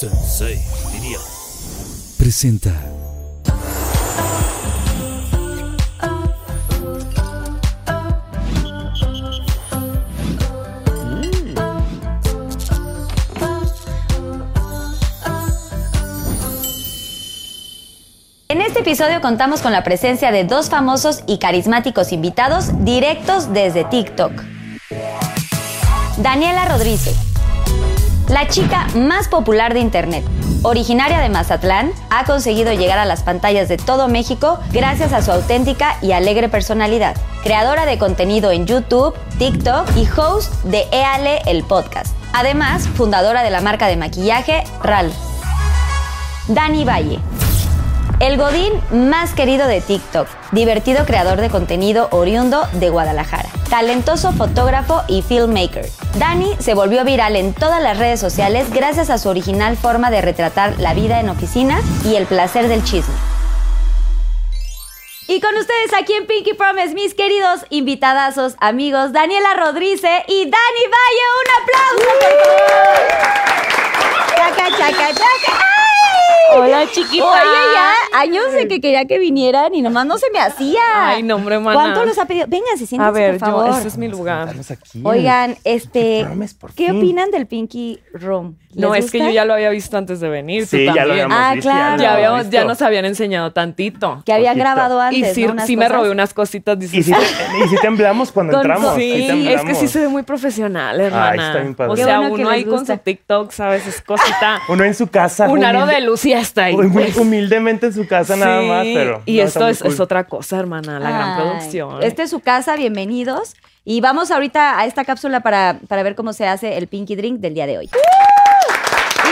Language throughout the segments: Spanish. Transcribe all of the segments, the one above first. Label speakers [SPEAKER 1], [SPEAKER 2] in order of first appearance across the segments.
[SPEAKER 1] Sensei, diría. Presenta.
[SPEAKER 2] En este episodio contamos con la presencia de dos famosos y carismáticos invitados directos desde TikTok. Daniela Rodríguez, la chica más popular de Internet, originaria de Mazatlán, ha conseguido llegar a las pantallas de todo México gracias a su auténtica y alegre personalidad. Creadora de contenido en YouTube, TikTok y host de Éale el podcast. Además, fundadora de la marca de maquillaje RAL. Dani Valle, el godín más querido de TikTok, divertido creador de contenido oriundo de Guadalajara, talentoso fotógrafo y filmmaker. Dani se volvió viral en todas las redes sociales gracias a su original forma de retratar la vida en oficina y el placer del chisme. Y con ustedes aquí en Pinky Promise, mis queridos invitadazos, amigos, Daniela Rodríguez y Dani Valle. ¡Un aplauso! por favor! Chaca, chaca, chaca. ¡Ay!
[SPEAKER 3] Hola, chiquita.
[SPEAKER 2] Oye, ya años de que quería que vinieran y nomás no se me hacía.
[SPEAKER 3] Ay, no, hombre, mana.
[SPEAKER 2] ¿Cuánto los ha pedido? Vengan, se sienten,
[SPEAKER 3] A ver,
[SPEAKER 2] por favor.
[SPEAKER 3] yo, este es mi lugar.
[SPEAKER 4] Estamos aquí.
[SPEAKER 2] Oigan, este,
[SPEAKER 4] Promes, por
[SPEAKER 2] ¿qué
[SPEAKER 4] fin.
[SPEAKER 2] opinan del Pinky Room? ¿Les
[SPEAKER 3] No, es que
[SPEAKER 2] gusta?
[SPEAKER 3] yo ya lo había visto antes de venir. tú
[SPEAKER 4] Sí, ya lo
[SPEAKER 3] también.
[SPEAKER 4] habíamos
[SPEAKER 2] Ah,
[SPEAKER 4] visto.
[SPEAKER 2] claro.
[SPEAKER 4] lo
[SPEAKER 3] Ya, habíamos- ya
[SPEAKER 4] visto.
[SPEAKER 3] nos habían enseñado tantito.
[SPEAKER 2] que habían
[SPEAKER 4] poquito.
[SPEAKER 2] grabado antes,
[SPEAKER 3] y sí,
[SPEAKER 2] ¿no? Unas
[SPEAKER 3] sí me
[SPEAKER 2] cosas.
[SPEAKER 3] robé unas cositas. dices,
[SPEAKER 4] Y si,
[SPEAKER 3] "Ah,
[SPEAKER 4] te- y si temblamos cuando
[SPEAKER 2] Con-
[SPEAKER 4] entramos.
[SPEAKER 2] sí,
[SPEAKER 4] sí
[SPEAKER 3] sí, es
[SPEAKER 4] temblamos.
[SPEAKER 3] que sí se ve muy profesional, hermana.
[SPEAKER 4] está bien padre.
[SPEAKER 3] O
[SPEAKER 4] Qué
[SPEAKER 3] sea,
[SPEAKER 2] bueno que
[SPEAKER 3] uno
[SPEAKER 2] les
[SPEAKER 3] ahí con su
[SPEAKER 2] gusta.
[SPEAKER 3] TikTok, ¿sabes? Es cosita.
[SPEAKER 4] Uno en su casa.
[SPEAKER 3] un aro
[SPEAKER 4] humilde-
[SPEAKER 3] de luz y hasta ahí.
[SPEAKER 4] Muy
[SPEAKER 3] pues.
[SPEAKER 4] humildemente en su casa nada
[SPEAKER 3] Sí,
[SPEAKER 4] más, pero.
[SPEAKER 3] Y
[SPEAKER 4] no, está
[SPEAKER 3] esto
[SPEAKER 4] muy
[SPEAKER 3] es,
[SPEAKER 4] cool.
[SPEAKER 3] es otra cosa, hermana, la gran
[SPEAKER 2] Ay,
[SPEAKER 3] producción.
[SPEAKER 2] Esta es su casa, bienvenidos. Y vamos ahorita a esta cápsula para, para ver cómo se hace el Pinky Drink del día de hoy.
[SPEAKER 4] ¡Uh!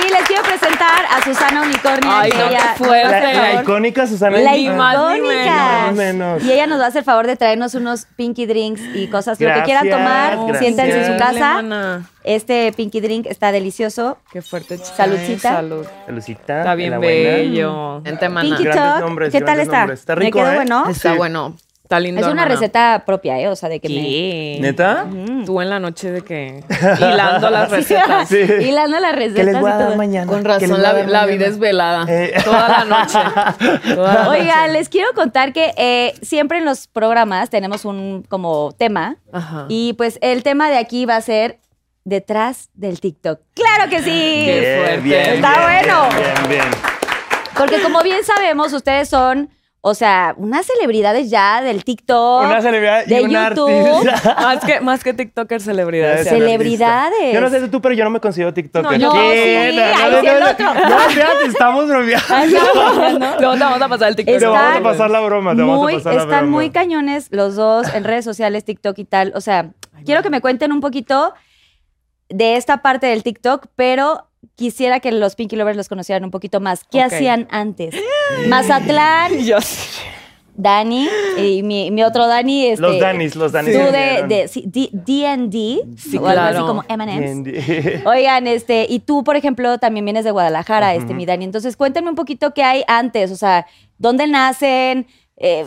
[SPEAKER 2] Y les quiero presentar a Susana Unicornio.
[SPEAKER 3] Ay, no, qué fuerte.
[SPEAKER 4] La, la
[SPEAKER 3] favor.
[SPEAKER 4] icónica Susana.
[SPEAKER 2] La
[SPEAKER 3] Ni más ni
[SPEAKER 2] icónica.
[SPEAKER 4] menos.
[SPEAKER 2] Y ella nos va a hacer el favor de traernos unos pinky drinks y cosas. lo que
[SPEAKER 4] Gracias,
[SPEAKER 2] quieran tomar,
[SPEAKER 4] gracias.
[SPEAKER 2] siéntense en su casa.
[SPEAKER 3] Alemana.
[SPEAKER 2] Este pinky drink está delicioso.
[SPEAKER 3] Qué fuerte, chica.
[SPEAKER 2] Saludcita.
[SPEAKER 3] Ay, salud.
[SPEAKER 4] Ah, Lucita.
[SPEAKER 3] Está bien bello. Vente, mana.
[SPEAKER 2] Pinky
[SPEAKER 4] Grandes
[SPEAKER 2] Talk.
[SPEAKER 4] nombres,
[SPEAKER 2] ¿Qué tal
[SPEAKER 4] grandes
[SPEAKER 2] está?
[SPEAKER 4] nombres. Está
[SPEAKER 2] ¿Me
[SPEAKER 4] rico,
[SPEAKER 2] quedó
[SPEAKER 4] ¿eh?
[SPEAKER 2] bueno?
[SPEAKER 5] Está bueno.
[SPEAKER 3] Está lindo.
[SPEAKER 2] Ah, es una
[SPEAKER 3] hermana.
[SPEAKER 2] receta propia, ¿eh? O sea, de que
[SPEAKER 3] ¿Qué? Mm.
[SPEAKER 4] ¿Neta?
[SPEAKER 3] Tú en la noche de que hilando las recetas.
[SPEAKER 4] Sí.
[SPEAKER 2] me... Hilando las recetas.
[SPEAKER 4] ¿Qué les voy a
[SPEAKER 2] y
[SPEAKER 4] dar
[SPEAKER 2] todo.
[SPEAKER 4] mañana?
[SPEAKER 5] Con
[SPEAKER 4] ¿Qué les
[SPEAKER 5] razón,
[SPEAKER 4] voy a
[SPEAKER 5] la,
[SPEAKER 4] dar
[SPEAKER 5] vi- la
[SPEAKER 4] mañana?
[SPEAKER 5] vida es velada.
[SPEAKER 4] Eh.
[SPEAKER 3] Toda la noche. Toda la
[SPEAKER 2] Oigan,
[SPEAKER 3] noche.
[SPEAKER 2] les quiero contar que eh, siempre en los programas tenemos un como tema.
[SPEAKER 3] Ajá.
[SPEAKER 2] Y pues el tema de aquí va a ser detrás del TikTok. ¡Claro que sí!
[SPEAKER 3] Qué
[SPEAKER 4] Bien,
[SPEAKER 3] fuerte.
[SPEAKER 4] bien,
[SPEAKER 2] Está
[SPEAKER 4] bien,
[SPEAKER 2] bueno.
[SPEAKER 4] Bien, bien.
[SPEAKER 2] Porque como bien sabemos, ustedes son, o sea, unas celebridades ya del TikTok.
[SPEAKER 4] Una celebridad
[SPEAKER 2] de
[SPEAKER 4] y una
[SPEAKER 2] YouTube.
[SPEAKER 4] artista.
[SPEAKER 3] Más que, más que Tiktoker, celebridad.
[SPEAKER 4] Gracias,
[SPEAKER 2] Celebridades.
[SPEAKER 4] artista. Yo no sé de tú, pero yo no me considero TikToker.
[SPEAKER 3] No, yo
[SPEAKER 4] ¿Qué?
[SPEAKER 2] sí,
[SPEAKER 4] No,
[SPEAKER 2] ahí
[SPEAKER 4] no,
[SPEAKER 2] sí el
[SPEAKER 4] no,
[SPEAKER 2] otro.
[SPEAKER 4] no, espérate, estamos bromeando.
[SPEAKER 3] Luego te vamos a pasar el TikTok.
[SPEAKER 4] Te vamos a
[SPEAKER 2] Están
[SPEAKER 4] pasar la broma, te vamos a
[SPEAKER 2] Muy,
[SPEAKER 4] pasar la broma.
[SPEAKER 2] están muy cañones los dos en redes sociales, TikTok y tal. O sea, quiero que me cuenten un poquito de esta parte del TikTok, pero quisiera que los Pinky Lovers los conocieran un poquito más. ¿Qué
[SPEAKER 3] Ok.
[SPEAKER 2] hacían antes? Mazatlán,
[SPEAKER 3] Y yo sí.
[SPEAKER 2] Dani y mi, mi otro Dani. Este,
[SPEAKER 4] Los Danis, los Danis.
[SPEAKER 2] Tú de,
[SPEAKER 4] vinieron.
[SPEAKER 2] de sí, D- D&D,
[SPEAKER 3] Sí,
[SPEAKER 2] o algo así
[SPEAKER 3] claro.
[SPEAKER 2] como M&M's.
[SPEAKER 4] Bien, bien.
[SPEAKER 2] Oigan, este, y tú, por ejemplo, también vienes de Guadalajara, este, mi Dani. Entonces, cuéntenme un poquito qué hay antes, o sea, dónde nacen, Eh,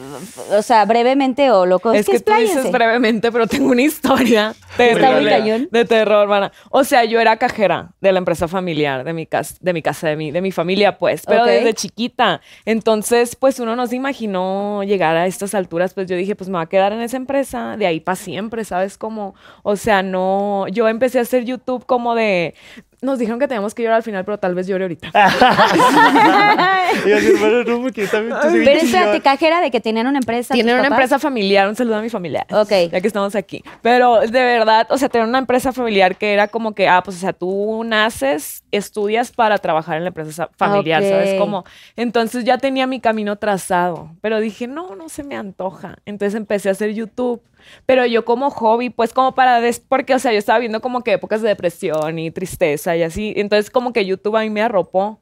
[SPEAKER 2] o sea, brevemente o loco.
[SPEAKER 3] Es que tú dices
[SPEAKER 2] expláyense.
[SPEAKER 3] brevemente, pero tengo una historia
[SPEAKER 2] Está muy
[SPEAKER 3] terrible,
[SPEAKER 2] cañón.
[SPEAKER 3] de terror, hermana. O sea, yo era cajera de la empresa familiar, de mi casa, de mi casa, de mi, de mi familia, pues, pero
[SPEAKER 2] Ok.
[SPEAKER 3] desde chiquita. Entonces, pues uno no se imaginó llegar a estas alturas, pues yo dije, pues me voy a quedar en esa empresa de ahí para siempre, ¿sabes cómo? O sea, no, yo empecé a hacer YouTube como de, nos dijeron que teníamos que llorar al final, pero tal vez llore ahorita.
[SPEAKER 2] Ah.
[SPEAKER 4] Y así, bueno, no, porque está bien, tú sí,
[SPEAKER 2] Pero
[SPEAKER 4] bien
[SPEAKER 2] espérate,
[SPEAKER 4] chillón.
[SPEAKER 2] cajera de que tenían una empresa.
[SPEAKER 3] Tienen
[SPEAKER 2] tus
[SPEAKER 3] una
[SPEAKER 2] papás.
[SPEAKER 3] empresa familiar, un saludo a mi familia.
[SPEAKER 2] Ok.
[SPEAKER 3] Ya que estamos aquí. Pero de verdad, o sea, tener una empresa familiar que era como que, ah, pues, o sea, tú naces, estudias para trabajar en la empresa sa- familiar,
[SPEAKER 2] Ok.
[SPEAKER 3] ¿sabes cómo? Entonces ya tenía mi camino trazado, pero dije, no, no se me antoja. Entonces empecé a hacer YouTube. Pero yo como hobby, pues como para, des porque, o sea, yo estaba viendo como que épocas de depresión y tristeza y así. Entonces como que YouTube a mí me arropó.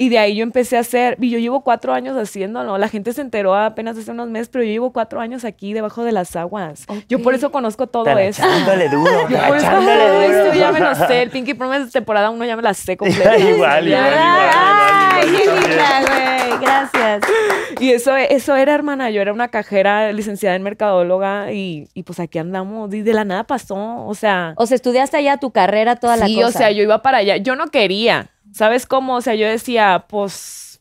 [SPEAKER 3] Y de ahí yo empecé a hacer, y yo llevo cuatro años haciéndolo. La gente se enteró apenas hace unos meses, pero yo llevo cuatro años aquí debajo de las aguas. Yo por eso conozco todo
[SPEAKER 4] Tan
[SPEAKER 3] esto.
[SPEAKER 4] Echándole duro,
[SPEAKER 3] pues. Yo por eso
[SPEAKER 4] echándole
[SPEAKER 3] todo
[SPEAKER 4] duro.
[SPEAKER 3] esto ya me lo sé. El Pinky Promise temporada uno ya me la sé completa.
[SPEAKER 4] Igual, igual,
[SPEAKER 3] Ya.
[SPEAKER 2] Ay,
[SPEAKER 4] igual, igual, igual,
[SPEAKER 2] qué
[SPEAKER 4] igual,
[SPEAKER 2] linda,
[SPEAKER 4] también.
[SPEAKER 2] güey. Gracias.
[SPEAKER 3] Y eso, eso era, hermana. Yo era una cajera licenciada en mercadóloga y, y pues aquí andamos. Y de la nada pasó. O sea,
[SPEAKER 2] O sea, estudiaste allá tu carrera, toda la
[SPEAKER 3] sí,
[SPEAKER 2] cosa.
[SPEAKER 3] o sea, yo iba para allá. Yo no quería. ¿Sabes cómo? O sea, yo decía, pues,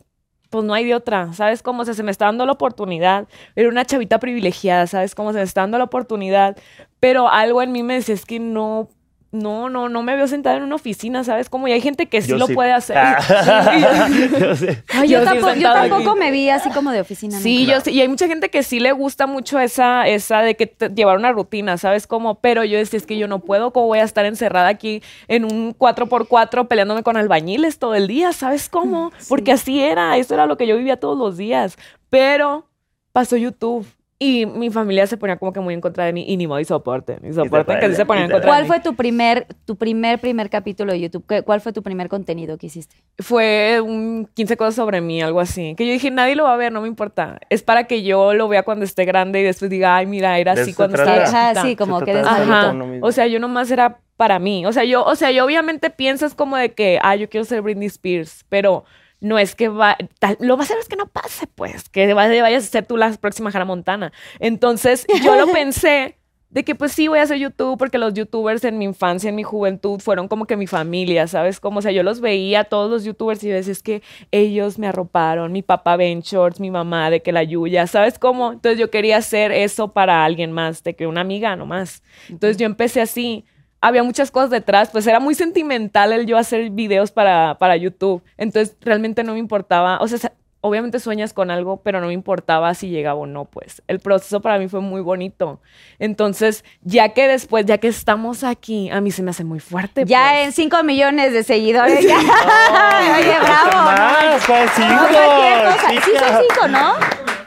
[SPEAKER 3] pues no hay de otra, ¿sabes cómo? O sea, se me está dando la oportunidad. Era una chavita privilegiada, ¿sabes cómo? Se me está dando la oportunidad. Pero algo en mí me decía, es que no no, no, no me veo sentada en una oficina, ¿sabes? Como y hay gente que sí
[SPEAKER 4] Yo
[SPEAKER 3] lo
[SPEAKER 4] sí.
[SPEAKER 3] puede hacer.
[SPEAKER 4] Ah.
[SPEAKER 3] Sí,
[SPEAKER 4] Yo sé.
[SPEAKER 6] Ay,
[SPEAKER 3] Yo
[SPEAKER 6] yo,
[SPEAKER 3] sí
[SPEAKER 6] tampoco, yo
[SPEAKER 3] sentada
[SPEAKER 6] tampoco
[SPEAKER 3] aquí.
[SPEAKER 6] me vi así como de oficina.
[SPEAKER 3] Sí,
[SPEAKER 6] nunca.
[SPEAKER 3] yo sí, y hay mucha gente que sí le gusta mucho esa, esa de que te- llevar una rutina, ¿sabes cómo? Pero yo decía, es que yo no puedo, ¿cómo voy a estar encerrada aquí en un 4x4 peleándome con albañiles todo el día? ¿Sabes cómo? Porque así era, eso era lo que yo vivía todos los días. Pero pasó YouTube y mi familia se ponía como que muy en contra de mí y ni modo y soporte, ni soporte que sí
[SPEAKER 4] fue,
[SPEAKER 3] se ponía en
[SPEAKER 4] y te
[SPEAKER 3] contra de
[SPEAKER 6] ¿Cuál
[SPEAKER 3] mí.
[SPEAKER 6] fue tu primer, tu primer, primer capítulo de YouTube? ¿Qué- ¿Cuál fue tu primer contenido que hiciste?
[SPEAKER 3] fue un 15 cosas sobre mí, algo así. Que yo dije, nadie lo va a ver, no me importa. Es para que yo lo vea cuando esté grande y después diga, ay, mira, era
[SPEAKER 4] De
[SPEAKER 3] así
[SPEAKER 4] eso
[SPEAKER 3] cuando
[SPEAKER 4] se
[SPEAKER 3] estaba
[SPEAKER 4] trata.
[SPEAKER 6] Ajá,
[SPEAKER 3] chiquita".
[SPEAKER 6] ah, sí, como
[SPEAKER 4] Se
[SPEAKER 6] que
[SPEAKER 4] trata de
[SPEAKER 6] desmadrito.
[SPEAKER 3] Ajá.
[SPEAKER 4] uno mismo.
[SPEAKER 3] O sea, yo nomás era para mí. O sea, yo, o sea, yo obviamente piensas como de que, ah, yo quiero ser Britney Spears, pero no es que va, tal- lo más seguro es que no pase, pues, que va- vayas a ser tú la próxima Hannah Montana. Entonces, yo lo pensé de que pues sí voy a hacer YouTube porque los youtubers en mi infancia, en mi juventud fueron como que mi familia, ¿sabes? Como, o sea, yo los veía a todos los youtubers y yo decía, es que ellos me arroparon, mi papá Ben Shorts, mi mamá de que la Yuya, ¿sabes cómo? Entonces yo quería hacer eso para alguien más, de que una amiga nomás. Entonces yo empecé así. Había muchas cosas detrás, pues era muy sentimental el yo hacer videos para, para YouTube. Entonces realmente no me importaba, o sea, sa- obviamente sueñas con algo, pero no me importaba si llegaba o no, pues. El proceso para mí fue muy bonito. Entonces, ya que después, ya que estamos aquí, a mí se me hace muy fuerte.
[SPEAKER 6] Ya
[SPEAKER 3] pues.
[SPEAKER 6] en 5 millones de seguidores. ya. Oye, bravo. ¿no?
[SPEAKER 4] Más, ¿cuál cinco?
[SPEAKER 6] No, cualquier cosa. Sí
[SPEAKER 4] chica.
[SPEAKER 6] son 5, ¿no?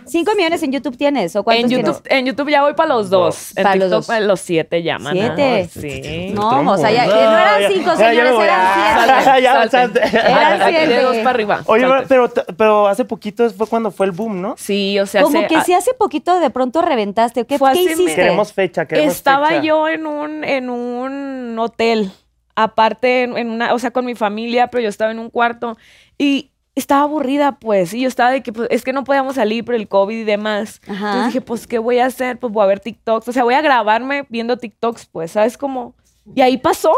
[SPEAKER 6] 5 millones en YouTube tienes. ¿O
[SPEAKER 3] En
[SPEAKER 6] cuántos
[SPEAKER 3] YouTube, en YouTube ya voy para los dos. En
[SPEAKER 6] Pa' los
[SPEAKER 3] TikTok
[SPEAKER 6] dos.
[SPEAKER 3] eh, los siete llaman.
[SPEAKER 6] ¿Siete?
[SPEAKER 3] Sí.
[SPEAKER 6] tienes? No, o sea, ya, que no eran 5,
[SPEAKER 4] Ya, ya
[SPEAKER 6] señores,
[SPEAKER 4] me voy.
[SPEAKER 6] eran
[SPEAKER 4] Ah,
[SPEAKER 6] 7.
[SPEAKER 4] ya,
[SPEAKER 3] Salten.
[SPEAKER 4] salten.
[SPEAKER 6] Eran
[SPEAKER 3] Aquí de
[SPEAKER 6] siete.
[SPEAKER 3] dos para arriba.
[SPEAKER 4] Oye,
[SPEAKER 3] Salten.
[SPEAKER 4] pero, pero hace poquito fue cuando fue el boom, ¿no?
[SPEAKER 3] Sí, o sea,
[SPEAKER 6] Como
[SPEAKER 3] se-
[SPEAKER 6] que si hace poquito de pronto reventaste. ¿Qué,
[SPEAKER 3] Fue
[SPEAKER 6] qué
[SPEAKER 3] hace me-
[SPEAKER 6] hiciste?
[SPEAKER 4] Queremos fecha, queremos
[SPEAKER 3] Estaba
[SPEAKER 4] fecha.
[SPEAKER 3] yo en un, en un hotel, aparte, en, en una, o sea, con mi familia, pero yo estaba en un cuarto y estaba aburrida, pues, y yo estaba de que, pues, es que no podíamos salir por el COVID y demás.
[SPEAKER 6] Ajá.
[SPEAKER 3] Entonces dije, pues, ¿qué voy a hacer? Pues voy a ver TikToks, o sea, voy a grabarme viendo TikToks, pues, ¿sabes cómo? Y ahí pasó.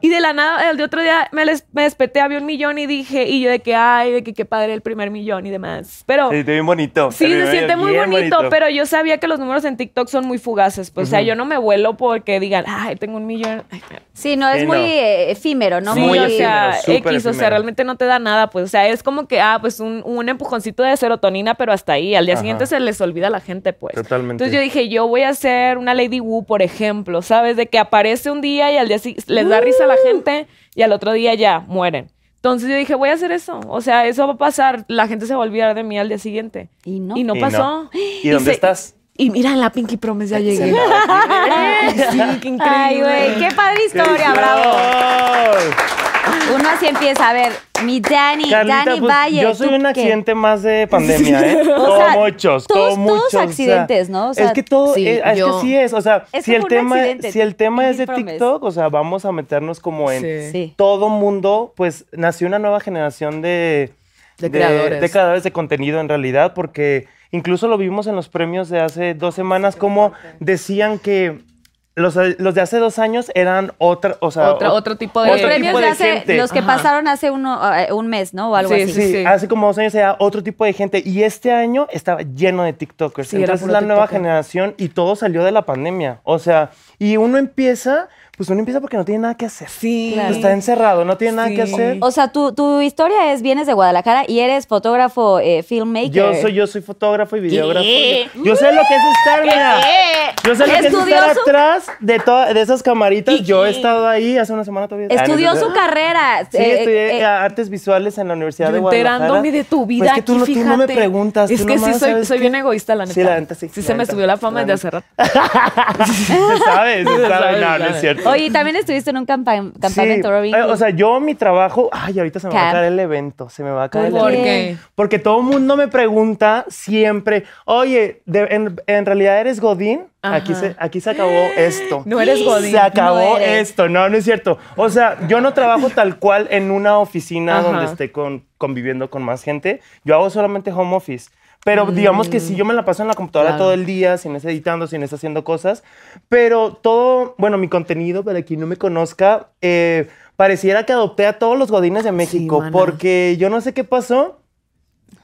[SPEAKER 3] Y de la nada, el de otro día me, les- me desperté, había un millón y dije, y yo de que, ay, de que qué padre el primer millón y demás. Pero...
[SPEAKER 4] Sí, bien bonito.
[SPEAKER 3] Sí, se
[SPEAKER 4] Bien
[SPEAKER 3] siente muy
[SPEAKER 4] bien
[SPEAKER 3] bonito, pero yo sabía que los números en TikTok son muy fugaces. Pues, O sea,
[SPEAKER 4] Ujú.
[SPEAKER 3] yo no me vuelo porque digan, ay, tengo un millón. Ay,
[SPEAKER 6] Sí, no, es
[SPEAKER 4] Sí,
[SPEAKER 6] muy
[SPEAKER 4] no.
[SPEAKER 6] eh, efímero, ¿no?
[SPEAKER 3] sí,
[SPEAKER 4] muy
[SPEAKER 3] o sea,
[SPEAKER 4] efímero, súper
[SPEAKER 3] X, o sea,
[SPEAKER 4] efímero.
[SPEAKER 3] realmente no te da nada. Pues, o sea, es como que, ah, pues un, un empujoncito de serotonina, pero hasta ahí. Al día
[SPEAKER 4] Ajá.
[SPEAKER 3] siguiente se les olvida a la gente, pues.
[SPEAKER 4] Totalmente.
[SPEAKER 3] Entonces yo dije, yo voy a hacer una Lady Wu, por ejemplo, ¿sabes? De que aparece un día y al día si- les da risa a
[SPEAKER 4] Uh.
[SPEAKER 3] la gente y al otro día ya mueren. Entonces yo dije, voy a hacer eso. O sea, eso va a pasar. La gente se va a olvidar de mí al día siguiente.
[SPEAKER 6] Y no.
[SPEAKER 3] Y no
[SPEAKER 4] Y no.
[SPEAKER 3] pasó.
[SPEAKER 4] ¿Y dónde estás?
[SPEAKER 3] Y mira, en la Pinky Promise ya llegué. sí, qué increíble.
[SPEAKER 6] Ay, güey, qué padre historia, bravo.
[SPEAKER 4] ¡Felicidades!
[SPEAKER 6] Uno así empieza a ver, mi Dani,
[SPEAKER 4] Carlita,
[SPEAKER 6] Dani
[SPEAKER 4] pues,
[SPEAKER 6] Valle.
[SPEAKER 4] yo soy
[SPEAKER 6] ¿tú
[SPEAKER 4] un
[SPEAKER 6] qué?
[SPEAKER 4] accidente más de pandemia, ¿eh?
[SPEAKER 6] O sea,
[SPEAKER 4] como muchos,
[SPEAKER 6] todos-
[SPEAKER 4] como muchos.
[SPEAKER 6] todos
[SPEAKER 4] o sea,
[SPEAKER 6] accidentes, ¿no? O sea,
[SPEAKER 4] es que todo,
[SPEAKER 3] sí,
[SPEAKER 4] eh, es,
[SPEAKER 3] yo-
[SPEAKER 4] que sí es, o sea,
[SPEAKER 6] Es
[SPEAKER 4] si
[SPEAKER 6] como
[SPEAKER 4] el,
[SPEAKER 6] un
[SPEAKER 4] tema,
[SPEAKER 6] accidente,
[SPEAKER 4] si el tema es de
[SPEAKER 6] Pinky Promise.
[SPEAKER 4] TikTok, o sea, vamos a meternos como en
[SPEAKER 3] Sí.
[SPEAKER 6] Sí.
[SPEAKER 4] todo mundo, pues nació una nueva generación de,
[SPEAKER 3] De creadores.
[SPEAKER 4] de creadores de contenido en realidad, porque incluso lo vimos en los premios de hace dos semanas, como decían que los, los de hace dos años eran otra, o sea,
[SPEAKER 3] Otro,
[SPEAKER 4] o-
[SPEAKER 3] otro tipo de...
[SPEAKER 6] Los
[SPEAKER 4] Otro este
[SPEAKER 6] premios
[SPEAKER 4] tipo
[SPEAKER 6] de
[SPEAKER 4] de
[SPEAKER 6] hace,
[SPEAKER 4] gente. Ah,
[SPEAKER 6] los que
[SPEAKER 3] Ajá.
[SPEAKER 6] pasaron hace uno, eh, un mes, ¿no? O algo
[SPEAKER 3] Sí,
[SPEAKER 6] así.
[SPEAKER 4] Sí,
[SPEAKER 3] sí.
[SPEAKER 4] hace como dos años era otro tipo de gente y este año estaba lleno de TikTokers.
[SPEAKER 3] Sí, era
[SPEAKER 4] Entonces
[SPEAKER 3] puro
[SPEAKER 4] la nueva
[SPEAKER 3] TikToker.
[SPEAKER 4] generación y todo salió de la pandemia. O sea, y uno empieza, pues uno empieza porque no tiene nada que hacer.
[SPEAKER 3] Sí.
[SPEAKER 6] Claro.
[SPEAKER 4] Está encerrado, no tiene nada
[SPEAKER 3] Sí.
[SPEAKER 4] que hacer.
[SPEAKER 6] O sea, tu, tu historia es, vienes de Guadalajara y eres fotógrafo, eh, filmmaker.
[SPEAKER 4] Yo soy, yo soy fotógrafo y videógrafo. Yo sé lo que es estar, mira.
[SPEAKER 3] ¡Eh!
[SPEAKER 4] Yo sé lo que es estar
[SPEAKER 6] Mm. Estudioso.
[SPEAKER 4] atrás de todas de esas camaritas. Yo he estado ahí hace una semana todavía.
[SPEAKER 6] Estudió
[SPEAKER 4] Ah, no,
[SPEAKER 6] su
[SPEAKER 4] no, no.
[SPEAKER 6] carrera.
[SPEAKER 4] Sí,
[SPEAKER 6] eh,
[SPEAKER 4] estudié
[SPEAKER 6] eh,
[SPEAKER 4] artes visuales en la Universidad de
[SPEAKER 3] Yo
[SPEAKER 4] Guadalajara.
[SPEAKER 3] enterándome de tu vida
[SPEAKER 4] Pues es que tú,
[SPEAKER 3] aquí,
[SPEAKER 4] no, tú no me
[SPEAKER 3] fíjate.
[SPEAKER 4] preguntas.
[SPEAKER 3] Es
[SPEAKER 4] tú
[SPEAKER 3] que sí
[SPEAKER 4] nomás
[SPEAKER 3] soy,
[SPEAKER 4] sabes
[SPEAKER 3] soy
[SPEAKER 4] qué.
[SPEAKER 3] bien egoísta, la neta.
[SPEAKER 4] Sí, la neta sí,
[SPEAKER 3] Sí,
[SPEAKER 4] la
[SPEAKER 3] se me
[SPEAKER 4] neta.
[SPEAKER 3] subió la fama
[SPEAKER 4] La
[SPEAKER 3] desde hace
[SPEAKER 4] neta.
[SPEAKER 3] rato.
[SPEAKER 4] Se sabe, se
[SPEAKER 3] Se sabe,
[SPEAKER 4] sabe. No, no
[SPEAKER 3] sabe.
[SPEAKER 4] es cierto.
[SPEAKER 6] eh, Oye, también estuviste en un campa- campamento,
[SPEAKER 4] Sí,
[SPEAKER 6] Robin.
[SPEAKER 4] eh, O sea, yo mi trabajo, ay, ahorita se me va
[SPEAKER 6] Camp.
[SPEAKER 4] a caer el evento, se me va a caer el
[SPEAKER 6] ¿Por
[SPEAKER 4] evento.
[SPEAKER 6] qué?
[SPEAKER 4] Porque todo el mundo me pregunta siempre, oye, de- en, en realidad eres Godín?
[SPEAKER 3] Ajá.
[SPEAKER 4] Aquí se, aquí se acabó esto.
[SPEAKER 3] No eres Godín.
[SPEAKER 4] Se
[SPEAKER 6] No
[SPEAKER 4] acabó
[SPEAKER 6] eres.
[SPEAKER 4] esto. No, no es cierto. O sea, yo no trabajo tal cual en una oficina
[SPEAKER 3] Ajá.
[SPEAKER 4] donde esté con, conviviendo con más gente. Yo hago solamente home office. Pero digamos que sí, yo me la paso en la
[SPEAKER 3] Mm.
[SPEAKER 4] computadora
[SPEAKER 3] Claro.
[SPEAKER 4] todo el día, sin estar editando, sin estar haciendo cosas. Pero todo, bueno, mi contenido, para quien no me conozca, eh, pareciera que adopté a todos los godines de México,
[SPEAKER 3] mana.
[SPEAKER 4] porque yo no sé qué pasó.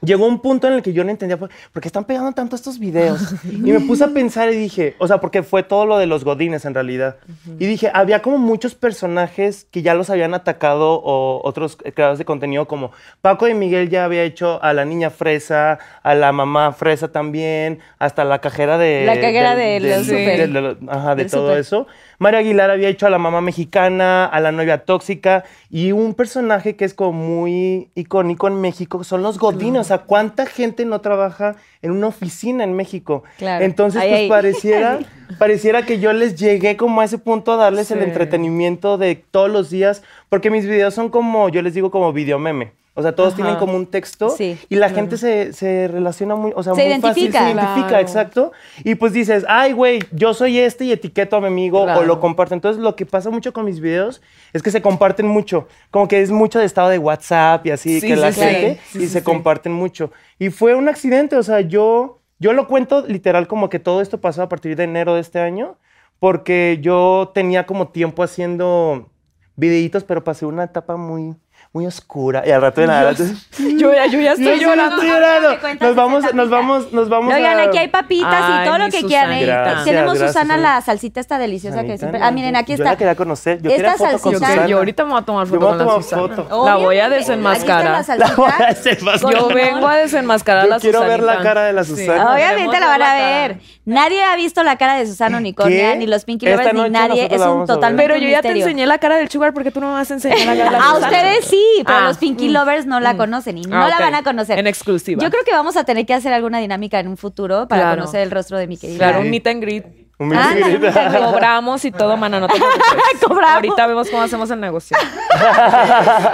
[SPEAKER 4] Llegó un punto en el que yo no entendía por por qué están pegando tanto estos videos. Y me puse a pensar y dije, o sea, porque fue todo lo de los godines en realidad. Y dije, había como muchos personajes que ya los habían atacado o otros eh, creadores de contenido como Paco de Miguel ya había hecho a la niña fresa, a la mamá fresa también, hasta la cajera de...
[SPEAKER 2] La cajera de los
[SPEAKER 3] súper.
[SPEAKER 4] de- de lo- ajá, de
[SPEAKER 3] Del
[SPEAKER 4] todo
[SPEAKER 3] súper.
[SPEAKER 4] eso. María Aguilar había hecho a la mamá mexicana, a la novia tóxica y un personaje que es como muy icónico en México son los godines. O sea, ¿cuánta gente no trabaja en una oficina en México?
[SPEAKER 2] Claro.
[SPEAKER 4] Entonces,
[SPEAKER 2] Ay,
[SPEAKER 4] pues
[SPEAKER 2] ay.
[SPEAKER 4] pareciera, pareciera que yo les llegué como a ese punto a darles el
[SPEAKER 3] Sí.
[SPEAKER 4] entretenimiento de todos los días, porque mis videos son como, yo les digo como video meme. O sea, todos
[SPEAKER 3] Ajá.
[SPEAKER 4] tienen como un texto
[SPEAKER 2] Sí.
[SPEAKER 4] y la gente se, se relaciona muy, o sea,
[SPEAKER 2] Se
[SPEAKER 4] muy
[SPEAKER 2] identifica.
[SPEAKER 4] fácil, se identifica,
[SPEAKER 3] Claro.
[SPEAKER 4] exacto. Exacto. Y pues dices, ay, güey, yo soy este y etiqueto a mi amigo
[SPEAKER 3] Claro.
[SPEAKER 4] o lo comparto. Entonces, lo que pasa mucho con mis videos es que se comparten mucho. Como que es mucho de estado de WhatsApp y así,
[SPEAKER 3] Sí,
[SPEAKER 4] que
[SPEAKER 3] sí,
[SPEAKER 4] la
[SPEAKER 3] sí.
[SPEAKER 4] gente,
[SPEAKER 3] Sí,
[SPEAKER 4] y
[SPEAKER 3] sí,
[SPEAKER 4] se
[SPEAKER 3] sí.
[SPEAKER 4] comparten mucho. Y fue un accidente, o sea, yo, yo lo cuento literal como que todo esto pasó a partir de enero de este año, porque yo tenía como tiempo haciendo videitos, pero pasé una etapa muy, muy oscura. Y al rato de la...
[SPEAKER 3] Yo ya, yo ya estoy
[SPEAKER 4] Mm. Yo
[SPEAKER 3] llorando.
[SPEAKER 4] estoy
[SPEAKER 2] Ahora me
[SPEAKER 4] llorando.
[SPEAKER 2] cuentas
[SPEAKER 4] Nos vamos,
[SPEAKER 2] esa
[SPEAKER 4] nos
[SPEAKER 2] tapita.
[SPEAKER 4] vamos, nos vamos
[SPEAKER 2] Oigan,
[SPEAKER 4] a-
[SPEAKER 2] aquí hay papitas y
[SPEAKER 3] Ay,
[SPEAKER 2] todo lo
[SPEAKER 3] mi
[SPEAKER 2] que quieran. ¿eh?
[SPEAKER 3] Susanita.
[SPEAKER 4] Gracias,
[SPEAKER 2] Tenemos
[SPEAKER 4] gracias,
[SPEAKER 2] Susana
[SPEAKER 4] Susana.
[SPEAKER 2] la salsita esta deliciosa que
[SPEAKER 4] Sanitana,
[SPEAKER 2] siempre. Ah, miren, aquí
[SPEAKER 4] yo
[SPEAKER 2] está.
[SPEAKER 4] la quería conocer. Yo
[SPEAKER 2] Esta
[SPEAKER 4] quería foto con
[SPEAKER 3] Yo,
[SPEAKER 2] salsita-
[SPEAKER 4] Susana.
[SPEAKER 3] que- yo ahorita me voy a tomar
[SPEAKER 4] Yo
[SPEAKER 3] foto
[SPEAKER 4] me voy
[SPEAKER 3] con
[SPEAKER 4] a
[SPEAKER 3] la
[SPEAKER 4] tomar
[SPEAKER 3] Susana.
[SPEAKER 4] foto.
[SPEAKER 3] La voy a
[SPEAKER 2] Obviamente,
[SPEAKER 3] desenmascarar.
[SPEAKER 2] eh, aquí está la
[SPEAKER 4] La voy a
[SPEAKER 2] salsita.
[SPEAKER 4] desenmascarar.
[SPEAKER 3] Yo
[SPEAKER 2] Con-
[SPEAKER 3] vengo a desenmascarar
[SPEAKER 4] Yo
[SPEAKER 3] a la
[SPEAKER 4] quiero ver
[SPEAKER 3] Susanita.
[SPEAKER 4] la cara de la
[SPEAKER 3] Sí.
[SPEAKER 4] Susana.
[SPEAKER 3] Ah,
[SPEAKER 2] Obviamente la
[SPEAKER 3] queremos
[SPEAKER 2] van
[SPEAKER 3] la
[SPEAKER 2] a
[SPEAKER 3] cara.
[SPEAKER 2] ver. Nadie ha visto la cara de Susana Unicornia,
[SPEAKER 4] ¿Qué?
[SPEAKER 2] ni los Pinky
[SPEAKER 4] Esta
[SPEAKER 2] Lovers, ni
[SPEAKER 4] noche
[SPEAKER 2] nadie.
[SPEAKER 4] nosotros
[SPEAKER 2] Es
[SPEAKER 4] la
[SPEAKER 2] un
[SPEAKER 4] vamos a ver.
[SPEAKER 2] totalmente
[SPEAKER 3] Pero
[SPEAKER 2] un
[SPEAKER 3] yo ya te
[SPEAKER 2] misterio.
[SPEAKER 3] enseñé la cara del sugar porque tú no me vas a enseñar la cara de la
[SPEAKER 2] A
[SPEAKER 3] Susana.
[SPEAKER 2] ustedes sí, pero
[SPEAKER 3] Ah,
[SPEAKER 2] los Pinky Lovers no la conocen y no
[SPEAKER 3] Ah,
[SPEAKER 2] la
[SPEAKER 3] ok.
[SPEAKER 2] van a conocer.
[SPEAKER 3] En exclusiva.
[SPEAKER 2] Yo creo que vamos a tener que hacer alguna dinámica en un futuro para
[SPEAKER 3] Claro.
[SPEAKER 2] conocer el rostro de mi querida.
[SPEAKER 3] Claro,
[SPEAKER 4] Sí.
[SPEAKER 3] un meet and greet.
[SPEAKER 4] Un minuto,
[SPEAKER 2] Ándale,
[SPEAKER 4] grita.
[SPEAKER 2] un minuto.
[SPEAKER 3] Cobramos y todo, mana, no te preocupes.
[SPEAKER 2] Cobramos.
[SPEAKER 3] Ahorita vemos cómo hacemos el negocio.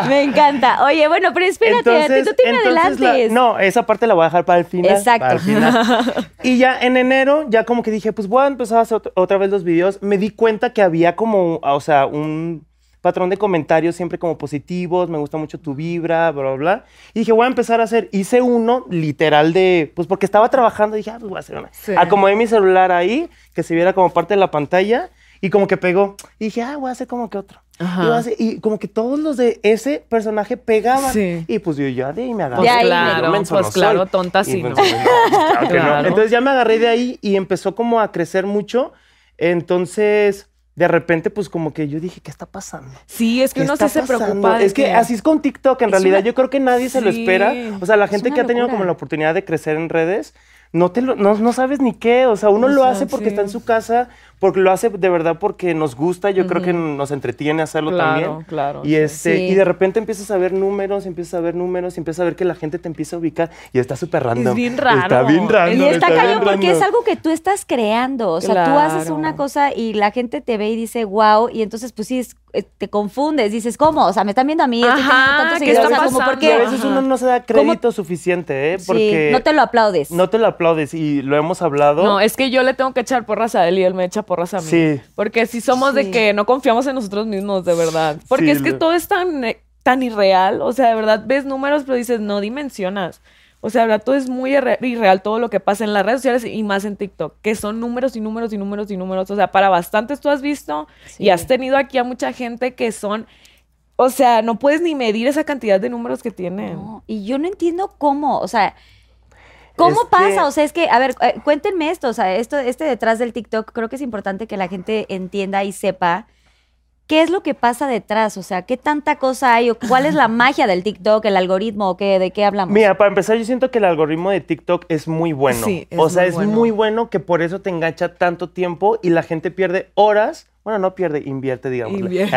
[SPEAKER 2] Me encanta. Oye, bueno, pero espérate,
[SPEAKER 4] Entonces,
[SPEAKER 2] tú te me
[SPEAKER 4] entonces la-
[SPEAKER 2] adelantes.
[SPEAKER 4] no, esa parte la voy a dejar para el final.
[SPEAKER 2] Exacto.
[SPEAKER 4] para el final. y ya en enero, ya como que dije, pues voy a empezar a hacer ot- otra vez los videos. Me di cuenta que había como, ah, o sea, un patrón de comentarios siempre como positivos, me gusta mucho tu vibra, bla, bla, bla. Y dije, voy a empezar a hacer, hice uno literal de, pues porque estaba trabajando, dije, ah, pues voy a hacer una.
[SPEAKER 3] Sí.
[SPEAKER 4] Acomodé mi celular ahí, que se viera como parte de la pantalla, y como que pegó. Y dije, ah, voy a hacer como que otro.
[SPEAKER 3] Ajá.
[SPEAKER 4] Y voy a hacer- Y como que todos los de ese personaje pegaban.
[SPEAKER 3] Sí.
[SPEAKER 4] Y pues yo ya de ahí me agarré.
[SPEAKER 2] De ahí.
[SPEAKER 3] Claro,
[SPEAKER 4] Menso
[SPEAKER 3] pues
[SPEAKER 4] no
[SPEAKER 3] claro,
[SPEAKER 4] soy.
[SPEAKER 3] tonta
[SPEAKER 4] Y
[SPEAKER 3] sí,
[SPEAKER 4] pues,
[SPEAKER 3] ¿no?
[SPEAKER 4] claro que no.
[SPEAKER 3] Claro.
[SPEAKER 4] Entonces ya me agarré de ahí y empezó como a crecer mucho. Entonces, de repente, pues como que yo dije, ¿qué está pasando?
[SPEAKER 3] Sí, es que
[SPEAKER 4] ¿Qué
[SPEAKER 3] uno
[SPEAKER 4] está
[SPEAKER 3] sí se
[SPEAKER 4] pasando?
[SPEAKER 3] preocupa. de
[SPEAKER 4] Es que, así es con TikTok, en
[SPEAKER 3] Es
[SPEAKER 4] realidad.
[SPEAKER 3] una-
[SPEAKER 4] Yo creo que nadie se lo
[SPEAKER 3] Sí.
[SPEAKER 4] espera. O sea, la gente
[SPEAKER 2] una
[SPEAKER 4] que ha tenido
[SPEAKER 2] locura.
[SPEAKER 4] como la oportunidad de crecer en redes, no, te lo- no, no sabes ni qué. O sea, uno
[SPEAKER 3] O
[SPEAKER 4] lo
[SPEAKER 3] sea,
[SPEAKER 4] hace porque
[SPEAKER 3] sí.
[SPEAKER 4] está en su casa, porque lo hace de verdad porque nos gusta. Yo creo que nos entretiene hacerlo
[SPEAKER 3] Claro,
[SPEAKER 4] también.
[SPEAKER 3] claro,
[SPEAKER 4] Y,
[SPEAKER 3] sí.
[SPEAKER 4] este,
[SPEAKER 2] Sí.
[SPEAKER 4] y de repente empiezas a ver números, empiezas a ver números, y empiezas a ver que la gente te empieza a ubicar y está súper random.
[SPEAKER 3] bien
[SPEAKER 4] Está
[SPEAKER 3] raro.
[SPEAKER 4] bien
[SPEAKER 3] Y
[SPEAKER 4] random.
[SPEAKER 2] Y está
[SPEAKER 4] bien
[SPEAKER 2] cañón porque es
[SPEAKER 4] random.
[SPEAKER 2] algo que tú estás creando. O sea, tú
[SPEAKER 3] Claro.
[SPEAKER 2] haces una cosa y la gente te ve y dice, wow, y entonces pues sí, es- eh, te confundes. Dices, ¿cómo? O sea, me están viendo a mí. estoy
[SPEAKER 3] Ajá,
[SPEAKER 2] teniendo tantos
[SPEAKER 3] ¿qué
[SPEAKER 2] seguidores,
[SPEAKER 3] está
[SPEAKER 2] o sea, como, ¿por
[SPEAKER 3] pasando?
[SPEAKER 4] Y a
[SPEAKER 2] qué?
[SPEAKER 4] veces uno no se da
[SPEAKER 2] ¿Cómo?
[SPEAKER 4] crédito suficiente, ¿eh?
[SPEAKER 2] Sí,
[SPEAKER 4] Porque
[SPEAKER 2] no te lo aplaudes.
[SPEAKER 4] no te lo aplaudes y lo hemos hablado.
[SPEAKER 3] No, es que yo le tengo que echar porras a él y él me echa porras a mí.
[SPEAKER 4] Sí.
[SPEAKER 3] Porque si somos
[SPEAKER 2] Sí.
[SPEAKER 3] de que no confiamos en nosotros mismos, de verdad. Porque
[SPEAKER 4] Sí,
[SPEAKER 3] es que
[SPEAKER 4] lo-
[SPEAKER 3] todo es tan, eh, tan irreal. O sea, de verdad, ves números, pero dices, no dimensionas. O sea, de verdad, todo es muy irre- irreal todo lo que pasa en las redes sociales y más en TikTok, que son números y números y números y números. O sea, para bastantes tú has visto y has tenido aquí a mucha gente que son. O sea, no puedes ni medir esa cantidad de números que tienen.
[SPEAKER 2] No, y yo no entiendo cómo, o sea, ¿cómo
[SPEAKER 4] Es que-
[SPEAKER 2] pasa? O sea, es que, a ver, eh, cuéntenme esto, o sea, esto, este detrás del TikTok, creo que es importante que la gente entienda y sepa qué es lo que pasa detrás, o sea, qué tanta cosa hay, o cuál es la magia del TikTok, el algoritmo, o qué, de qué hablamos.
[SPEAKER 4] Mira, para empezar, yo siento que el algoritmo de TikTok es muy bueno.
[SPEAKER 3] Sí, es
[SPEAKER 4] o sea,
[SPEAKER 3] muy
[SPEAKER 4] es
[SPEAKER 3] bueno.
[SPEAKER 4] muy bueno que por eso te engancha tanto tiempo y la gente pierde horas. Bueno, no pierde, invierte, digamos.
[SPEAKER 3] Invierte.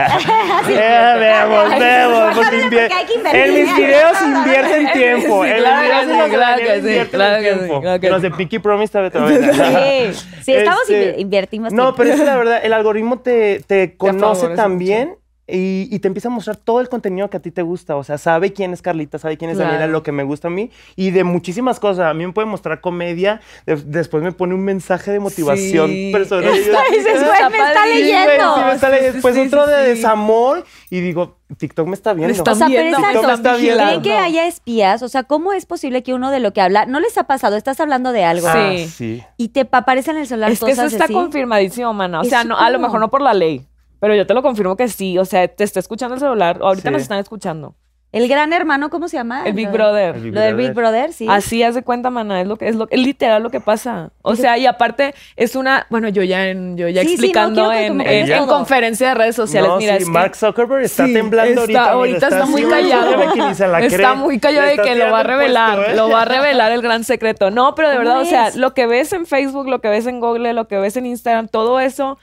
[SPEAKER 4] veamos, veamos. porque
[SPEAKER 2] Porque
[SPEAKER 4] invier-
[SPEAKER 2] hay que invertir.
[SPEAKER 4] en mis videos invierten tiempo.
[SPEAKER 3] Sí,
[SPEAKER 4] en
[SPEAKER 3] claro
[SPEAKER 4] mis
[SPEAKER 3] que
[SPEAKER 4] videos
[SPEAKER 3] sí,
[SPEAKER 4] de los
[SPEAKER 3] claro que
[SPEAKER 4] Daniel
[SPEAKER 3] sí,
[SPEAKER 4] invierten
[SPEAKER 3] claro
[SPEAKER 4] el
[SPEAKER 3] que sí,
[SPEAKER 4] tiempo.
[SPEAKER 3] claro que
[SPEAKER 4] Los
[SPEAKER 3] sí.
[SPEAKER 4] de Pinky Promise también. también.
[SPEAKER 2] Sí, sí, estamos
[SPEAKER 4] Este,
[SPEAKER 2] invi- invertimos.
[SPEAKER 4] No,
[SPEAKER 2] tiempo.
[SPEAKER 4] pero es que la verdad, el algoritmo te, te conoce
[SPEAKER 3] favorece
[SPEAKER 4] también y, y te empieza a mostrar todo el contenido que a ti te gusta. O sea, sabe quién es Carlita, sabe quién es
[SPEAKER 3] Claro.
[SPEAKER 4] Daniela, lo que me gusta a mí. Y de muchísimas cosas. A mí me puede mostrar comedia. de- después me pone un mensaje de motivación
[SPEAKER 3] Sí.
[SPEAKER 4] personal. Y yo- "Ah,
[SPEAKER 3] Está-
[SPEAKER 6] Dices,
[SPEAKER 3] Está
[SPEAKER 6] güey, me está
[SPEAKER 3] padrísimo.
[SPEAKER 4] Sí, güey,
[SPEAKER 6] leyendo.
[SPEAKER 4] sí, me está
[SPEAKER 3] Sí,
[SPEAKER 4] leyendo.
[SPEAKER 3] sí,
[SPEAKER 4] Después
[SPEAKER 3] sí,
[SPEAKER 4] otro
[SPEAKER 3] sí,
[SPEAKER 4] de
[SPEAKER 3] sí.
[SPEAKER 4] desamor. Y digo, TikTok me está viendo.
[SPEAKER 3] está
[SPEAKER 6] O sea, pero
[SPEAKER 3] viendo,
[SPEAKER 6] exacto,
[SPEAKER 3] me están
[SPEAKER 4] ¿creen
[SPEAKER 6] ¿Creen
[SPEAKER 3] vigilando.
[SPEAKER 6] que haya espías? O sea, ¿cómo es posible que uno de lo que habla no les ha pasado? Estás hablando de algo
[SPEAKER 4] Ah,
[SPEAKER 3] Sí.
[SPEAKER 4] sí.
[SPEAKER 6] y te pa- aparecen en el celular
[SPEAKER 3] Es que
[SPEAKER 6] cosas
[SPEAKER 3] eso está
[SPEAKER 6] así.
[SPEAKER 3] confirmadísimo, mana. O sea,
[SPEAKER 6] Eso
[SPEAKER 3] no, a lo
[SPEAKER 6] como-
[SPEAKER 3] mejor no por la ley, pero yo te lo confirmo que sí. O sea, te está escuchando el celular. Ahorita
[SPEAKER 4] Sí.
[SPEAKER 3] nos están escuchando.
[SPEAKER 6] El gran hermano, ¿cómo se llama?
[SPEAKER 3] El Big
[SPEAKER 6] Lo-
[SPEAKER 3] Brother.
[SPEAKER 4] El Big
[SPEAKER 6] Lo del Big Brother, sí.
[SPEAKER 3] Así haz de cuenta, mana, es lo que es lo es literal lo que pasa. O sea, y aparte es una, bueno, yo ya en, yo ya
[SPEAKER 6] Sí, sí, no,
[SPEAKER 3] explicando
[SPEAKER 6] quiero que
[SPEAKER 3] en,
[SPEAKER 6] como
[SPEAKER 3] en-
[SPEAKER 4] que
[SPEAKER 3] en
[SPEAKER 4] todo.
[SPEAKER 3] conferencia de redes sociales,
[SPEAKER 4] No,
[SPEAKER 3] mira,
[SPEAKER 4] sí,
[SPEAKER 3] es que-
[SPEAKER 4] Mark Zuckerberg está
[SPEAKER 3] Sí,
[SPEAKER 4] temblando ahorita.
[SPEAKER 3] está,
[SPEAKER 4] mira,
[SPEAKER 3] ahorita está, muy
[SPEAKER 4] así,
[SPEAKER 3] callado.
[SPEAKER 4] ya ve que ni se la
[SPEAKER 3] está
[SPEAKER 4] cree.
[SPEAKER 3] muy
[SPEAKER 4] Le
[SPEAKER 3] callado de
[SPEAKER 4] está
[SPEAKER 3] que lo va a
[SPEAKER 4] tirando el
[SPEAKER 3] revelar,
[SPEAKER 4] puesto, ¿eh?
[SPEAKER 3] lo va a revelar el gran secreto. No, pero de
[SPEAKER 6] ¿Cómo
[SPEAKER 3] verdad, o sea,
[SPEAKER 6] es?
[SPEAKER 3] lo que ves en Facebook, lo que ves en Google, lo que ves en Instagram, todo eso,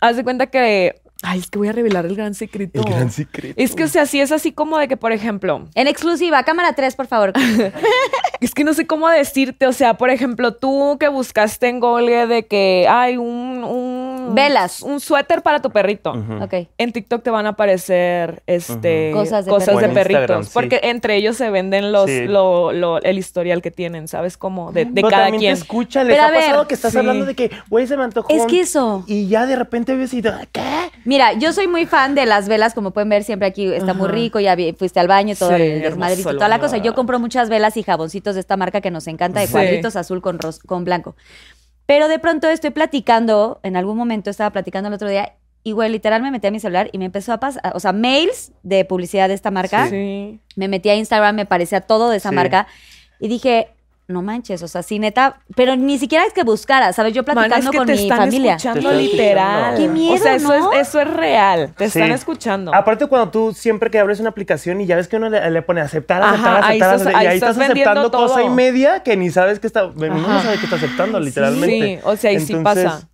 [SPEAKER 3] haz de cuenta que, ay, es que voy a revelar el gran secreto.
[SPEAKER 4] El gran secreto.
[SPEAKER 3] Es que, o sea, sí es así como de que, por ejemplo,
[SPEAKER 6] En exclusiva, cámara 3, por favor.
[SPEAKER 3] es que no sé cómo decirte, o sea, por ejemplo, tú que buscaste en Google de que hay un, un-
[SPEAKER 6] Velas.
[SPEAKER 3] un suéter para tu perrito.
[SPEAKER 4] Ujú.
[SPEAKER 6] ok.
[SPEAKER 3] En TikTok te van a aparecer este
[SPEAKER 6] Ujú. Cosas
[SPEAKER 4] perritos.
[SPEAKER 6] de
[SPEAKER 4] O en Instagram,
[SPEAKER 3] perritos,
[SPEAKER 4] sí.
[SPEAKER 3] porque entre ellos se venden los
[SPEAKER 4] Sí.
[SPEAKER 3] lo- lo- el historial que tienen, ¿sabes cómo? De, de
[SPEAKER 4] Pero
[SPEAKER 3] cada
[SPEAKER 4] también
[SPEAKER 3] quien.
[SPEAKER 4] te escucha, les
[SPEAKER 6] Pero a
[SPEAKER 4] ha
[SPEAKER 6] ver,
[SPEAKER 4] pasado que estás
[SPEAKER 3] sí.
[SPEAKER 4] hablando de que, güey, se me antojó.
[SPEAKER 6] Es
[SPEAKER 4] un-
[SPEAKER 6] que eso.
[SPEAKER 4] Y ya de repente ves y, ah, ¿qué?
[SPEAKER 6] Mira, yo soy muy fan de las velas, como pueden ver siempre aquí está muy
[SPEAKER 3] Ajá.
[SPEAKER 6] rico, ya vi- fuiste al baño, todo
[SPEAKER 3] Sí,
[SPEAKER 6] el desmadrito,
[SPEAKER 3] hermoso
[SPEAKER 6] toda la
[SPEAKER 3] lugar.
[SPEAKER 6] cosa. Yo compro muchas velas y jaboncitos de esta marca que nos encanta, de
[SPEAKER 3] Sí.
[SPEAKER 6] cuadritos azul con, ros- con blanco. Pero de pronto estoy platicando, en algún momento estaba platicando el otro día, y güey, literal me metí a mi celular y me empezó a pasar, o sea, mails de publicidad de esta marca,
[SPEAKER 3] Sí.
[SPEAKER 6] me metí a Instagram, me parecía todo de esa
[SPEAKER 4] Sí.
[SPEAKER 6] marca, y dije... No manches, o sea, sí, neta, pero ni siquiera es que buscara, ¿sabes? Yo platicando
[SPEAKER 3] Mana, es que
[SPEAKER 6] con
[SPEAKER 3] te
[SPEAKER 6] mi
[SPEAKER 3] están
[SPEAKER 6] familia.
[SPEAKER 4] Te
[SPEAKER 3] escuchando
[SPEAKER 4] están
[SPEAKER 3] literal.
[SPEAKER 4] escuchando. Qué
[SPEAKER 6] miedo,
[SPEAKER 3] o sea, eso
[SPEAKER 6] ¿no?
[SPEAKER 3] es eso es real. Te
[SPEAKER 4] Sí. Ah,
[SPEAKER 3] están escuchando.
[SPEAKER 4] Aparte, cuando tú siempre que abres una aplicación y ya ves que uno le, le pone aceptar,
[SPEAKER 3] Ajá,
[SPEAKER 4] aceptar,
[SPEAKER 3] ahí
[SPEAKER 4] aceptar,
[SPEAKER 3] estás-
[SPEAKER 4] aceptar, y
[SPEAKER 3] ahí
[SPEAKER 4] ahí estás
[SPEAKER 3] estás vendiendo
[SPEAKER 4] aceptando
[SPEAKER 3] todo.
[SPEAKER 4] cosa y media que ni sabes que está, no
[SPEAKER 3] Ajá.
[SPEAKER 4] sabes que está aceptando, pues, literalmente.
[SPEAKER 3] Sí, o sea, y sí
[SPEAKER 4] Entonces-
[SPEAKER 3] pasa.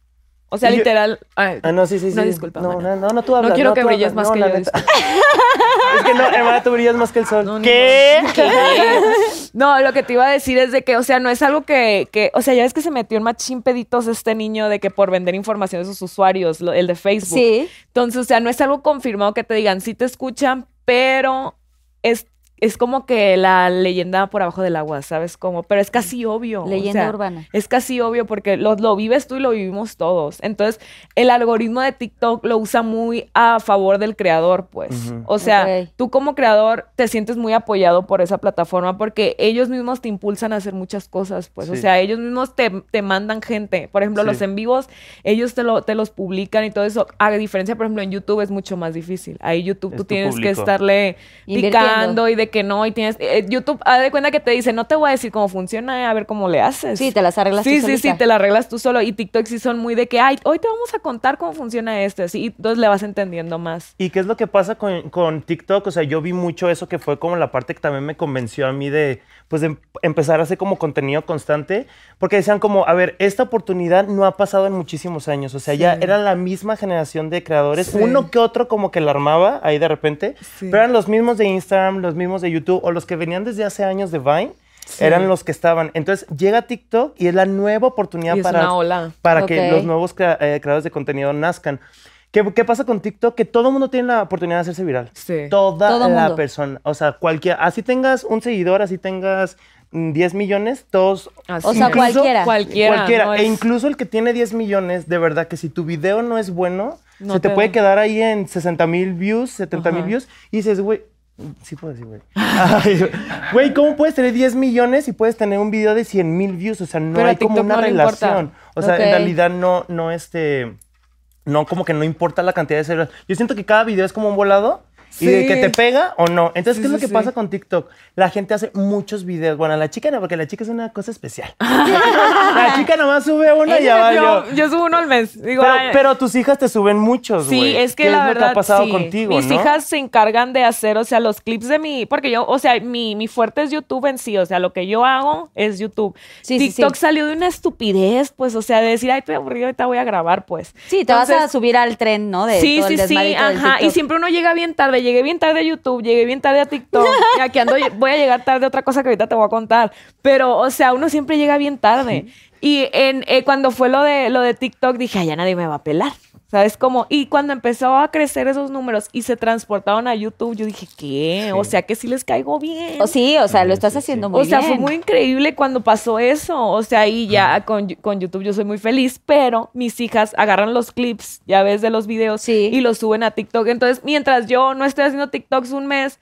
[SPEAKER 3] O sea,
[SPEAKER 4] Y yo-
[SPEAKER 3] literal. ay,
[SPEAKER 4] Ah, no, sí, sí, sí.
[SPEAKER 3] Una disculpa,
[SPEAKER 4] No,
[SPEAKER 3] mana.
[SPEAKER 4] no, no, no, tú hablas.
[SPEAKER 3] No quiero que
[SPEAKER 4] tú
[SPEAKER 3] brilles más
[SPEAKER 4] hablas, no,
[SPEAKER 3] que
[SPEAKER 4] la
[SPEAKER 3] yo,
[SPEAKER 4] neta. es que no, Emma, tú brillas más que el sol.
[SPEAKER 3] ni
[SPEAKER 4] ¿Qué?
[SPEAKER 3] No, lo que te iba a decir es de que, o sea, no es algo que, que- o sea, ya ves que se metió en machín peditos este niño de que por vender información de sus usuarios, lo- el de Facebook.
[SPEAKER 6] Sí.
[SPEAKER 3] Entonces, o sea, no es algo confirmado que te digan, sí te escuchan, pero es, es como que la leyenda por abajo del agua, ¿sabes cómo? Pero es casi obvio. o
[SPEAKER 6] Leyenda
[SPEAKER 3] sea,
[SPEAKER 6] urbana.
[SPEAKER 3] Es casi obvio porque lo, lo vives tú y lo vivimos todos. Entonces, el algoritmo de TikTok lo usa muy a favor del creador, pues.
[SPEAKER 4] Ujú.
[SPEAKER 3] O sea,
[SPEAKER 6] Ok.
[SPEAKER 3] tú como creador te sientes muy apoyado por esa plataforma porque ellos mismos te impulsan a hacer muchas cosas, pues. O
[SPEAKER 4] Sí.
[SPEAKER 3] sea, ellos mismos te, te mandan gente. Por ejemplo,
[SPEAKER 4] Sí.
[SPEAKER 3] los en vivos, ellos te, lo, te los publican y todo eso. A diferencia, por ejemplo, en YouTube es mucho más difícil. Ahí YouTube
[SPEAKER 4] Es
[SPEAKER 3] tú
[SPEAKER 4] tu
[SPEAKER 3] tienes que
[SPEAKER 4] público.
[SPEAKER 3] estarle
[SPEAKER 6] Invirtiendo.
[SPEAKER 3] picando y de que no, y tienes... eh, YouTube, haz de cuenta que te dice, no te voy a decir cómo funciona, eh, a ver cómo le haces.
[SPEAKER 6] Sí, te las arreglas
[SPEAKER 3] Sí,
[SPEAKER 6] tú
[SPEAKER 3] sí, sí,
[SPEAKER 6] solita.
[SPEAKER 3] te la arreglas tú solo. Y TikTok sí son muy de que, ay, hoy te vamos a contar cómo funciona esto. así, y entonces le vas entendiendo más.
[SPEAKER 4] ¿Y qué es lo que pasa con, con TikTok? O sea, yo vi mucho eso que fue como la parte que también me convenció a mí de, pues, de em- empezar a hacer como contenido constante, porque decían como, a ver, esta oportunidad no ha pasado en muchísimos años, o sea, ya era la misma generación de creadores,
[SPEAKER 3] Sí.
[SPEAKER 4] uno que otro como que la armaba ahí de repente,
[SPEAKER 3] Sí.
[SPEAKER 4] pero eran los mismos de Instagram, los mismos de YouTube, o los que venían desde hace años de Vine,
[SPEAKER 3] Sí.
[SPEAKER 4] eran los que estaban. Entonces llega TikTok y es la nueva oportunidad
[SPEAKER 3] Y es
[SPEAKER 4] para
[SPEAKER 3] una ola.
[SPEAKER 4] para
[SPEAKER 6] Ok.
[SPEAKER 4] que los nuevos crea- eh, creadores de contenido nazcan. ¿Qué, qué pasa con TikTok? Que todo el mundo tiene la oportunidad de hacerse viral.
[SPEAKER 3] Sí.
[SPEAKER 4] Toda
[SPEAKER 6] Todo
[SPEAKER 4] la
[SPEAKER 6] mundo.
[SPEAKER 4] persona. O sea, cualquier. Así tengas un seguidor, así tengas mm, 10 millones, todos.
[SPEAKER 3] Así
[SPEAKER 6] O sea,
[SPEAKER 3] es.
[SPEAKER 6] cualquiera.
[SPEAKER 3] Cualquiera. no
[SPEAKER 4] e
[SPEAKER 3] es-
[SPEAKER 4] incluso el que tiene 10 millones, de verdad que si tu video no es bueno,
[SPEAKER 3] No
[SPEAKER 4] se te,
[SPEAKER 3] te-
[SPEAKER 4] puede quedar ahí en 60 mil views, 70 mil
[SPEAKER 3] Ajá.
[SPEAKER 4] views, y dices, güey, sí puedo decir, güey. Ay, Güey, ¿cómo puedes tener 10 millones y puedes tener un video de 100 mil views? O sea, no
[SPEAKER 3] Pero a
[SPEAKER 4] hay como
[SPEAKER 3] TikTok
[SPEAKER 4] una
[SPEAKER 3] no le importa.
[SPEAKER 4] relación. O sea,
[SPEAKER 6] Ok.
[SPEAKER 4] en realidad no, no, este, no, como que no importa la cantidad de seguidores. Yo siento que cada video es como un volado. Y de que
[SPEAKER 3] Sí.
[SPEAKER 4] te pega o no. Entonces,
[SPEAKER 3] Sí,
[SPEAKER 4] ¿qué es lo
[SPEAKER 3] sí,
[SPEAKER 4] que
[SPEAKER 3] sí.
[SPEAKER 4] pasa con TikTok? La gente hace muchos videos. Bueno, la chica no, porque la chica es una cosa especial. La chica nomás sube una y ya valió.
[SPEAKER 3] yo, yo subo uno al mes. Digo,
[SPEAKER 4] Pero,
[SPEAKER 3] ay,
[SPEAKER 4] pero tus hijas te suben muchos,
[SPEAKER 3] Sí,
[SPEAKER 4] güey.
[SPEAKER 3] es que
[SPEAKER 4] ¿Qué
[SPEAKER 3] la
[SPEAKER 4] es lo
[SPEAKER 3] verdad.
[SPEAKER 4] que ha pasado
[SPEAKER 3] sí.
[SPEAKER 4] contigo,
[SPEAKER 3] Mis
[SPEAKER 4] no?
[SPEAKER 3] hijas se encargan de hacer, o sea, los clips de mi. Porque yo, o sea, mi, mi fuerte es YouTube en sí. O sea, lo que yo hago es YouTube.
[SPEAKER 6] Sí, sí,
[SPEAKER 3] TikTok
[SPEAKER 6] sí.
[SPEAKER 3] salió de una estupidez, pues, o sea, de decir, ay, estoy aburrido, ahorita voy a grabar, pues.
[SPEAKER 6] Sí, te vas a
[SPEAKER 3] Entonces,
[SPEAKER 6] subir al tren, ¿no? De
[SPEAKER 3] sí,
[SPEAKER 6] todo el
[SPEAKER 3] sí, sí,
[SPEAKER 6] desmadrito del
[SPEAKER 3] ajá. Y
[SPEAKER 6] TikTok.
[SPEAKER 3] siempre uno llega bien tarde. Llegué bien tarde a YouTube, llegué bien tarde a TikTok. y aquí ando, voy a llegar tarde a otra cosa que ahorita te voy a contar. Pero, o sea, uno siempre llega bien tarde. Y en, eh, cuando fue lo de, lo de TikTok, dije, ay, ya nadie me va a pelar. ¿Sabes cómo? Y cuando empezó a crecer esos números y se transportaron a YouTube, yo dije, ¿qué? O sea, que sí les caigo bien.
[SPEAKER 6] O sí, o sea, lo estás haciendo muy
[SPEAKER 3] o sea,
[SPEAKER 6] bien.
[SPEAKER 3] fue muy increíble cuando pasó eso. O sea, y ya con, con YouTube yo soy muy feliz, pero mis hijas agarran los clips, ya ves, de los videos
[SPEAKER 6] Sí.
[SPEAKER 3] y los suben a TikTok. Entonces, mientras yo no estoy haciendo TikToks un mes,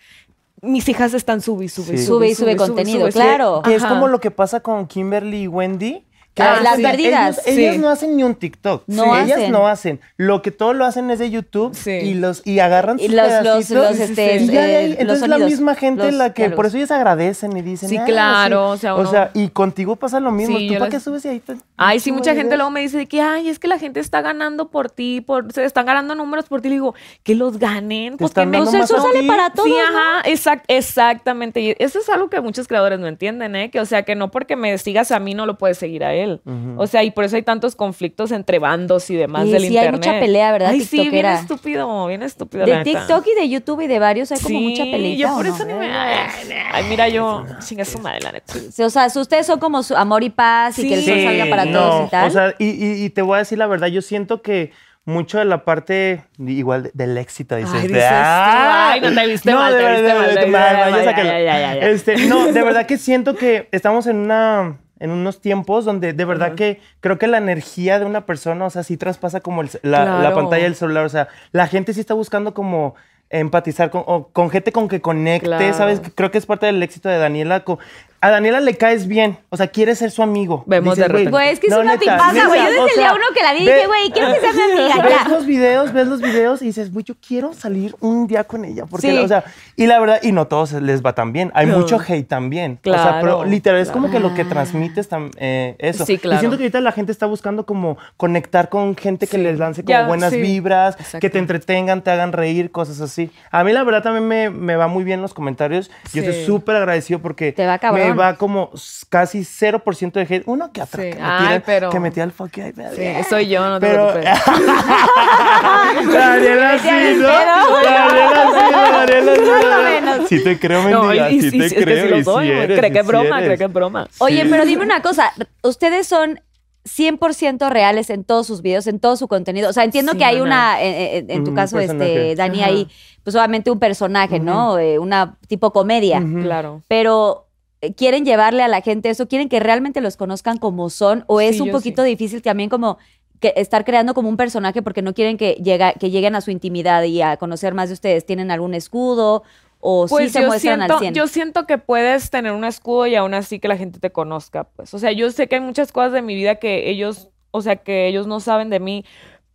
[SPEAKER 3] mis hijas están sube y sube. y
[SPEAKER 4] Sí.
[SPEAKER 6] Sube y sube contenido,
[SPEAKER 3] sube,
[SPEAKER 6] claro.
[SPEAKER 4] Que es
[SPEAKER 3] Ajá.
[SPEAKER 4] como lo que pasa con Kimberly y Wendy. que
[SPEAKER 6] Ah,
[SPEAKER 4] hacen-
[SPEAKER 6] las perdidas.
[SPEAKER 4] Ellos, ellas
[SPEAKER 3] Sí.
[SPEAKER 4] no hacen ni un TikTok.
[SPEAKER 6] No
[SPEAKER 4] Ellas
[SPEAKER 6] hacen.
[SPEAKER 4] no hacen. Lo que todo lo hacen es de YouTube
[SPEAKER 3] Sí.
[SPEAKER 4] y los y agarran
[SPEAKER 6] Y
[SPEAKER 4] sus
[SPEAKER 6] los- los-
[SPEAKER 4] pedacitos.
[SPEAKER 6] los, este,
[SPEAKER 4] y ya de ahí,
[SPEAKER 6] eh, los
[SPEAKER 4] entonces la
[SPEAKER 6] sonidos,
[SPEAKER 4] misma gente
[SPEAKER 6] los
[SPEAKER 4] la que por
[SPEAKER 6] diálogos.
[SPEAKER 4] eso ellos agradecen y dicen.
[SPEAKER 3] Sí,
[SPEAKER 4] "Ah,
[SPEAKER 3] claro, o sea, uno-
[SPEAKER 4] y contigo pasa lo mismo.
[SPEAKER 3] Sí,
[SPEAKER 4] ¿Tú
[SPEAKER 3] yo
[SPEAKER 4] para
[SPEAKER 3] las-
[SPEAKER 4] qué subes y ahí te-
[SPEAKER 3] Ay, sí,
[SPEAKER 4] subes
[SPEAKER 3] mucha gente
[SPEAKER 4] videos?
[SPEAKER 3] luego me dice de que, ay, es que la gente está ganando por ti, por, se están ganando números por ti. Le digo, que los ganen,
[SPEAKER 4] Te
[SPEAKER 3] pues que
[SPEAKER 4] están
[SPEAKER 3] me
[SPEAKER 4] dando
[SPEAKER 6] Pues eso
[SPEAKER 4] más a
[SPEAKER 6] sale
[SPEAKER 4] ti.
[SPEAKER 6] para todos.
[SPEAKER 3] Sí,
[SPEAKER 6] ¿no?
[SPEAKER 3] ajá, exact- exactamente. Y eso es algo que muchos creadores no entienden, ¿eh? Que, o sea, que no porque me sigas a mí no lo puedes seguir a él. O sea, y por eso hay tantos conflictos entre bandos y demás
[SPEAKER 6] Y
[SPEAKER 3] del
[SPEAKER 6] sí, hay
[SPEAKER 3] internet.
[SPEAKER 6] mucha pelea, ¿verdad,
[SPEAKER 3] Ay, sí, bien
[SPEAKER 6] tiktokera?
[SPEAKER 3] estúpido, bien estúpido. la
[SPEAKER 6] De
[SPEAKER 3] neta.
[SPEAKER 6] TikTok y de YouTube y de varios hay como
[SPEAKER 3] Sí,
[SPEAKER 6] mucha pelea.
[SPEAKER 3] Yo por eso ni me. Ay, mira, yo. Chinga su madre, la neta.
[SPEAKER 6] O sea, si ustedes son como su amor y paz y que el sol
[SPEAKER 3] Sí,
[SPEAKER 6] salga para
[SPEAKER 4] no,
[SPEAKER 6] todos y tal.
[SPEAKER 4] O sea, y, y- y te voy a decir la verdad, yo siento que mucho de la parte igual de- del éxito dices,
[SPEAKER 3] Ay, dices tú,
[SPEAKER 4] "Ah".
[SPEAKER 3] ay, no, te viste
[SPEAKER 4] No,
[SPEAKER 3] mal,
[SPEAKER 4] de
[SPEAKER 3] te
[SPEAKER 4] verdad,
[SPEAKER 3] viste
[SPEAKER 4] de
[SPEAKER 3] mal,
[SPEAKER 4] verdad,
[SPEAKER 3] te viste
[SPEAKER 4] mal, mal,
[SPEAKER 3] mal,
[SPEAKER 4] ya
[SPEAKER 3] ya,
[SPEAKER 4] sácalo.
[SPEAKER 3] ya, ya, ya, ya.
[SPEAKER 4] Este, no, de verdad que siento que estamos en una en unos tiempos donde de verdad que creo que la energía de una persona, o sea, sí traspasa como el- la, la
[SPEAKER 3] Claro.
[SPEAKER 4] pantalla del celular, o sea, la gente sí está buscando como empatizar con, o con gente con que conecte,
[SPEAKER 3] Claro.
[SPEAKER 4] ¿sabes? Creo que es parte del éxito de Daniela. co- A Daniela le caes bien, o sea, quiere ser su amigo.
[SPEAKER 3] Vemos de
[SPEAKER 4] "Güey,
[SPEAKER 3] repente".
[SPEAKER 6] Güey, es que es
[SPEAKER 4] no,
[SPEAKER 6] una
[SPEAKER 4] neta,
[SPEAKER 6] tipaza,
[SPEAKER 4] neta,
[SPEAKER 6] güey. Yo desde
[SPEAKER 4] o
[SPEAKER 6] el día
[SPEAKER 4] sea,
[SPEAKER 6] uno que la vi
[SPEAKER 4] ve-
[SPEAKER 6] dije, güey, quiero que sea mi amiga.
[SPEAKER 4] Ves
[SPEAKER 6] ya.
[SPEAKER 4] los videos, ves los videos y dices, güey, yo quiero salir un día con ella. Porque,
[SPEAKER 3] Sí.
[SPEAKER 4] o sea, y la verdad, y no todos les va tan bien. Hay mucho hate también. o sea, pero
[SPEAKER 3] Claro,
[SPEAKER 4] literal, es como que lo que transmites tam- eh, eso.
[SPEAKER 3] Sí,
[SPEAKER 4] Y
[SPEAKER 3] claro.
[SPEAKER 4] siento que ahorita la gente está buscando como conectar con gente que les lance como
[SPEAKER 3] Ya,
[SPEAKER 4] buenas
[SPEAKER 3] sí.
[SPEAKER 4] vibras,
[SPEAKER 3] Exacto.
[SPEAKER 4] que te entretengan, te hagan reír, cosas así. A mí, la verdad, también me, me va muy bien los comentarios. Yo
[SPEAKER 3] Sí.
[SPEAKER 4] estoy súper agradecido porque
[SPEAKER 6] Te va cabrón.
[SPEAKER 4] me va como s- casi 0% de hate. Uno que atrás
[SPEAKER 3] Sí.
[SPEAKER 4] que, me
[SPEAKER 3] Ay,
[SPEAKER 4] tira-
[SPEAKER 3] pero-
[SPEAKER 4] que me tira el fuck you, ay, me da
[SPEAKER 3] Sí, Eh, soy yo, no te
[SPEAKER 4] pero...
[SPEAKER 3] preocupes.
[SPEAKER 4] Daniela sí, ¿no? Daniela sí, Daniela sí. Daniela. Sí te creo, mendiga,
[SPEAKER 3] y
[SPEAKER 4] sí,
[SPEAKER 3] sí,
[SPEAKER 4] te
[SPEAKER 3] es que
[SPEAKER 4] creo.
[SPEAKER 3] sí lo
[SPEAKER 4] y sí
[SPEAKER 3] soy, güey.
[SPEAKER 4] eres,
[SPEAKER 3] Cree que
[SPEAKER 4] y
[SPEAKER 3] es
[SPEAKER 4] sí
[SPEAKER 3] broma,
[SPEAKER 4] eres.
[SPEAKER 3] cree que es broma.
[SPEAKER 6] Oye, pero dime una cosa. Ustedes son 100% reales en todos sus videos, en todo su contenido. O sea, entiendo
[SPEAKER 3] Sí,
[SPEAKER 6] que hay
[SPEAKER 3] no,
[SPEAKER 6] una, eh, eh, en, tu
[SPEAKER 4] Mm, Un
[SPEAKER 6] caso, este,
[SPEAKER 4] personaje.
[SPEAKER 6] Dani,
[SPEAKER 3] Ajá.
[SPEAKER 6] ahí, pues obviamente un personaje, ¿no? Eh, una tipo comedia.
[SPEAKER 4] Ujú.
[SPEAKER 3] Claro.
[SPEAKER 6] Pero eh, quieren llevarle a la gente eso, quieren que realmente los conozcan como son, o es
[SPEAKER 3] Sí,
[SPEAKER 6] un
[SPEAKER 3] yo
[SPEAKER 6] poquito difícil también como que estar creando como un personaje porque no quieren que, llega, que lleguen a su intimidad y a conocer más de ustedes. ¿Tienen algún escudo? ¿O sí se muestran
[SPEAKER 3] siento,
[SPEAKER 6] al 100?
[SPEAKER 3] Pues Yo siento que puedes tener un escudo y aún así que la gente te conozca, pues. O sea, yo sé que hay muchas cosas de mi vida que ellos, o sea, que ellos no saben de mí,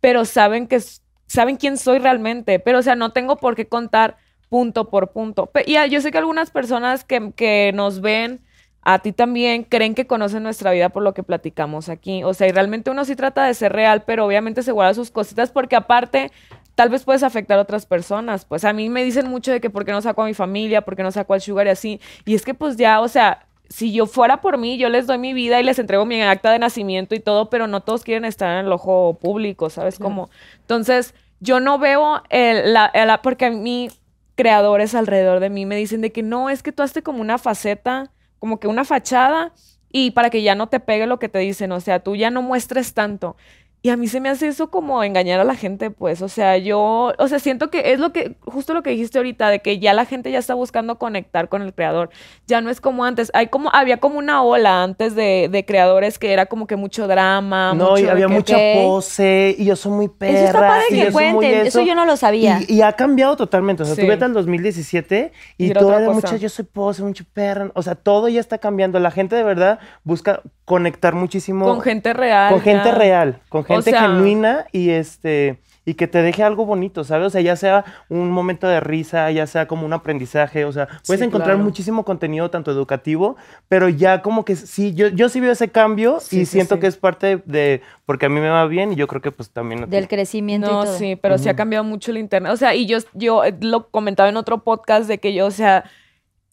[SPEAKER 3] pero saben que s- saben quién soy realmente, pero o sea, no tengo por qué contar punto por punto. Pe- Y ah, yo sé que algunas personas que, que nos ven a ti también creen que conocen nuestra vida por lo que platicamos aquí. O sea, y realmente uno sí trata de ser real, pero obviamente se guarda sus cositas porque aparte tal vez puedes afectar a otras personas. Pues a mí me dicen mucho de que por qué no saco a mi familia, por qué no saco al sugar y así. Y es que pues ya, o sea, si yo fuera por mí, yo les doy mi vida y les entrego mi acta de nacimiento y todo, pero no todos quieren estar en el ojo público, ¿sabes cómo? Entonces, yo no veo el, la, el- la- porque a mí creadores alrededor de mí me dicen de que no, es que tú haces como una faceta, como que una fachada y para que ya no te pegue lo que te dicen, o sea, tú ya no muestres tanto. Y a mí se me hace eso como engañar a la gente, pues, o sea, yo, o sea, siento que es lo que, justo lo que dijiste ahorita, de que ya la gente ya está buscando conectar con el creador, ya no es como antes, hay como, había como una ola antes de, de creadores que era como que mucho drama,
[SPEAKER 4] No,
[SPEAKER 3] mucho Pues
[SPEAKER 4] y
[SPEAKER 3] de
[SPEAKER 4] había
[SPEAKER 3] que-
[SPEAKER 4] mucha
[SPEAKER 6] ok.
[SPEAKER 4] pose, y yo soy muy perra.
[SPEAKER 6] Eso está padre
[SPEAKER 4] y
[SPEAKER 6] que
[SPEAKER 4] yo soy muy
[SPEAKER 6] cuenten, eso yo no lo sabía.
[SPEAKER 4] Y, y ha cambiado totalmente. O sea,
[SPEAKER 3] Sí.
[SPEAKER 4] tú vete al 2017
[SPEAKER 3] Y
[SPEAKER 4] y
[SPEAKER 3] era
[SPEAKER 4] todo
[SPEAKER 3] otra
[SPEAKER 4] era
[SPEAKER 3] cosa.
[SPEAKER 4] mucha yo soy pose, mucho perra. O sea, todo ya está cambiando. La gente de verdad busca conectar muchísimo
[SPEAKER 3] con gente real,
[SPEAKER 4] Con gente
[SPEAKER 3] ya.
[SPEAKER 4] real, con gente
[SPEAKER 3] sea-
[SPEAKER 4] genuina y este y que te deje algo bonito, ¿sabes? O sea, ya sea un momento de risa, ya sea como un aprendizaje, o sea, puedes
[SPEAKER 3] Sí,
[SPEAKER 4] encontrar
[SPEAKER 3] claro.
[SPEAKER 4] muchísimo contenido tanto educativo, pero ya como que sí, yo, yo sí veo ese cambio
[SPEAKER 3] Sí,
[SPEAKER 4] y
[SPEAKER 3] sí,
[SPEAKER 4] siento
[SPEAKER 3] sí.
[SPEAKER 4] que es parte de, porque a mí me va bien y yo creo que pues también a ti.
[SPEAKER 6] del crecimiento.
[SPEAKER 3] No,
[SPEAKER 6] y todo.
[SPEAKER 3] sí, pero sí ha cambiado mucho el internet. O sea, y yo, yo eh, lo comentaba en otro podcast de que yo, o sea,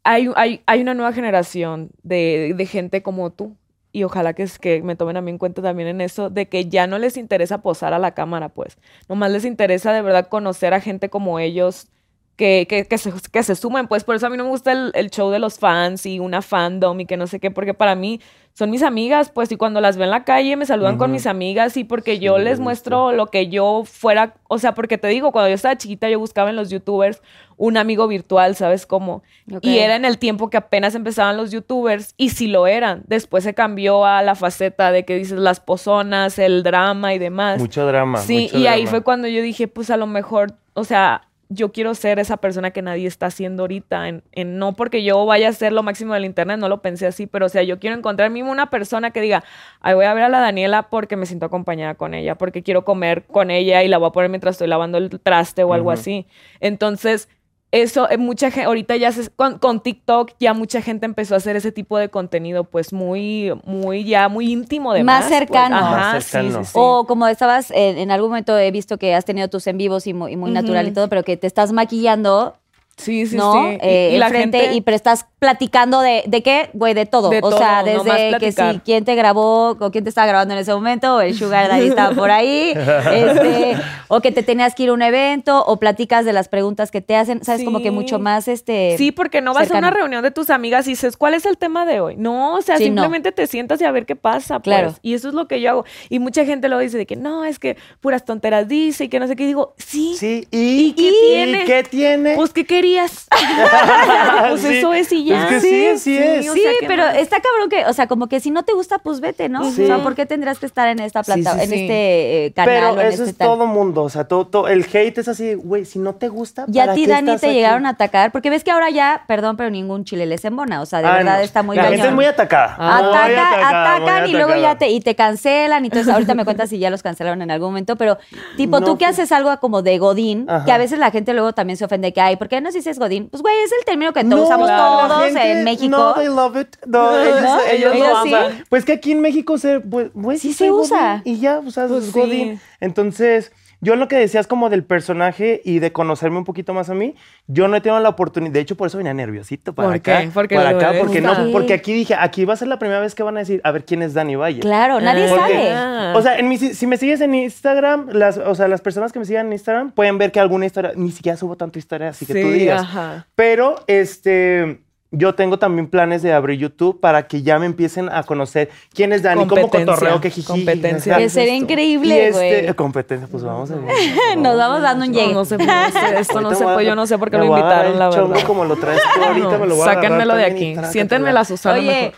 [SPEAKER 3] hay, hay, hay una nueva generación de, de gente como tú. Y ojalá que, es- que me tomen a mí en cuenta también en eso, de que ya no les interesa posar a la cámara, pues. Nomás les interesa de verdad conocer a gente como ellos, que, que, que, se, que se sumen, pues por eso a mí no me gusta el, el, show de los fans y una fandom y que no sé qué, porque para mí son mis amigas, pues y cuando las veo en la calle me saludan uh -huh. con mis amigas y porque sí, yo les muestro lo que yo fuera, o sea, porque te digo, cuando yo estaba chiquita yo buscaba en los youtubers un amigo virtual, ¿sabes cómo? Okay. Y era en el tiempo que apenas empezaban los youtubers y si lo eran, después se cambió a la faceta de que dices las pozonas, el drama y demás.
[SPEAKER 4] Mucho drama.
[SPEAKER 3] Sí,
[SPEAKER 4] mucho
[SPEAKER 3] y
[SPEAKER 4] drama.
[SPEAKER 3] ahí fue cuando yo dije, pues a lo mejor, o sea, yo quiero ser esa persona que nadie está haciendo ahorita. En, en, no porque yo vaya a ser lo máximo del internet, no lo pensé así, pero o sea, yo quiero encontrar mismo una persona que diga, ay, voy a ver a la Daniela porque me siento acompañada con ella, porque quiero comer con ella y la voy a poner mientras estoy lavando el traste o algo uh -huh. así. Entonces, eso, eh, mucha gente, ahorita ya se, con, con, TikTok ya mucha gente empezó a hacer ese tipo de contenido, pues muy, muy, ya muy íntimo de
[SPEAKER 2] más. cercano.
[SPEAKER 3] Pues, ajá, más cercano. Sí, sí, sí.
[SPEAKER 2] O como estabas, en, en, algún momento he visto que has tenido tus en vivos y muy, y muy uh -huh. natural y todo, pero que te estás maquillando
[SPEAKER 3] Sí, sí,
[SPEAKER 2] ¿no?
[SPEAKER 3] sí.
[SPEAKER 2] Eh, y, y la frente, gente... y pero estás platicando de, de qué, güey, de todo.
[SPEAKER 3] De
[SPEAKER 2] o sea,
[SPEAKER 3] todo,
[SPEAKER 2] desde que sí, quién te grabó, o quién te estaba grabando en ese momento, o el Sugar Daddy estaba por ahí, este, o que te tenías que ir a un evento, o platicas de las preguntas que te hacen, sabes, sí. como que mucho más este.
[SPEAKER 3] Sí, porque no vas eh, cercano. a una reunión de tus amigas y dices, ¿cuál es el tema de hoy? No, o sea, sí, simplemente no. te sientas y a ver qué pasa. Claro. Pues. Y eso es lo que yo hago. Y mucha gente lo dice de que no, es que puras tonteras dice y que no sé qué. Y digo, sí.
[SPEAKER 4] Sí, ¿y, ¿y qué tiene? ¿Y qué tiene?
[SPEAKER 3] Pues que quería pues sí. eso es y ya.
[SPEAKER 4] Es que sí, sí, sí es.
[SPEAKER 2] Sí, o sea, pero no. está cabrón que, o sea, como que si no te gusta, pues vete, ¿no? Sí. O sea, ¿por qué tendrás que estar en esta plataforma, en este eh, canal?
[SPEAKER 4] Pero
[SPEAKER 2] o en
[SPEAKER 4] eso
[SPEAKER 2] este
[SPEAKER 4] es todo mundo, o sea, todo, todo, el hate es así, güey, si no te gusta,
[SPEAKER 2] Y a
[SPEAKER 4] ti,
[SPEAKER 2] Dani,
[SPEAKER 4] te
[SPEAKER 2] aquí? llegaron a atacar, porque ves que ahora ya, perdón, pero ningún chile les embona, o sea, de ah, verdad no. está muy
[SPEAKER 4] La
[SPEAKER 2] cañón.
[SPEAKER 4] gente es muy atacada. Ah.
[SPEAKER 2] Ataca,
[SPEAKER 4] muy atacada,
[SPEAKER 2] atacan
[SPEAKER 4] muy
[SPEAKER 2] y luego ya te, y te cancelan, entonces ahorita me cuentas si ya los cancelaron en algún momento, pero tipo, no, tú que haces algo como de Godín, Ajá. que a veces la gente luego también se ofende que, ay, ¿por qué no dices Godín? Pues, güey, es el término que no, usamos todos gente, en México.
[SPEAKER 4] No, they love it. No, no ellos, ¿no? ellos, ellos lo aman. Sí. Pues que aquí en México se, pues, pues
[SPEAKER 2] sí, sí se usa.
[SPEAKER 4] Godín y ya, o sea, pues es Godín. Sí. Entonces, yo lo que decías como del personaje y de conocerme un poquito más a mí, yo no he tenido la oportunidad. De hecho, por eso venía nerviosito para
[SPEAKER 3] ¿Por
[SPEAKER 4] acá.
[SPEAKER 3] Qué? Porque
[SPEAKER 4] para acá, porque no, porque aquí dije, aquí va a ser la primera vez que van a decir, a ver quién es Dani Valle.
[SPEAKER 2] Claro, nadie
[SPEAKER 4] porque,
[SPEAKER 3] Ah.
[SPEAKER 2] sabe.
[SPEAKER 4] O sea, en mi, si me sigues en Instagram, las, o sea, las personas que me sigan en Instagram pueden ver que alguna historia, ni siquiera subo tanta historia, así que
[SPEAKER 3] sí, Ah.
[SPEAKER 4] tú digas.
[SPEAKER 3] Ajá.
[SPEAKER 4] Pero este yo tengo también planes de abrir YouTube para que ya me empiecen a conocer quién es Dani, cómo cotorreo, qué jiji.
[SPEAKER 3] Competencia.
[SPEAKER 2] Que sería increíble, güey.
[SPEAKER 4] Este, competencia, pues vamos a ver.
[SPEAKER 2] Nos vamos dando un llegue.
[SPEAKER 3] No, sé, no sé, esto no sé, pues yo no sé por qué lo invitaron, la verdad.
[SPEAKER 4] Chongo como lo traes tú ahorita, me lo voy a
[SPEAKER 3] Sáquenmelo de aquí. Siéntenme la Susana
[SPEAKER 2] Oye.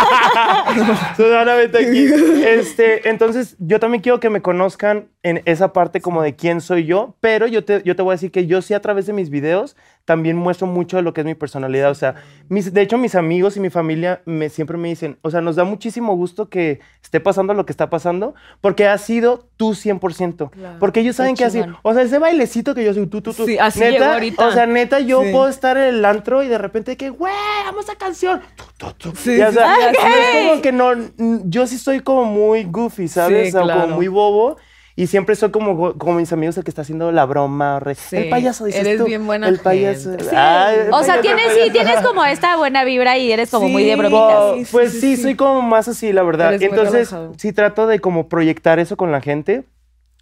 [SPEAKER 4] Susana, vete aquí. Este, entonces, yo también quiero que me conozcan en esa parte como de quién soy yo, pero yo te, yo te voy a decir que yo sí a través de mis videos también muestro mucho de lo que es mi personalidad. O sea, mis, de hecho, mis amigos y mi familia me, siempre me dicen, o sea, nos da muchísimo gusto que esté pasando lo que está pasando, porque ha sido tú 100%. Claro, porque ellos saben que así, o sea, ese bailecito que yo soy tú, tú, tú.
[SPEAKER 3] Sí, así
[SPEAKER 4] neta,
[SPEAKER 3] ahorita.
[SPEAKER 4] O sea, neta, yo sí. puedo estar en el antro y de repente que, güey, vamos a canción. Tú, tú, tú.
[SPEAKER 3] Sí,
[SPEAKER 4] y, o sea,
[SPEAKER 3] sí,
[SPEAKER 4] okay. es como que no, yo sí soy como muy goofy, ¿sabes? o sea, claro. como muy bobo. Y siempre soy como, como mis amigos el que está haciendo la broma. Re, sí, el payaso, dices
[SPEAKER 3] eres
[SPEAKER 4] tú,
[SPEAKER 3] bien buena
[SPEAKER 4] El payaso.
[SPEAKER 3] Gente.
[SPEAKER 2] Sí. Ah, el o payaso, sea, tienes, sí, tienes como esta buena vibra y eres como
[SPEAKER 3] sí,
[SPEAKER 2] muy de bromitas.
[SPEAKER 4] Wow, pues sí, soy como más así, la verdad. Eres Entonces, sí trato de como proyectar eso con la gente.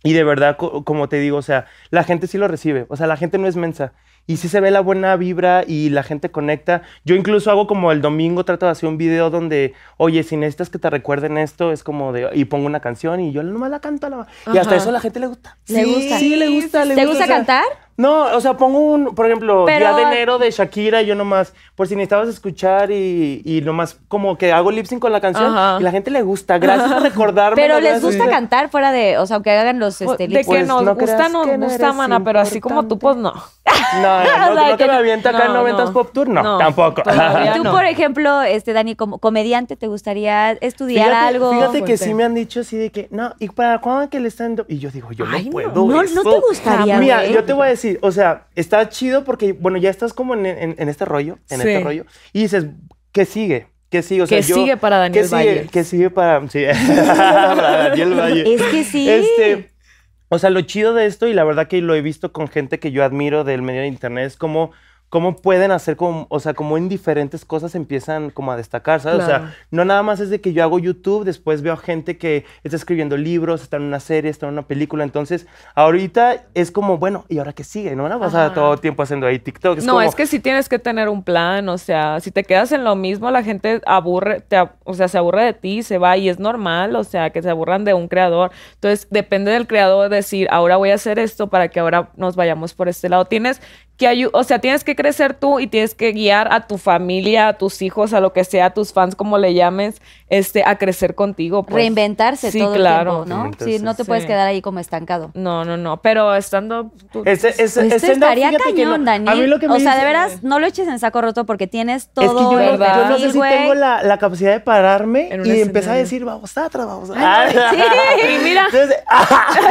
[SPEAKER 4] Y de verdad, co como te digo, o sea, la gente sí lo recibe. O sea, la gente no es mensa. Y sí se ve la buena vibra y la gente conecta. Yo incluso hago como el domingo, trato de hacer un video donde, oye, si necesitas que te recuerden esto, es como de. Y pongo una canción y yo nomás la canto. La, y hasta eso a la gente le gusta.
[SPEAKER 2] Le gusta.
[SPEAKER 4] Sí, le gusta. Le
[SPEAKER 2] ¿Te gusta,
[SPEAKER 4] o sea,
[SPEAKER 2] cantar?
[SPEAKER 4] No, o sea, pongo un, por ejemplo,
[SPEAKER 2] Pero-
[SPEAKER 4] día de enero de Shakira, y yo nomás, por si necesitabas escuchar y, y nomás como que hago lip sync con la canción
[SPEAKER 3] Ajá.
[SPEAKER 4] y la gente le gusta. Gracias por recordarme.
[SPEAKER 2] Pero
[SPEAKER 4] la
[SPEAKER 2] les
[SPEAKER 4] gracias.
[SPEAKER 2] gusta cantar fuera de, o sea, aunque hagan los este,
[SPEAKER 3] de
[SPEAKER 2] lip-
[SPEAKER 3] que
[SPEAKER 4] Pues,
[SPEAKER 3] nos
[SPEAKER 4] no
[SPEAKER 3] gusta,
[SPEAKER 4] creas
[SPEAKER 3] nos
[SPEAKER 4] que no
[SPEAKER 3] gusta,
[SPEAKER 4] eres
[SPEAKER 3] mana, pero así como tú, pues no.
[SPEAKER 4] No, no,
[SPEAKER 2] O
[SPEAKER 4] no,
[SPEAKER 2] sea,
[SPEAKER 4] creo que,
[SPEAKER 2] que no-
[SPEAKER 4] me
[SPEAKER 2] Pues,
[SPEAKER 4] avienta acá en
[SPEAKER 3] no,
[SPEAKER 4] 90s
[SPEAKER 3] no.
[SPEAKER 4] Pop Tour. No,
[SPEAKER 3] No,
[SPEAKER 4] tampoco.
[SPEAKER 3] todavía
[SPEAKER 2] Tú,
[SPEAKER 3] no.
[SPEAKER 2] por ejemplo, este Dani, como comediante, ¿te gustaría estudiar
[SPEAKER 4] Fíjate,
[SPEAKER 2] algo?
[SPEAKER 4] fíjate que
[SPEAKER 3] Fuerte.
[SPEAKER 4] sí me han dicho así de que, no, ¿y para cuándo que le están? Y yo digo, yo
[SPEAKER 3] Ay,
[SPEAKER 4] no
[SPEAKER 3] no.
[SPEAKER 4] puedo.
[SPEAKER 2] no, no te
[SPEAKER 4] eso.
[SPEAKER 2] gustaría.
[SPEAKER 4] Mira,
[SPEAKER 2] güey?
[SPEAKER 4] yo te voy a decir, o sea, está chido porque, bueno, ya estás como en, en- en este rollo, en
[SPEAKER 3] Sí.
[SPEAKER 4] este rollo, y dices, ¿qué sigue? ¿Qué sigue? O sea,
[SPEAKER 3] ¿Qué
[SPEAKER 4] yo-
[SPEAKER 3] sigue para Daniel
[SPEAKER 4] ¿qué sigue?
[SPEAKER 3] Valle?
[SPEAKER 4] ¿Qué sigue para, sí, para Daniel Valle?
[SPEAKER 2] Es que sí.
[SPEAKER 4] Este, o sea, lo chido de esto, y la verdad que lo he visto con gente que yo admiro del medio de internet, es como cómo pueden hacer, como, o sea, cómo en diferentes cosas empiezan como a destacar, ¿sabes? O
[SPEAKER 3] Claro.
[SPEAKER 4] sea, no nada más es de que yo hago YouTube, después veo gente que está escribiendo libros, está en una serie, está en una película, entonces ahorita es como, bueno, ¿y ahora qué sigue? No van a pasar
[SPEAKER 3] Ajá.
[SPEAKER 4] todo el tiempo haciendo ahí TikTok.
[SPEAKER 3] no,
[SPEAKER 4] como-
[SPEAKER 3] es que sí tienes que tener un plan, o sea, si te quedas en lo mismo, la gente aburre, te ab- o sea, se aburre de ti, se va y es normal, o sea, que se aburran de un creador. Entonces, depende del creador decir, ahora voy a hacer esto para que ahora nos vayamos por este lado. Tienes que ayu- o sea, tienes que crecer tú y tienes que guiar a tu familia, a tus hijos, a lo que sea, a tus fans, como le llames, este, a crecer contigo. pues.
[SPEAKER 6] Reinventarse
[SPEAKER 3] Sí,
[SPEAKER 6] todo
[SPEAKER 3] claro.
[SPEAKER 6] el tiempo, ¿no?
[SPEAKER 4] Reinventarse.
[SPEAKER 6] Sí, no te puedes
[SPEAKER 3] Sí.
[SPEAKER 6] quedar ahí como estancado.
[SPEAKER 3] No, no, no, pero estando... tú-
[SPEAKER 4] Ese- ese-
[SPEAKER 6] Pues
[SPEAKER 4] ese
[SPEAKER 6] este
[SPEAKER 4] no,
[SPEAKER 6] estaría
[SPEAKER 4] fíjate que no.
[SPEAKER 6] cañón, Daniel.
[SPEAKER 4] A mí lo que
[SPEAKER 6] o
[SPEAKER 4] me
[SPEAKER 6] sea,
[SPEAKER 4] dice-
[SPEAKER 6] de
[SPEAKER 4] eh,
[SPEAKER 6] veras, no lo eches en saco roto porque tienes todo
[SPEAKER 4] Es que yo, no-
[SPEAKER 6] el
[SPEAKER 4] yo
[SPEAKER 3] ¿verdad?
[SPEAKER 4] no sé
[SPEAKER 6] perfil,
[SPEAKER 4] si
[SPEAKER 6] güey.
[SPEAKER 4] tengo la, la capacidad de pararme
[SPEAKER 3] En un
[SPEAKER 4] y empezar a
[SPEAKER 3] escenario.
[SPEAKER 4] decir, vamos atrás, vamos
[SPEAKER 3] Ay, no, sí, y mira.
[SPEAKER 4] Entonces,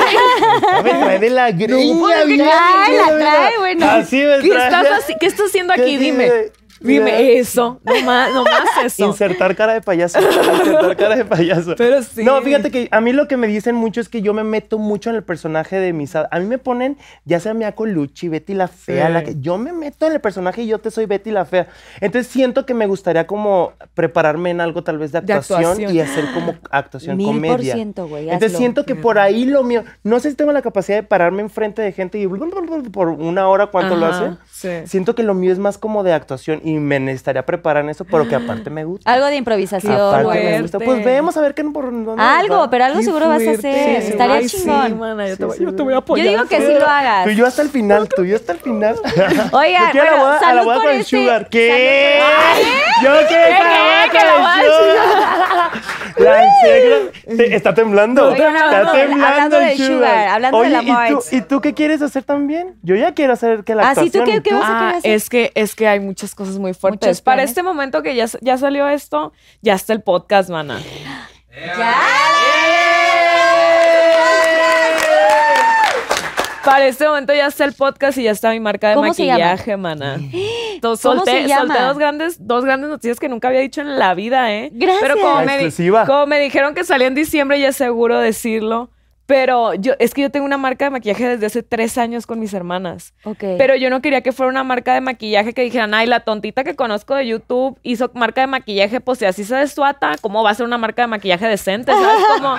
[SPEAKER 4] me trae de la griña,
[SPEAKER 3] Ay,
[SPEAKER 4] bien,
[SPEAKER 6] la
[SPEAKER 4] mira, mira.
[SPEAKER 6] trae, bueno.
[SPEAKER 4] Así me
[SPEAKER 3] ¿Qué
[SPEAKER 4] trae.
[SPEAKER 3] estás, haci- qué estás haciendo
[SPEAKER 4] ¿Qué
[SPEAKER 3] aquí? Dime.
[SPEAKER 4] dice? Mira.
[SPEAKER 3] Dime eso. No más, no más eso.
[SPEAKER 4] Insertar cara de payaso. Insertar cara de payaso.
[SPEAKER 3] Pero sí.
[SPEAKER 4] No, fíjate que a mí lo que me dicen mucho es que yo me meto mucho en el personaje de mis. A mí me ponen, ya sea Mia Colucci, Betty la Fea,
[SPEAKER 3] Sí.
[SPEAKER 4] la que. Yo me meto en el personaje y yo te soy Betty la Fea. Entonces siento que me gustaría como prepararme en algo tal vez de
[SPEAKER 3] De
[SPEAKER 4] actuación,
[SPEAKER 3] actuación.
[SPEAKER 4] y hacer como actuación
[SPEAKER 6] Mil por
[SPEAKER 4] comedia.
[SPEAKER 6] ciento, güey,
[SPEAKER 4] Entonces
[SPEAKER 6] hazlo.
[SPEAKER 4] siento que por ahí lo mío. No sé si tengo la capacidad de pararme enfrente de gente y por una hora cuánto lo
[SPEAKER 3] Ajá,
[SPEAKER 4] hace.
[SPEAKER 3] sí.
[SPEAKER 4] Siento que lo mío es más como de actuación y me necesitaría preparar en eso, pero que aparte me gusta.
[SPEAKER 6] Algo de improvisación,
[SPEAKER 4] Aparte
[SPEAKER 6] güey.
[SPEAKER 4] me
[SPEAKER 3] fuerte.
[SPEAKER 4] gusta. Pues vemos a ver qué por dónde nos
[SPEAKER 6] Algo,
[SPEAKER 4] va.
[SPEAKER 6] pero algo seguro vas a hacer.
[SPEAKER 3] Sí,
[SPEAKER 6] Estaría
[SPEAKER 3] ay, sí,
[SPEAKER 6] chingón.
[SPEAKER 3] mana, yo, te, voy-
[SPEAKER 4] Sí,
[SPEAKER 3] yo
[SPEAKER 4] sí.
[SPEAKER 3] te voy a
[SPEAKER 6] Yo
[SPEAKER 3] apoyar.
[SPEAKER 6] digo que sí lo hagas.
[SPEAKER 4] Tú y yo hasta el final, tú y yo hasta el final.
[SPEAKER 6] Oigan,
[SPEAKER 4] yo quiero la
[SPEAKER 6] bueno,
[SPEAKER 4] boda, a la
[SPEAKER 6] salud
[SPEAKER 4] boda
[SPEAKER 6] por
[SPEAKER 4] con el
[SPEAKER 6] este-
[SPEAKER 4] sugar. ¿Qué?
[SPEAKER 6] salud
[SPEAKER 4] Yo quiero
[SPEAKER 3] ¿Qué? ¿Que
[SPEAKER 4] ir para
[SPEAKER 3] la
[SPEAKER 4] la boda con el sugar. La integra- te- está temblando.
[SPEAKER 6] Oigan,
[SPEAKER 4] está
[SPEAKER 6] hablando-
[SPEAKER 4] temblando
[SPEAKER 6] hablando
[SPEAKER 4] el
[SPEAKER 6] del sugar, hablando
[SPEAKER 4] Oye,
[SPEAKER 6] del amor.
[SPEAKER 4] ¿y tú, ¿y tú qué quieres hacer también? Yo ya quiero hacer que la
[SPEAKER 6] Ah, sí, ¿tú
[SPEAKER 4] actuación,
[SPEAKER 6] qué-
[SPEAKER 4] ¿y
[SPEAKER 6] qué vas a-
[SPEAKER 3] Ah,
[SPEAKER 6] hacer?
[SPEAKER 3] es que es que hay muchas cosas muy fuertes.
[SPEAKER 6] Muchos
[SPEAKER 3] Para
[SPEAKER 6] planes.
[SPEAKER 3] este momento que ya, s- ya salió esto, ya está el podcast, mana. Para este momento ya está el podcast y ya está mi marca de
[SPEAKER 6] ¿Cómo se llama?
[SPEAKER 3] maquillaje, mana. Entonces,
[SPEAKER 6] ¿Cómo
[SPEAKER 3] solté,
[SPEAKER 6] se llama?
[SPEAKER 3] solté dos grandes, dos grandes noticias que nunca había dicho en la vida, ¿eh?
[SPEAKER 6] Gracias.
[SPEAKER 3] Pero como
[SPEAKER 4] La
[SPEAKER 3] me, di-
[SPEAKER 4] exclusiva.
[SPEAKER 3] como me dijeron que salía en diciembre, ya es seguro decirlo. Pero yo, es que yo tengo una marca de maquillaje desde hace tres años con mis hermanas.
[SPEAKER 6] Ok.
[SPEAKER 3] Pero yo no quería que fuera una marca de maquillaje que dijeran, ay, la tontita que conozco de YouTube hizo marca de maquillaje, pues si así se desuata, ¿cómo va a ser una marca de maquillaje decente? ¿Sabes cómo?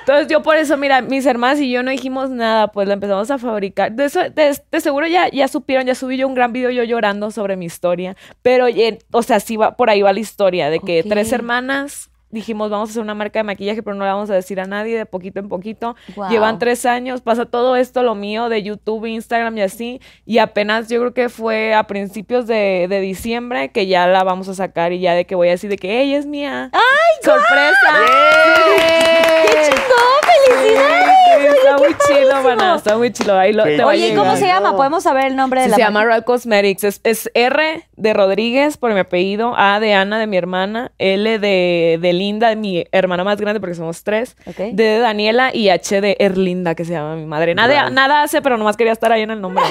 [SPEAKER 3] Entonces yo por eso, mira, mis hermanas y yo no dijimos nada, pues la empezamos a fabricar. De, eso, de, de seguro ya, ya supieron, ya subí yo un gran video yo llorando sobre mi historia. Pero, eh, o sea, sí va, por ahí va la historia de que
[SPEAKER 6] Ok.
[SPEAKER 3] tres hermanas... Dijimos, vamos a hacer una marca de maquillaje, pero no la vamos a decir a nadie de poquito en poquito.
[SPEAKER 6] Guau.
[SPEAKER 3] Llevan tres años, pasa todo esto, lo mío de YouTube, Instagram y así, y apenas yo creo que fue a principios de, de diciembre que ya la vamos a sacar y ya de que voy a decir de que ella es mía. ¡Ay, sorpresa!
[SPEAKER 6] ¡Qué chingón! ¡Felicidades!
[SPEAKER 3] Sí, está muy chido, mana, está muy chido. Ahí lo,
[SPEAKER 4] Qué
[SPEAKER 3] te va a
[SPEAKER 6] Oye, ¿y ¿cómo
[SPEAKER 3] llegar.
[SPEAKER 6] se llama? ¿Podemos saber el nombre de
[SPEAKER 3] Sí,
[SPEAKER 6] la
[SPEAKER 3] se llama
[SPEAKER 6] marca?
[SPEAKER 3] Royal Cosmetics. Es, es R de Rodríguez, por mi apellido. A de Ana, de mi hermana. L de, de Linda, de mi hermana más grande, porque somos tres.
[SPEAKER 6] Ok.
[SPEAKER 3] D de Daniela y H de Erlinda, que se llama mi madre. Nada,
[SPEAKER 4] Right.
[SPEAKER 3] nada hace, pero nomás quería estar ahí en el nombre.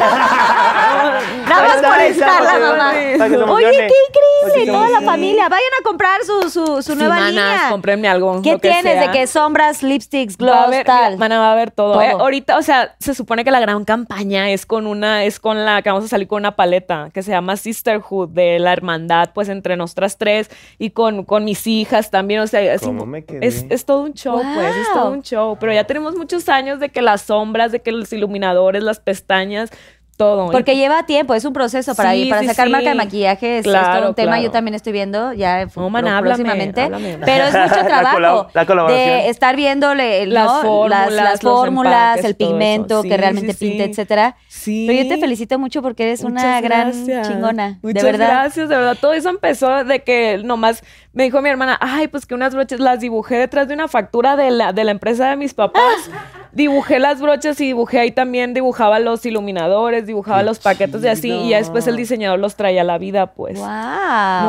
[SPEAKER 6] Nada más
[SPEAKER 4] Ahí está,
[SPEAKER 6] por
[SPEAKER 4] ahí está,
[SPEAKER 6] estar la
[SPEAKER 4] para que
[SPEAKER 6] mamá.
[SPEAKER 4] se- para que se
[SPEAKER 6] Oye,
[SPEAKER 4] emocione.
[SPEAKER 6] qué
[SPEAKER 4] Para que
[SPEAKER 6] increíble.
[SPEAKER 4] se
[SPEAKER 6] Toda la
[SPEAKER 4] emocione.
[SPEAKER 6] familia. Vayan a comprar su, su, su nueva
[SPEAKER 3] Sí, manas,
[SPEAKER 6] línea.
[SPEAKER 3] cómprenme algo.
[SPEAKER 6] ¿Qué
[SPEAKER 3] lo que
[SPEAKER 6] tienes de
[SPEAKER 3] sea.
[SPEAKER 6] que sombras, lipsticks, gloss,
[SPEAKER 3] va a haber, mira,
[SPEAKER 6] tal?
[SPEAKER 3] mana, va a haber todo.
[SPEAKER 6] Todo.
[SPEAKER 3] ¿eh? Ahorita, o sea, se supone que la gran campaña es con una, es con la que vamos a salir con una paleta que se llama Sisterhood, de la hermandad, pues entre nosotras tres y con, con mis hijas también. O sea, es,
[SPEAKER 4] ¿Cómo
[SPEAKER 3] un-
[SPEAKER 4] me quedé?
[SPEAKER 3] es, es todo un show,
[SPEAKER 6] Wow.
[SPEAKER 3] pues, es todo un show. Pero ya tenemos muchos años de que las sombras, de que los iluminadores, las pestañas, todo.
[SPEAKER 6] Porque lleva tiempo, es un proceso para,
[SPEAKER 3] pues Sí,
[SPEAKER 6] para
[SPEAKER 3] sí,
[SPEAKER 6] sacar
[SPEAKER 3] sí.
[SPEAKER 6] marca de maquillaje, es, es
[SPEAKER 3] Claro,
[SPEAKER 6] todo un tema,
[SPEAKER 3] claro.
[SPEAKER 6] yo también estoy viendo ya en fu-
[SPEAKER 3] No, mana,
[SPEAKER 6] pro-
[SPEAKER 3] háblame,
[SPEAKER 6] próximamente,
[SPEAKER 3] háblame.
[SPEAKER 6] pero es mucho
[SPEAKER 4] La
[SPEAKER 6] trabajo
[SPEAKER 4] colab- la colaboración.
[SPEAKER 6] de estar viéndole
[SPEAKER 3] Las
[SPEAKER 6] ¿no?
[SPEAKER 3] fórmulas,
[SPEAKER 6] las, las
[SPEAKER 3] los
[SPEAKER 6] fórmulas,
[SPEAKER 3] empaques,
[SPEAKER 6] el
[SPEAKER 3] todo eso.
[SPEAKER 6] pigmento
[SPEAKER 3] Sí,
[SPEAKER 6] que realmente
[SPEAKER 3] sí, sí.
[SPEAKER 6] pinta, etcétera.
[SPEAKER 3] Sí.
[SPEAKER 6] Pero yo te felicito mucho porque eres una
[SPEAKER 3] Muchas
[SPEAKER 6] gran
[SPEAKER 3] gracias.
[SPEAKER 6] chingona,
[SPEAKER 3] Muchas
[SPEAKER 6] de verdad.
[SPEAKER 3] gracias, de verdad. Todo eso empezó de que nomás me dijo mi hermana, ay, pues que unas broches las dibujé detrás de una factura de la, de la empresa de mis papás. Dibujé las brochas y dibujé ahí también, dibujaba los iluminadores, dibujaba los paquetes y así. Y ya después el diseñador los traía a la vida, pues.
[SPEAKER 6] Wow.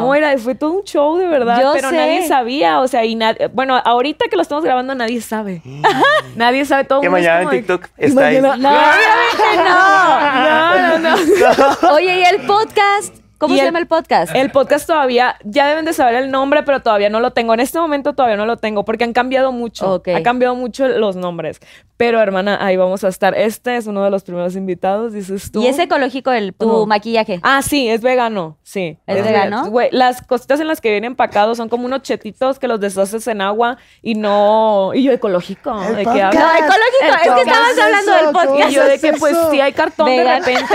[SPEAKER 3] No, era, fue todo un show de verdad,
[SPEAKER 6] Yo
[SPEAKER 3] pero
[SPEAKER 6] sé.
[SPEAKER 3] nadie sabía, o sea, y nadie, bueno, ahorita que lo estamos grabando nadie sabe. nadie sabe todo. el
[SPEAKER 4] Que
[SPEAKER 3] mundo es
[SPEAKER 4] mañana en
[SPEAKER 3] como de-
[SPEAKER 4] TikTok
[SPEAKER 3] y
[SPEAKER 4] está ahí.
[SPEAKER 3] mañana- No, obviamente no. No, no, no.
[SPEAKER 6] Oye, y el podcast
[SPEAKER 2] ¿Cómo
[SPEAKER 3] Y
[SPEAKER 2] se
[SPEAKER 3] el-
[SPEAKER 2] llama el podcast?
[SPEAKER 3] El podcast todavía, ya deben de saber el nombre, pero todavía no lo tengo. En este momento todavía no lo tengo porque han cambiado mucho.
[SPEAKER 2] Ok.
[SPEAKER 3] Ha cambiado mucho los nombres. Pero hermana, ahí vamos a estar. Este es uno de los primeros invitados, dices tú.
[SPEAKER 2] y es ecológico el, tu
[SPEAKER 3] Tú.
[SPEAKER 2] maquillaje.
[SPEAKER 3] Ah, sí, es vegano, sí.
[SPEAKER 2] ¿Es vegano?
[SPEAKER 3] Güey, las cositas en las que vienen empacados son como unos chetitos que los deshaces en agua y no... Y yo, ecológico,
[SPEAKER 4] El
[SPEAKER 3] ¿de qué
[SPEAKER 4] podcast.
[SPEAKER 2] No,
[SPEAKER 3] hablas?
[SPEAKER 2] ecológico.
[SPEAKER 3] El
[SPEAKER 2] es que
[SPEAKER 3] podcast.
[SPEAKER 2] estabas
[SPEAKER 4] es
[SPEAKER 2] hablando
[SPEAKER 4] eso?
[SPEAKER 2] del
[SPEAKER 3] Y
[SPEAKER 2] podcast.
[SPEAKER 3] yo de que,
[SPEAKER 4] ¿Qué es
[SPEAKER 3] pues
[SPEAKER 4] eso?
[SPEAKER 3] sí, hay cartón
[SPEAKER 2] Vegano.
[SPEAKER 3] de repente.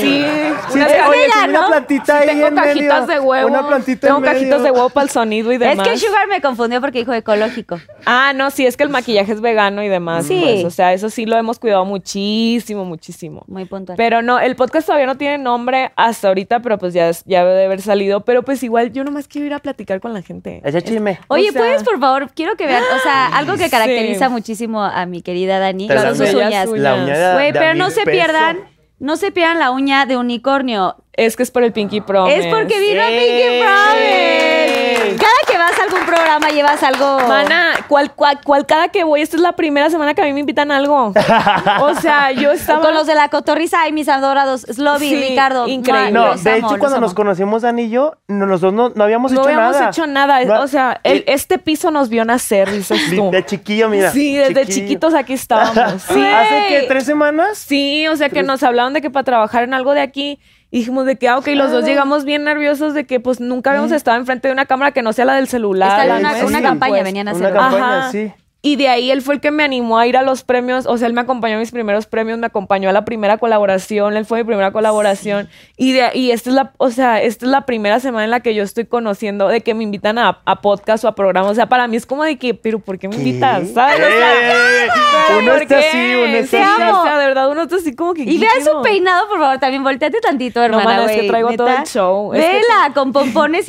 [SPEAKER 3] Sí,
[SPEAKER 4] Sí,
[SPEAKER 3] unas
[SPEAKER 4] te-
[SPEAKER 3] ca-
[SPEAKER 4] oye,
[SPEAKER 2] ella,
[SPEAKER 4] tiene
[SPEAKER 2] ¿no?
[SPEAKER 4] una plantita ahí
[SPEAKER 3] tengo
[SPEAKER 4] en medio.
[SPEAKER 3] cajitas de huevo.
[SPEAKER 4] Una plantita
[SPEAKER 3] tengo
[SPEAKER 4] en medio.
[SPEAKER 3] cajitas de huevo para el sonido y
[SPEAKER 2] Es
[SPEAKER 3] demás.
[SPEAKER 2] que Sugar me confundió porque dijo ecológico.
[SPEAKER 3] Ah, no, sí, es que el maquillaje es vegano y demás.
[SPEAKER 2] Sí.
[SPEAKER 3] pues, o sea, eso sí lo hemos cuidado muchísimo, muchísimo.
[SPEAKER 2] Muy puntual.
[SPEAKER 3] Pero no, el podcast todavía no tiene nombre hasta ahorita, pero pues ya, es- ya debe de haber salido. Pero pues igual yo nomás quiero ir a platicar con la gente.
[SPEAKER 4] Ese chisme.
[SPEAKER 2] Oye,
[SPEAKER 3] o sea-
[SPEAKER 2] ¿puedes, por favor? Quiero que vean, o sea, algo que
[SPEAKER 3] Sí.
[SPEAKER 2] caracteriza muchísimo a mi querida Dani,
[SPEAKER 4] Te
[SPEAKER 2] son
[SPEAKER 4] la
[SPEAKER 2] sus
[SPEAKER 4] doy.
[SPEAKER 2] uñas.
[SPEAKER 3] Las uñas.
[SPEAKER 4] La uña de-
[SPEAKER 2] Güey,
[SPEAKER 4] de
[SPEAKER 2] pero
[SPEAKER 4] mil
[SPEAKER 2] no se
[SPEAKER 4] pesos.
[SPEAKER 2] pierdan, no se pierdan la uña de unicornio.
[SPEAKER 3] Es que es por el Pinky Promise.
[SPEAKER 2] Es porque vino
[SPEAKER 4] ¡Ey!
[SPEAKER 2] Pinky Promise. Cada que vas a algún programa llevas algo.
[SPEAKER 4] Oh.
[SPEAKER 3] Mana, ¿cuál, cuál, cuál cada que voy? Esta es la primera semana que a mí me invitan a algo. O sea, yo estaba...
[SPEAKER 2] Con los de la cotorriza, ay, mis adorados, Slobby,
[SPEAKER 3] Sí,
[SPEAKER 2] Ricardo.
[SPEAKER 3] increíble.
[SPEAKER 2] Ay,
[SPEAKER 4] No,
[SPEAKER 2] los
[SPEAKER 4] de
[SPEAKER 2] amo,
[SPEAKER 4] hecho,
[SPEAKER 2] los
[SPEAKER 4] cuando
[SPEAKER 2] amo.
[SPEAKER 4] nos conocimos, Dan y yo, no- los dos no, no habíamos
[SPEAKER 3] no
[SPEAKER 4] hecho
[SPEAKER 3] habíamos
[SPEAKER 4] nada.
[SPEAKER 3] hecho nada.
[SPEAKER 4] No-
[SPEAKER 3] o sea, el-
[SPEAKER 4] Y-
[SPEAKER 3] este piso nos vio nacer, dices tú.
[SPEAKER 4] De chiquillo, mira.
[SPEAKER 3] sí, desde
[SPEAKER 4] chiquillo.
[SPEAKER 3] chiquitos aquí estábamos. Sí.
[SPEAKER 4] ¿Hace que tres semanas?
[SPEAKER 3] Sí, o sea que nos hablaron de que para trabajar en algo de aquí y dijimos de que, ah, ok, los dos llegamos bien nerviosos de que pues nunca habíamos estado enfrente de una cámara que no sea la del celular.
[SPEAKER 2] Estaba
[SPEAKER 3] la
[SPEAKER 2] una,
[SPEAKER 3] nuestra,
[SPEAKER 2] una
[SPEAKER 4] sí,
[SPEAKER 2] campaña,
[SPEAKER 3] pues.
[SPEAKER 2] venían a
[SPEAKER 4] una
[SPEAKER 2] hacer.
[SPEAKER 4] campaña. sí.
[SPEAKER 3] Y de ahí él fue el que me animó a ir a los premios, o sea, él me acompañó a mis primeros premios, me acompañó a la primera colaboración, él fue mi primera colaboración. Y de y esta es la, o sea, esta es la primera semana en la que yo estoy conociendo de que me invitan a, a podcast o a programas, o sea, para mí es como de que, pero ¿por qué me
[SPEAKER 4] ¿Qué?
[SPEAKER 3] invitas? ¿Sabes? O sea,
[SPEAKER 4] ¡Eh!
[SPEAKER 3] ¿pero
[SPEAKER 4] Uno
[SPEAKER 3] por
[SPEAKER 4] está
[SPEAKER 3] qué?
[SPEAKER 4] así, uno está
[SPEAKER 3] Sí,
[SPEAKER 2] así.
[SPEAKER 3] o sea, de verdad uno está así como que
[SPEAKER 2] Y vean su
[SPEAKER 3] "Guillermo".
[SPEAKER 2] peinado, por favor, también volteate tantito, hermana.
[SPEAKER 3] mana, es que
[SPEAKER 2] güey,
[SPEAKER 3] traigo
[SPEAKER 2] neta.
[SPEAKER 3] todo el show. Es que-
[SPEAKER 2] Vela, con pompones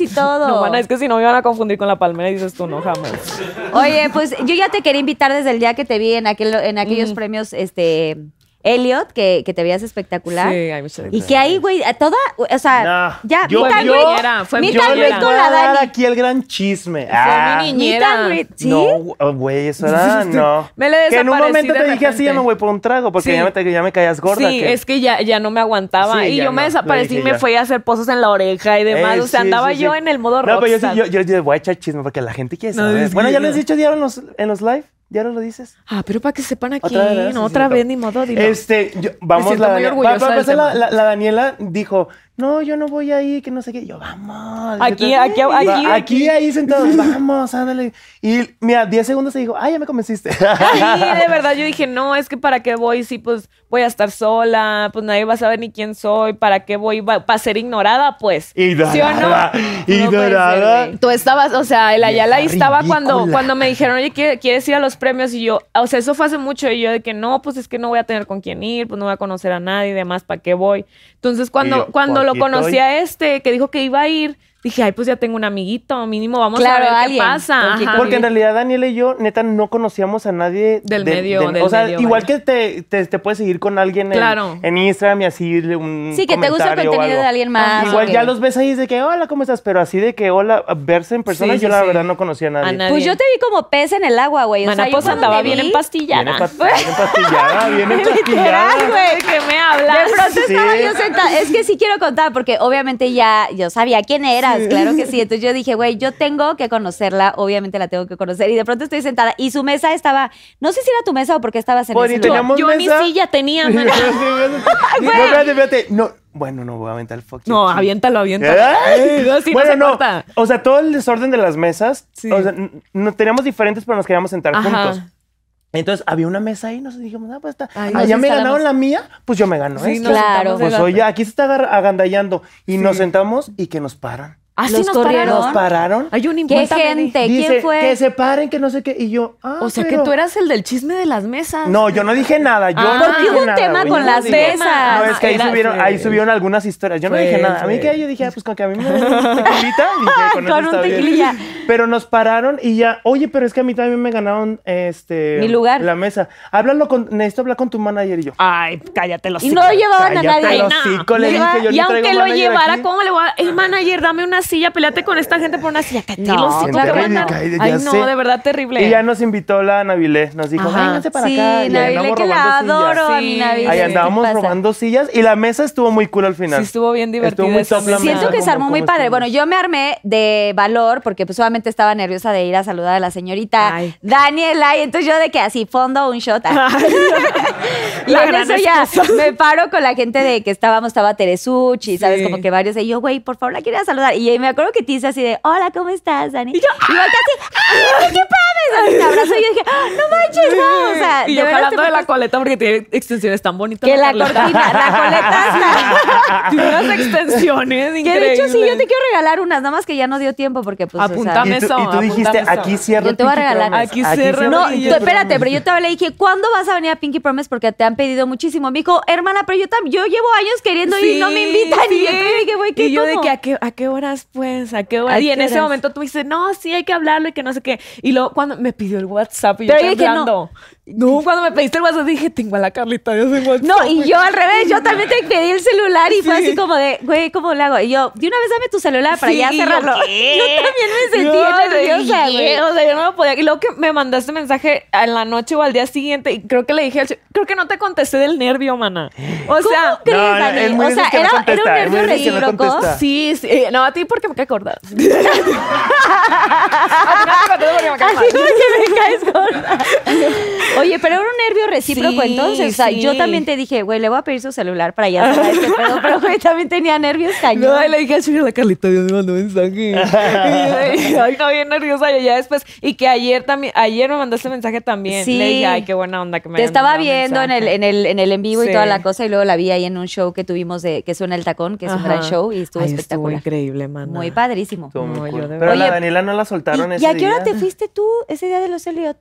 [SPEAKER 2] y todo.
[SPEAKER 3] No, mana, es que si no me iban a confundir con la palmera y dices tú, no, jamás.
[SPEAKER 2] Oye, pues yo ya te quería invitar desde el día que te vi en, aquel, en aquellos premios, este, Elliot, que, que te veías espectacular.
[SPEAKER 3] Sí, ay, muchas
[SPEAKER 2] Y
[SPEAKER 3] gracias.
[SPEAKER 2] que ahí, güey, a toda, o sea,
[SPEAKER 4] No,
[SPEAKER 2] ya,
[SPEAKER 4] yo-
[SPEAKER 2] meet and
[SPEAKER 4] yo-
[SPEAKER 2] greet-
[SPEAKER 3] Era, fue
[SPEAKER 2] meet
[SPEAKER 3] yo
[SPEAKER 2] and
[SPEAKER 3] les
[SPEAKER 2] greet
[SPEAKER 3] voy
[SPEAKER 2] con
[SPEAKER 4] voy
[SPEAKER 2] la
[SPEAKER 4] a dar
[SPEAKER 2] Dani.
[SPEAKER 4] aquí el gran chisme. Ah,
[SPEAKER 3] mi
[SPEAKER 2] Meet and greet, ¿sí?
[SPEAKER 4] No, oh, güey, eso era, no.
[SPEAKER 3] Me le
[SPEAKER 4] que en un
[SPEAKER 3] desaparecí
[SPEAKER 4] momento
[SPEAKER 3] de
[SPEAKER 4] te dije así,
[SPEAKER 3] repente.
[SPEAKER 4] ya me voy por un trago, porque
[SPEAKER 3] Sí.
[SPEAKER 4] ya, me, te- ya me caías gorda.
[SPEAKER 3] sí,
[SPEAKER 4] que-
[SPEAKER 3] es que ya, ya no me aguantaba.
[SPEAKER 4] Sí,
[SPEAKER 3] y
[SPEAKER 4] ya
[SPEAKER 3] yo me
[SPEAKER 4] no,
[SPEAKER 3] desaparecí
[SPEAKER 4] lo
[SPEAKER 3] y
[SPEAKER 4] dije
[SPEAKER 3] me
[SPEAKER 4] ya.
[SPEAKER 3] fui a hacer pozos en la oreja y demás.
[SPEAKER 4] Eh,
[SPEAKER 3] o sea,
[SPEAKER 4] sí,
[SPEAKER 3] andaba
[SPEAKER 4] sí,
[SPEAKER 3] yo
[SPEAKER 4] sí.
[SPEAKER 3] en el modo
[SPEAKER 4] No, pero yo, sí-
[SPEAKER 3] rockstar.
[SPEAKER 4] yo, yo, yo voy a echar chisme porque la gente quiere
[SPEAKER 3] No,
[SPEAKER 4] saber.
[SPEAKER 3] es que
[SPEAKER 4] bueno, ya
[SPEAKER 3] yo-
[SPEAKER 4] lo has dicho diario en los, en los live. Diario lo dices.
[SPEAKER 3] Ah, pero para que sepan aquí.
[SPEAKER 4] Otra vez, ¿verdad?
[SPEAKER 3] no,
[SPEAKER 4] Sí,
[SPEAKER 3] otra
[SPEAKER 4] sí,
[SPEAKER 3] vez,
[SPEAKER 4] no.
[SPEAKER 3] ni modo. dilo.
[SPEAKER 4] Este, yo- vamos,
[SPEAKER 3] siento
[SPEAKER 4] la
[SPEAKER 3] muy
[SPEAKER 4] Daniela,
[SPEAKER 3] orgullosa
[SPEAKER 4] pa- pa-
[SPEAKER 3] del
[SPEAKER 4] pa- la,
[SPEAKER 3] tema.
[SPEAKER 4] la- la Daniela dijo, no, yo no voy ahí, que no sé qué. Yo, vamos.
[SPEAKER 3] Aquí,
[SPEAKER 4] Yo,
[SPEAKER 3] aquí,
[SPEAKER 4] va-
[SPEAKER 3] aquí,
[SPEAKER 4] aquí,
[SPEAKER 3] aquí.
[SPEAKER 4] ahí sentados, vamos, ándale. Y mira, 10 segundos se dijo, ay, ya me convenciste.
[SPEAKER 3] Sí, de verdad, yo dije, no, es que para qué voy, sí, pues voy a estar sola, pues nadie va a saber ni quién soy, para qué voy, para ser ignorada, pues. ¿Sí o
[SPEAKER 4] Ignorada,
[SPEAKER 3] no? No puede
[SPEAKER 4] ignorada.
[SPEAKER 3] ser, güey. Tú estabas, o sea, el Ayala ahí estaba cuando,
[SPEAKER 4] Ridícula.
[SPEAKER 3] cuando me dijeron, oye, ¿qué- ¿quieres ir a los premios? Y yo, o sea, eso fue hace mucho, y yo de que no, pues es que no voy a tener con quién ir, pues no voy a conocer a nadie y demás, ¿para qué voy? Entonces, cuando,
[SPEAKER 4] Y yo,
[SPEAKER 3] cuando lo
[SPEAKER 4] aquí estoy.
[SPEAKER 3] conocí a este, que dijo que iba a ir, dije, ay, pues ya tengo un amiguito, mínimo vamos
[SPEAKER 2] Claro,
[SPEAKER 3] a ver
[SPEAKER 2] alguien
[SPEAKER 3] qué pasa.
[SPEAKER 2] con quien
[SPEAKER 3] Ajá.
[SPEAKER 4] Porque en realidad Daniela y yo, neta, no conocíamos a nadie
[SPEAKER 3] Del medio, del
[SPEAKER 4] O sea,
[SPEAKER 3] medio,
[SPEAKER 4] igual
[SPEAKER 3] vaya.
[SPEAKER 4] que te, te, te puedes seguir con alguien en,
[SPEAKER 3] Claro.
[SPEAKER 4] en Instagram y así le- un
[SPEAKER 2] Sí, que te gusta el
[SPEAKER 4] comentario o
[SPEAKER 2] contenido
[SPEAKER 4] algo.
[SPEAKER 2] de alguien más.
[SPEAKER 4] Igual
[SPEAKER 2] ok.
[SPEAKER 4] ya los ves ahí de que, hola, ¿cómo estás? Pero así de que, hola, verse en persona,
[SPEAKER 3] Sí,
[SPEAKER 4] yo
[SPEAKER 3] sí,
[SPEAKER 4] la
[SPEAKER 3] sí.
[SPEAKER 4] verdad no conocía a nadie.
[SPEAKER 3] A nadie.
[SPEAKER 2] Pues yo te vi como pez en el agua, güey. O
[SPEAKER 3] Mana,
[SPEAKER 2] sea, yo
[SPEAKER 3] pues
[SPEAKER 2] cuando
[SPEAKER 3] andaba
[SPEAKER 2] te
[SPEAKER 3] bien
[SPEAKER 2] vi-
[SPEAKER 4] Viene
[SPEAKER 3] empastillada.
[SPEAKER 4] pas- viene pastillada, viene pastillada.
[SPEAKER 3] Literal, güey, que me hablas.
[SPEAKER 2] De pronto
[SPEAKER 4] Sí.
[SPEAKER 2] estaba yo sentada. Es que sí quiero contar, porque obviamente ya yo sabía quién eras, claro que sí. Entonces yo dije, güey, yo tengo que conocerla, obviamente la tengo que conocer. Y de pronto estoy sentada y su mesa estaba, no sé si era tu mesa o porque estabas en
[SPEAKER 4] Bueno,
[SPEAKER 2] ese
[SPEAKER 4] y
[SPEAKER 2] lugar.
[SPEAKER 4] teníamos
[SPEAKER 3] yo ni
[SPEAKER 4] mesa.
[SPEAKER 3] silla tenía,
[SPEAKER 4] Sí,
[SPEAKER 3] mana.
[SPEAKER 4] No, espérate, espérate. No, bueno, no voy a aventar el fucking
[SPEAKER 3] No,
[SPEAKER 4] chiste.
[SPEAKER 3] aviéntalo, aviéntalo.
[SPEAKER 4] Ay,
[SPEAKER 3] No, sí, no
[SPEAKER 4] ¿Eh? bueno,
[SPEAKER 3] se
[SPEAKER 4] no,
[SPEAKER 3] corta.
[SPEAKER 4] O sea, todo el desorden de las mesas.
[SPEAKER 3] Sí.
[SPEAKER 4] O sea, n- no, teníamos diferentes, pero nos queríamos sentar
[SPEAKER 3] Ajá.
[SPEAKER 4] juntos. Entonces había una mesa ahí, nos dijimos, ah, pues está.
[SPEAKER 3] Ay,
[SPEAKER 4] ah,
[SPEAKER 3] nos
[SPEAKER 4] ya me
[SPEAKER 3] instalamos.
[SPEAKER 4] ganaron la mía, pues yo me gano
[SPEAKER 3] Sí,
[SPEAKER 4] esta.
[SPEAKER 3] nos
[SPEAKER 2] Claro.
[SPEAKER 3] sentamos de
[SPEAKER 4] Pues
[SPEAKER 3] gato.
[SPEAKER 4] oye, aquí se está agar- agandallando. Y nos sentamos y que nos paran.
[SPEAKER 3] Ah, sí
[SPEAKER 2] Los
[SPEAKER 3] nos
[SPEAKER 2] corrieron.
[SPEAKER 3] pararon.
[SPEAKER 4] Nos pararon.
[SPEAKER 3] Hay un
[SPEAKER 2] ¿Qué
[SPEAKER 3] impulso.
[SPEAKER 2] gente?
[SPEAKER 4] Dice,
[SPEAKER 2] ¿Quién fue?
[SPEAKER 4] Que se paren, que no sé qué. Y yo, ah,
[SPEAKER 3] O sea que
[SPEAKER 4] pero-
[SPEAKER 3] tú eras el del chisme de las mesas.
[SPEAKER 4] No, yo no dije nada. Yo
[SPEAKER 3] Ah.
[SPEAKER 4] no
[SPEAKER 3] Porque
[SPEAKER 4] dije
[SPEAKER 2] hubo un
[SPEAKER 4] nada,
[SPEAKER 2] tema
[SPEAKER 4] güey.
[SPEAKER 2] con
[SPEAKER 4] Yo
[SPEAKER 2] las
[SPEAKER 4] dije-
[SPEAKER 2] mesas.
[SPEAKER 4] No, es que ahí
[SPEAKER 3] Era-
[SPEAKER 4] subieron, ahí
[SPEAKER 3] fue-
[SPEAKER 4] subieron algunas historias. Yo no
[SPEAKER 3] fue-
[SPEAKER 4] dije nada. A mí
[SPEAKER 3] fue-
[SPEAKER 4] que yo dije, ah, pues con que a mí me den un tequilita, dije, con,
[SPEAKER 2] con
[SPEAKER 4] eso
[SPEAKER 2] un
[SPEAKER 4] está bien.
[SPEAKER 2] tequililla.
[SPEAKER 4] Pero nos pararon y ya, oye, pero es que a mí también me ganaron este,
[SPEAKER 2] Mi lugar.
[SPEAKER 4] la mesa. Háblalo con, necesito hablar con tu manager y yo.
[SPEAKER 3] Ay, cállate los
[SPEAKER 2] Y no llevaban a nadie.
[SPEAKER 4] los
[SPEAKER 3] no.
[SPEAKER 4] hocico, le dije, yo
[SPEAKER 3] y
[SPEAKER 4] no traigo
[SPEAKER 3] aunque lo
[SPEAKER 4] manager
[SPEAKER 3] llevara,
[SPEAKER 4] aquí.
[SPEAKER 3] ¿cómo le voy a.? El manager, dame una silla, peleate con esta gente por una silla. Cállate
[SPEAKER 2] No,
[SPEAKER 3] los hocico,
[SPEAKER 2] claro.
[SPEAKER 3] van a-
[SPEAKER 4] Cállate, ya
[SPEAKER 3] Ah, Ay,
[SPEAKER 4] sé.
[SPEAKER 3] no, de verdad terrible.
[SPEAKER 4] Y ya nos invitó la Navilé, nos dijo,
[SPEAKER 3] Ajá.
[SPEAKER 4] vénganse para
[SPEAKER 2] sí,
[SPEAKER 4] acá. y ahí
[SPEAKER 2] Navidad,
[SPEAKER 4] andamos
[SPEAKER 2] que
[SPEAKER 4] robando
[SPEAKER 2] la
[SPEAKER 4] sillas.
[SPEAKER 2] adoro a
[SPEAKER 3] Sí.
[SPEAKER 2] mi Navidad.
[SPEAKER 4] Ahí
[SPEAKER 2] ¿qué
[SPEAKER 4] andábamos
[SPEAKER 2] pasa?
[SPEAKER 4] robando sillas y la mesa estuvo muy cool al final.
[SPEAKER 3] Sí, estuvo bien divertida
[SPEAKER 4] Estuvo muy
[SPEAKER 3] esa
[SPEAKER 4] top la
[SPEAKER 3] mesa.
[SPEAKER 4] mesa,
[SPEAKER 2] Siento que se
[SPEAKER 4] como-
[SPEAKER 2] armó muy
[SPEAKER 4] como
[SPEAKER 2] padre.
[SPEAKER 4] estuvimos.
[SPEAKER 2] Bueno, yo me armé de valor porque pues solamente estaba nerviosa de ir a saludar a la señorita
[SPEAKER 3] Ay. Ah,
[SPEAKER 2] Daniela y entonces yo de que así fondo un shot. y
[SPEAKER 3] La
[SPEAKER 2] en
[SPEAKER 3] gran
[SPEAKER 2] eso ya
[SPEAKER 3] excusa.
[SPEAKER 2] me paro con la gente de que estábamos, estaba Teresuchi, ¿sabes?
[SPEAKER 3] Sí.
[SPEAKER 2] Como que varios de yo, güey, por favor, la quiero ir a saludar. Y me acuerdo que te hice así de, hola, ¿cómo estás, Dani? Y yo, casi, ¡ay, qué padre! Y me abrazó y yo dije, "Ah, no manches, no. O sea,
[SPEAKER 3] y yo
[SPEAKER 2] verdad
[SPEAKER 3] jalando
[SPEAKER 2] te
[SPEAKER 3] de la
[SPEAKER 2] portaste-
[SPEAKER 3] coleta porque tiene extensiones tan bonitas.
[SPEAKER 2] que la
[SPEAKER 3] Carlota.
[SPEAKER 2] cortina, la coletaza.
[SPEAKER 3] Tiene unas extensiones
[SPEAKER 2] Que de
[SPEAKER 3] increíbles.
[SPEAKER 2] hecho sí, yo te quiero regalar unas, nada más que ya no dio tiempo porque pues... o sea,
[SPEAKER 4] Y
[SPEAKER 3] Apúntame.
[SPEAKER 4] tú,
[SPEAKER 3] Eso,
[SPEAKER 4] y tú dijiste,
[SPEAKER 3] apuntame eso.
[SPEAKER 4] aquí cierro
[SPEAKER 2] Yo te voy a
[SPEAKER 4] Pinky
[SPEAKER 2] regalar.
[SPEAKER 4] Promise,
[SPEAKER 3] Aquí cierro
[SPEAKER 2] No,
[SPEAKER 3] Pinky
[SPEAKER 2] tú,
[SPEAKER 3] Promise.
[SPEAKER 2] espérate, pero yo te hablé y dije, ¿cuándo vas a venir a Pinky Promise? Porque te han pedido muchísimo. Me dijo, hermana, pero yo, tam- yo llevo años queriendo ir y no me invitan.
[SPEAKER 3] sí.
[SPEAKER 2] Y yo dije, güey, ¿qué
[SPEAKER 3] Y yo de
[SPEAKER 2] cómo?
[SPEAKER 3] que, ¿a qué, ¿a qué horas, pues? ¿A qué horas?
[SPEAKER 2] ¿A
[SPEAKER 3] y
[SPEAKER 2] qué
[SPEAKER 3] en ese
[SPEAKER 2] horas?
[SPEAKER 3] momento tú dices, no, sí, hay que hablarlo y que no sé qué. Y luego cuando me pidió el WhatsApp y
[SPEAKER 2] Pero
[SPEAKER 3] yo
[SPEAKER 2] yo dije,
[SPEAKER 3] temblando. No. cuando me pediste el WhatsApp dije, tengo a la Carlita, yo soy WhatsApp.
[SPEAKER 2] No, y yo al revés, yo también te pedí el celular y fue
[SPEAKER 3] Sí.
[SPEAKER 2] así como de, güey, ¿cómo le hago? Y yo, de una vez dame tu celular para
[SPEAKER 3] Sí,
[SPEAKER 2] ya
[SPEAKER 3] y yo,
[SPEAKER 2] cerrarlo.
[SPEAKER 3] ¿qué?
[SPEAKER 2] también me sentí
[SPEAKER 3] No,
[SPEAKER 2] nerviosa,
[SPEAKER 3] sí,
[SPEAKER 2] güey.
[SPEAKER 3] O sea, yo no lo podía. Y luego que me mandaste mensaje en la noche o al día siguiente, y creo que le dije al chico, creo que no te contesté del nervio, mana. O
[SPEAKER 2] ¿Cómo
[SPEAKER 3] sea,
[SPEAKER 2] crees,
[SPEAKER 4] No, no,
[SPEAKER 2] Dani?
[SPEAKER 4] es muy
[SPEAKER 2] o sea,
[SPEAKER 4] difícil que no
[SPEAKER 2] era, era un
[SPEAKER 4] contesta, es muy
[SPEAKER 2] nervio
[SPEAKER 4] difícil que no
[SPEAKER 2] recíproco.
[SPEAKER 4] contesta.
[SPEAKER 3] Oh, Sí, sí. eh, No, a ti porque me cae gorda. a ti no te acordás porque me caes
[SPEAKER 2] Así
[SPEAKER 3] mal.
[SPEAKER 2] como que me caes gorda. Oye, pero era un nervio recíproco
[SPEAKER 3] Sí,
[SPEAKER 2] entonces. O sea,
[SPEAKER 3] sí.
[SPEAKER 2] yo también te dije, güey, le voy a pedir su celular para ya cerrar este pedo. Pero güey, también tenía nervios cañón.
[SPEAKER 3] No, y le dije al chico, la Carlita, Dios me mandó mensaje. Y yo, Ay, no, bien nerviosa. Y ya después, y que ayer también, ayer me mandaste mensaje también.
[SPEAKER 2] Sí.
[SPEAKER 3] Le dije, ay, qué buena onda que me
[SPEAKER 2] te
[SPEAKER 3] hayan
[SPEAKER 2] estaba
[SPEAKER 3] mandado
[SPEAKER 2] viendo en el,
[SPEAKER 3] mensaje".
[SPEAKER 2] en el en el en vivo
[SPEAKER 3] Sí.
[SPEAKER 2] y toda la cosa y luego la vi ahí en un show que tuvimos de que suena el tacón, que es un
[SPEAKER 3] Ajá.
[SPEAKER 2] gran show y estuvo
[SPEAKER 3] Ay,
[SPEAKER 2] espectacular.
[SPEAKER 3] increíble, mana.
[SPEAKER 2] Muy padrísimo.
[SPEAKER 4] Estuvo
[SPEAKER 3] No,
[SPEAKER 4] muy cool.
[SPEAKER 3] yo de
[SPEAKER 4] Pero a la
[SPEAKER 2] Oye,
[SPEAKER 4] Daniela no la soltaron
[SPEAKER 2] ¿Y,
[SPEAKER 4] ese
[SPEAKER 2] y a qué hora
[SPEAKER 4] día.
[SPEAKER 2] te fuiste tú ese día de los Elliot?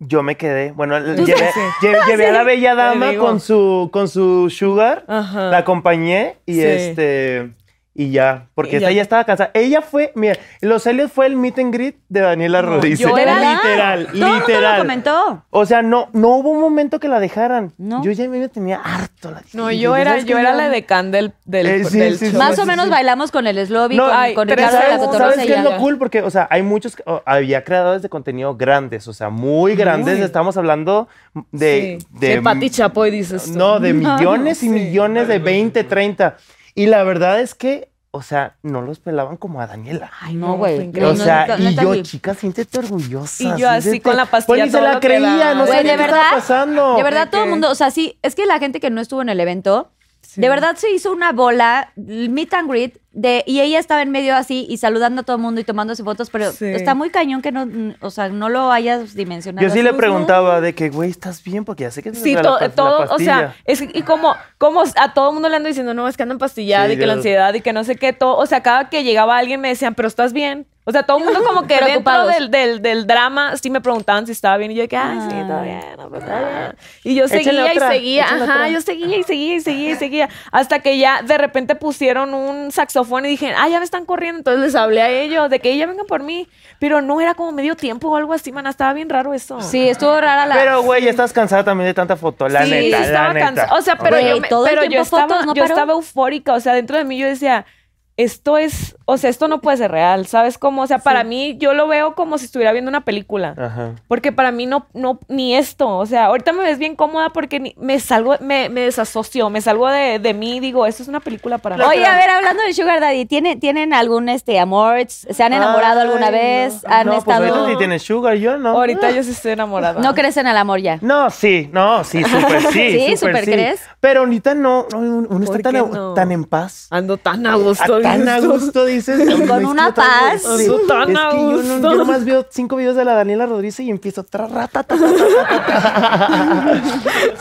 [SPEAKER 4] Yo me quedé. Bueno,
[SPEAKER 3] Tú Ah,
[SPEAKER 4] llevé,
[SPEAKER 3] sí.
[SPEAKER 4] lle- llevé a la bella dama
[SPEAKER 3] digo.
[SPEAKER 4] con su, con su sugar,
[SPEAKER 3] Ajá.
[SPEAKER 4] la acompañé y
[SPEAKER 3] Sí.
[SPEAKER 4] este. Y ya, porque
[SPEAKER 3] Y ya.
[SPEAKER 4] ella estaba cansada. Ella fue, mira, Los Helios fue el meet and greet de Daniela Rodríguez.
[SPEAKER 3] yo era la-
[SPEAKER 4] literal,
[SPEAKER 2] Todo el mundo lo
[SPEAKER 4] literal.
[SPEAKER 2] comentó.
[SPEAKER 4] O sea, no, no hubo un momento que la dejaran.
[SPEAKER 2] No.
[SPEAKER 4] Yo ya me tenía harto. La
[SPEAKER 3] No,
[SPEAKER 4] dije,
[SPEAKER 3] yo
[SPEAKER 4] "Ya
[SPEAKER 3] era,
[SPEAKER 4] sabes que
[SPEAKER 3] yo era la decán del, del,
[SPEAKER 4] Eh, sí,
[SPEAKER 3] del
[SPEAKER 4] sí,
[SPEAKER 3] show.
[SPEAKER 4] sí.
[SPEAKER 2] Más
[SPEAKER 4] sí,
[SPEAKER 2] o menos
[SPEAKER 4] sí.
[SPEAKER 2] bailamos con el Slobby,
[SPEAKER 4] No,
[SPEAKER 2] con,
[SPEAKER 3] ay,
[SPEAKER 2] con
[SPEAKER 3] tres
[SPEAKER 2] Ricardo de la
[SPEAKER 4] ¿Sabes,
[SPEAKER 3] Cotorros
[SPEAKER 2] Cotorra
[SPEAKER 4] sabes
[SPEAKER 3] se
[SPEAKER 4] qué es
[SPEAKER 3] llama.
[SPEAKER 4] lo cool? Porque, o sea, hay muchos, o- había creadores de contenido grandes, o sea, muy grandes.
[SPEAKER 3] Muy.
[SPEAKER 4] Estamos hablando de...
[SPEAKER 3] Sí.
[SPEAKER 4] De,
[SPEAKER 3] De mm, Pati Chapoy, dices tú.
[SPEAKER 4] No, de millones y
[SPEAKER 3] sí.
[SPEAKER 4] millones, de 20, 30. Y la verdad es que, o sea, no los pelaban como a Daniela.
[SPEAKER 2] Ay, no, güey.
[SPEAKER 3] No,
[SPEAKER 4] o
[SPEAKER 3] no,
[SPEAKER 4] sea,
[SPEAKER 2] neta,
[SPEAKER 4] y
[SPEAKER 2] neta,
[SPEAKER 4] yo,
[SPEAKER 2] güey.
[SPEAKER 4] chica, siéntete orgullosa.
[SPEAKER 3] Y yo así
[SPEAKER 4] siéntete-
[SPEAKER 3] con la pastilla
[SPEAKER 4] Pues ni se
[SPEAKER 3] todo
[SPEAKER 4] la
[SPEAKER 3] lo que da.
[SPEAKER 4] creía, no
[SPEAKER 3] Güey,
[SPEAKER 4] sabía
[SPEAKER 2] de
[SPEAKER 4] qué estaba
[SPEAKER 2] verdad,
[SPEAKER 4] pasando.
[SPEAKER 2] De verdad,
[SPEAKER 3] Ok.
[SPEAKER 2] todo el mundo, o sea, sí, es que la gente que no estuvo en el evento, de verdad se hizo una bola, el meet and greet, de, y ella estaba en medio así y saludando a todo el mundo y tomándose fotos, pero
[SPEAKER 3] Sí.
[SPEAKER 2] está muy cañón que no, mm, o sea, no lo hayas dimensionado.
[SPEAKER 4] Yo sí
[SPEAKER 2] así.
[SPEAKER 4] le preguntaba de que, güey, ¿estás bien? Porque ya sé que te
[SPEAKER 3] Sí,
[SPEAKER 4] la
[SPEAKER 3] to-
[SPEAKER 4] pas- la
[SPEAKER 3] todo, o sea,
[SPEAKER 4] pastilla.
[SPEAKER 3] es y como, como a todo mundo le ando diciendo, no, es que ando empastillada
[SPEAKER 4] Sí,
[SPEAKER 3] y que la
[SPEAKER 4] yo-
[SPEAKER 3] ansiedad y que no sé qué, todo, o sea, cada que llegaba alguien me decían, pero estás bien. O sea, todo el mundo como que dentro
[SPEAKER 2] Preocupados.
[SPEAKER 3] del, del, del drama sí me preguntaban si estaba bien y yo de que, ay, sí, todo bien, no, pues, todo bien". Y yo
[SPEAKER 4] Ah. Échale
[SPEAKER 3] seguía
[SPEAKER 4] otra,
[SPEAKER 3] y seguía,
[SPEAKER 4] échale
[SPEAKER 3] ajá,
[SPEAKER 4] otra.
[SPEAKER 3] yo seguía y seguía y seguía y seguía, hasta que ya de repente pusieron un saxofón y dije, ah, ya me están corriendo, entonces les hablé a ellos de que ya vengan por mí, pero no era como medio tiempo o algo así, man, estaba bien raro eso.
[SPEAKER 2] Sí, estuvo rara la...
[SPEAKER 4] Pero, güey, estás cansada también de tanta foto, la
[SPEAKER 3] sí,
[SPEAKER 4] neta, la
[SPEAKER 3] estaba
[SPEAKER 4] neta.
[SPEAKER 3] cansada. O sea, pero
[SPEAKER 2] Güey,
[SPEAKER 3] yo, me-
[SPEAKER 2] todo el
[SPEAKER 3] pero yo
[SPEAKER 2] tiempo
[SPEAKER 3] estaba,
[SPEAKER 2] fotos, ¿no
[SPEAKER 3] yo
[SPEAKER 2] paró?
[SPEAKER 3] estaba eufórica. O sea, dentro de mí yo decía, esto es, o sea, esto no puede ser real. ¿Sabes cómo? O sea, para mí yo lo veo como si estuviera viendo una película.
[SPEAKER 4] Ajá.
[SPEAKER 3] Porque para mí no, no, ni esto. O sea, ahorita me ves bien cómoda porque ni- me salgo, me, me desasocio, me salgo de, de mí y digo, esto es una película para mí.
[SPEAKER 2] Oye, a ver, hablando de Sugar Daddy, ¿tienen, ¿tienen algún este, amor? ¿Se han enamorado
[SPEAKER 4] Ay,
[SPEAKER 2] alguna
[SPEAKER 4] no.
[SPEAKER 2] vez? ¿Han
[SPEAKER 4] no,
[SPEAKER 2] estado...?
[SPEAKER 4] Pues ahorita sí tienes sugar, yo no.
[SPEAKER 3] ahorita yo sí estoy enamorada.
[SPEAKER 2] no crecen al amor ya.
[SPEAKER 4] No, sí, no, sí, súper sí.
[SPEAKER 2] Sí, súper, ¿crees?
[SPEAKER 4] Pero ahorita no, no, uno uno
[SPEAKER 3] ¿Por
[SPEAKER 4] está tan,
[SPEAKER 3] qué
[SPEAKER 4] a-
[SPEAKER 3] no?
[SPEAKER 4] tan en paz.
[SPEAKER 3] Ando tan a gusto.
[SPEAKER 4] Ah, tan a
[SPEAKER 3] dices tú.
[SPEAKER 4] gusto, dices.
[SPEAKER 2] Con
[SPEAKER 4] "Ay, no,
[SPEAKER 2] una
[SPEAKER 4] es que no
[SPEAKER 2] paz.
[SPEAKER 4] traigo- sí,
[SPEAKER 3] Ando tan
[SPEAKER 4] es
[SPEAKER 3] a
[SPEAKER 4] que yo no-
[SPEAKER 3] gusto.
[SPEAKER 4] Yo nomás veo cinco videos de la Daniela Rodríguez y empiezo. tra, ra, ta, ta, ta, ta, ta, ta.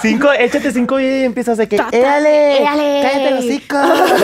[SPEAKER 4] cinco, échate cinco videos y empiezas de que. ¡Éale!
[SPEAKER 2] éale".
[SPEAKER 4] ¡Cállate los hijos!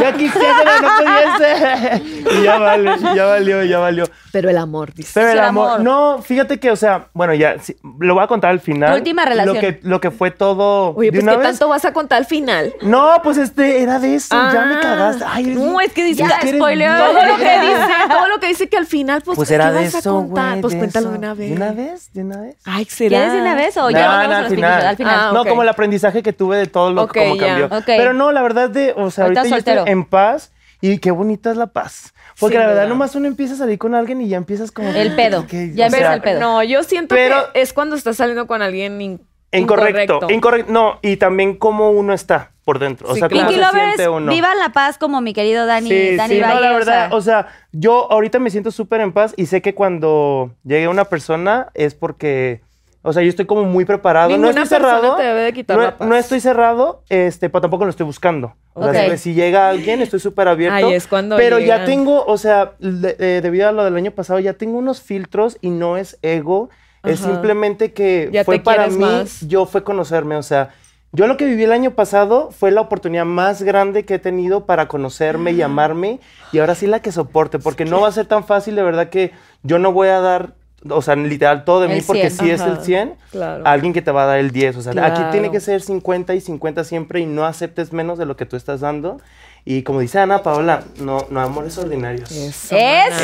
[SPEAKER 4] ya quisiera, pero no pudiese. y ya vale, ya valió, ya valió.
[SPEAKER 3] Pero el amor, dice.
[SPEAKER 4] Pero el
[SPEAKER 2] el
[SPEAKER 4] amor,
[SPEAKER 2] amor.
[SPEAKER 4] No, fíjate que, o sea, bueno, ya sí, lo voy a contar al final.
[SPEAKER 2] Tu última relación.
[SPEAKER 4] Lo que, lo que fue todo.
[SPEAKER 3] Oye,
[SPEAKER 4] de
[SPEAKER 3] pues,
[SPEAKER 4] una
[SPEAKER 3] ¿qué
[SPEAKER 4] vez.
[SPEAKER 3] tanto vas a contar al final?
[SPEAKER 4] No, pues este era de eso. Ya me
[SPEAKER 3] Ah.
[SPEAKER 4] cagaste. Ay, qué?
[SPEAKER 3] No, es que dice
[SPEAKER 4] Ya,
[SPEAKER 3] que-
[SPEAKER 4] eres
[SPEAKER 6] spoiler.
[SPEAKER 4] bien.
[SPEAKER 3] todo lo que dice, todo lo que dice que al final, pues,
[SPEAKER 4] Pues
[SPEAKER 3] ¿qué
[SPEAKER 4] era de
[SPEAKER 3] vas a
[SPEAKER 4] eso,
[SPEAKER 3] contar?
[SPEAKER 4] güey.
[SPEAKER 3] Pues
[SPEAKER 4] de
[SPEAKER 3] cuéntalo
[SPEAKER 4] eso.
[SPEAKER 3] de una vez.
[SPEAKER 4] ¿De una vez? ¿De una vez?
[SPEAKER 3] Ay, ¿será?
[SPEAKER 2] ¿Quieres de una vez o ya
[SPEAKER 4] No,
[SPEAKER 2] vamos
[SPEAKER 4] no,
[SPEAKER 2] a
[SPEAKER 4] al
[SPEAKER 2] los
[SPEAKER 4] final.
[SPEAKER 2] final. al final?
[SPEAKER 3] Ah,
[SPEAKER 4] No,
[SPEAKER 3] ok.
[SPEAKER 4] como el aprendizaje que tuve de todo lo
[SPEAKER 3] Ok,
[SPEAKER 4] que como
[SPEAKER 3] ya,
[SPEAKER 4] cambió.
[SPEAKER 2] ok.
[SPEAKER 4] Pero no, la verdad, de, o sea,
[SPEAKER 2] Ahorita
[SPEAKER 4] ahorita yo estoy
[SPEAKER 2] soltero.
[SPEAKER 4] en paz y qué bonita es la paz. Porque
[SPEAKER 3] Sin
[SPEAKER 4] la verdad,
[SPEAKER 3] duda.
[SPEAKER 4] nomás uno empieza a salir con alguien y ya empiezas como.
[SPEAKER 2] El pedo. Ya
[SPEAKER 4] ¿qué? O sea,
[SPEAKER 2] empieza el pedo.
[SPEAKER 3] No, yo siento
[SPEAKER 4] Pero-
[SPEAKER 3] que es cuando estás saliendo con alguien in-
[SPEAKER 4] Incorrecto, incorrecto. No, y también cómo uno está por dentro. O
[SPEAKER 3] Sí,
[SPEAKER 4] sea,
[SPEAKER 3] claro.
[SPEAKER 4] cómo
[SPEAKER 2] Pinky
[SPEAKER 4] se
[SPEAKER 2] Lovers,
[SPEAKER 4] siente uno.
[SPEAKER 2] vivan la paz como mi querido Dani,
[SPEAKER 4] Sí,
[SPEAKER 2] Dani
[SPEAKER 4] sí, no,
[SPEAKER 2] Valle,
[SPEAKER 4] la
[SPEAKER 2] o
[SPEAKER 4] verdad,
[SPEAKER 2] sea,
[SPEAKER 4] o sea, yo ahorita me siento súper en paz y sé que cuando llegue una persona es porque, o sea, yo estoy como muy preparado.
[SPEAKER 3] Ninguna
[SPEAKER 4] no estoy
[SPEAKER 3] persona
[SPEAKER 4] cerrado,
[SPEAKER 3] te debe de quitar
[SPEAKER 4] no,
[SPEAKER 3] la paz.
[SPEAKER 4] no estoy cerrado, este, pero tampoco lo estoy buscando. O sea,
[SPEAKER 2] Ok.
[SPEAKER 4] si- si llega alguien, estoy súper abierto.
[SPEAKER 3] Ahí es cuando
[SPEAKER 4] Pero
[SPEAKER 3] llegan.
[SPEAKER 4] ya tengo, o sea, de- eh, debido a lo del año pasado, ya tengo unos filtros y no es ego, es
[SPEAKER 3] Ajá.
[SPEAKER 4] simplemente que
[SPEAKER 3] Ya
[SPEAKER 4] fue
[SPEAKER 3] te
[SPEAKER 4] para
[SPEAKER 3] quieres
[SPEAKER 4] mí,
[SPEAKER 3] más.
[SPEAKER 4] yo fue conocerme, o sea, yo lo que viví el año pasado fue la oportunidad más grande que he tenido para conocerme y amarme y ahora sí la que soporte, porque no va a ser tan fácil, de verdad que yo no voy a dar, o sea, literal todo de
[SPEAKER 2] El
[SPEAKER 4] mí, porque
[SPEAKER 2] 100.
[SPEAKER 4] si es el
[SPEAKER 3] Ajá,
[SPEAKER 4] 100,
[SPEAKER 3] claro.
[SPEAKER 4] a alguien que te va a dar el 10, o sea,
[SPEAKER 3] Claro.
[SPEAKER 4] aquí tiene que ser 50 y 50 siempre y no aceptes menos de lo que tú estás dando. Y como dice Ana Paola, no, no amores ordinarios.
[SPEAKER 2] ¡Eso!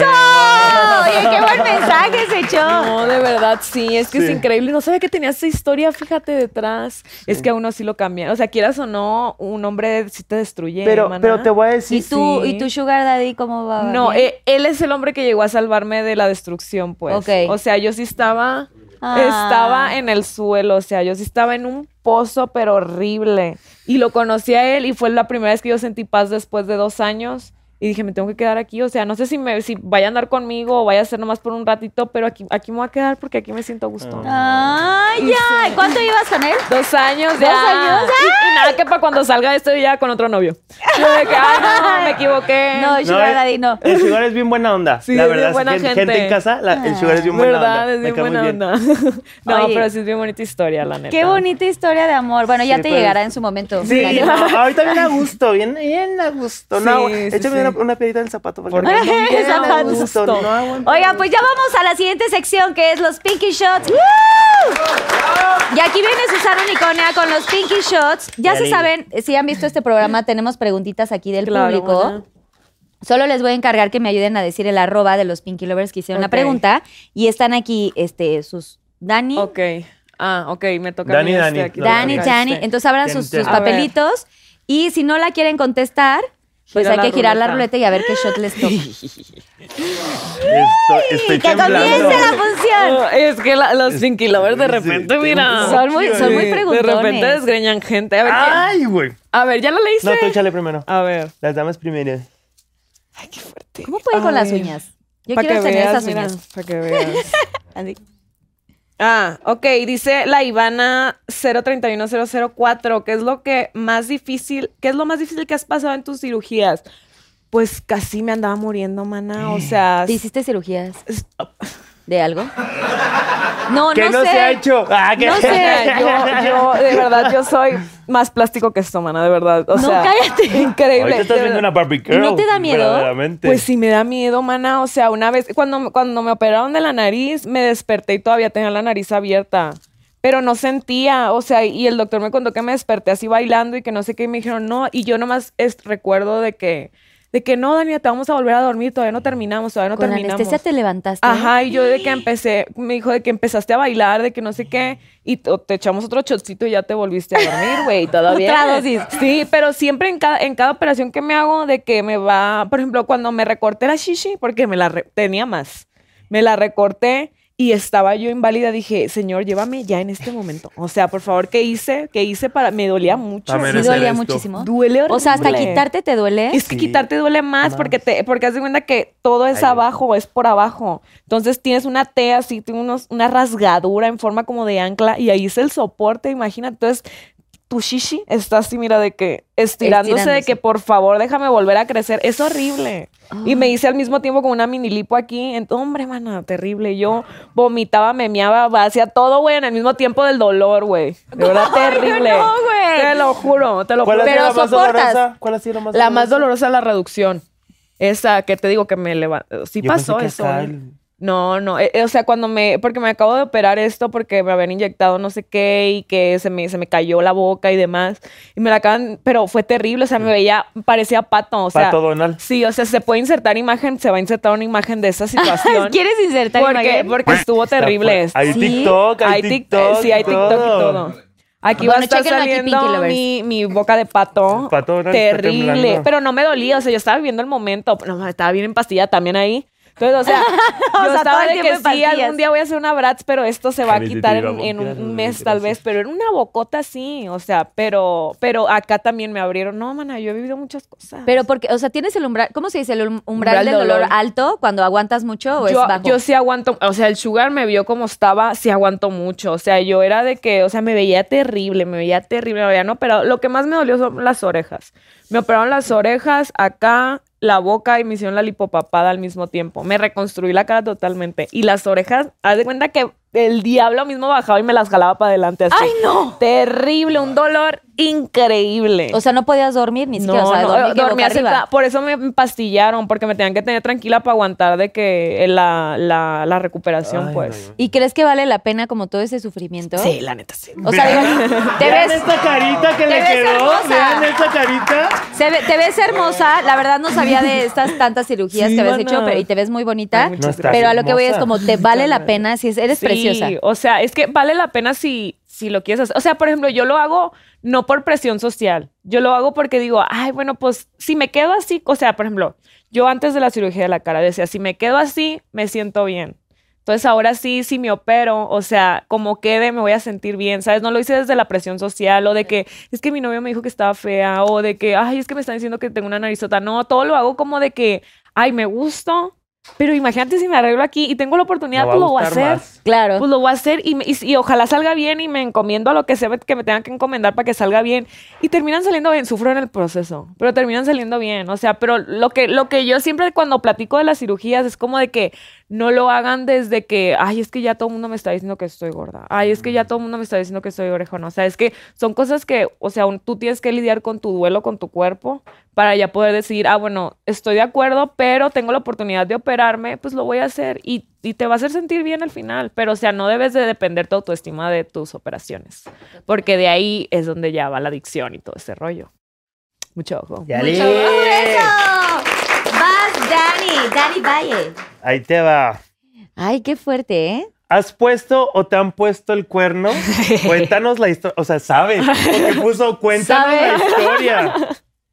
[SPEAKER 2] Oye, qué buen mensaje se echó.
[SPEAKER 3] No, de verdad, sí, es que es
[SPEAKER 4] Sí.
[SPEAKER 3] increíble. No sabía que tenía esa historia, fíjate, detrás. Es que a uno sí lo cambia. O sea, quieras o no, un hombre sí te destruye.
[SPEAKER 4] Pero,
[SPEAKER 3] hermana.
[SPEAKER 4] pero te voy a decir...
[SPEAKER 2] ¿Y tú,
[SPEAKER 3] sí.
[SPEAKER 2] ¿Y tu Sugar Daddy cómo va?
[SPEAKER 3] No,
[SPEAKER 2] ¿Bien?
[SPEAKER 3] eh, él es el hombre que llegó a salvarme de la destrucción, pues.
[SPEAKER 2] Ok.
[SPEAKER 3] O sea, yo sí estaba,
[SPEAKER 2] Ah.
[SPEAKER 3] estaba en el suelo, o sea, yo sí estaba en un pozo, pero horrible. Y lo conocí a él y fue la primera vez que yo sentí paz después de dos años. Y dije, me tengo que quedar aquí, o sea, no sé si, me, si vaya a andar conmigo o vaya a ser nomás por un ratito, pero aquí, aquí me voy a quedar porque aquí me siento a gusto.
[SPEAKER 2] Ah. ¡Ay, ya! ¿Y ¿Cuánto ibas con él?
[SPEAKER 3] Dos años ya.
[SPEAKER 2] años,
[SPEAKER 3] Y, y nada que para cuando salga esto ya con otro novio. Yo de que, "Ah, no, me equivoqué.
[SPEAKER 2] No,
[SPEAKER 4] No,
[SPEAKER 2] Sugar
[SPEAKER 4] eh,
[SPEAKER 2] Daddy no.
[SPEAKER 4] El sugar es bien buena onda.
[SPEAKER 3] Sí,
[SPEAKER 4] la
[SPEAKER 3] es
[SPEAKER 4] verdad,
[SPEAKER 3] bien buena
[SPEAKER 4] sí, gente.
[SPEAKER 3] gente.
[SPEAKER 4] en casa, la- el sugar es bien buena
[SPEAKER 3] ¿Verdad?
[SPEAKER 4] onda.
[SPEAKER 3] Es
[SPEAKER 4] me
[SPEAKER 3] bien
[SPEAKER 4] cae muy
[SPEAKER 3] buena
[SPEAKER 4] bien.
[SPEAKER 3] onda. no,
[SPEAKER 2] Oye.
[SPEAKER 3] pero sí es bien bonita historia, la neta.
[SPEAKER 2] Qué bonita historia de amor. Bueno, ya
[SPEAKER 4] Sí,
[SPEAKER 2] te
[SPEAKER 4] pero-
[SPEAKER 2] llegará en su momento.
[SPEAKER 4] Sí,
[SPEAKER 2] Dani.
[SPEAKER 4] no, ahorita bien a gusto, bien, bien a gusto. no,
[SPEAKER 3] Sí, sí,
[SPEAKER 4] échame
[SPEAKER 3] sí.
[SPEAKER 4] una, una piedrita del zapato. Porque
[SPEAKER 3] Porque
[SPEAKER 4] no,
[SPEAKER 3] no
[SPEAKER 4] bien a
[SPEAKER 2] zapato.
[SPEAKER 4] gusto, no aguanto.
[SPEAKER 2] Oigan, pues ya vamos a la siguiente sección que es los Pinky Shots. Y aquí viene Susana Niconea con los Pinky Shots. Ya se
[SPEAKER 4] Dale.
[SPEAKER 2] saben, si han visto este programa, tenemos preguntitas aquí del
[SPEAKER 3] Claro,
[SPEAKER 2] público.
[SPEAKER 3] ajá.
[SPEAKER 2] Solo les voy a encargar que me ayuden a decir el arroba de los Pinky Lovers que hicieron la
[SPEAKER 3] Ok.
[SPEAKER 2] pregunta. Y están aquí este, sus Dani,
[SPEAKER 3] Ok. Ah, ok, me toca. a
[SPEAKER 4] Dani,
[SPEAKER 3] mí
[SPEAKER 4] Dani.
[SPEAKER 3] este aquí.
[SPEAKER 2] Dani,
[SPEAKER 3] Ok,
[SPEAKER 2] Dani.
[SPEAKER 3] este.
[SPEAKER 2] Entonces abran
[SPEAKER 4] Ten,
[SPEAKER 2] sus,
[SPEAKER 4] ten.
[SPEAKER 2] sus
[SPEAKER 3] A ver.
[SPEAKER 2] papelitos. Y si no la quieren contestar, pues
[SPEAKER 3] Gira
[SPEAKER 2] hay
[SPEAKER 3] la
[SPEAKER 2] que girar la
[SPEAKER 3] ruleta.
[SPEAKER 2] ruleta y a ver qué shot les toca.
[SPEAKER 4] Estoy, estoy
[SPEAKER 2] ¡Que comience
[SPEAKER 4] temblando.
[SPEAKER 2] la función!
[SPEAKER 3] Oh, es que la- los Pinky Lovers de repente, mira.
[SPEAKER 2] Son muy- son muy
[SPEAKER 3] Sí, De
[SPEAKER 2] preguntones.
[SPEAKER 3] repente desgreñan gente. A ver, ¿qué-
[SPEAKER 4] Ay, güey.
[SPEAKER 3] a ver, ¿ya lo leíste?
[SPEAKER 4] Ah. No, tú échale primero.
[SPEAKER 3] A ver.
[SPEAKER 4] Las damas primero.
[SPEAKER 3] Ay, qué fuerte.
[SPEAKER 2] ¿Cómo puede
[SPEAKER 3] A
[SPEAKER 2] con las
[SPEAKER 3] ver.
[SPEAKER 2] uñas? Yo
[SPEAKER 3] Pa'
[SPEAKER 2] quiero
[SPEAKER 3] que
[SPEAKER 2] tener
[SPEAKER 3] veas,
[SPEAKER 2] esas
[SPEAKER 3] mira,
[SPEAKER 2] uñas.
[SPEAKER 3] Para que veas.
[SPEAKER 2] Así.
[SPEAKER 3] Ah, ok, dice la Ivana 031004, ¿qué es lo que más difícil, qué es lo más difícil que has pasado en tus cirugías? Pues casi me andaba muriendo, mana, o sea,
[SPEAKER 2] ¿Te hiciste cirugías
[SPEAKER 3] s-
[SPEAKER 2] de algo? No, no,
[SPEAKER 4] ¿Qué no
[SPEAKER 2] sé.
[SPEAKER 4] se ha hecho? Ah, que-
[SPEAKER 2] No
[SPEAKER 3] o sea, yo, yo, de verdad, yo soy más plástico que esto, mana, de verdad, o
[SPEAKER 2] No,
[SPEAKER 3] sea,
[SPEAKER 2] cállate.
[SPEAKER 3] increíble.
[SPEAKER 4] Ahorita estás
[SPEAKER 3] de
[SPEAKER 4] viendo
[SPEAKER 3] verdad.
[SPEAKER 4] una Barbie
[SPEAKER 2] ¿Y
[SPEAKER 4] Girl.
[SPEAKER 2] no te da miedo?
[SPEAKER 4] verdaderamente.
[SPEAKER 3] Pues sí, me da miedo, mana. O sea, una vez, cuando, cuando me operaron de la nariz, me desperté y todavía tenía la nariz abierta. Pero no sentía, o sea, y el doctor me contó que me desperté así bailando y que no sé qué, y me dijeron no. Y yo nomás es- recuerdo de que, de que no, Dania, te vamos a volver a dormir, todavía no terminamos, todavía no
[SPEAKER 2] Con
[SPEAKER 3] terminamos.
[SPEAKER 2] anestesia te levantaste.
[SPEAKER 3] Ajá, y yo de que empecé, me dijo de que empezaste a bailar, de que no sé qué, y t- te echamos otro chocito y ya te volviste a dormir, güey, todavía.
[SPEAKER 2] Otra dosis.
[SPEAKER 3] Sí, pero siempre en cada, en cada operación que me hago, de que me va, por ejemplo, cuando me recorté la shishi, porque me la re- tenía más, me la recorté y estaba yo inválida, dije, señor, llévame ya en este momento. O sea, por favor, ¿qué hice? ¿Qué hice para, me dolía mucho?
[SPEAKER 4] A ver,
[SPEAKER 2] Sí
[SPEAKER 4] Merecer
[SPEAKER 2] dolía
[SPEAKER 4] esto.
[SPEAKER 2] muchísimo.
[SPEAKER 3] Duele
[SPEAKER 2] O sea, hasta
[SPEAKER 3] horrible.
[SPEAKER 2] quitarte te duele.
[SPEAKER 3] Es que
[SPEAKER 4] Sí.
[SPEAKER 3] quitarte duele más
[SPEAKER 4] Más.
[SPEAKER 3] porque te porque haz de cuenta que todo es
[SPEAKER 4] Ay,
[SPEAKER 3] abajo, es por abajo. Entonces tienes una T así, tienes unos, una rasgadura en forma como de ancla y ahí es el soporte, imagínate. Entonces tu shishi está así, mira, de que estirándose, de
[SPEAKER 2] Estirándose.
[SPEAKER 3] que por favor déjame volver a crecer. Es horrible. Y
[SPEAKER 2] Ah.
[SPEAKER 3] me hice al mismo tiempo con una mini lipo aquí. Entonces, hombre, mana, terrible. Yo vomitaba, me meaba, hacía todo, güey, en el mismo tiempo del dolor, güey. De verdad, terrible.
[SPEAKER 2] no, güey.
[SPEAKER 3] Te lo juro, te lo
[SPEAKER 4] ¿Cuál
[SPEAKER 3] juro.
[SPEAKER 4] ha sido
[SPEAKER 2] Pero
[SPEAKER 4] la más
[SPEAKER 2] soportas.
[SPEAKER 4] dolorosa? ¿Cuál ha sido la más
[SPEAKER 3] La más dolorosa
[SPEAKER 4] dolorosa?
[SPEAKER 3] es la reducción. Esa que te digo que me levantó. Sí
[SPEAKER 4] Yo pensé
[SPEAKER 3] pasó
[SPEAKER 4] que
[SPEAKER 3] eso.
[SPEAKER 4] acá
[SPEAKER 3] ¿eh?
[SPEAKER 4] el-
[SPEAKER 3] No, no, eh, eh, o sea, cuando me, porque me acabo de operar esto porque me habían inyectado no sé qué y que se me, se me cayó la boca y demás, y me la acaban, pero fue terrible, o sea, me veía, parecía pato, o sea.
[SPEAKER 4] Pato Donald.
[SPEAKER 3] Sí, o sea, se puede insertar imagen, se va a insertar una imagen de esa situación.
[SPEAKER 6] ¿Quieres insertar
[SPEAKER 3] porque,
[SPEAKER 6] imagen?
[SPEAKER 3] porque estuvo terrible esto.
[SPEAKER 4] Hay
[SPEAKER 6] Sí.
[SPEAKER 4] TikTok, hay, TikTok.
[SPEAKER 3] sí, hay TikTok y
[SPEAKER 4] todo.
[SPEAKER 3] todo. Aquí va
[SPEAKER 6] Bueno,
[SPEAKER 3] a estar
[SPEAKER 6] chéquenlo aquí, Pinky
[SPEAKER 3] saliendo
[SPEAKER 6] Lovers.
[SPEAKER 3] mi, mi boca de pato.
[SPEAKER 4] Pato, ahora está
[SPEAKER 3] terrible.
[SPEAKER 4] temblando.
[SPEAKER 3] Pero no me dolía, o sea, yo estaba viviendo el momento. No, estaba bien en pastilla también ahí. Entonces, o sea, yo
[SPEAKER 6] sea, todo
[SPEAKER 3] estaba
[SPEAKER 6] el
[SPEAKER 3] de que
[SPEAKER 6] tiempo en
[SPEAKER 3] sí,
[SPEAKER 6] pastillas.
[SPEAKER 3] algún día voy a hacer una Bratz, pero esto se va a
[SPEAKER 4] Ay, te
[SPEAKER 3] quitar
[SPEAKER 4] iba a
[SPEAKER 3] en, en
[SPEAKER 4] voltear,
[SPEAKER 3] un
[SPEAKER 4] no,
[SPEAKER 3] mes
[SPEAKER 4] gracias.
[SPEAKER 3] tal vez. Pero era una bocota sí, o sea, pero, pero acá también me abrieron. No, mana, yo he vivido muchas cosas.
[SPEAKER 6] Pero porque, o sea, tienes el umbral, ¿cómo se dice? El um- umbral,
[SPEAKER 3] Umbral
[SPEAKER 6] del dolor,
[SPEAKER 3] dolor.
[SPEAKER 6] alto cuando aguantas mucho o
[SPEAKER 3] yo,
[SPEAKER 6] es bajo.
[SPEAKER 3] yo sí aguanto, o sea, el sugar me vio como estaba, sí aguanto mucho. O sea, yo era de que, o sea, me veía terrible, me veía terrible, me habían operado. Lo que más me dolió son las orejas. Me operaron las orejas, acá, la boca y me hicieron la lipopapada al mismo tiempo. Me reconstruí la cara totalmente. Y las orejas, haz de cuenta que el diablo mismo bajaba y me las jalaba para adelante así.
[SPEAKER 6] ¡Ay, no!
[SPEAKER 3] Terrible, un dolor increíble.
[SPEAKER 6] O sea, no podías dormir ni siquiera, o sea, dormir que boca
[SPEAKER 3] eh, dormía
[SPEAKER 6] arriba.
[SPEAKER 3] sentada. Por eso me pastillaron, porque me tenían que tener tranquila para aguantar de que eh, la, la, la recuperación,
[SPEAKER 4] Ay,
[SPEAKER 3] pues.
[SPEAKER 6] ¿Y crees que vale la pena como todo ese sufrimiento?
[SPEAKER 3] Sí, la neta, sí.
[SPEAKER 6] O sea, digo, te
[SPEAKER 4] ¿Vean
[SPEAKER 6] ves,
[SPEAKER 4] esta carita que
[SPEAKER 6] te
[SPEAKER 4] le
[SPEAKER 6] ves
[SPEAKER 4] quedó?
[SPEAKER 6] hermosa.
[SPEAKER 4] ¿Vean esta carita?
[SPEAKER 6] se ve- te ves hermosa. La verdad no sabía de estas tantas cirugías
[SPEAKER 3] Sí,
[SPEAKER 6] que habías
[SPEAKER 3] mana.
[SPEAKER 6] hecho, pero y te ves muy bonita.
[SPEAKER 4] muchas No, estás
[SPEAKER 6] pero a lo que voy es
[SPEAKER 4] hermosa.
[SPEAKER 6] como te vale la pena, si es, eres
[SPEAKER 3] Sí,
[SPEAKER 6] preciosa.
[SPEAKER 3] O sea, es que vale la pena si, si lo quieres hacer. O sea, por ejemplo, yo lo hago no por presión social. Yo lo hago porque digo, ay, bueno, pues si me quedo así, o sea, por ejemplo, yo antes de la cirugía de la cara decía, si me quedo así, me siento bien. Entonces ahora sí, si me opero, o sea, como quede, me voy a sentir bien, ¿sabes? No lo hice desde la presión social o de que es que mi novio me dijo que estaba fea o de que, ay, es que me están diciendo que tengo una narizota. No, todo lo hago como de que, ay, me gusto, pero imagínate si me arreglo aquí y tengo la oportunidad,
[SPEAKER 4] Me va
[SPEAKER 3] pues lo voy a
[SPEAKER 4] gustar
[SPEAKER 3] hacer.
[SPEAKER 4] más.
[SPEAKER 6] Claro.
[SPEAKER 3] Pues lo voy a hacer y, me- y, y ojalá salga bien y me encomiendo a lo que sea que me tengan que encomendar para que salga bien. Y terminan saliendo bien, sufro en el proceso, pero terminan saliendo bien. O sea, pero lo que, lo que yo siempre cuando platico de las cirugías es como de que no lo hagan desde que, ay, es que ya todo el mundo me está diciendo que estoy gorda. Ay, es que
[SPEAKER 4] Mm.
[SPEAKER 3] ya todo el mundo me está diciendo que estoy orejona. O sea, es que son cosas que, o sea, un- tú tienes que lidiar con tu duelo, con tu cuerpo, para ya poder decidir, ah, bueno, estoy de acuerdo, pero tengo la oportunidad de operarme, pues lo voy a hacer y, y te va a hacer sentir bien al final. Pero, o sea, no debes de depender tu autoestima de tus operaciones, porque de ahí es donde ya va la adicción y todo ese rollo. Mucho ojo.
[SPEAKER 4] Ya
[SPEAKER 6] Mucho
[SPEAKER 4] le-
[SPEAKER 6] gusto. ¡Eso! Vas, Dani, Dani Valle.
[SPEAKER 4] Ahí te va.
[SPEAKER 6] Ay, qué fuerte, ¿eh?
[SPEAKER 4] ¿Has puesto o te han puesto el cuerno? Cuéntanos la historia. O sea, sabes. Porque puso cuéntanos la historia.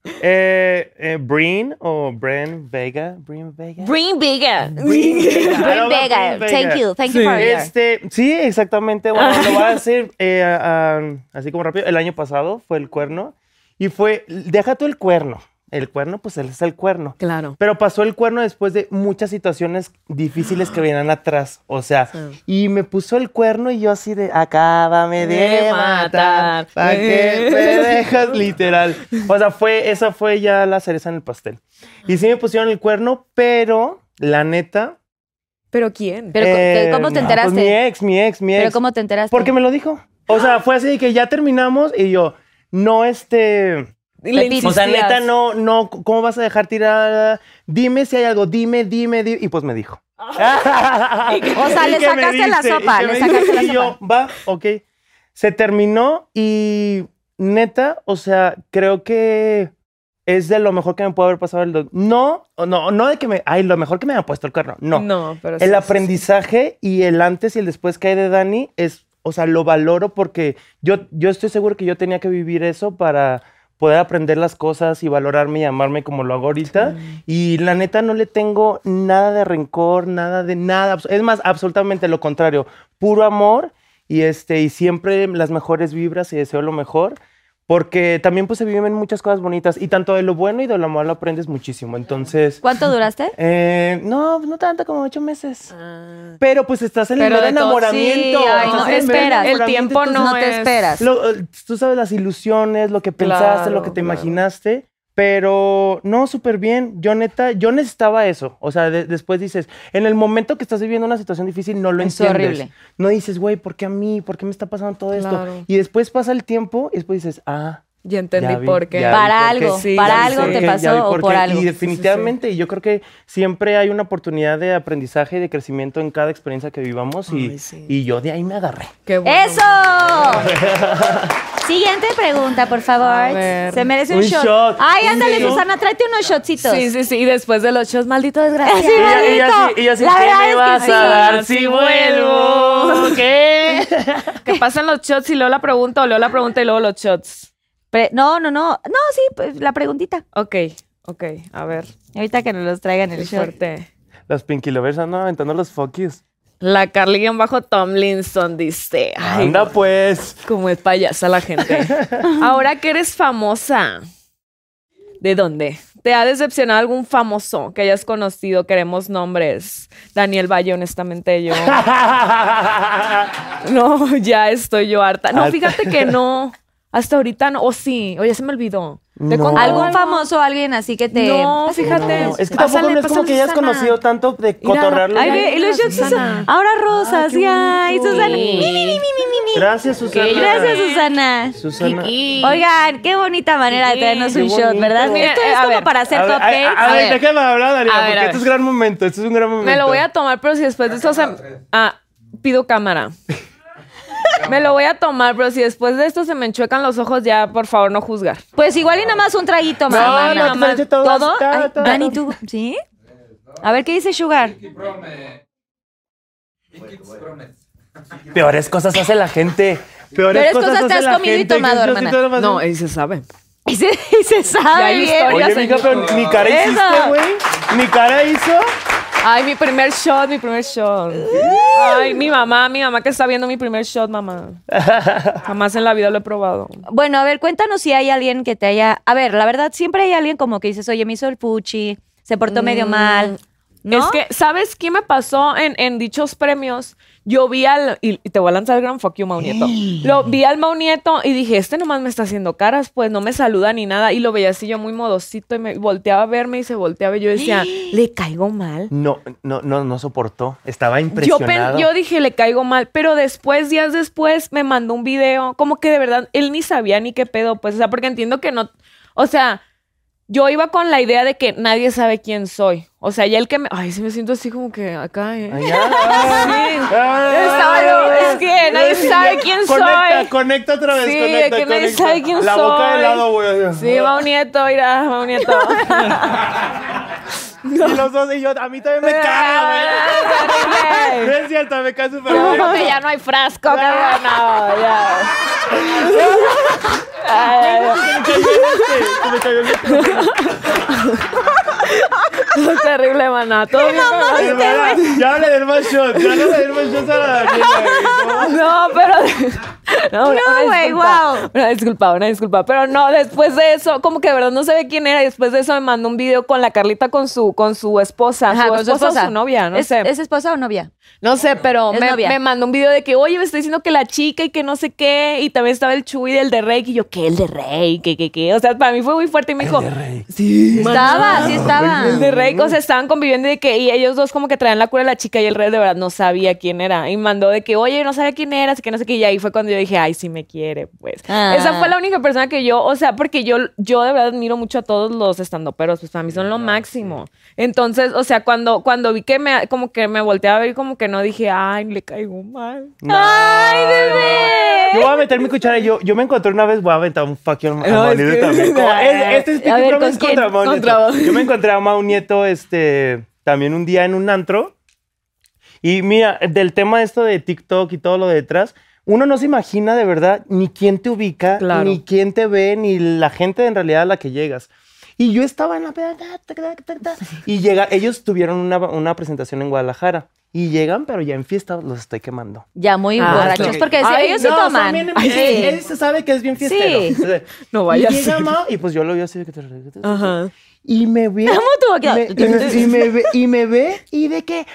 [SPEAKER 4] Eh, eh, Breen o Bren Vega. Breen Vega.
[SPEAKER 3] Bring bigger.
[SPEAKER 4] Breen
[SPEAKER 6] Muy Vega. Thank you, thank
[SPEAKER 2] Ah,
[SPEAKER 6] you for your-
[SPEAKER 4] Este, sí, exactamente. Bueno, lo voy a decir eh, ah, ah, así como rápido. El año pasado fue el cuerno y fue, deja tú el cuerno. El cuerno, pues él es el cuerno.
[SPEAKER 3] Claro.
[SPEAKER 4] Pero pasó el cuerno después de muchas situaciones difíciles que venían atrás. O sea,
[SPEAKER 3] Sí.
[SPEAKER 4] y me puso el cuerno y yo así de, acábame de,
[SPEAKER 3] De matar.
[SPEAKER 4] matar. ¿Para qué me dejas? Literal. O sea, fue, esa fue ya la cereza en el pastel. Y sí me pusieron el cuerno, pero la neta.
[SPEAKER 3] ¿Pero quién?
[SPEAKER 6] Pero,
[SPEAKER 4] eh,
[SPEAKER 6] ¿cómo
[SPEAKER 4] no, pues
[SPEAKER 6] te enteraste?
[SPEAKER 4] mi ex, mi ex, mi ex.
[SPEAKER 6] Pero, ¿cómo te enteraste?
[SPEAKER 4] Porque me lo dijo. O sea, fue así de que ya terminamos y yo, no este...
[SPEAKER 3] Le
[SPEAKER 6] Pepito.
[SPEAKER 4] O sea,
[SPEAKER 3] insistías.
[SPEAKER 4] neta, no, no, ¿cómo vas a dejar tirada? Dime si hay algo, dime, dime, dime. Y pues me dijo. o sea,
[SPEAKER 6] O sea, le sacaste la sopa, le sacaste la
[SPEAKER 4] Y yo, va, ok. Se terminó y neta, o sea, creo que es de lo mejor que me puede haber pasado el... do- No, no, no de que me... Ay, lo mejor que me ha puesto el carro. No.
[SPEAKER 3] No, pero sí,
[SPEAKER 4] El
[SPEAKER 3] sí,
[SPEAKER 4] aprendizaje y el antes y el después que hay de Dani es, o sea, lo valoro porque yo, yo estoy seguro que yo tenía que vivir eso para poder aprender las cosas y valorarme y amarme como lo hago ahorita. Y la neta no le tengo nada de rencor, nada de nada. abs- Es más, absolutamente lo contrario. Puro amor y, este, y siempre las mejores vibras y deseo lo mejor. Porque también pues se viven muchas cosas bonitas y tanto de lo bueno y de lo malo aprendes muchísimo. Entonces...
[SPEAKER 6] ¿Cuánto duraste?
[SPEAKER 4] Eh, no, no tanto, como ocho meses.
[SPEAKER 3] Ah.
[SPEAKER 4] Pero pues estás en
[SPEAKER 3] Pero
[SPEAKER 4] el mero
[SPEAKER 3] de todo-
[SPEAKER 4] enamoramiento.
[SPEAKER 3] sí, ay,
[SPEAKER 4] estás
[SPEAKER 6] no,
[SPEAKER 4] en el mero
[SPEAKER 6] esperas.
[SPEAKER 4] enamoramiento,
[SPEAKER 3] El tiempo
[SPEAKER 4] entonces,
[SPEAKER 3] no
[SPEAKER 6] no te
[SPEAKER 3] es-
[SPEAKER 6] esperas.
[SPEAKER 4] lo- eh, tú sabes las ilusiones, lo que pensaste,
[SPEAKER 3] Claro,
[SPEAKER 4] lo que te
[SPEAKER 3] claro.
[SPEAKER 4] imaginaste. Pero no, súper bien. Yo neta, yo necesitaba eso. O sea, de- después dices, en el momento que estás viviendo una situación difícil, no lo
[SPEAKER 6] Es
[SPEAKER 4] entiendes.
[SPEAKER 6] horrible.
[SPEAKER 4] No dices, güey, ¿por qué a mí? ¿Por qué me está pasando todo
[SPEAKER 3] Claro.
[SPEAKER 4] esto? Y después pasa el tiempo y después dices, ah,
[SPEAKER 3] Ya entendí por qué.
[SPEAKER 4] ya
[SPEAKER 6] Para
[SPEAKER 4] vi por
[SPEAKER 6] algo,
[SPEAKER 4] qué.
[SPEAKER 6] para
[SPEAKER 4] Ya vi
[SPEAKER 6] algo
[SPEAKER 4] por
[SPEAKER 6] te
[SPEAKER 4] qué, ya vi
[SPEAKER 6] pasó o por
[SPEAKER 4] qué.
[SPEAKER 6] algo.
[SPEAKER 4] Y definitivamente, yo creo que siempre hay una oportunidad de aprendizaje y de crecimiento en cada experiencia que vivamos y,
[SPEAKER 3] Ay, sí.
[SPEAKER 4] y yo de ahí me agarré.
[SPEAKER 3] Qué bueno.
[SPEAKER 6] ¡Eso! Siguiente pregunta, por favor.
[SPEAKER 3] A ver.
[SPEAKER 6] Se merece un,
[SPEAKER 4] Un shot.
[SPEAKER 6] Ay,
[SPEAKER 4] Un
[SPEAKER 6] ándale,
[SPEAKER 4] shot.
[SPEAKER 6] Susana, tráete unos shotsitos.
[SPEAKER 3] Sí, sí, sí. Y después de los shows, maldito desgraciado.
[SPEAKER 6] Sí,
[SPEAKER 4] ella- ella
[SPEAKER 6] maldito.
[SPEAKER 4] sí- ella sí,
[SPEAKER 6] La
[SPEAKER 4] ¿qué
[SPEAKER 6] verdad
[SPEAKER 4] me
[SPEAKER 6] es que
[SPEAKER 4] vas
[SPEAKER 6] sí.
[SPEAKER 4] a dar si vuelvo? ¿Qué?
[SPEAKER 3] Que pasan los shots y luego la pregunta, o luego la pregunta y luego los shots.
[SPEAKER 6] Pre- no, no, no. No, sí, pues, la preguntita.
[SPEAKER 3] Ok, ok. A ver.
[SPEAKER 6] Ahorita que nos los traigan
[SPEAKER 3] Qué
[SPEAKER 6] el shot.
[SPEAKER 3] fuerte.
[SPEAKER 4] Los Pinky Lovers andan aventando los fuckies.
[SPEAKER 3] La Carly bajo Tomlinson dice. Ay,
[SPEAKER 4] Anda pues.
[SPEAKER 3] Como es payasa la gente. Ahora que eres famosa, ¿de dónde? ¿Te ha decepcionado algún famoso que hayas conocido? Queremos nombres. Daniel Valle, honestamente, yo. No, ya estoy yo harta. No,
[SPEAKER 4] Harta.
[SPEAKER 3] fíjate que no. Hasta ahorita no. O sí, oye, se me olvidó. ¿Te
[SPEAKER 4] No.
[SPEAKER 3] conté
[SPEAKER 6] ¿Algún
[SPEAKER 3] algo?
[SPEAKER 6] famoso, alguien así que te.
[SPEAKER 3] No, fíjate.
[SPEAKER 4] No, es que tampoco
[SPEAKER 3] Pásale,
[SPEAKER 4] no es como
[SPEAKER 3] pásale,
[SPEAKER 4] que hayas
[SPEAKER 3] Susana.
[SPEAKER 4] conocido tanto de cotorrearlo.
[SPEAKER 6] Ay, ve,
[SPEAKER 3] Ay,
[SPEAKER 6] y los
[SPEAKER 3] mira,
[SPEAKER 6] shots son-
[SPEAKER 3] Susana.
[SPEAKER 6] Ahora rosas, ay,
[SPEAKER 3] bonito.
[SPEAKER 6] Susana.
[SPEAKER 3] Sí.
[SPEAKER 6] Mi, mi, mi, mi, mi, mi.
[SPEAKER 4] Gracias, Susana.
[SPEAKER 6] Gracias, Susana.
[SPEAKER 3] Ah,
[SPEAKER 4] Susana.
[SPEAKER 6] Oigan, qué bonita manera de traernos
[SPEAKER 4] Qué
[SPEAKER 6] un shot,
[SPEAKER 4] bonito.
[SPEAKER 6] ¿verdad?
[SPEAKER 3] Mira,
[SPEAKER 6] Esto
[SPEAKER 3] eh,
[SPEAKER 6] es
[SPEAKER 3] a
[SPEAKER 6] como
[SPEAKER 3] ver,
[SPEAKER 6] para hacer
[SPEAKER 4] a ver,
[SPEAKER 6] cupcakes.
[SPEAKER 4] a- a ver,
[SPEAKER 3] A ver.
[SPEAKER 4] déjame hablar, Daniela,
[SPEAKER 3] A ver,
[SPEAKER 4] porque
[SPEAKER 3] a ver.
[SPEAKER 4] esto es gran momento, esto es un gran momento.
[SPEAKER 3] Me lo voy a tomar, pero si después de esto se... Ah, pido cámara. Me lo voy a tomar, pero si después de esto se me enchuecan los ojos, ya por favor no juzgar.
[SPEAKER 6] Pues igual y nada más un traguito, mamá.
[SPEAKER 4] no,
[SPEAKER 6] nada
[SPEAKER 4] te
[SPEAKER 6] más.
[SPEAKER 4] parece todo,
[SPEAKER 6] ¿Todo?
[SPEAKER 4] está,
[SPEAKER 6] Ay,
[SPEAKER 4] todo.
[SPEAKER 6] Dani, ¿tú? ¿Sí? A ver, ¿qué dice Sugar?
[SPEAKER 4] Peores cosas hace la gente. Peores,
[SPEAKER 6] Peores cosas te
[SPEAKER 4] hace
[SPEAKER 6] has
[SPEAKER 4] la
[SPEAKER 6] comido y
[SPEAKER 4] gente.
[SPEAKER 6] tomado,
[SPEAKER 4] Yo sí
[SPEAKER 6] hermana.
[SPEAKER 4] te lo paso.
[SPEAKER 3] No, eh, y se sabe.
[SPEAKER 6] Y se, y se sabe
[SPEAKER 3] hay
[SPEAKER 6] bien.
[SPEAKER 3] historia.
[SPEAKER 4] Oye, mija, pero ni cara
[SPEAKER 6] Eso.
[SPEAKER 4] hiciste, güey. Ni cara hizo.
[SPEAKER 3] Ay, mi primer shot, mi primer shot. Ay, mi mamá, mi mamá que está viendo mi primer shot, mamá. Jamás en la vida lo he probado.
[SPEAKER 6] Bueno, a ver, cuéntanos si hay alguien que te haya... A ver, la verdad, siempre hay alguien como que dices, oye, me hizo el puchi, se portó medio mal, ¿no?
[SPEAKER 3] Mm, Es que, ¿sabes qué me pasó en, en dichos premios? Yo vi al. Y, y te voy a lanzar el gran fuck you, Mau Nieto. Lo, vi al Mau Nieto y dije, este nomás me está haciendo caras, pues no me saluda ni nada. Y lo veía así yo muy modosito y me volteaba a verme y se volteaba. Y yo decía, le caigo mal.
[SPEAKER 4] No, no, no, no soportó. Estaba
[SPEAKER 3] Yo, pen-
[SPEAKER 4] impresionado.
[SPEAKER 3] yo dije, le caigo mal, pero después, días después, me mandó un video, como que de verdad, él ni sabía ni qué pedo, pues, o sea, porque entiendo que no, o sea, yo iba con la idea de que nadie sabe quién soy, o sea, y él que me, ay, sí me siento así como que acá, eh.
[SPEAKER 4] Ay, ay,
[SPEAKER 3] Sí.
[SPEAKER 4] ay,
[SPEAKER 3] Estaba
[SPEAKER 4] ay,
[SPEAKER 3] yo,
[SPEAKER 4] ay,
[SPEAKER 3] es que nadie
[SPEAKER 4] ay,
[SPEAKER 3] sabe
[SPEAKER 4] ya.
[SPEAKER 3] quién
[SPEAKER 4] Conecta,
[SPEAKER 3] soy.
[SPEAKER 4] Conecta otra vez,
[SPEAKER 3] Sí,
[SPEAKER 4] conecta,
[SPEAKER 3] que nadie
[SPEAKER 4] conecta.
[SPEAKER 3] sabe quién
[SPEAKER 4] La boca
[SPEAKER 3] soy.
[SPEAKER 4] de lado, güey.
[SPEAKER 3] Sí, va un nieto, mira, va un nieto.
[SPEAKER 4] Y los dos, y yo, a mí también me caga, güey. No es cierto, me cae súper bien.
[SPEAKER 3] Porque ya no hay frasco, cabrón, no, ya.
[SPEAKER 4] este, Me cayó el vestido.
[SPEAKER 3] Terrible, maná. Todo bien, maná.
[SPEAKER 4] Hermana, Ya le del más shot, ya le del más shot a la Daniela, güey.
[SPEAKER 3] No, pero. No, una-
[SPEAKER 6] No,
[SPEAKER 3] una
[SPEAKER 6] güey,
[SPEAKER 3] disculpa.
[SPEAKER 6] guau.
[SPEAKER 3] Una disculpa, una disculpa. Pero no, después de eso, como que de verdad no sabía quién era. Y después de eso me mandó un video con la Carlita con su, con su esposa.
[SPEAKER 6] Ajá,
[SPEAKER 3] su
[SPEAKER 6] con
[SPEAKER 3] esposa, o su novia, no
[SPEAKER 6] ¿Es-
[SPEAKER 3] sé.
[SPEAKER 6] ¿Es esposa o novia?
[SPEAKER 3] no sé, pero
[SPEAKER 6] es
[SPEAKER 3] me,
[SPEAKER 6] novia.
[SPEAKER 3] me mandó un video de que, oye, me está diciendo que la chica y que no sé qué. Y también estaba el Chuy del de Rey. Y yo, ¿qué? El de Rey, ¿qué, qué, qué? O sea, para mí fue muy fuerte. Y me dijo,
[SPEAKER 4] ah,
[SPEAKER 6] Estaba, sí estaba.
[SPEAKER 3] el de Rey, o sea, estaban conviviendo y de que y ellos dos como que traían la cura de la chica y el rey de verdad no sabía quién era. Y mandó de que, oye, no sabía quién era, así que no sé qué. Y ahí fue cuando yo dije, ay, sí me quiere, pues.
[SPEAKER 6] Ah.
[SPEAKER 3] Esa fue la única persona que yo, o sea, porque yo, yo de verdad admiro mucho a todos los estandoperos, pues para mí son lo máximo. Entonces, o sea, cuando, cuando vi que me, como que me volteaba a ver, como que no dije, ay, le caigo mal.
[SPEAKER 6] ¡Ay, bebé!
[SPEAKER 4] Yo voy a meter mi cuchara. Yo, yo me encontré una vez, voy a aventar un fuck you a
[SPEAKER 3] No,
[SPEAKER 4] Mau
[SPEAKER 3] es
[SPEAKER 4] Nieto
[SPEAKER 3] que-
[SPEAKER 4] también. Como, es- este es
[SPEAKER 6] A
[SPEAKER 4] Pinky
[SPEAKER 6] ver,
[SPEAKER 4] Promise
[SPEAKER 6] ¿con
[SPEAKER 4] contra
[SPEAKER 6] quién?
[SPEAKER 4] Mau
[SPEAKER 3] Contra
[SPEAKER 4] Nieto.
[SPEAKER 3] Mau.
[SPEAKER 4] Yo me encontré a Mau Nieto este, también un día en un antro. Y mira, del tema esto de TikTok y todo lo de detrás, uno no se imagina de verdad ni quién te ubica,
[SPEAKER 3] Claro.
[SPEAKER 4] ni quién te ve, ni la gente en realidad a la que llegas. Y yo estaba en la peda, ta, ta, ta, ta, ta, y llega, ellos tuvieron una, una presentación en Guadalajara y llegan, pero ya en fiesta los estoy quemando.
[SPEAKER 6] Ya muy
[SPEAKER 3] Ah,
[SPEAKER 6] borrachos,
[SPEAKER 3] claro.
[SPEAKER 6] porque sí,
[SPEAKER 3] Ay,
[SPEAKER 6] ellos
[SPEAKER 4] No,
[SPEAKER 6] sí
[SPEAKER 4] son
[SPEAKER 6] toman.
[SPEAKER 4] bien-
[SPEAKER 6] Ay,
[SPEAKER 4] él,
[SPEAKER 6] sí.
[SPEAKER 4] él se sabe que es bien fiestero.
[SPEAKER 6] Sí.
[SPEAKER 4] O sea,
[SPEAKER 3] No vayas.
[SPEAKER 4] Y llega Mao, y pues yo lo vi así. que te-
[SPEAKER 3] Ajá.
[SPEAKER 4] Y me ve.
[SPEAKER 6] ¿Cómo tuvo que-
[SPEAKER 4] me- y, me, y me ve, y me ve, y de que,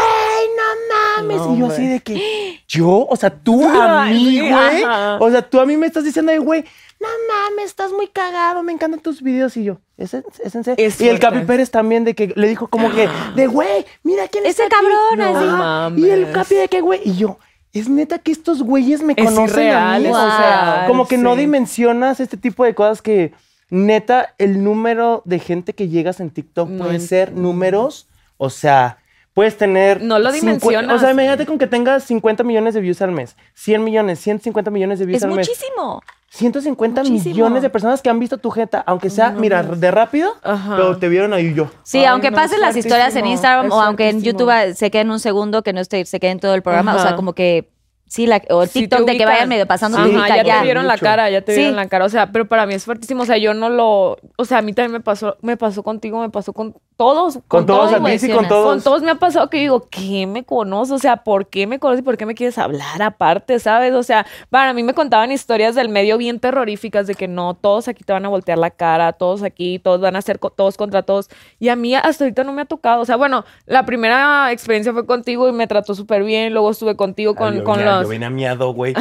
[SPEAKER 4] güey, no mames.
[SPEAKER 3] No,
[SPEAKER 4] y yo así de que, yo, o sea, tú a
[SPEAKER 3] Ay,
[SPEAKER 4] mí,
[SPEAKER 3] sí,
[SPEAKER 4] güey.
[SPEAKER 3] ajá.
[SPEAKER 4] O sea, tú a mí me estás diciendo, ay, güey, no mames, estás muy cagado, me encantan tus videos. Y yo, ¿es, en- es en serio?
[SPEAKER 3] Es
[SPEAKER 4] y el
[SPEAKER 3] fuerte.
[SPEAKER 4] Capi Pérez también, de que le dijo como que, de güey, mira quién
[SPEAKER 6] Ese
[SPEAKER 4] está aquí".
[SPEAKER 6] cabrón,
[SPEAKER 4] Ajá.
[SPEAKER 3] así.
[SPEAKER 4] Y el
[SPEAKER 3] Mames.
[SPEAKER 4] Capi de que, güey, y yo. es neta que estos güeyes me
[SPEAKER 3] Es
[SPEAKER 4] conocen. a
[SPEAKER 3] irreal,
[SPEAKER 4] mí.
[SPEAKER 3] es
[SPEAKER 6] Wow.
[SPEAKER 3] irreal,
[SPEAKER 4] Como que no
[SPEAKER 3] sí.
[SPEAKER 4] dimensionas este tipo de cosas que, neta, el número de gente que llegas en TikTok
[SPEAKER 3] No
[SPEAKER 4] pueden
[SPEAKER 3] en-
[SPEAKER 4] ser números, o sea, puedes tener...
[SPEAKER 3] No lo
[SPEAKER 4] cincu-
[SPEAKER 3] dimensionas.
[SPEAKER 4] O sea, imagínate con que tengas 50 millones de views al mes, 100 millones, 150 millones de views
[SPEAKER 2] Es
[SPEAKER 4] al mes.
[SPEAKER 2] muchísimo.
[SPEAKER 4] 150
[SPEAKER 2] Muchísimo.
[SPEAKER 4] millones de personas que han visto tu jeta, aunque sea, mira, de rápido,
[SPEAKER 3] Ajá.
[SPEAKER 4] pero te vieron ahí yo.
[SPEAKER 2] Sí,
[SPEAKER 3] Ay,
[SPEAKER 2] aunque
[SPEAKER 3] no,
[SPEAKER 2] pasen
[SPEAKER 3] es
[SPEAKER 2] las historias en
[SPEAKER 3] fuertísimo,
[SPEAKER 2] Instagram
[SPEAKER 3] es
[SPEAKER 2] o aunque en
[SPEAKER 3] fuertísimo.
[SPEAKER 2] YouTube ah, se queden un segundo, que no esté- se queden todo el programa. O sea,
[SPEAKER 3] Ajá.
[SPEAKER 2] como que sí, la, o el
[SPEAKER 3] Sí,
[SPEAKER 2] TikTok
[SPEAKER 3] te
[SPEAKER 2] de que
[SPEAKER 3] ubican.
[SPEAKER 2] vayan medio pasando tu
[SPEAKER 3] Ajá,
[SPEAKER 2] ubica
[SPEAKER 3] ya,
[SPEAKER 2] ya.
[SPEAKER 3] te vieron la
[SPEAKER 4] Mucho.
[SPEAKER 3] cara, ya te
[SPEAKER 2] Sí.
[SPEAKER 3] vieron la cara. O sea, pero para mí es fuertísimo. O sea, yo no lo. O sea, a mí también me pasó, me pasó contigo, me pasó con todos.
[SPEAKER 4] Con, todos,
[SPEAKER 2] todos,
[SPEAKER 4] a ti sí,
[SPEAKER 2] güey,
[SPEAKER 4] con todos.
[SPEAKER 3] Con todos me ha pasado que digo, ¿qué me conoce? O sea, ¿por qué me conoce? ¿Por qué me quieres hablar aparte, sabes? O sea, para mí me contaban historias del medio bien terroríficas de que no, todos aquí te van a voltear la cara, todos aquí, todos van a ser co- todos contra todos. Y a mí hasta ahorita no me ha tocado. O sea, bueno, la primera experiencia fue contigo y me trató súper bien. Luego estuve contigo
[SPEAKER 4] Ay,
[SPEAKER 3] con,
[SPEAKER 4] yo
[SPEAKER 3] con
[SPEAKER 4] venía-
[SPEAKER 3] los...
[SPEAKER 4] Yo venía miado, güey.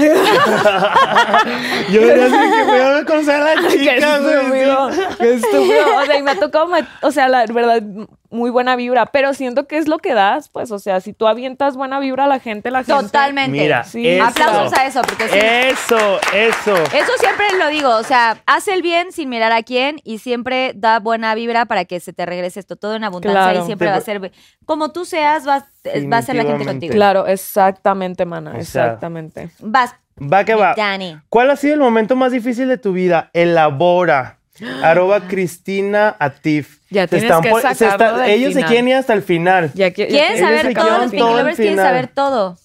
[SPEAKER 4] yo venía así que voy a conocer a la
[SPEAKER 3] Qué
[SPEAKER 4] chica,
[SPEAKER 3] estúpido,
[SPEAKER 4] güey. sí.
[SPEAKER 3] qué estúpido. O sea, y me ha tocado, ma- o sea, la verdad, muy buena vibra, pero siento que es lo que das, pues, o sea, si tú avientas buena vibra a la gente, la gente...
[SPEAKER 6] Totalmente.
[SPEAKER 4] Mira, Eh.
[SPEAKER 3] Sí.
[SPEAKER 4] eso.
[SPEAKER 6] Aplausos a eso, porque sí.
[SPEAKER 4] Eso, eso.
[SPEAKER 2] Eso siempre lo digo, o sea, haz el bien sin mirar a quién y siempre da buena vibra para que se te regrese esto todo en abundancia
[SPEAKER 3] Claro.
[SPEAKER 2] y siempre
[SPEAKER 4] Te-
[SPEAKER 2] va a ser como tú seas, va, va a ser la gente
[SPEAKER 4] Definitivamente.
[SPEAKER 2] contigo.
[SPEAKER 3] Claro, exactamente, mana,
[SPEAKER 4] O sea,
[SPEAKER 3] exactamente.
[SPEAKER 2] Vas,
[SPEAKER 4] Va que va.
[SPEAKER 2] Dani.
[SPEAKER 4] ¿Cuál ha sido el momento más difícil de tu vida? Elabora. Arroba Cristina Atif.
[SPEAKER 3] Ya
[SPEAKER 4] Se
[SPEAKER 3] tienes que
[SPEAKER 4] po- se
[SPEAKER 3] sacarlo del
[SPEAKER 4] ellos se
[SPEAKER 3] final.
[SPEAKER 4] quieren ir hasta el final.
[SPEAKER 3] Ya que- ya
[SPEAKER 2] Quieren
[SPEAKER 3] que-
[SPEAKER 4] Ellos se
[SPEAKER 2] saber todo,
[SPEAKER 4] quedaron
[SPEAKER 2] los
[SPEAKER 4] todo
[SPEAKER 2] Pinky
[SPEAKER 4] al
[SPEAKER 2] Lovers quieren
[SPEAKER 4] final.
[SPEAKER 2] saber todo.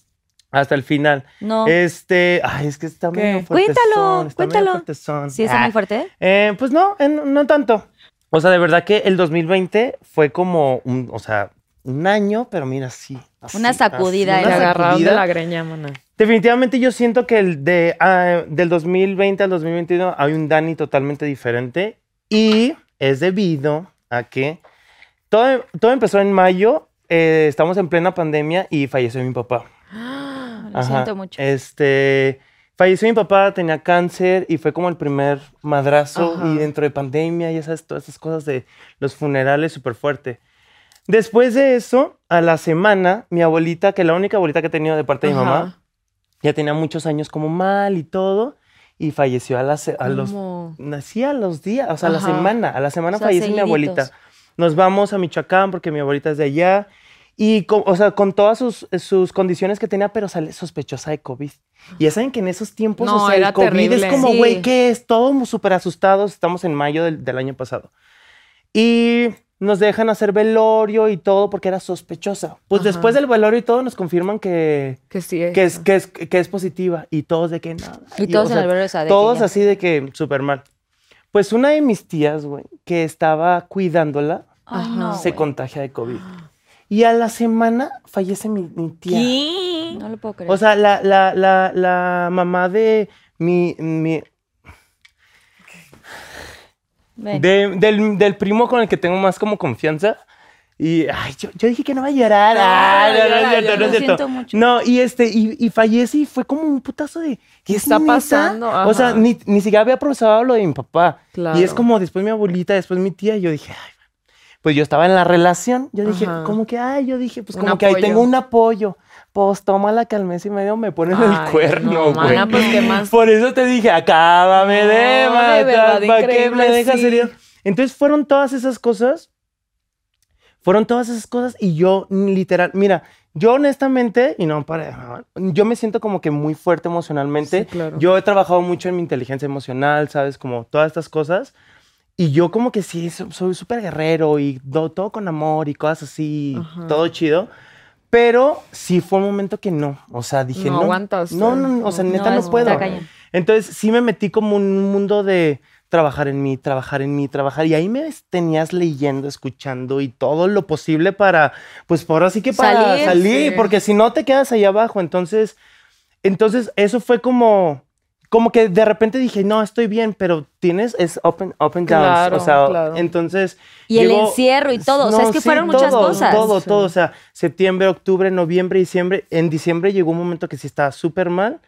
[SPEAKER 4] Hasta el final.
[SPEAKER 2] No.
[SPEAKER 4] Este. Ay, es que está
[SPEAKER 3] ¿Qué?
[SPEAKER 4] medio fuertezón,
[SPEAKER 2] Cuéntalo,
[SPEAKER 4] está medio
[SPEAKER 2] cuéntalo.
[SPEAKER 4] fuertezón.
[SPEAKER 2] Sí, está
[SPEAKER 4] Ah.
[SPEAKER 2] muy fuerte.
[SPEAKER 4] Eh, pues no, en- no tanto. O sea, de verdad que el 2020 fue como un, o sea, un año, pero mira, sí. así,
[SPEAKER 2] Una sacudida,
[SPEAKER 4] así,
[SPEAKER 3] Te
[SPEAKER 2] ¿eh?
[SPEAKER 4] una
[SPEAKER 3] agarraron de
[SPEAKER 4] sacudida.
[SPEAKER 3] la greña, mana.
[SPEAKER 4] Definitivamente yo siento que el de, ah, del 2020 al 2021 hay un Dani totalmente diferente y es debido a que todo, todo empezó en mayo, eh, estamos en plena pandemia y falleció mi papá.
[SPEAKER 2] Lo
[SPEAKER 4] Ajá.
[SPEAKER 2] siento mucho.
[SPEAKER 4] Este, falleció mi papá, tenía cáncer y fue como el primer madrazo y dentro de pandemia, ya sabes, todas esas cosas de los funerales súper fuerte. Después de eso, a la semana, mi abuelita, que es la única abuelita que he tenido de parte de mi mamá, ya tenía muchos años como mal y todo, y falleció a, la se- a los...
[SPEAKER 3] ¿Cómo?
[SPEAKER 4] Nací a los días, o sea, a la
[SPEAKER 3] Ajá.
[SPEAKER 4] semana, a la semana
[SPEAKER 2] O sea,
[SPEAKER 4] fallece mi
[SPEAKER 2] seguiditos.
[SPEAKER 4] abuelita. Nos vamos a Michoacán porque mi abuelita es de allá. Y, co- o sea, con todas sus, sus condiciones que tenía, pero sale sospechosa de COVID. Y ya saben que en esos tiempos,
[SPEAKER 3] No,
[SPEAKER 4] o sea, el
[SPEAKER 3] era
[SPEAKER 4] COVID es
[SPEAKER 3] terrible.
[SPEAKER 4] como,
[SPEAKER 2] Sí.
[SPEAKER 4] güey, ¿qué es? Todos súper asustados. Estamos en mayo del, del año pasado. Y nos dejan hacer velorio y todo porque era sospechosa. Pues
[SPEAKER 3] Ajá.
[SPEAKER 4] después del velorio y todo nos confirman que,
[SPEAKER 3] Que sí. eh.
[SPEAKER 4] que, es, que, es, que es positiva. Y todos de que nada.
[SPEAKER 2] Y todos en el velorio, o sea, de que
[SPEAKER 4] Todos
[SPEAKER 2] ya.
[SPEAKER 4] así de que súper mal. Pues una de mis tías, güey, que estaba cuidándola,
[SPEAKER 2] Ay,
[SPEAKER 3] Ajá.
[SPEAKER 2] no,
[SPEAKER 4] se
[SPEAKER 2] Ah, güey.
[SPEAKER 4] contagia de COVID. Y a la semana fallece mi, mi tía.
[SPEAKER 3] ¿Qué?
[SPEAKER 2] No lo puedo creer.
[SPEAKER 4] O sea, la, la, la, la mamá de mi. mi-
[SPEAKER 2] Ven.
[SPEAKER 4] de- del, del primo con el que tengo más como confianza. Y ay, yo, yo dije que no va a llorar. Ah, No, no,
[SPEAKER 3] llora,
[SPEAKER 4] es cierto,
[SPEAKER 3] llora.
[SPEAKER 4] no es
[SPEAKER 2] Lo
[SPEAKER 4] cierto.
[SPEAKER 2] siento mucho.
[SPEAKER 4] No, y este, y, y fallece y fue como un putazo de. ¿Qué
[SPEAKER 3] está
[SPEAKER 4] neta?
[SPEAKER 3] pasando?
[SPEAKER 4] O sea,
[SPEAKER 3] Ajá.
[SPEAKER 4] ni, ni siquiera había procesado lo de mi papá. Y es
[SPEAKER 3] Claro.
[SPEAKER 4] como después mi abuelita, después mi tía, y yo dije, ay, pues yo estaba en la relación. Yo dije,
[SPEAKER 3] Ajá.
[SPEAKER 4] como que, ay, yo dije, pues
[SPEAKER 3] Un
[SPEAKER 4] como que ahí
[SPEAKER 3] apoyo.
[SPEAKER 4] tengo un apoyo. Pues tómala que al mes y medio me ponen
[SPEAKER 3] Ay,
[SPEAKER 4] el cuerno,
[SPEAKER 3] no,
[SPEAKER 4] güey.
[SPEAKER 3] mana, pues, ¿qué más?
[SPEAKER 4] Por eso te dije, acábame de
[SPEAKER 3] No, de
[SPEAKER 4] matar,
[SPEAKER 3] verdad,
[SPEAKER 4] ¿para qué me
[SPEAKER 3] increíble,
[SPEAKER 4] dejas
[SPEAKER 3] sí.
[SPEAKER 4] herido? Entonces fueron todas esas cosas, fueron todas esas cosas y yo literal, mira, yo honestamente, y no para, yo me siento como que muy fuerte emocionalmente.
[SPEAKER 3] Sí, claro.
[SPEAKER 4] Yo he trabajado mucho en mi inteligencia emocional, ¿sabes? Como todas estas cosas. Y yo como que sí, so- soy súper guerrero y do- todo con amor y cosas así,
[SPEAKER 3] Ajá.
[SPEAKER 4] todo chido. Pero sí fue un momento que no, o sea, dije no.
[SPEAKER 3] No aguantas,
[SPEAKER 4] No, no, no, o
[SPEAKER 3] no.
[SPEAKER 4] sea, neta
[SPEAKER 2] No,
[SPEAKER 4] no,
[SPEAKER 2] está
[SPEAKER 4] puedo.
[SPEAKER 2] cañón.
[SPEAKER 4] Entonces sí me metí como en un mundo de trabajar en mí, trabajar en mí, trabajar. Y ahí me tenías leyendo, escuchando y todo lo posible para, pues por así que para salir,
[SPEAKER 2] Salir,
[SPEAKER 3] sí.
[SPEAKER 4] porque si no te quedas ahí abajo. Entonces, entonces eso fue como, como que de repente dije, no, estoy bien, pero tienes, es up and, up and downs.
[SPEAKER 3] Claro,
[SPEAKER 4] o sea,
[SPEAKER 3] claro.
[SPEAKER 4] entonces.
[SPEAKER 2] Y el encierro y todo, o sea, es que fueron muchas
[SPEAKER 4] todo,
[SPEAKER 2] cosas.
[SPEAKER 4] Todo,
[SPEAKER 3] Sí.
[SPEAKER 4] todo. O sea, septiembre, octubre, noviembre, diciembre. En diciembre llegó un momento que sí estaba súper mal,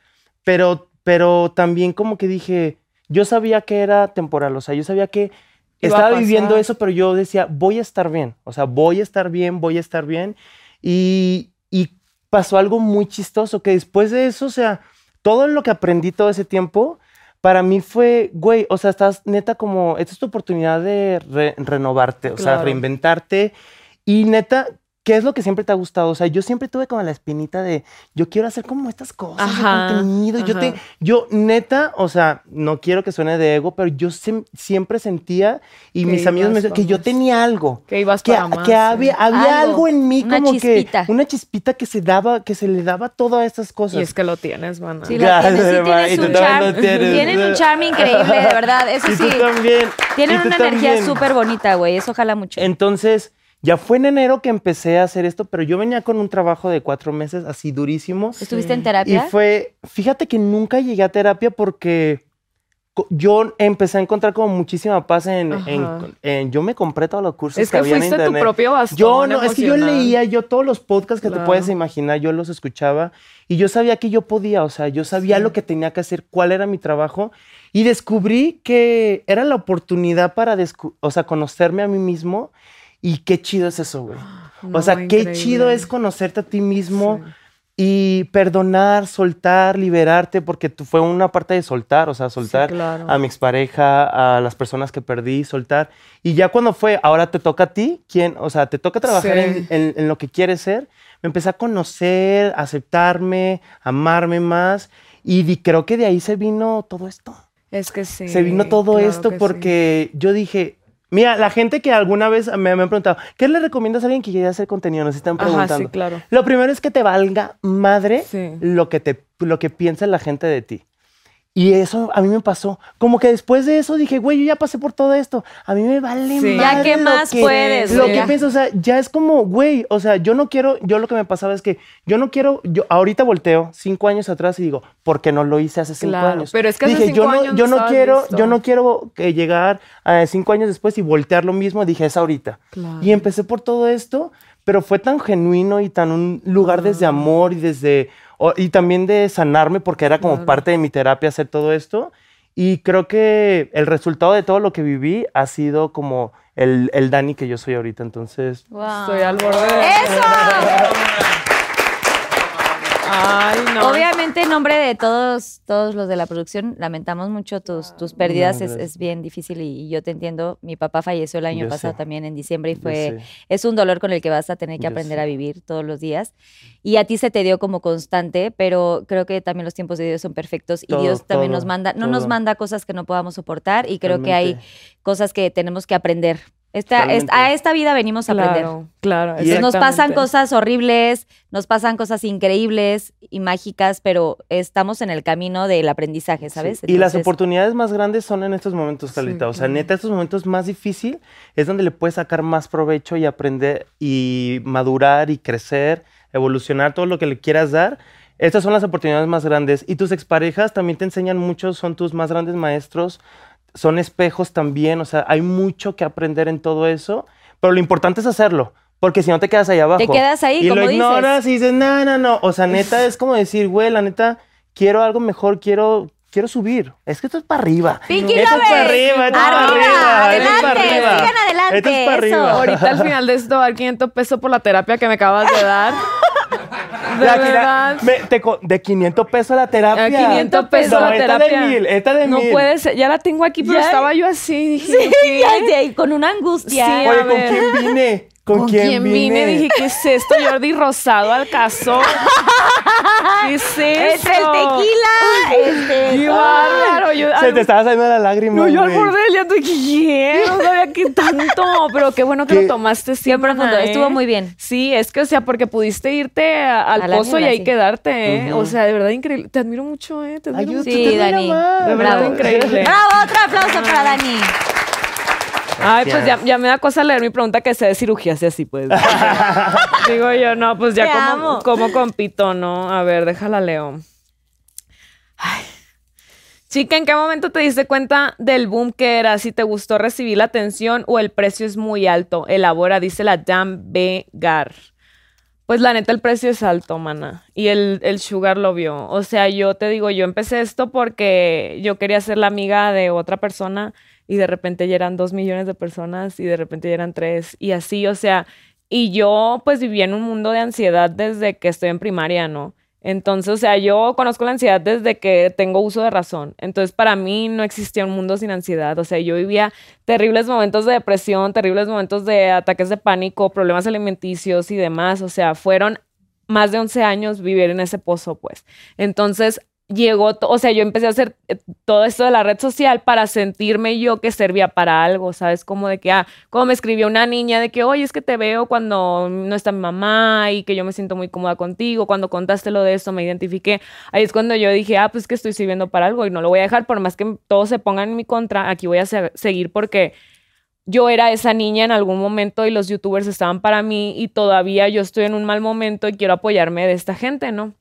[SPEAKER 4] pero, pero también como que dije, yo sabía que era temporal, o sea, yo sabía que
[SPEAKER 3] Iba a
[SPEAKER 4] estaba
[SPEAKER 3] pasar.
[SPEAKER 4] viviendo eso, pero yo decía, voy a estar bien, o sea, voy a estar bien, voy a estar bien. Y, y pasó algo muy chistoso, que después de eso, o sea, todo lo que aprendí todo ese tiempo, para mí fue, güey, o sea, estás neta como, esta es tu oportunidad de re- renovarte, o sea,
[SPEAKER 3] Claro.
[SPEAKER 4] reinventarte. Y neta, ¿qué es lo que siempre te ha gustado? O sea, yo siempre tuve como la espinita de, yo quiero hacer como estas cosas, de
[SPEAKER 3] Ajá,
[SPEAKER 4] contenido. Yo, te,
[SPEAKER 3] ajá.
[SPEAKER 4] yo neta, o sea, no quiero que suene de ego, pero yo sem- siempre sentía, y
[SPEAKER 3] Que
[SPEAKER 4] mis amigos me
[SPEAKER 3] ibas
[SPEAKER 4] decían, que
[SPEAKER 3] para
[SPEAKER 4] yo
[SPEAKER 3] más.
[SPEAKER 4] tenía algo.
[SPEAKER 3] Que ibas
[SPEAKER 4] Que,
[SPEAKER 3] para más.
[SPEAKER 4] que había, había
[SPEAKER 2] eh, Algo,
[SPEAKER 4] algo, en mí
[SPEAKER 2] una
[SPEAKER 4] como
[SPEAKER 2] chispita.
[SPEAKER 4] que una chispita que se dava, que se le daba todas estas
[SPEAKER 3] Y
[SPEAKER 4] cosas.
[SPEAKER 3] es que lo tienes, mana.
[SPEAKER 2] Sí,
[SPEAKER 4] la-
[SPEAKER 2] la
[SPEAKER 4] Ya,
[SPEAKER 2] tienes, sí
[SPEAKER 4] hermana, y
[SPEAKER 2] tienes
[SPEAKER 4] tú
[SPEAKER 2] un
[SPEAKER 4] también
[SPEAKER 2] charm.
[SPEAKER 4] lo tienes.
[SPEAKER 2] Tienen un charm increíble, de verdad. Eso
[SPEAKER 4] Y
[SPEAKER 2] sí.
[SPEAKER 4] tú también. y
[SPEAKER 2] Tienen
[SPEAKER 4] tú
[SPEAKER 2] una energía
[SPEAKER 4] también.
[SPEAKER 2] súper bonita, güey. Eso jala mucho.
[SPEAKER 4] Entonces, ya fue en enero que empecé a hacer esto, pero yo venía con un trabajo de cuatro meses así durísimo.
[SPEAKER 2] ¿Estuviste en
[SPEAKER 4] Y
[SPEAKER 2] terapia?
[SPEAKER 4] fue, fíjate que nunca llegué a terapia porque co- yo empecé a encontrar como muchísima paz en, en-
[SPEAKER 3] Ajá.
[SPEAKER 4] en- yo me compré todos los cursos
[SPEAKER 3] Es
[SPEAKER 4] que
[SPEAKER 3] que
[SPEAKER 4] había en
[SPEAKER 3] fuiste tu
[SPEAKER 4] internet.
[SPEAKER 3] propio bastón
[SPEAKER 4] Yo no, es que yo
[SPEAKER 3] emocional.
[SPEAKER 4] leía, yo todos los podcasts que te
[SPEAKER 3] Claro.
[SPEAKER 4] puedes imaginar, yo los escuchaba y yo sabía que yo podía, o sea, yo sabía lo que tenía que hacer, cuál era mi trabajo y descubrí que era la oportunidad para, descu- o sea, conocerme a mí mismo y qué chido es eso, güey.
[SPEAKER 3] No,
[SPEAKER 4] o sea, qué
[SPEAKER 3] increíble.
[SPEAKER 4] chido es conocerte a ti mismo
[SPEAKER 3] Sí.
[SPEAKER 4] y perdonar, soltar, liberarte, porque tú- fue una parte de soltar, o sea, soltar
[SPEAKER 3] claro.
[SPEAKER 4] a mi expareja, a las personas que perdí, soltar. Y ya cuando fue, ahora te toca a ti, ¿quién? O sea, te toca trabajar
[SPEAKER 3] Sí.
[SPEAKER 4] en, en- en lo que quieres ser. Me empecé a conocer, aceptarme, amarme más. Y di- creo que de ahí se vino todo esto.
[SPEAKER 3] Es que sí.
[SPEAKER 4] se vino todo
[SPEAKER 3] claro
[SPEAKER 4] esto
[SPEAKER 3] que sí.
[SPEAKER 4] porque yo dije, mira, la gente que alguna vez me, me han preguntado, ¿qué le recomiendas a alguien que quiera hacer contenido? Nos están preguntando.
[SPEAKER 3] Ajá, sí, claro.
[SPEAKER 4] Lo primero es que te valga madre
[SPEAKER 3] Sí.
[SPEAKER 4] lo, que te, lo que piensa la gente de ti. Y eso a mí me pasó. Como que después de eso dije, güey, yo ya pasé por todo esto. A mí me vale
[SPEAKER 3] Sí.
[SPEAKER 4] madre
[SPEAKER 2] Ya, ¿qué
[SPEAKER 4] lo
[SPEAKER 2] más
[SPEAKER 4] que-
[SPEAKER 2] puedes,
[SPEAKER 4] Lo
[SPEAKER 2] güey?
[SPEAKER 4] que
[SPEAKER 2] Ya.
[SPEAKER 4] pienso, o sea, ya es como, güey, o sea, yo no quiero, yo lo que me pasaba es que yo no quiero, yo ahorita volteo cinco años atrás y digo, ¿por qué no lo hice hace cinco
[SPEAKER 3] Claro,
[SPEAKER 4] años?
[SPEAKER 3] pero es que hace
[SPEAKER 4] dije,
[SPEAKER 3] cinco
[SPEAKER 4] yo no,
[SPEAKER 3] años no
[SPEAKER 4] yo no
[SPEAKER 3] estabas
[SPEAKER 4] quiero,
[SPEAKER 3] listo.
[SPEAKER 4] yo no quiero que llegar a cinco años después y voltear lo mismo. Dije, es ahorita.
[SPEAKER 3] Claro.
[SPEAKER 4] Y empecé por todo esto, pero fue tan genuino y tan un lugar desde amor y desde o- y también de sanarme porque era como parte de mi terapia hacer todo esto. Y creo que el resultado de todo lo que viví ha sido como el, el Dani que yo soy ahorita. Entonces,
[SPEAKER 2] Wow.
[SPEAKER 3] Estoy al borde. de-
[SPEAKER 2] ¡Eso!
[SPEAKER 3] Ay, no.
[SPEAKER 2] Obviamente, en nombre de todos, todos los de la producción, lamentamos mucho tus, tus pérdidas.
[SPEAKER 4] No,
[SPEAKER 2] es,
[SPEAKER 4] gracias.
[SPEAKER 2] es bien difícil y, y yo te entiendo. Mi papá falleció el año
[SPEAKER 4] Yo
[SPEAKER 2] pasado
[SPEAKER 4] sé.
[SPEAKER 2] también en diciembre y
[SPEAKER 4] Yo
[SPEAKER 2] fue.
[SPEAKER 4] sé.
[SPEAKER 2] Es un dolor con el que vas a tener que
[SPEAKER 4] Yo
[SPEAKER 2] aprender
[SPEAKER 4] sé.
[SPEAKER 2] a vivir todos los días. Y a ti se te dio como constante, pero creo que también los tiempos de Dios son perfectos y
[SPEAKER 4] Todo,
[SPEAKER 2] Dios también
[SPEAKER 4] todo,
[SPEAKER 2] nos manda, no nos
[SPEAKER 4] todo.
[SPEAKER 2] manda cosas que no podamos soportar y creo que hay
[SPEAKER 4] Totalmente.
[SPEAKER 2] cosas que tenemos que aprender. Esta, est-
[SPEAKER 4] Totalmente.
[SPEAKER 2] a esta vida venimos a aprender.
[SPEAKER 3] Claro, claro.
[SPEAKER 4] Y es-
[SPEAKER 2] Nos pasan
[SPEAKER 3] exactamente.
[SPEAKER 2] cosas horribles, nos pasan cosas increíbles y mágicas, pero estamos en el camino del aprendizaje, ¿sabes?
[SPEAKER 4] Sí, Y las
[SPEAKER 2] Entonces,
[SPEAKER 4] oportunidades más grandes son en estos momentos,
[SPEAKER 3] Sí,
[SPEAKER 4] Carlita. o sea,
[SPEAKER 3] claro.
[SPEAKER 4] neta, estos momentos más difícil es donde le puedes sacar más provecho y aprender y madurar y crecer, evolucionar todo lo que le quieras dar. Estas son las oportunidades más grandes. Y tus exparejas también te enseñan mucho, son tus más grandes maestros, son espejos también. O sea, hay mucho que aprender en todo eso, pero lo importante es hacerlo. Porque si no te quedas ahí abajo.
[SPEAKER 2] quedas ahí,
[SPEAKER 4] y
[SPEAKER 2] como
[SPEAKER 4] lo
[SPEAKER 2] dices.
[SPEAKER 4] ignoras y dices, no, no, no. O sea, neta, es como decir, güey, la neta, quiero algo mejor, quiero, quiero subir. Es que esto es para arriba.
[SPEAKER 2] Pinky
[SPEAKER 4] esto es para
[SPEAKER 2] lovers.
[SPEAKER 4] arriba, esto es para
[SPEAKER 2] Arriba,
[SPEAKER 4] arriba. esto es
[SPEAKER 2] adelante,
[SPEAKER 4] para arriba.
[SPEAKER 2] sigan adelante,
[SPEAKER 4] Esto es para
[SPEAKER 2] eso.
[SPEAKER 4] arriba.
[SPEAKER 3] Ahorita al final de esto, dar 500 pesos por la terapia que me acabas de dar. De
[SPEAKER 4] La quina-
[SPEAKER 3] verdad.
[SPEAKER 4] me- te co- de 500 pesos la terapia.
[SPEAKER 3] A 500 pesos
[SPEAKER 4] No,
[SPEAKER 3] la terapia.
[SPEAKER 4] Esta de 1000, esta de
[SPEAKER 3] no
[SPEAKER 4] 1000.
[SPEAKER 3] puede ser, ya la tengo aquí, pero
[SPEAKER 2] Ya.
[SPEAKER 3] estaba yo así. Dije,
[SPEAKER 2] Sí,
[SPEAKER 3] ¿qué?
[SPEAKER 2] ya, ya, con una angustia.
[SPEAKER 3] Sí,
[SPEAKER 4] Oye,
[SPEAKER 3] a
[SPEAKER 4] ¿con
[SPEAKER 3] ver.
[SPEAKER 4] quién vine? ¿Con,
[SPEAKER 3] ¿Con
[SPEAKER 4] quién,
[SPEAKER 3] quién vine? Dije, ¿qué es esto? Jordi Rosado al caso. ¿Qué es esto?
[SPEAKER 2] Entre el tequila, este,
[SPEAKER 3] ¡Qué bárbaro! Yo,
[SPEAKER 4] Se
[SPEAKER 3] al-
[SPEAKER 4] te estaba saliendo la lágrima.
[SPEAKER 3] no, yo al
[SPEAKER 4] güey.
[SPEAKER 3] borde del llanto dije, ¿qué? No sabía que tanto. Pero qué bueno que
[SPEAKER 4] Qué-
[SPEAKER 3] lo tomaste
[SPEAKER 2] Qué
[SPEAKER 3] siempre.
[SPEAKER 2] profundo, estuvo muy bien.
[SPEAKER 3] Sí, es que, o sea, porque pudiste irte a- al
[SPEAKER 2] A la
[SPEAKER 3] pozo y
[SPEAKER 2] nula,
[SPEAKER 3] ahí
[SPEAKER 2] sí.
[SPEAKER 3] quedarte, ¿eh? O sea, de verdad increíble. Te admiro mucho, ¿eh? Te admiro
[SPEAKER 4] Ay, yo
[SPEAKER 3] mucho.
[SPEAKER 4] te
[SPEAKER 2] Sí,
[SPEAKER 4] tengo
[SPEAKER 2] Dani.
[SPEAKER 4] una más.
[SPEAKER 3] De verdad,
[SPEAKER 2] Bravo.
[SPEAKER 3] increíble.
[SPEAKER 2] Bravo, otro aplauso para Dani.
[SPEAKER 3] Ay, pues ya, ya me da cosa leer mi pregunta que sea de cirugía, sea así, pues. Digo yo, no, pues
[SPEAKER 2] Te
[SPEAKER 3] ya como,
[SPEAKER 2] amo.
[SPEAKER 3] como compito, ¿no? A ver, déjala leo. Ay. Chica, ¿en qué momento te diste cuenta del boom que era? Si te gustó recibir la atención o el precio es muy alto. Elabora, dice la Jam Begar. Pues la neta, el precio es alto, mana. Y el, el Sugar lo vio. O sea, yo te digo, yo empecé esto porque yo quería ser la amiga de otra persona y de repente ya eran dos millones de personas y de repente ya eran tres. Y así, o sea, Y yo pues vivía en un mundo de ansiedad desde que estoy en primaria, ¿no? Entonces, o sea, yo conozco la ansiedad desde que tengo uso de razón. Entonces, para mí no existía un mundo sin ansiedad. O sea, yo vivía terribles momentos de depresión, terribles momentos de ataques de pánico, problemas alimenticios y demás. O sea, fueron más de 11 años vivir en ese pozo, pues. Entonces, llegó, o sea, yo empecé a hacer eh, todo esto de la red social para sentirme yo que servía para algo, ¿sabes? Como de que, ah, como me escribió una niña de que, oye, es que te veo cuando no está mi mamá y que yo me siento muy cómoda contigo, cuando contaste lo de esto me identifiqué, ahí es cuando yo dije, ah, pues que estoy sirviendo para algo y no lo voy a dejar, por más que todos se pongan en mi contra, aquí voy a se seguir porque yo era esa niña en algún momento y los youtubers estaban para mí y todavía yo estoy en un mal momento y quiero apoyarme de esta gente, ¿no?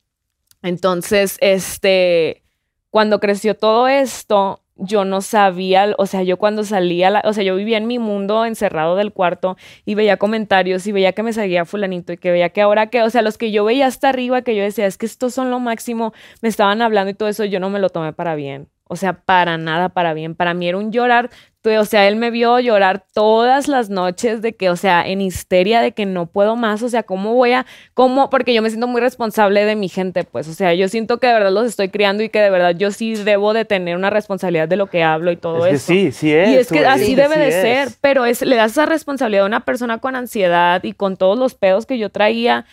[SPEAKER 3] Entonces, este, cuando creció todo esto, yo no sabía, o sea, yo cuando salía, la, o sea, yo vivía en mi mundo encerrado del cuarto y veía comentarios y veía que me seguía fulanito y que veía que ahora que, o sea, los que yo veía hasta arriba, que yo decía, es que estos son lo máximo, me estaban hablando y todo eso, yo no me lo tomé para bien. O sea, para nada, para bien. Para mí era un llorar. O sea, él me vio llorar todas las noches de que, o sea, en histeria de que no puedo más. O sea, ¿cómo voy a, cómo? Porque yo me siento muy responsable de mi gente, pues. O sea, yo siento que de verdad los estoy criando y que de verdad yo sí debo de tener una responsabilidad de lo que hablo y todo
[SPEAKER 4] es
[SPEAKER 3] eso.
[SPEAKER 4] Que sí, sí es.
[SPEAKER 3] Y es que
[SPEAKER 4] güey,
[SPEAKER 3] así
[SPEAKER 4] sí
[SPEAKER 3] debe de
[SPEAKER 4] es.
[SPEAKER 3] ser. Pero es, le das esa responsabilidad a una persona con ansiedad y con todos los pedos que yo traía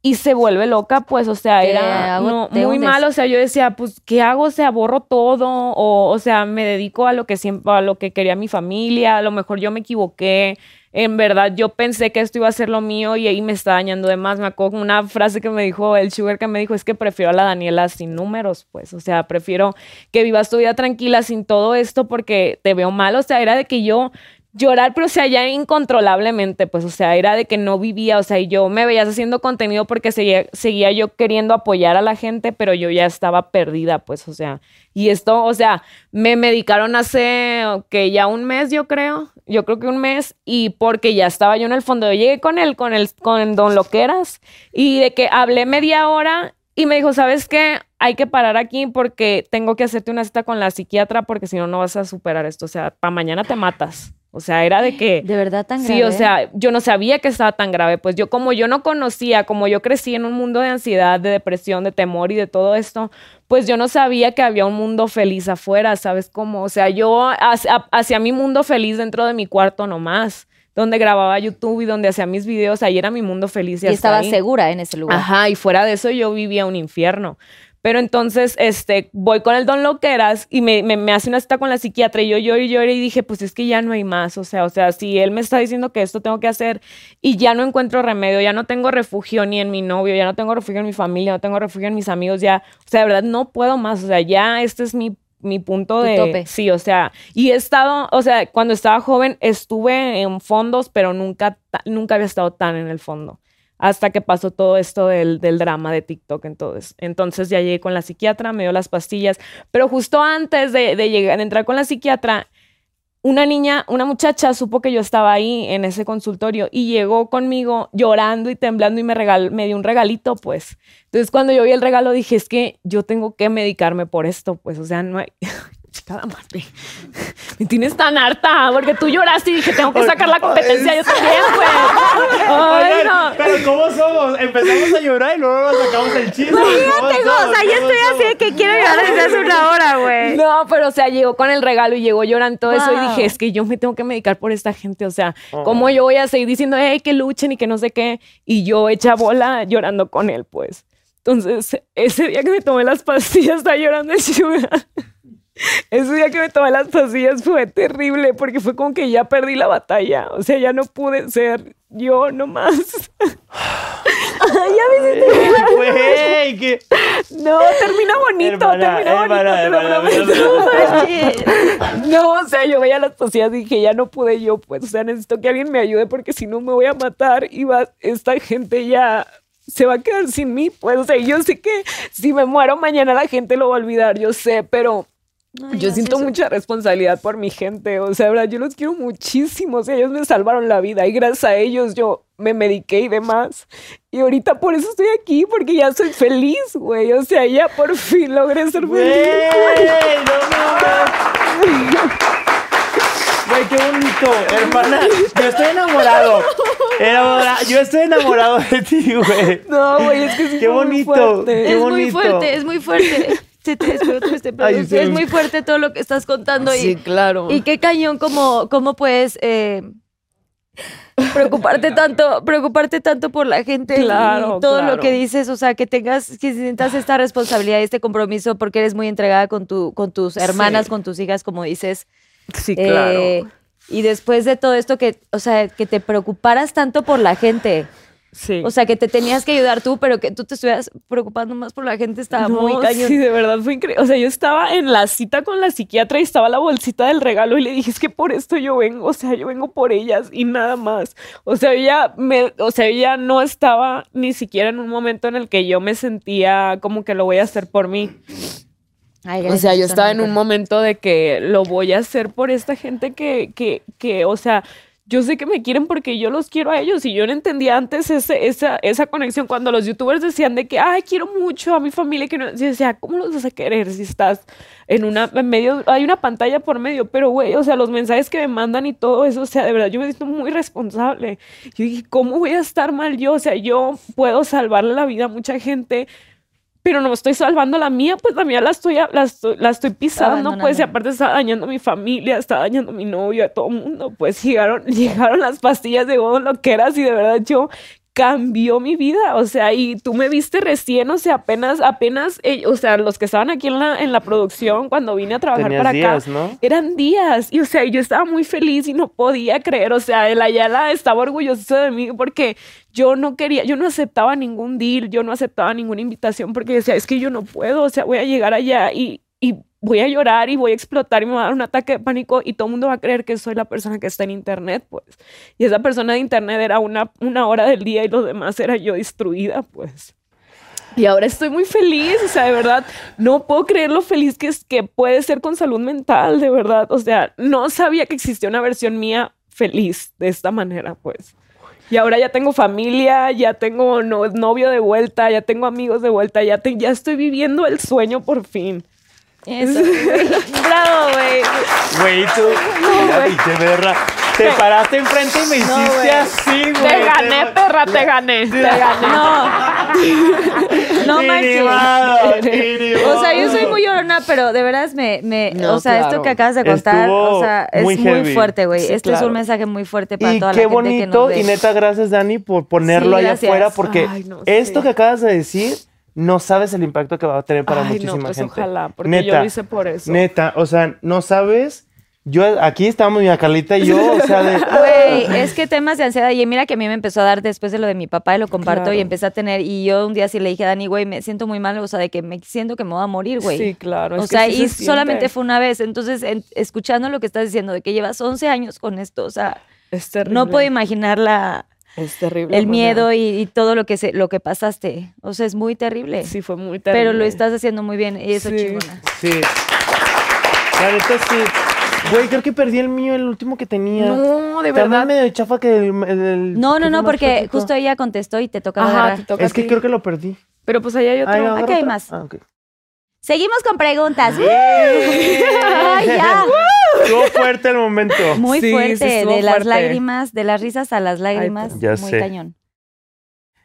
[SPEAKER 3] y se vuelve loca, pues, o sea,
[SPEAKER 2] Te
[SPEAKER 3] era
[SPEAKER 2] hago-
[SPEAKER 3] no,
[SPEAKER 2] te
[SPEAKER 3] muy
[SPEAKER 2] hundes.
[SPEAKER 3] mal, o sea, yo decía, pues, ¿qué hago? O sea, borro todo, o, o sea, me dedico a lo que siempre, a lo que quería mi familia, a lo mejor yo me equivoqué, en verdad, yo pensé que esto iba a ser lo mío y ahí me está dañando de más, me acuerdo con una frase que me dijo el Sugar, que me dijo, es que prefiero a la Daniela sin números, pues, o sea, prefiero que vivas tu vida tranquila sin todo esto porque te veo mal, o sea, era de que yo llorar, pero o sea, ya incontrolablemente, pues, o sea, era de que no vivía, o sea, y yo me veías haciendo contenido porque seguía, seguía yo queriendo apoyar a la gente, pero yo ya estaba perdida, pues, o sea, y esto, o sea, me medicaron hace, que ya un mes, yo creo, yo creo que un mes, y porque ya estaba yo en el fondo, yo llegué con él, con el, con Don Loqueras, y de que hablé media hora y me dijo, ¿sabes qué? Hay que parar aquí porque tengo que hacerte una cita con la psiquiatra porque si no, no vas a superar esto. O sea, para mañana te matas. O sea, era de que...
[SPEAKER 2] De verdad tan
[SPEAKER 3] Sí, o
[SPEAKER 2] grave? ¿eh?
[SPEAKER 3] sea, yo no sabía que estaba tan grave. Pues yo, como yo no conocía, como yo crecí en un mundo de ansiedad, de depresión, de temor y de todo esto, pues yo no sabía que había un mundo feliz afuera, ¿sabes cómo? O sea, yo hacia, hacia mi mundo feliz dentro de mi cuarto nomás, donde grababa YouTube y donde hacía mis videos, ahí era mi mundo feliz. Y,
[SPEAKER 2] Y
[SPEAKER 3] hasta
[SPEAKER 2] estaba
[SPEAKER 3] ahí.
[SPEAKER 2] segura en ese lugar.
[SPEAKER 3] Ajá, y fuera de eso yo vivía un infierno. Pero entonces, este, voy con el don Loqueras y me, me- me hace una cita con la psiquiatra y yo lloré y lloré y dije, pues es que ya no hay más, o sea, o sea, si él me está diciendo que esto tengo que hacer y ya no encuentro remedio, ya no tengo refugio ni en mi novio, ya no tengo refugio en mi familia, no tengo refugio en mis amigos, ya, o sea, de verdad no puedo más, o sea, ya este es mi, mi punto
[SPEAKER 2] Tu
[SPEAKER 3] de...
[SPEAKER 2] tope.
[SPEAKER 3] Sí, o sea, y he estado, o sea, cuando estaba joven estuve en fondos, pero nunca, ta- nunca había estado tan en el fondo hasta que pasó todo esto del, del drama de TikTok. Entonces, entonces ya llegué con la psiquiatra, me dio las pastillas, pero justo antes de, de llegar, de entrar con la psiquiatra, una niña, una muchacha supo que yo estaba ahí en ese consultorio y llegó conmigo llorando y temblando y me, regal, me dio un regalito, pues. Entonces cuando yo vi el regalo dije, es que yo tengo que medicarme por esto, pues, o sea, no hay... Chica, madre, me tienes tan harta porque tú lloraste y dije, tengo que sacar la competencia yo también, pues. Ay,
[SPEAKER 4] Oigan,
[SPEAKER 3] no.
[SPEAKER 4] pero ¿cómo somos? Empezamos a llorar y luego nos sacamos el chiste.
[SPEAKER 2] Imagínate, o sea, yo estoy así de que quiero llorar desde hace una hora, güey.
[SPEAKER 3] No, pero o sea, llegó con el regalo y llegó llorando todo eso y
[SPEAKER 2] Wow.
[SPEAKER 3] dije, es que yo me tengo que medicar por esta gente, o sea,
[SPEAKER 4] Oh.
[SPEAKER 3] ¿cómo yo voy a seguir diciendo, hey, que luchen y que no sé qué? Y yo hecha bola llorando con él, pues. Entonces, ese día que me tomé las pastillas, estaba llorando el sugar. Ese día que me tomé las pastillas fue terrible porque fue como que ya perdí la batalla. O sea, ya no pude ser yo nomás.
[SPEAKER 4] Güey, que...
[SPEAKER 3] No, termina bonito,
[SPEAKER 4] Hermana,
[SPEAKER 3] termina bonito,
[SPEAKER 4] hermana,
[SPEAKER 3] te lo
[SPEAKER 4] hermana,
[SPEAKER 3] prometo.
[SPEAKER 4] hermana.
[SPEAKER 3] No, o sea, yo veía las pasillas y dije, ya no pude yo, pues, o sea, necesito que alguien me ayude porque si no me voy a matar y va, esta gente ya se va a quedar sin mí, pues, o sea, yo sé que si me muero mañana la gente lo va a olvidar, yo sé, pero yo siento mucha responsabilidad por mi gente, o sea, de verdad, yo los quiero muchísimo, o sea, ellos me salvaron la vida y gracias a ellos yo me mediqué y demás. Y ahorita por eso estoy aquí, porque ya soy feliz, güey, o sea, ya por fin logré ser feliz.
[SPEAKER 4] Güey,
[SPEAKER 3] güey.
[SPEAKER 4] no mames. Ay, qué bonito, hermana. Yo estoy enamorado. Enamora- Yo estoy enamorado de ti, güey.
[SPEAKER 3] No, güey, es que sí
[SPEAKER 4] Qué
[SPEAKER 3] fue muy
[SPEAKER 4] bonito.
[SPEAKER 3] fuerte.
[SPEAKER 4] Qué
[SPEAKER 2] es muy
[SPEAKER 4] bonito.
[SPEAKER 2] fuerte, es muy fuerte. Se te despertó este pedo.
[SPEAKER 4] Ay, se-
[SPEAKER 2] Es muy fuerte todo lo que estás contando. y-
[SPEAKER 3] Sí, claro.
[SPEAKER 2] Y qué cañón como, cómo puedes eh, preocuparte tanto, preocuparte tanto por la gente
[SPEAKER 3] Claro,
[SPEAKER 2] y todo
[SPEAKER 3] claro.
[SPEAKER 2] lo que dices, o sea, que tengas, que sientas esta responsabilidad y este compromiso porque eres muy entregada con tu, con tus hermanas,
[SPEAKER 3] Sí.
[SPEAKER 2] con tus hijas, como dices.
[SPEAKER 3] sí,
[SPEAKER 2] Eh,
[SPEAKER 3] claro.
[SPEAKER 2] y después de todo esto que, o sea, que te preocuparas tanto por la gente.
[SPEAKER 3] Sí.
[SPEAKER 2] O sea, que te tenías que ayudar tú, pero que tú te estuvieras preocupando más por la gente, estaba
[SPEAKER 3] No,
[SPEAKER 2] muy cañón.
[SPEAKER 3] Sí, de verdad fue increíble. O sea, yo estaba en la cita con la psiquiatra y estaba la bolsita del regalo y le dije, es que por esto yo vengo, o sea, yo vengo por ellas y nada más. O sea, yo ya, me, o sea, yo ya no estaba ni siquiera en un momento en el que yo me sentía como que lo voy a hacer por mí.
[SPEAKER 2] Ay,
[SPEAKER 3] O
[SPEAKER 2] gracias,
[SPEAKER 3] sea, yo
[SPEAKER 2] Susana,
[SPEAKER 3] estaba en un
[SPEAKER 2] pero-
[SPEAKER 3] momento de que lo voy a hacer por esta gente que, que, que, o sea, yo sé que me quieren porque yo los quiero a ellos y yo no entendía antes ese- esa, esa conexión cuando los youtubers decían de que, ay, quiero mucho a mi familia, que no, yo decía, ¿cómo los vas a querer si estás en una, en medio, hay una pantalla por medio, pero güey, o sea, los mensajes que me mandan y todo eso, o sea, de verdad, yo me siento muy responsable. Yo dije, ¿cómo voy a estar mal yo? O sea, yo puedo salvarle la vida a mucha gente, pero no estoy salvando la mía, pues la mía la estoy, la estoy, la estoy pisando, pues, y
[SPEAKER 2] Abandonando.
[SPEAKER 3] aparte está dañando a mi familia, está dañando a mi novio, a todo el mundo, pues llegaron, llegaron las pastillas de godo loqueras y de verdad yo cambió mi vida, o sea, y tú me viste recién, o sea, apenas, apenas, eh, o sea, los que estaban aquí en la, en la producción cuando vine a trabajar
[SPEAKER 4] Tenías
[SPEAKER 3] para
[SPEAKER 4] días,
[SPEAKER 3] acá,
[SPEAKER 4] ¿no?
[SPEAKER 3] eran días, y o sea, yo estaba muy feliz y no podía creer, o sea, el Ayala estaba orgulloso de mí porque yo no quería, yo no aceptaba ningún deal, yo no aceptaba ninguna invitación porque decía, es que yo no puedo, o sea, voy a llegar allá y, y voy a llorar y voy a explotar y me va a dar un ataque de pánico y todo el mundo va a creer que soy la persona que está en internet, pues. Y esa persona de internet era una, una hora del día y los demás era yo destruida, pues. Y ahora estoy muy feliz, o sea, de verdad, no puedo creer lo feliz que, es, que puede ser con salud mental, de verdad. O sea, no sabía que existía una versión mía feliz de esta manera, pues. Y ahora ya tengo familia, ya tengo no- novio de vuelta, ya tengo amigos de vuelta, ya, te- ya estoy viviendo el sueño por fin.
[SPEAKER 2] Eso, güey. Bravo, güey.
[SPEAKER 4] Güey, tú. Mira,
[SPEAKER 3] güey.
[SPEAKER 4] pinche perra. Te paraste enfrente y me hiciste
[SPEAKER 3] güey.
[SPEAKER 4] así, güey.
[SPEAKER 3] Te gané, perra, te gané, te gané.
[SPEAKER 2] No manches.
[SPEAKER 4] Inimado,
[SPEAKER 2] O sea, yo
[SPEAKER 4] inimado.
[SPEAKER 2] soy muy llorona, pero de veras me, me
[SPEAKER 3] No,
[SPEAKER 2] o sea,
[SPEAKER 3] claro.
[SPEAKER 2] esto que acabas de contar,
[SPEAKER 4] Estuvo
[SPEAKER 2] o sea, es
[SPEAKER 4] muy
[SPEAKER 2] muy,
[SPEAKER 4] heavy.
[SPEAKER 2] fuerte, güey.
[SPEAKER 3] Sí,
[SPEAKER 2] este es
[SPEAKER 3] claro.
[SPEAKER 2] un mensaje muy fuerte para
[SPEAKER 4] Y
[SPEAKER 2] toda
[SPEAKER 4] qué
[SPEAKER 2] la gente que nos
[SPEAKER 4] bonito,
[SPEAKER 2] ve.
[SPEAKER 4] y neta, gracias Dani por ponerlo
[SPEAKER 2] Sí,
[SPEAKER 4] allá
[SPEAKER 2] gracias.
[SPEAKER 4] afuera, porque
[SPEAKER 3] Ay, no,
[SPEAKER 4] esto
[SPEAKER 3] sí.
[SPEAKER 4] que acabas de decir, no sabes el impacto que va a tener para
[SPEAKER 3] Ay, no,
[SPEAKER 4] muchísima
[SPEAKER 3] pues,
[SPEAKER 4] gente.
[SPEAKER 3] ojalá, porque yo lo hice por eso.
[SPEAKER 4] Neta, o sea, no sabes, yo aquí estábamos mi Carlita y yo, o sea, de... ah.
[SPEAKER 2] Güey, es que temas de ansiedad. Y mira que a mí me empezó a dar después de lo de mi papá, y lo comparto,
[SPEAKER 3] Claro.
[SPEAKER 2] y empecé a tener. Y yo un día sí le dije a Dani, güey, me siento muy mal, o sea, de que me siento que me voy a morir, güey.
[SPEAKER 3] Sí, claro, es
[SPEAKER 2] O
[SPEAKER 3] que
[SPEAKER 2] sea,
[SPEAKER 3] sí se
[SPEAKER 2] y
[SPEAKER 3] siente.
[SPEAKER 2] solamente fue una vez. Entonces, en- escuchando lo que estás diciendo, de que llevas 11 años con esto, o sea,
[SPEAKER 3] Es terrible.
[SPEAKER 2] no puedo imaginar la,
[SPEAKER 3] Es terrible.
[SPEAKER 2] el
[SPEAKER 3] Juana.
[SPEAKER 2] miedo y, y todo lo que, se, lo que pasaste. O sea, es muy terrible.
[SPEAKER 3] Sí, fue muy terrible.
[SPEAKER 2] Pero lo estás haciendo muy bien y eso
[SPEAKER 3] Sí.
[SPEAKER 2] chingona.
[SPEAKER 4] Sí. La neta, sí. Güey, creo que perdí el mío, el último que tenía.
[SPEAKER 3] No, de
[SPEAKER 4] También
[SPEAKER 3] verdad.
[SPEAKER 4] medio chafa que el... el- el-
[SPEAKER 2] No,
[SPEAKER 4] que
[SPEAKER 2] no,
[SPEAKER 4] fue
[SPEAKER 2] no,
[SPEAKER 4] más
[SPEAKER 2] porque
[SPEAKER 4] cortito.
[SPEAKER 2] justo ella contestó y te toca
[SPEAKER 3] Ajá,
[SPEAKER 2] agarrar.
[SPEAKER 3] te toca
[SPEAKER 4] Es que
[SPEAKER 3] a ti.
[SPEAKER 4] creo que lo perdí.
[SPEAKER 3] Pero pues ahí hay otro.
[SPEAKER 4] Ay, agarra
[SPEAKER 2] Aquí hay
[SPEAKER 4] otra.
[SPEAKER 2] más.
[SPEAKER 4] Ah, ok.
[SPEAKER 2] Seguimos con preguntas. ¡Ay, ya!
[SPEAKER 4] Estuvo fuerte el momento.
[SPEAKER 2] Muy
[SPEAKER 3] Sí, sí,
[SPEAKER 2] fuerte, de
[SPEAKER 3] estuvo
[SPEAKER 2] las
[SPEAKER 3] fuerte.
[SPEAKER 2] lágrimas, de las risas a las lágrimas.
[SPEAKER 4] pero- Ya
[SPEAKER 2] muy
[SPEAKER 4] sé.
[SPEAKER 2] cañón.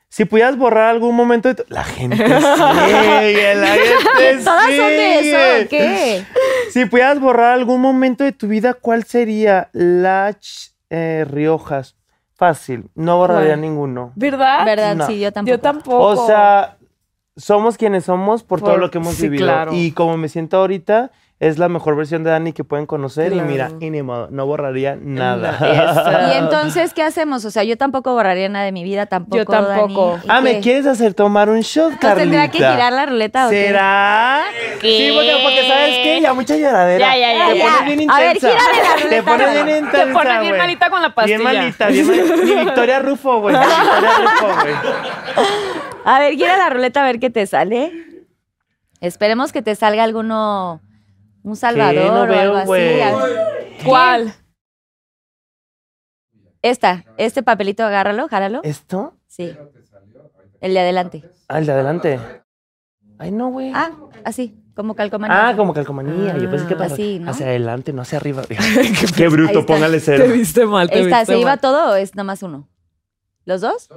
[SPEAKER 4] Si pudieras borrar algún momento de tu- La gente sigue, la gente
[SPEAKER 2] ¿Todas son de eso
[SPEAKER 4] sigue.
[SPEAKER 2] o qué?
[SPEAKER 4] Si pudieras borrar algún momento de tu vida, ¿cuál sería? Lach eh, Riojas. Fácil, no borraría
[SPEAKER 3] ¿Cuál?
[SPEAKER 4] ninguno.
[SPEAKER 3] ¿Verdad?
[SPEAKER 2] Verdad,
[SPEAKER 4] No.
[SPEAKER 2] sí, yo tampoco.
[SPEAKER 3] Yo tampoco.
[SPEAKER 4] O sea, somos quienes somos por, todo
[SPEAKER 3] Por-
[SPEAKER 4] lo que hemos
[SPEAKER 3] sí,
[SPEAKER 4] vivido.
[SPEAKER 3] claro.
[SPEAKER 4] Y como me siento ahorita, es la mejor versión de Dani que pueden conocer.
[SPEAKER 3] Claro.
[SPEAKER 4] Y mira, y ni modo, no borraría nada.
[SPEAKER 3] Eso.
[SPEAKER 4] Ah.
[SPEAKER 2] Y entonces, ¿qué hacemos? O sea, yo tampoco borraría nada de mi vida, tampoco.
[SPEAKER 3] Yo tampoco.
[SPEAKER 2] Dani. ¿Y
[SPEAKER 4] ah, ¿me
[SPEAKER 2] qué?
[SPEAKER 4] quieres hacer tomar un shot,
[SPEAKER 2] ¿No
[SPEAKER 4] Carlita?
[SPEAKER 2] tendrá que girar la ruleta o qué?
[SPEAKER 4] ¿Será? Sí, porque, porque ¿sabes qué? Ya mucha lloradera.
[SPEAKER 3] Ya, ya, ya,
[SPEAKER 4] Te
[SPEAKER 3] ya.
[SPEAKER 4] pones bien
[SPEAKER 2] A ver,
[SPEAKER 4] intensa.
[SPEAKER 2] gírale la
[SPEAKER 4] Te
[SPEAKER 2] ruleta,
[SPEAKER 4] pones
[SPEAKER 2] Álvaro.
[SPEAKER 4] bien intensa,
[SPEAKER 3] Te pone bien
[SPEAKER 4] güey.
[SPEAKER 3] malita con la pastilla.
[SPEAKER 4] Bien malita, bien malita. Ni Victoria Rufo, güey. Ni Victoria Rufo, güey.
[SPEAKER 2] A ver, gira la ruleta a ver qué te sale. Esperemos que te salga alguno, un
[SPEAKER 4] ¿Qué? No
[SPEAKER 2] salvador o
[SPEAKER 4] veo,
[SPEAKER 2] algo
[SPEAKER 4] güey.
[SPEAKER 2] así. A-
[SPEAKER 3] ¿Cuál?
[SPEAKER 2] Esta, este papelito, agárralo, járalo.
[SPEAKER 4] Eh. ¿Esto?
[SPEAKER 2] Sí. El de adelante.
[SPEAKER 4] Ah, el de adelante. Ay, no, güey.
[SPEAKER 2] Ah, así. Como calcomanía.
[SPEAKER 4] Ah, como calcomanía. yo pensé que pasó
[SPEAKER 2] así, Ah, ¿no?
[SPEAKER 4] hacia adelante, no hacia arriba.
[SPEAKER 3] Te
[SPEAKER 4] Qué
[SPEAKER 2] Ahí
[SPEAKER 4] bruto,
[SPEAKER 2] está.
[SPEAKER 4] póngale cero.
[SPEAKER 3] viste mal, te
[SPEAKER 2] Esta,
[SPEAKER 3] viste
[SPEAKER 2] ¿se iba
[SPEAKER 3] mal.
[SPEAKER 2] todo o es nada más uno? ¿Los dos?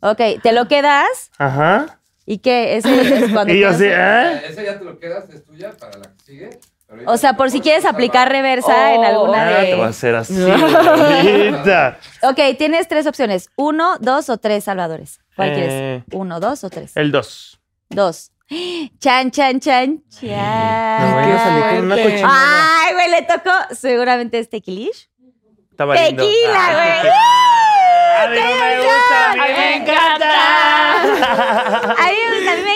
[SPEAKER 2] Ok, te lo quedas
[SPEAKER 4] Ajá.
[SPEAKER 2] y que ese es cuando
[SPEAKER 4] Y yo
[SPEAKER 2] quieras-
[SPEAKER 4] así, ¿eh?
[SPEAKER 7] Esa ya te lo quedas, es tuya para la que sigue. pero ahorita
[SPEAKER 2] O sea,
[SPEAKER 7] te
[SPEAKER 2] por si
[SPEAKER 7] pones
[SPEAKER 2] quieres
[SPEAKER 7] esa
[SPEAKER 2] aplicar
[SPEAKER 7] barra.
[SPEAKER 2] reversa en
[SPEAKER 3] Oh.
[SPEAKER 2] alguna
[SPEAKER 4] Ah, te voy a
[SPEAKER 2] de.
[SPEAKER 4] hacer así. bonita.
[SPEAKER 2] Ok, tienes tres opciones: uno, dos o tres salvadores. ¿Cuál
[SPEAKER 4] Eh.
[SPEAKER 2] quieres? Uno, dos o tres.
[SPEAKER 4] El 2.
[SPEAKER 2] Dos. Chan, chan, chan, chan.
[SPEAKER 4] No voy a salir con una
[SPEAKER 3] fuerte.
[SPEAKER 4] cochinada.
[SPEAKER 2] Ay, güey, le tocó seguramente este Kilish.
[SPEAKER 4] Estaba lindo. Ah,
[SPEAKER 2] Tequila,
[SPEAKER 4] Ay,
[SPEAKER 2] güey.
[SPEAKER 4] qué- A mí no me gusta, a mí me encanta.
[SPEAKER 2] A mí, a mí me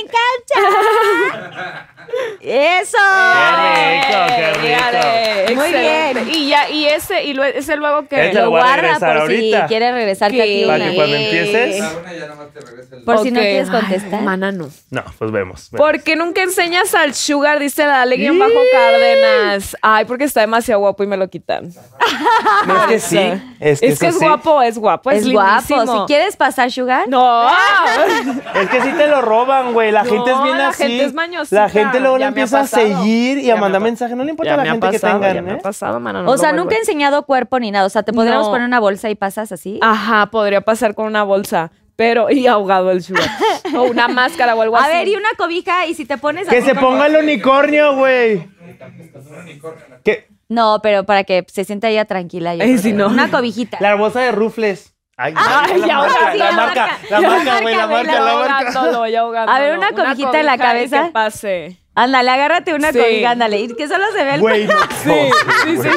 [SPEAKER 2] encanta. Eso.
[SPEAKER 4] Qué rico, qué rico.
[SPEAKER 3] Dígale,
[SPEAKER 2] Muy
[SPEAKER 3] excelente. Y ya, y ese, y lo- ese luego que.
[SPEAKER 4] Ese Te lo voy a regresar
[SPEAKER 2] por
[SPEAKER 4] ahorita.
[SPEAKER 2] si quieres regresar
[SPEAKER 3] Sí.
[SPEAKER 2] aquí
[SPEAKER 4] Para que
[SPEAKER 2] una.
[SPEAKER 4] cuando empieces.
[SPEAKER 7] La una ya nomás te regresa el
[SPEAKER 2] Por si no
[SPEAKER 3] Ok.
[SPEAKER 2] quieres
[SPEAKER 3] Ay,
[SPEAKER 2] contestar.
[SPEAKER 3] mana, no.
[SPEAKER 4] No, pues vemos. vemos.
[SPEAKER 3] Porque nunca enseñas al Sugar, dice la Dale guión bajo Cárdenas. Ay, porque está demasiado guapo y me lo quitan.
[SPEAKER 4] No, es que sí. Es que,
[SPEAKER 3] es
[SPEAKER 4] eso
[SPEAKER 3] que es
[SPEAKER 4] sí.
[SPEAKER 3] guapo, es guapo, es,
[SPEAKER 2] es guapo.
[SPEAKER 3] lindísimo.
[SPEAKER 2] Si quieres pasar sugar.
[SPEAKER 3] No.
[SPEAKER 4] Es que sí te lo roban, güey. La
[SPEAKER 3] No,
[SPEAKER 4] gente es bien
[SPEAKER 3] la
[SPEAKER 4] así.
[SPEAKER 3] gente es mañosita.
[SPEAKER 4] La gente luego le
[SPEAKER 3] Ya me ha
[SPEAKER 4] empieza a
[SPEAKER 3] pasado.
[SPEAKER 4] seguir y
[SPEAKER 3] Ya
[SPEAKER 4] a
[SPEAKER 3] me
[SPEAKER 4] mandar
[SPEAKER 3] ha
[SPEAKER 4] mensajes. No le importa
[SPEAKER 3] Ya
[SPEAKER 4] la
[SPEAKER 3] me ha
[SPEAKER 4] gente que
[SPEAKER 3] pasado, ya
[SPEAKER 4] tengan,
[SPEAKER 3] me ha
[SPEAKER 4] ¿eh?
[SPEAKER 3] pasado, mana, no
[SPEAKER 2] o sea,
[SPEAKER 3] lo
[SPEAKER 2] nunca he
[SPEAKER 3] vuelvo
[SPEAKER 2] enseñado cuerpo ni nada. O sea, te podríamos
[SPEAKER 3] No. Ah,
[SPEAKER 2] poner una bolsa y pasas así.
[SPEAKER 3] a- Ajá, podría pasar con una bolsa, pero y ahogado el Sugar. o una máscara o algo
[SPEAKER 2] a
[SPEAKER 3] así.
[SPEAKER 2] ver, y una cobija. Y si te pones
[SPEAKER 4] Que
[SPEAKER 2] así
[SPEAKER 4] se
[SPEAKER 2] como-
[SPEAKER 4] ponga el unicornio, güey. Que
[SPEAKER 2] No, pero para que se sienta ella tranquila. yo
[SPEAKER 3] Ay,
[SPEAKER 2] creo
[SPEAKER 3] Eh, si
[SPEAKER 2] que-
[SPEAKER 3] no.
[SPEAKER 2] La cobijita.
[SPEAKER 4] la bolsa de rufles. Ay,
[SPEAKER 3] Ay,
[SPEAKER 4] la,
[SPEAKER 3] ya ahora
[SPEAKER 4] marca,
[SPEAKER 3] sí,
[SPEAKER 4] la
[SPEAKER 3] la
[SPEAKER 4] marca,
[SPEAKER 2] marca.
[SPEAKER 4] la
[SPEAKER 2] La
[SPEAKER 4] marca, güey,
[SPEAKER 2] marca, güey,
[SPEAKER 4] la marca, la
[SPEAKER 2] la
[SPEAKER 4] marca.
[SPEAKER 3] Ahogándolo, y ahogándolo.
[SPEAKER 2] A ver, una cobijita en la
[SPEAKER 3] cobija y
[SPEAKER 2] cabeza.
[SPEAKER 3] que pase.
[SPEAKER 2] Ándale, agárrate una
[SPEAKER 3] Sí.
[SPEAKER 2] cobija, ándale. Y que solo se ve el.
[SPEAKER 4] Güey, no.
[SPEAKER 3] Sí, sí, sí, sí.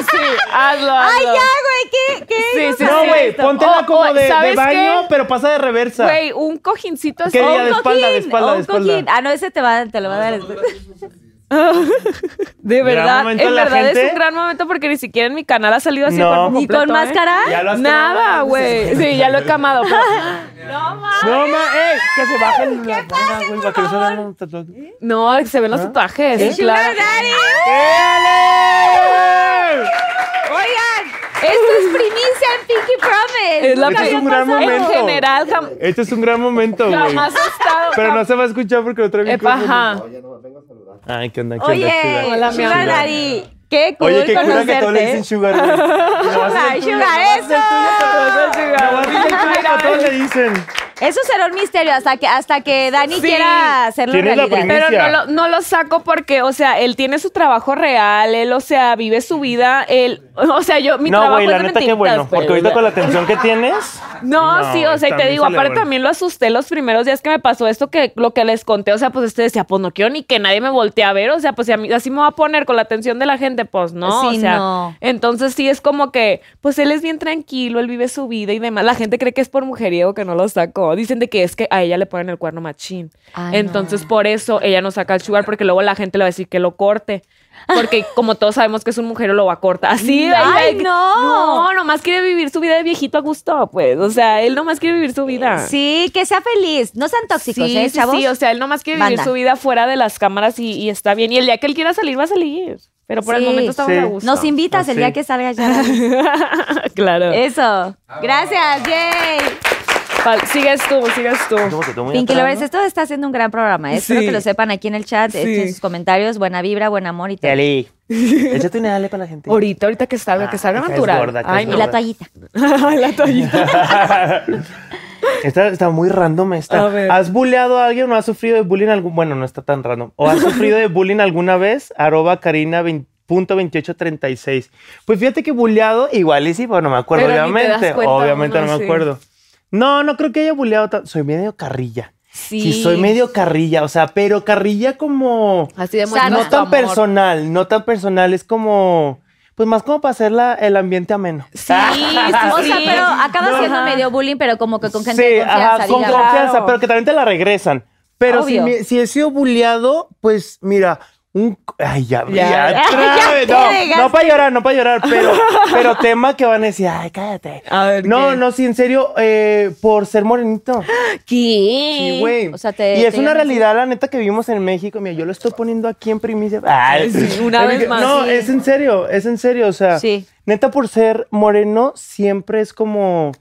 [SPEAKER 3] Hazlo,
[SPEAKER 2] Oh, Ay, ya,
[SPEAKER 3] hazlo.
[SPEAKER 2] güey, ¿qué? qué?
[SPEAKER 3] Sí, sí,
[SPEAKER 4] No,
[SPEAKER 3] sí.
[SPEAKER 4] güey, póntela
[SPEAKER 3] O-
[SPEAKER 4] como
[SPEAKER 3] o,
[SPEAKER 4] de, de
[SPEAKER 3] ¿sabes
[SPEAKER 4] baño,
[SPEAKER 3] qué?
[SPEAKER 4] pero pasa de reversa.
[SPEAKER 3] Güey, un cojincito así.
[SPEAKER 4] Que diga
[SPEAKER 2] un
[SPEAKER 4] de espalda, de
[SPEAKER 2] cojín,
[SPEAKER 4] espalda,
[SPEAKER 2] o
[SPEAKER 4] de
[SPEAKER 2] un
[SPEAKER 4] espalda.
[SPEAKER 2] cojín. Ah, no, ese te va, te lo va a dar. después.
[SPEAKER 3] De
[SPEAKER 4] Gran
[SPEAKER 3] verdad,
[SPEAKER 4] momento
[SPEAKER 3] en
[SPEAKER 4] la
[SPEAKER 3] verdad
[SPEAKER 4] gente.
[SPEAKER 3] es un gran momento porque ni siquiera en mi canal ha salido así el
[SPEAKER 4] No.
[SPEAKER 3] cuerpo
[SPEAKER 2] ¿Ni con
[SPEAKER 3] completo, ¿eh?
[SPEAKER 2] máscara?
[SPEAKER 4] Ya lo has
[SPEAKER 3] Nada,
[SPEAKER 4] quemado.
[SPEAKER 3] güey. Sí, ya lo he camado. pero-
[SPEAKER 4] No, ma, eh, que se baje el- la banda, güey, para que no se vean los tatuajes.
[SPEAKER 3] No, se ven los tatuajes. Claro.
[SPEAKER 4] ¡Éale!
[SPEAKER 2] Oigan, esto es primicia en Pinky Promise.
[SPEAKER 3] Es la
[SPEAKER 4] Este es un gran
[SPEAKER 3] primera- En
[SPEAKER 4] momento.
[SPEAKER 3] general, jam-
[SPEAKER 4] Este es un gran momento, güey.
[SPEAKER 3] jamás he estado.
[SPEAKER 4] Pero no se va a escuchar porque lo traigo bien
[SPEAKER 3] Epa,
[SPEAKER 4] corto.
[SPEAKER 3] ajá.
[SPEAKER 4] Ay, qué onda, qué onda.
[SPEAKER 2] Oye,
[SPEAKER 4] Sugar?
[SPEAKER 3] Hola, mi
[SPEAKER 2] Sugar
[SPEAKER 3] amor.
[SPEAKER 2] Daddy, qué cool
[SPEAKER 4] Oye, qué cura que todo le
[SPEAKER 2] conocerte.
[SPEAKER 4] dicen sugar, güey. No vas a
[SPEAKER 2] Sugar,
[SPEAKER 4] ser tuyo,
[SPEAKER 2] sugar,
[SPEAKER 4] no vas a ser
[SPEAKER 3] Entonces, chica,
[SPEAKER 4] tuyo, pero- No vas a ser tuyo, pero a todos le dicen.
[SPEAKER 2] Eso será un misterio hasta que, hasta que Dani
[SPEAKER 3] Sí.
[SPEAKER 2] quiera hacerlo
[SPEAKER 4] Tienes la
[SPEAKER 2] realidad.
[SPEAKER 4] primicia.
[SPEAKER 3] Pero no lo, no lo saco porque, o sea, él tiene su trabajo real, él, o sea, vive su vida, él, o sea, yo, mi
[SPEAKER 4] No,
[SPEAKER 3] trabajo
[SPEAKER 4] güey,
[SPEAKER 3] es
[SPEAKER 4] la
[SPEAKER 3] de
[SPEAKER 4] neta qué
[SPEAKER 3] mentiritas,
[SPEAKER 4] bueno,
[SPEAKER 3] pues,
[SPEAKER 4] porque ahorita
[SPEAKER 3] o
[SPEAKER 4] con la
[SPEAKER 3] sea.
[SPEAKER 4] tensión que tienes,
[SPEAKER 3] No,
[SPEAKER 4] No,
[SPEAKER 3] sí, o sea, y te
[SPEAKER 4] también
[SPEAKER 3] digo,
[SPEAKER 4] se le
[SPEAKER 3] aparte
[SPEAKER 4] vuelve.
[SPEAKER 3] también lo asusté los primeros días que me pasó esto, que lo que les conté, o sea, pues usted decía, pues no quiero ni que nadie me voltee a ver, o sea, pues si a mí- así me va a poner con la atención de la gente, pues no,
[SPEAKER 2] Sí,
[SPEAKER 3] o sea,
[SPEAKER 2] no.
[SPEAKER 3] entonces sí es como que, pues él es bien tranquilo, él vive su vida y demás, la gente cree que es por mujeriego que no lo sacó, dicen de que es que a ella le ponen el cuerno machín,
[SPEAKER 2] Ah,
[SPEAKER 3] entonces por eso ella no saca el sugar, porque luego la gente le va a decir que lo corte. Porque como todos sabemos que es un mujer, lo va a cortar. Así, ahí-
[SPEAKER 2] Ay, no.
[SPEAKER 3] No, nomás quiere vivir su vida de viejito a gusto, pues. O sea, él nomás quiere vivir su vida.
[SPEAKER 2] Sí, que sea feliz. No sean tóxicos,
[SPEAKER 3] sí,
[SPEAKER 2] ¿eh,
[SPEAKER 3] sí,
[SPEAKER 2] chavos?
[SPEAKER 3] sí, o sea, él nomás quiere
[SPEAKER 2] Banda.
[SPEAKER 3] vivir su vida fuera de las cámaras y, y está bien. Y el día que él quiera salir, va a salir. Pero por
[SPEAKER 2] Sí.
[SPEAKER 3] el momento estamos
[SPEAKER 4] Sí.
[SPEAKER 3] a gusto.
[SPEAKER 2] Nos invitas el
[SPEAKER 4] Así.
[SPEAKER 2] día que salgas ya.
[SPEAKER 3] claro.
[SPEAKER 2] Eh. Eso. Gracias, yay.
[SPEAKER 3] Pa- sigues tú, sigues tú.
[SPEAKER 4] como que tú muy
[SPEAKER 2] Pinky
[SPEAKER 4] atrás,
[SPEAKER 2] Lovers, esto está haciendo un gran programa. ¿eh? Espero
[SPEAKER 3] Sí.
[SPEAKER 2] que lo sepan aquí en el chat,
[SPEAKER 3] Sí.
[SPEAKER 2] echen sus comentarios, buena vibra, buen amor y
[SPEAKER 4] ¿no?
[SPEAKER 2] todo. Y
[SPEAKER 4] Eli, échate una dale para la gente.
[SPEAKER 3] Ahorita, ahorita que salga,
[SPEAKER 4] Ah,
[SPEAKER 3] que salga
[SPEAKER 4] que seas
[SPEAKER 3] natural.
[SPEAKER 4] gorda, que
[SPEAKER 3] Ay, no.
[SPEAKER 4] seas
[SPEAKER 2] la toallita.
[SPEAKER 3] Ay, la toallita.
[SPEAKER 4] Está, está muy random esta.
[SPEAKER 3] A ver.
[SPEAKER 4] ¿Has buleado a alguien o has sufrido de bullying algún? Bueno, no está tan random. ¿O has sufrido de bullying alguna vez? Arroba Karina 20 punto 2836. Pues fíjate que buleado, igual y sí, bueno, no me acuerdo,
[SPEAKER 3] Pero ni te das
[SPEAKER 4] obviamente.
[SPEAKER 3] cuenta,
[SPEAKER 4] obviamente no,
[SPEAKER 3] uno,
[SPEAKER 4] me
[SPEAKER 3] sí.
[SPEAKER 4] acuerdo. No, no creo que haya buleado. tan- Soy medio carrilla.
[SPEAKER 3] Sí.
[SPEAKER 4] sí, soy medio carrilla, o sea, pero carrilla como...
[SPEAKER 3] Así de muestra
[SPEAKER 2] Sana.
[SPEAKER 4] No
[SPEAKER 3] Ah, tu
[SPEAKER 4] tan
[SPEAKER 3] amor.
[SPEAKER 4] personal, no tan personal, es como, pues más como para hacer la- el ambiente ameno.
[SPEAKER 3] Sí, sí,
[SPEAKER 2] O sea,
[SPEAKER 3] sí.
[SPEAKER 2] pero acaba
[SPEAKER 3] No,
[SPEAKER 2] siendo
[SPEAKER 3] ajá.
[SPEAKER 2] medio bullying, pero como que con gente
[SPEAKER 4] sí,
[SPEAKER 2] de confianza.
[SPEAKER 4] ajá, con
[SPEAKER 2] digamos.
[SPEAKER 4] confianza,
[SPEAKER 3] Claro.
[SPEAKER 4] pero que también te la regresan. Pero si,
[SPEAKER 2] Obvio.
[SPEAKER 4] me- si he sido bulleado, pues mira, un... Ay, ya,
[SPEAKER 3] Ya.
[SPEAKER 4] ya, otra
[SPEAKER 2] Ya
[SPEAKER 4] vez.
[SPEAKER 2] te
[SPEAKER 4] no,
[SPEAKER 2] dejaste.
[SPEAKER 4] no para llorar, no para llorar, pero, pero tema que van a decir, ay, cállate.
[SPEAKER 3] A ver,
[SPEAKER 4] no,
[SPEAKER 3] ¿qué?
[SPEAKER 4] no, sí, en serio, eh, por ser morenito. Sí, güey.
[SPEAKER 2] O sea, Eh, te-
[SPEAKER 4] y es
[SPEAKER 2] te
[SPEAKER 4] una
[SPEAKER 2] llaman así.
[SPEAKER 4] realidad, la neta, que vivimos en México. Mira, yo lo estoy poniendo aquí en primicia. Ay,
[SPEAKER 3] Sí, una
[SPEAKER 4] Es
[SPEAKER 3] vez
[SPEAKER 4] que-
[SPEAKER 3] más.
[SPEAKER 4] No,
[SPEAKER 3] Sí.
[SPEAKER 4] es en serio, es en serio. O sea,
[SPEAKER 2] Sí.
[SPEAKER 4] neta, por ser moreno, siempre es como.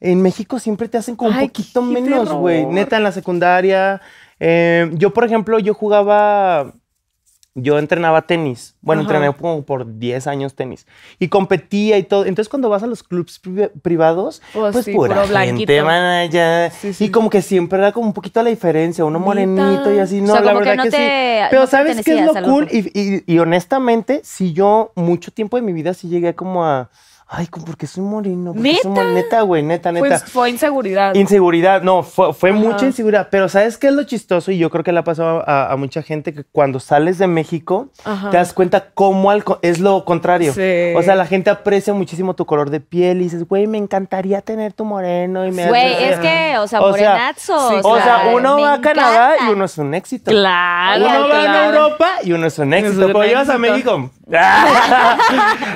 [SPEAKER 4] En México siempre te hacen como un
[SPEAKER 3] Ay,
[SPEAKER 4] poquito
[SPEAKER 3] qué
[SPEAKER 4] menos, güey.
[SPEAKER 3] terror.
[SPEAKER 4] em, Neta, en la secundaria. eh, yo, por ejemplo, yo jugaba yo entrenaba tenis. Bueno,
[SPEAKER 3] Ajá.
[SPEAKER 4] entrené como por 10 años tenis. Y competía y todo. Entonces, cuando vas a los clubs pri- privados,
[SPEAKER 3] Pues
[SPEAKER 4] pues,
[SPEAKER 3] sí,
[SPEAKER 4] pura
[SPEAKER 3] puro
[SPEAKER 4] gente,
[SPEAKER 3] blanquito.
[SPEAKER 4] man, allá.
[SPEAKER 3] Sí,
[SPEAKER 4] Y
[SPEAKER 3] sí.
[SPEAKER 4] como que siempre era como un poquito la diferencia. Uno
[SPEAKER 3] Neta.
[SPEAKER 4] morenito y así. No,
[SPEAKER 2] O sea,
[SPEAKER 4] la
[SPEAKER 2] como que
[SPEAKER 4] verdad
[SPEAKER 2] no
[SPEAKER 4] que
[SPEAKER 2] te-
[SPEAKER 4] sí.
[SPEAKER 2] Ah, no
[SPEAKER 4] Pero
[SPEAKER 2] te
[SPEAKER 4] ¿sabes qué es
[SPEAKER 2] pertenecías
[SPEAKER 4] lo
[SPEAKER 2] al
[SPEAKER 4] cool?
[SPEAKER 2] grupo.
[SPEAKER 4] Y, y- y honestamente, si yo mucho tiempo de mi vida sí llegué como a... Ay, como porque soy moreno. Porque soy moreno. neta, güey, neta, neta.
[SPEAKER 3] Pues fue inseguridad.
[SPEAKER 4] Inseguridad, no, fue, fue
[SPEAKER 3] Ajá.
[SPEAKER 4] mucha inseguridad. Pero ¿sabes qué es lo chistoso? Y yo creo que le ha pasado a, a mucha gente que cuando sales de México
[SPEAKER 3] Ajá.
[SPEAKER 4] te das cuenta cómo al co- es lo contrario.
[SPEAKER 3] Sí.
[SPEAKER 4] O sea, la gente aprecia muchísimo tu color de piel y dices, güey, me encantaría tener tu moreno. Y me
[SPEAKER 2] Güey,
[SPEAKER 4] haces-
[SPEAKER 2] es que, o sea,
[SPEAKER 4] O sea,
[SPEAKER 2] morenazo.
[SPEAKER 3] sí,
[SPEAKER 4] o sea,
[SPEAKER 3] claro,
[SPEAKER 4] uno
[SPEAKER 2] me
[SPEAKER 4] va a Canadá
[SPEAKER 2] encanta.
[SPEAKER 4] y uno es un éxito.
[SPEAKER 3] claro.
[SPEAKER 4] Uno va a
[SPEAKER 3] claro.
[SPEAKER 4] Europa y uno es un éxito.
[SPEAKER 3] Es un
[SPEAKER 4] pero llegas a
[SPEAKER 3] éxito.
[SPEAKER 4] México.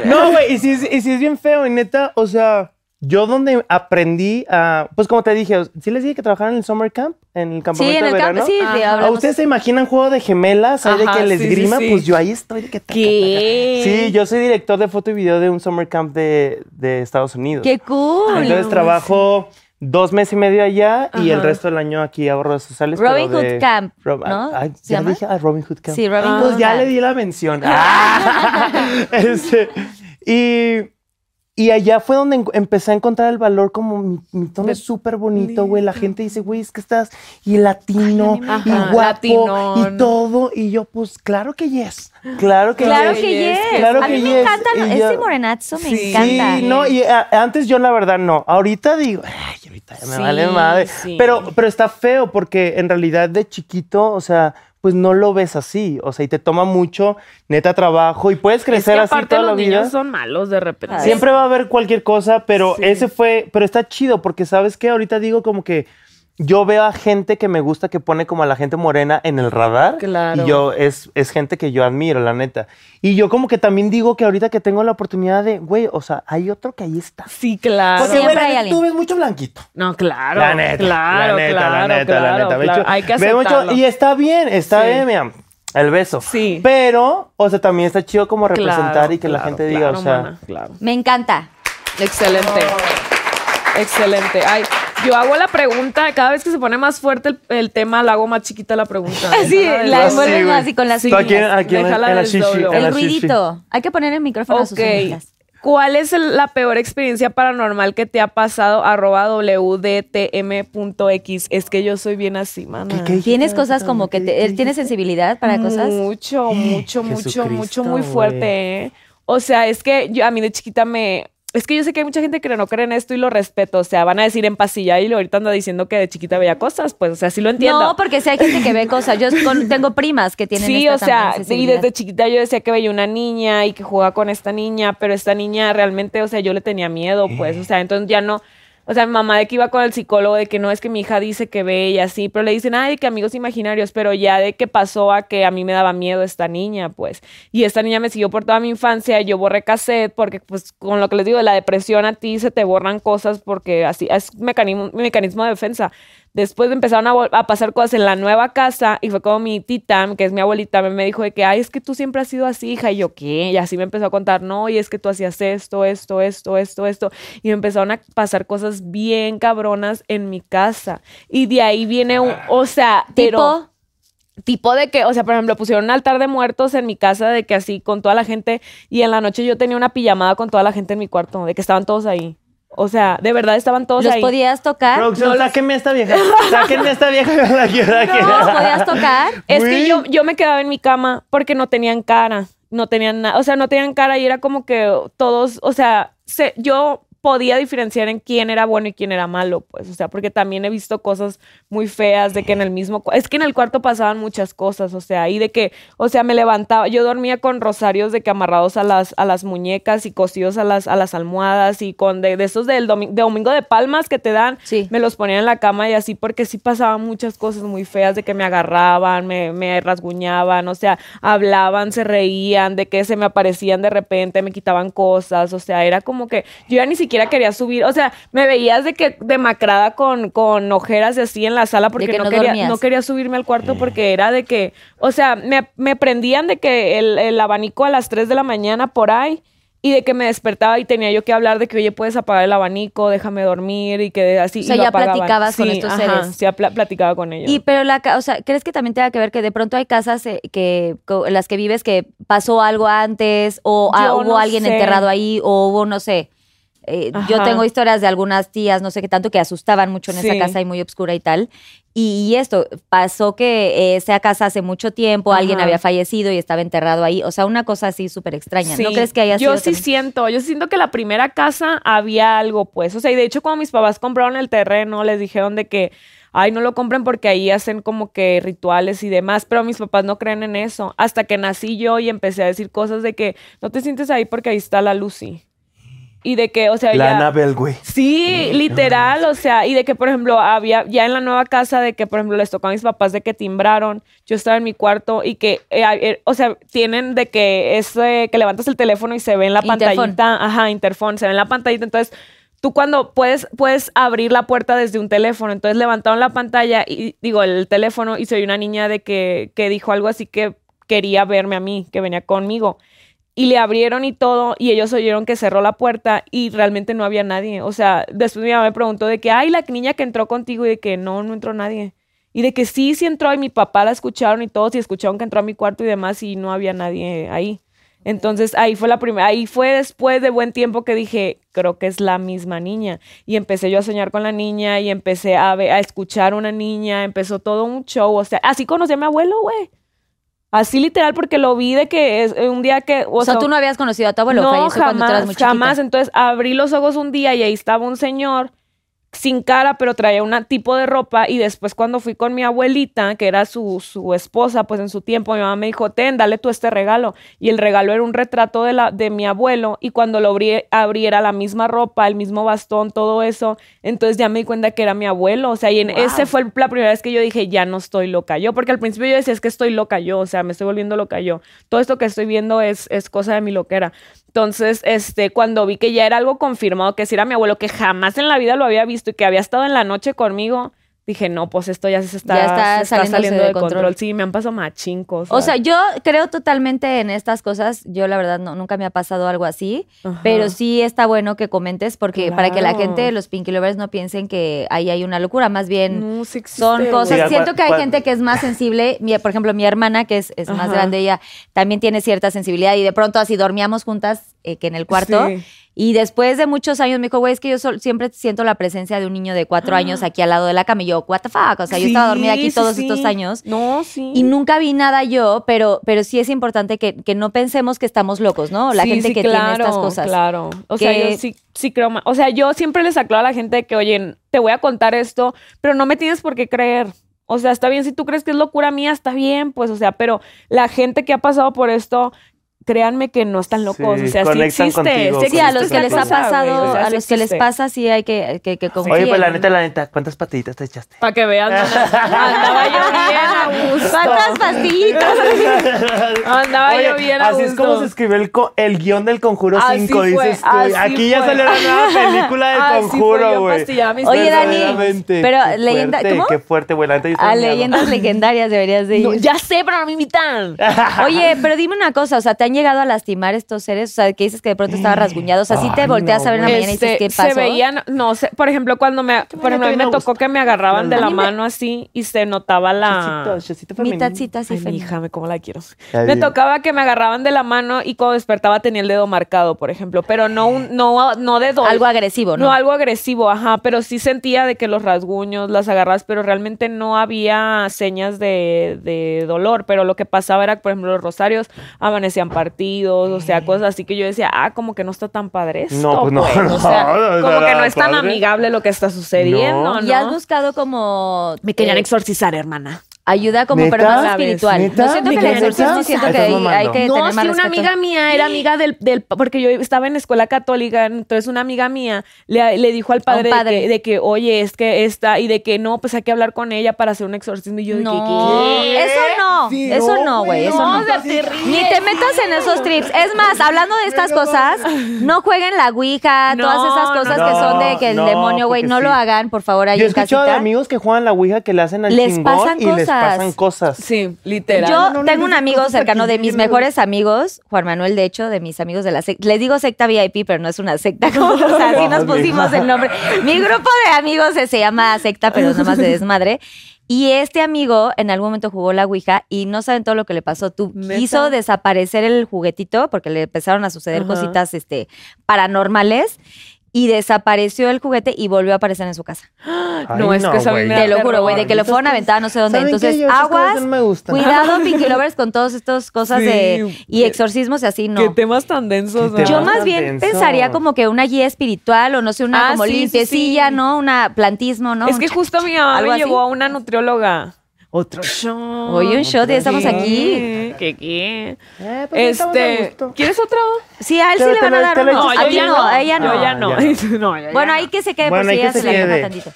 [SPEAKER 4] no, güey, y, si es- y si es bien feo, y neta, o sea, yo donde aprendí a. Pues como te dije, sí les dije que trabajaron en el summer camp, en el
[SPEAKER 2] Sí,
[SPEAKER 4] campamento
[SPEAKER 2] en
[SPEAKER 4] de
[SPEAKER 2] el
[SPEAKER 4] verano.
[SPEAKER 2] campo, sí, sí,
[SPEAKER 3] Ah.
[SPEAKER 4] ¿A
[SPEAKER 2] hablamos.
[SPEAKER 4] ustedes se imaginan juego de gemelas? ¿Hay de
[SPEAKER 3] Ajá,
[SPEAKER 4] que les
[SPEAKER 3] sí, sí,
[SPEAKER 4] grima?
[SPEAKER 3] sí.
[SPEAKER 4] Pues yo ahí estoy de que taca,
[SPEAKER 3] ¿Qué?
[SPEAKER 4] taca. Sí, yo soy director de foto y video de un summer camp de, de Estados Unidos.
[SPEAKER 2] ¡Qué cool!
[SPEAKER 4] Entonces trabajo dos meses y medio allá y el
[SPEAKER 3] Ajá.
[SPEAKER 4] resto del año aquí ahorro de sociales.
[SPEAKER 2] Robin
[SPEAKER 4] pero de-
[SPEAKER 2] Hood Camp,
[SPEAKER 4] Rob-
[SPEAKER 2] ¿no?
[SPEAKER 4] ay,
[SPEAKER 2] ¿Se
[SPEAKER 4] ya
[SPEAKER 2] llama?
[SPEAKER 4] dije a Robin Hood Camp.
[SPEAKER 2] Sí, Robin
[SPEAKER 4] Pues
[SPEAKER 2] Hood
[SPEAKER 4] ya
[SPEAKER 2] Camp.
[SPEAKER 4] le di la mención. Ah. Este, y, y allá fue donde en- empecé a encontrar el valor como mi, mi tono es súper bonito, güey. La gente dice, güey, es que estás y latino,
[SPEAKER 3] Ay, a mí
[SPEAKER 4] y
[SPEAKER 3] me encanta.
[SPEAKER 4] guapo,
[SPEAKER 3] Latinón.
[SPEAKER 4] y todo. Y yo, pues claro que yes. Claro que
[SPEAKER 2] Claro
[SPEAKER 4] yes.
[SPEAKER 2] que yes.
[SPEAKER 4] Claro
[SPEAKER 2] a
[SPEAKER 4] que
[SPEAKER 2] mí me
[SPEAKER 4] yes.
[SPEAKER 2] encanta lo-
[SPEAKER 4] Y
[SPEAKER 2] este
[SPEAKER 4] yo-
[SPEAKER 2] morenazo, me
[SPEAKER 3] Sí.
[SPEAKER 2] encanta.
[SPEAKER 4] Sí, no, y a- antes yo la verdad no. Ahorita digo, ay, ahorita ya me
[SPEAKER 3] Sí,
[SPEAKER 4] vale madre.
[SPEAKER 3] sí.
[SPEAKER 4] Pero, pero está feo porque en realidad de chiquito, o sea, pues no lo ves así. O sea, y te toma mucho, neta trabajo y puedes
[SPEAKER 3] Es que
[SPEAKER 4] crecer así
[SPEAKER 3] aparte
[SPEAKER 4] toda la
[SPEAKER 3] los
[SPEAKER 4] vida.
[SPEAKER 3] niños son malos de repente.
[SPEAKER 4] Siempre va a haber cualquier cosa, pero
[SPEAKER 3] Sí.
[SPEAKER 4] ese fue, pero está chido porque sabes que ahorita digo como que yo veo a gente que me gusta que pone como a la gente morena en el radar.
[SPEAKER 3] Claro.
[SPEAKER 4] Y yo, es, es gente que yo admiro, la neta. Y yo como que también digo que ahorita que tengo la oportunidad de, güey, o sea, hay otro que ahí está.
[SPEAKER 3] Sí, claro.
[SPEAKER 4] Porque, güey,
[SPEAKER 2] Pues Siempre
[SPEAKER 4] la
[SPEAKER 2] hay
[SPEAKER 4] neta,
[SPEAKER 2] alguien.
[SPEAKER 4] tú ves mucho blanquito.
[SPEAKER 3] No, claro.
[SPEAKER 4] La neta.
[SPEAKER 3] Claro,
[SPEAKER 4] la neta,
[SPEAKER 3] claro,
[SPEAKER 4] la neta,
[SPEAKER 3] claro,
[SPEAKER 4] la neta. Me
[SPEAKER 3] claro.
[SPEAKER 4] echo-
[SPEAKER 3] Hay que
[SPEAKER 4] me echo-
[SPEAKER 3] aceptarlo.
[SPEAKER 4] y está bien, está
[SPEAKER 3] Sí.
[SPEAKER 4] bien, mira, el beso.
[SPEAKER 3] Sí.
[SPEAKER 4] Pero, o sea, también está chido como
[SPEAKER 3] Claro,
[SPEAKER 4] representar y que la
[SPEAKER 3] claro,
[SPEAKER 4] gente diga,
[SPEAKER 3] claro,
[SPEAKER 4] o sea,
[SPEAKER 3] mana, claro.
[SPEAKER 6] Me encanta.
[SPEAKER 3] Excelente. Excelente. Ay, yo hago la pregunta, cada vez que se pone más fuerte el, el tema, la hago más chiquita la pregunta.
[SPEAKER 2] Sí, la
[SPEAKER 4] Ah,
[SPEAKER 2] envuelves
[SPEAKER 4] sí, güey.
[SPEAKER 2] así con las
[SPEAKER 4] Tú aquí,
[SPEAKER 2] uñas.
[SPEAKER 4] aquí en la-
[SPEAKER 3] Déjala
[SPEAKER 4] en la
[SPEAKER 3] del
[SPEAKER 4] shishi,
[SPEAKER 3] doble.
[SPEAKER 4] en
[SPEAKER 2] El
[SPEAKER 4] la
[SPEAKER 2] ruidito. Hay que poner el micrófono a sus
[SPEAKER 3] Ok.
[SPEAKER 2] amigas.
[SPEAKER 3] ¿Cuál es el- la peor experiencia paranormal que te ha pasado? Arroba wdtm.x. Es que yo soy bien así, mana.
[SPEAKER 4] ¿Qué- qué
[SPEAKER 2] ¿Tienes cosas como que te, tienes sensibilidad para cosas?
[SPEAKER 3] Mucho, mucho, mucho,
[SPEAKER 4] Jesucristo,
[SPEAKER 3] mucho, muy
[SPEAKER 4] güey.
[SPEAKER 3] fuerte. ¿eh? O sea, es que yo, a mí de chiquita me... Es que yo sé que hay mucha gente que no cree en esto y lo respeto. O sea, van a decir en pasilla y ahorita anda diciendo que de chiquita veía cosas. Pues, o sea, sí lo entiendo.
[SPEAKER 2] No, porque si hay gente que ve cosas. Yo con- tengo primas que tienen
[SPEAKER 3] Sí,
[SPEAKER 2] esta
[SPEAKER 3] o sea,
[SPEAKER 2] también
[SPEAKER 3] y
[SPEAKER 2] sensibilidad.
[SPEAKER 3] desde chiquita yo decía que veía una niña y que jugaba con esta niña, pero esta niña realmente, o sea, yo le tenía miedo, pues, o sea, entonces ya no, o sea, mi mamá de que iba con el psicólogo de que no es que mi hija dice que ve y así, pero le dicen, ay, de que amigos imaginarios, pero ya de que pasó a que a mí me daba miedo esta niña, pues, y esta niña me siguió por toda mi infancia, yo borré cassette porque, pues, con lo que les digo, la depresión a ti se te borran cosas porque así es mecanismo, mecanismo de defensa. Después empezaron a, vol- a pasar cosas en la nueva casa y fue como mi tita, que es mi abuelita, me- me dijo de que, ay, es que tú siempre has sido así, hija. Y yo, ¿qué? Y así me empezó a contar, no, y es que tú hacías esto, esto, esto, esto, esto. Y me empezaron a pasar cosas bien cabronas en mi casa. Y de ahí viene un, o sea, pero-
[SPEAKER 2] Tipo,
[SPEAKER 3] tipo de que, o sea, por ejemplo, pusieron un altar de muertos en mi casa de que así con toda la gente y en la noche yo tenía una pijamada con toda la gente en mi cuarto, de que estaban todos ahí. O sea, de verdad estaban todos
[SPEAKER 2] ¿los
[SPEAKER 3] ahí.
[SPEAKER 2] podías tocar?
[SPEAKER 4] Producción, sáquenme a esta vieja. Sáquenme a esta vieja. La quiero, la quiero.
[SPEAKER 2] ¿Los podías tocar?
[SPEAKER 3] Es
[SPEAKER 4] Güey.
[SPEAKER 3] que yo, yo me quedaba en mi cama porque no tenían cara, no tenían nada, o sea, no tenían cara y era como que todos, o sea, se- yo podía diferenciar en quién era bueno y quién era malo, pues, o sea, porque también he visto cosas muy feas de que en el mismo, cu- es que en el cuarto pasaban muchas cosas, o sea, y de que, o sea, me levantaba, yo dormía con rosarios de que amarrados a las, a las muñecas y cosidos a las, a las almohadas y con de, de esos del domi- de domingo de palmas que te dan,
[SPEAKER 2] Sí.
[SPEAKER 3] me los ponía en la cama y así, porque sí pasaban muchas cosas muy feas de que me agarraban, me, me rasguñaban, o sea, hablaban, se reían, de que se me aparecían de repente, me quitaban cosas, o sea, era como que yo ya ni siquiera quería subir, o sea, me veías de que demacrada con, con ojeras y así en la sala porque
[SPEAKER 2] que
[SPEAKER 3] no,
[SPEAKER 2] no
[SPEAKER 3] quería,
[SPEAKER 2] dormías.
[SPEAKER 3] no quería subirme al cuarto porque era de que, o sea, me, me prendían de que el, el abanico a las 3 de la mañana por ahí. y de que me despertaba y tenía yo que hablar de que, oye, puedes apagar el abanico, déjame dormir y que así.
[SPEAKER 2] O sea,
[SPEAKER 3] y lo
[SPEAKER 2] ya
[SPEAKER 3] apagaban.
[SPEAKER 2] platicabas con
[SPEAKER 3] Sí,
[SPEAKER 2] estos
[SPEAKER 3] ajá,
[SPEAKER 2] seres.
[SPEAKER 3] Sí, apla- platicaba con ellos.
[SPEAKER 2] Y pero la, ca- o sea, ¿crees que también tenga que ver que de pronto hay casas eh, que co- en las que vives que pasó algo antes o ah,
[SPEAKER 3] Yo
[SPEAKER 2] hubo
[SPEAKER 3] no
[SPEAKER 2] alguien
[SPEAKER 3] sé.
[SPEAKER 2] enterrado ahí o hubo no sé? eh, yo
[SPEAKER 3] Ajá.
[SPEAKER 2] tengo historias de algunas tías, no sé qué tanto, que asustaban mucho en esa
[SPEAKER 3] Sí.
[SPEAKER 2] casa y muy obscura y tal. Y, y esto, pasó que eh, esa casa hace mucho tiempo, alguien
[SPEAKER 3] Ajá.
[SPEAKER 2] había fallecido y estaba enterrado ahí. O sea, una cosa así súper extraña. ¿No
[SPEAKER 3] Sí,
[SPEAKER 2] crees que haya
[SPEAKER 3] Yo
[SPEAKER 2] sido
[SPEAKER 3] sí
[SPEAKER 2] también?
[SPEAKER 3] siento, yo sí siento que la primera casa había algo, pues. O sea, y de hecho, cuando mis papás compraron el terreno, les dijeron de que, ay, no lo compren porque ahí hacen como que rituales y demás, pero mis papás no creen en eso. Hasta que nací yo y empecé a decir cosas de que no te sientes ahí porque ahí está la Lucy. Y de que, o sea,
[SPEAKER 4] La
[SPEAKER 3] ya-
[SPEAKER 4] Anabel, güey.
[SPEAKER 3] Sí, literal, o sea, y de que, por ejemplo, había ya en la nueva casa de que, por ejemplo, les tocó a mis papás de que timbraron, yo estaba en mi cuarto y que, eh, a- eh, o sea, tienen de que es eh, que levantas el teléfono y se ve en la
[SPEAKER 2] Interfón.
[SPEAKER 3] pantallita, ajá, interfón, se ve en la pantallita, entonces tú cuando puedes, puedes abrir la puerta desde un teléfono, entonces levantaron la pantalla y digo, el teléfono y soy una niña de que, que dijo algo así que quería verme a mí, que venía conmigo y le abrieron y todo, y ellos oyeron que cerró la puerta y realmente no había nadie. O sea, después mi mamá me preguntó de que, ay, la niña que entró contigo y de que no, no entró nadie. Y de que sí, sí entró y mi papá la escucharon y todos y escucharon que entró a mi cuarto y demás y no había nadie ahí. Entonces ahí fue la primera, ahí fue después de buen tiempo que dije, creo que es la misma niña. Y empecé yo a soñar con la niña y empecé a, ve- a escuchar una niña, empezó todo un show. O sea, así conocí a mi abuelo, güey. Así literal, porque lo vi de que es eh, un día que. O,
[SPEAKER 2] O sea, tú no habías conocido a tu abuelo, falleció cuando tú eras muy chiquita.
[SPEAKER 3] jamás. Entonces abrí los ojos un día y ahí estaba un señor sin cara, pero traía un tipo de ropa. Y después, cuando fui con mi abuelita, que era su, su esposa, pues en su tiempo, mi mamá me dijo: Ten, dale tú este regalo. Y el regalo era un retrato de, la, de mi abuelo. Y cuando lo abrí, abrí, era la misma ropa, el mismo bastón, todo eso. Entonces ya me di cuenta que era mi abuelo. O sea, y en ese fue la primera vez que yo dije: Ya no estoy loca yo. Porque al principio yo decía: Es que estoy loca yo. O sea, me estoy volviendo loca yo. Todo esto que estoy viendo es, es cosa de mi loquera. Entonces, este, cuando vi que ya era algo confirmado, que si era mi abuelo, que jamás en la vida lo había visto y que había estado en la noche conmigo, dije, no, pues esto ya se está,
[SPEAKER 2] Ya está
[SPEAKER 3] se está
[SPEAKER 2] saliéndose
[SPEAKER 3] saliendo,
[SPEAKER 2] de
[SPEAKER 3] de control.
[SPEAKER 2] control.
[SPEAKER 3] Sí, me han pasado machincos.
[SPEAKER 2] O sea, yo creo totalmente en estas cosas. Yo la verdad no, nunca me ha pasado algo así,
[SPEAKER 3] Ajá.
[SPEAKER 2] pero sí está bueno que comentes porque para que la
[SPEAKER 3] Claro.
[SPEAKER 2] gente, los Pinky Lovers, no piensen que ahí hay una locura. Más bien
[SPEAKER 3] No, sí existe,
[SPEAKER 2] son
[SPEAKER 3] güey.
[SPEAKER 2] cosas.
[SPEAKER 4] Mira,
[SPEAKER 2] Siento
[SPEAKER 4] cua-
[SPEAKER 2] que hay
[SPEAKER 4] cua-
[SPEAKER 2] gente que es más sensible. Mi- por ejemplo, mi hermana que es, es más
[SPEAKER 3] Ajá.
[SPEAKER 2] grande, ella también tiene cierta sensibilidad y de pronto así dormíamos juntas eh, que en el cuarto.
[SPEAKER 3] Sí.
[SPEAKER 2] Y después de muchos años me dijo, güey, es que yo sol- siempre siento la presencia de un niño de cuatro años aquí al lado de la cama. Y yo, what the fuck? O sea, yo estaba dormida aquí
[SPEAKER 3] Ah. Sí, sí,
[SPEAKER 2] todos
[SPEAKER 3] sí.
[SPEAKER 2] estos años.
[SPEAKER 3] No, sí.
[SPEAKER 2] Y nunca vi nada yo, pero, pero sí es importante que, que no pensemos que estamos locos, ¿no? La
[SPEAKER 3] Sí,
[SPEAKER 2] gente
[SPEAKER 3] sí,
[SPEAKER 2] que tiene
[SPEAKER 3] claro,
[SPEAKER 2] estas cosas.
[SPEAKER 3] Claro. O
[SPEAKER 2] Que-
[SPEAKER 3] sea, yo sí, sí creo más. O sea, yo siempre les aclaro a la gente que, oye, te voy a contar esto, pero no me tienes por qué creer. O sea, está bien, si tú crees que es locura mía, está bien, pues, o sea, pero la gente que ha pasado por esto, créanme que no están locos.
[SPEAKER 4] Sí,
[SPEAKER 3] o sea, sí
[SPEAKER 4] conectan
[SPEAKER 3] existe.
[SPEAKER 4] contigo,
[SPEAKER 3] sí
[SPEAKER 2] Sí, a
[SPEAKER 3] existe
[SPEAKER 2] los que
[SPEAKER 3] esta
[SPEAKER 2] les ha
[SPEAKER 3] cosa, güey,
[SPEAKER 2] pasado,
[SPEAKER 3] o sea,
[SPEAKER 2] a
[SPEAKER 3] sí
[SPEAKER 2] los que les
[SPEAKER 3] existe.
[SPEAKER 2] pasa, sí hay que, que, que confíen.
[SPEAKER 4] Oye, pues la neta, la neta, ¿cuántas patitas te echaste?
[SPEAKER 3] Para que vean, andaba yo bien a gusto.
[SPEAKER 2] ¿Cuántas pastillitas?
[SPEAKER 3] Andaba
[SPEAKER 4] Oye,
[SPEAKER 3] yo bien a
[SPEAKER 4] así es como
[SPEAKER 3] gusto.
[SPEAKER 4] se escribió el, co- el guión del Conjuro
[SPEAKER 3] Así
[SPEAKER 4] 5,
[SPEAKER 3] fue,
[SPEAKER 4] dices tú.
[SPEAKER 3] así
[SPEAKER 4] Aquí ya
[SPEAKER 3] fue.
[SPEAKER 4] salió la nueva película del
[SPEAKER 3] Así fue,
[SPEAKER 4] Conjuro,
[SPEAKER 3] yo
[SPEAKER 4] güey.
[SPEAKER 3] pastillaba mis
[SPEAKER 2] Oye, Dani,
[SPEAKER 4] Verdaderamente,
[SPEAKER 2] pero
[SPEAKER 4] qué
[SPEAKER 2] leyenda-
[SPEAKER 4] fuerte,
[SPEAKER 2] ¿cómo?
[SPEAKER 4] Qué fuerte, güey. La neta, yo
[SPEAKER 2] A
[SPEAKER 4] estoy miado.
[SPEAKER 2] leyendas legendarias deberías de ir.
[SPEAKER 3] No, ya sé, pero no me invitan.
[SPEAKER 2] Oye, pero dime una cosa, o sea, ¿te han llegado a lastimar estos seres? O sea, que dices que de pronto estaba rasguñado, o sea, sí te
[SPEAKER 4] Ay,
[SPEAKER 2] volteas
[SPEAKER 4] no,
[SPEAKER 2] a ver una
[SPEAKER 4] güey.
[SPEAKER 2] mañana y dices, ¿qué pasó?
[SPEAKER 3] este, Se veían, no sé, por ejemplo, cuando me, por ejemplo, a mí me
[SPEAKER 4] me gusta.
[SPEAKER 3] tocó que me agarraban de
[SPEAKER 4] A
[SPEAKER 3] la
[SPEAKER 4] mí
[SPEAKER 3] mano así y se notaba la...
[SPEAKER 4] Chocito, chocito
[SPEAKER 2] Mi
[SPEAKER 4] femenino.
[SPEAKER 2] tacita así
[SPEAKER 3] Ay, mi
[SPEAKER 2] feliz.
[SPEAKER 3] hija, me- cómo la quiero.
[SPEAKER 4] Ya
[SPEAKER 3] Me
[SPEAKER 4] vi.
[SPEAKER 3] tocaba que me agarraban de la mano y cuando despertaba tenía el dedo marcado, por ejemplo, pero no un, no, no de dolor.
[SPEAKER 2] Algo agresivo, ¿no?
[SPEAKER 3] No, algo agresivo, ajá, pero sí sentía de que los rasguños, las agarras, pero realmente no había señas de, de dolor, pero lo que pasaba era, por ejemplo, los rosarios amanecían partidos, o sea, cosas así que yo decía, ah, como que no está tan padre esto,
[SPEAKER 4] No, pues no, no,
[SPEAKER 3] o sea,
[SPEAKER 4] no
[SPEAKER 3] como que no
[SPEAKER 4] era
[SPEAKER 3] es tan
[SPEAKER 4] padre.
[SPEAKER 3] amigable lo que está sucediendo,
[SPEAKER 4] No.
[SPEAKER 3] ¿no?
[SPEAKER 2] Y has buscado como...
[SPEAKER 3] Me querían
[SPEAKER 2] eh,
[SPEAKER 3] exorcizar, hermana.
[SPEAKER 2] Ayuda como, pero
[SPEAKER 4] ¿Neta?
[SPEAKER 2] más espiritual.
[SPEAKER 4] ¿Neta?
[SPEAKER 2] No siento que
[SPEAKER 4] ¿Me
[SPEAKER 2] el
[SPEAKER 4] crees
[SPEAKER 2] exorcismo
[SPEAKER 4] neta?
[SPEAKER 2] siento
[SPEAKER 4] Ay,
[SPEAKER 2] que
[SPEAKER 4] estás
[SPEAKER 2] ahí hay
[SPEAKER 4] mamando.
[SPEAKER 2] que tener
[SPEAKER 3] No,
[SPEAKER 2] más
[SPEAKER 3] si una
[SPEAKER 2] respeto.
[SPEAKER 3] amiga mía era amiga del, del- porque yo estaba en la escuela católica, entonces una amiga mía le, le dijo al padre,
[SPEAKER 2] padre.
[SPEAKER 3] De, que, de que, oye, es que esta, y de que no, pues hay que hablar con ella para hacer un exorcismo. Y yo de que,
[SPEAKER 2] No,
[SPEAKER 3] ¿qué?
[SPEAKER 2] eso no,
[SPEAKER 4] Sí,
[SPEAKER 2] eso no, güey, eso
[SPEAKER 3] no,
[SPEAKER 2] no.
[SPEAKER 3] o sea, te ríes.
[SPEAKER 2] Ni te metas en esos trips. Es más, hablando de estas cosas, no jueguen la Ouija,
[SPEAKER 3] No,
[SPEAKER 2] todas esas cosas
[SPEAKER 3] no,
[SPEAKER 2] que son de que el
[SPEAKER 4] no,
[SPEAKER 2] demonio, güey,
[SPEAKER 4] porque
[SPEAKER 2] no lo
[SPEAKER 4] sí.
[SPEAKER 2] hagan, por favor, ahí
[SPEAKER 4] Yo he
[SPEAKER 2] en
[SPEAKER 4] escuchado de
[SPEAKER 2] casita.
[SPEAKER 4] amigos que juegan la Ouija que le hacen al
[SPEAKER 2] Les
[SPEAKER 4] chingón
[SPEAKER 2] pasan
[SPEAKER 4] y les pasan cosas.
[SPEAKER 3] Sí, literal.
[SPEAKER 2] Yo
[SPEAKER 4] no, no,
[SPEAKER 2] tengo
[SPEAKER 4] no,
[SPEAKER 2] un
[SPEAKER 4] no,
[SPEAKER 2] amigo
[SPEAKER 4] no,
[SPEAKER 2] cercano de mis
[SPEAKER 4] tranquilo.
[SPEAKER 2] mejores amigos, Juan Manuel, de hecho, de mis amigos de la secta. Les digo secta VIP, pero no es una secta como, o sea, así nos
[SPEAKER 4] Vale.
[SPEAKER 2] pusimos el nombre. Mi grupo de amigos se, se llama secta, pero es nada más de desmadre. Y este amigo en algún momento jugó la Ouija y no saben todo lo que le pasó. Tú
[SPEAKER 3] ¿Neta?
[SPEAKER 2] quiso desaparecer el juguetito porque le empezaron a suceder
[SPEAKER 3] Ajá.
[SPEAKER 2] cositas este, paranormales y desapareció el juguete y volvió a aparecer en su casa.
[SPEAKER 4] Ay,
[SPEAKER 3] no, es que esa
[SPEAKER 4] güey.
[SPEAKER 3] vaina-
[SPEAKER 2] Te lo juro,
[SPEAKER 3] terror.
[SPEAKER 2] güey, de que lo
[SPEAKER 4] Esas
[SPEAKER 2] fueron a aventar no sé dónde.
[SPEAKER 4] ¿Saben qué?
[SPEAKER 2] Entonces,
[SPEAKER 4] Yo esas cosas
[SPEAKER 2] aguas,
[SPEAKER 4] no me gustan.
[SPEAKER 2] cuidado, Pinky Lovers, con todas estas cosas
[SPEAKER 3] Sí,
[SPEAKER 2] de... Y
[SPEAKER 3] qué-
[SPEAKER 2] exorcismos y así,
[SPEAKER 3] Qué
[SPEAKER 2] no.
[SPEAKER 3] temas tan densos.
[SPEAKER 4] Qué
[SPEAKER 3] ¿no?
[SPEAKER 2] Yo
[SPEAKER 4] temas
[SPEAKER 2] más
[SPEAKER 4] tan
[SPEAKER 2] bien
[SPEAKER 4] densos.
[SPEAKER 2] pensaría como que una guía espiritual o no sé, una
[SPEAKER 3] Ah,
[SPEAKER 2] como
[SPEAKER 3] sí, sí,
[SPEAKER 2] limpiecilla,
[SPEAKER 3] sí.
[SPEAKER 2] ¿no? Una plantismo, ¿no?
[SPEAKER 3] Es que justo mi mamá
[SPEAKER 2] ¿Algo
[SPEAKER 3] me
[SPEAKER 2] así?
[SPEAKER 3] llevó a una nutrióloga. Otro show.
[SPEAKER 2] Oye, un shot, ya estamos aquí.
[SPEAKER 3] ¿Qué qué?
[SPEAKER 4] Eh, pues, estamos a
[SPEAKER 3] Este,
[SPEAKER 4] gusto.
[SPEAKER 3] ¿quieres otro?
[SPEAKER 2] Sí, a él sí
[SPEAKER 4] Pero
[SPEAKER 2] le
[SPEAKER 4] te
[SPEAKER 2] van a
[SPEAKER 4] lo-
[SPEAKER 2] dar
[SPEAKER 4] te lo
[SPEAKER 2] uno.
[SPEAKER 4] echas
[SPEAKER 2] a
[SPEAKER 4] tú.
[SPEAKER 2] ti no, a ella no.
[SPEAKER 3] Yo ya no.
[SPEAKER 4] Ah, ya
[SPEAKER 3] No, yo ya
[SPEAKER 2] Bueno,
[SPEAKER 3] no.
[SPEAKER 2] ahí que se quede,
[SPEAKER 4] Bueno,
[SPEAKER 2] pues
[SPEAKER 4] ahí
[SPEAKER 2] ella
[SPEAKER 4] que
[SPEAKER 2] se
[SPEAKER 4] se
[SPEAKER 2] la quema
[SPEAKER 4] quede.
[SPEAKER 2] tantito.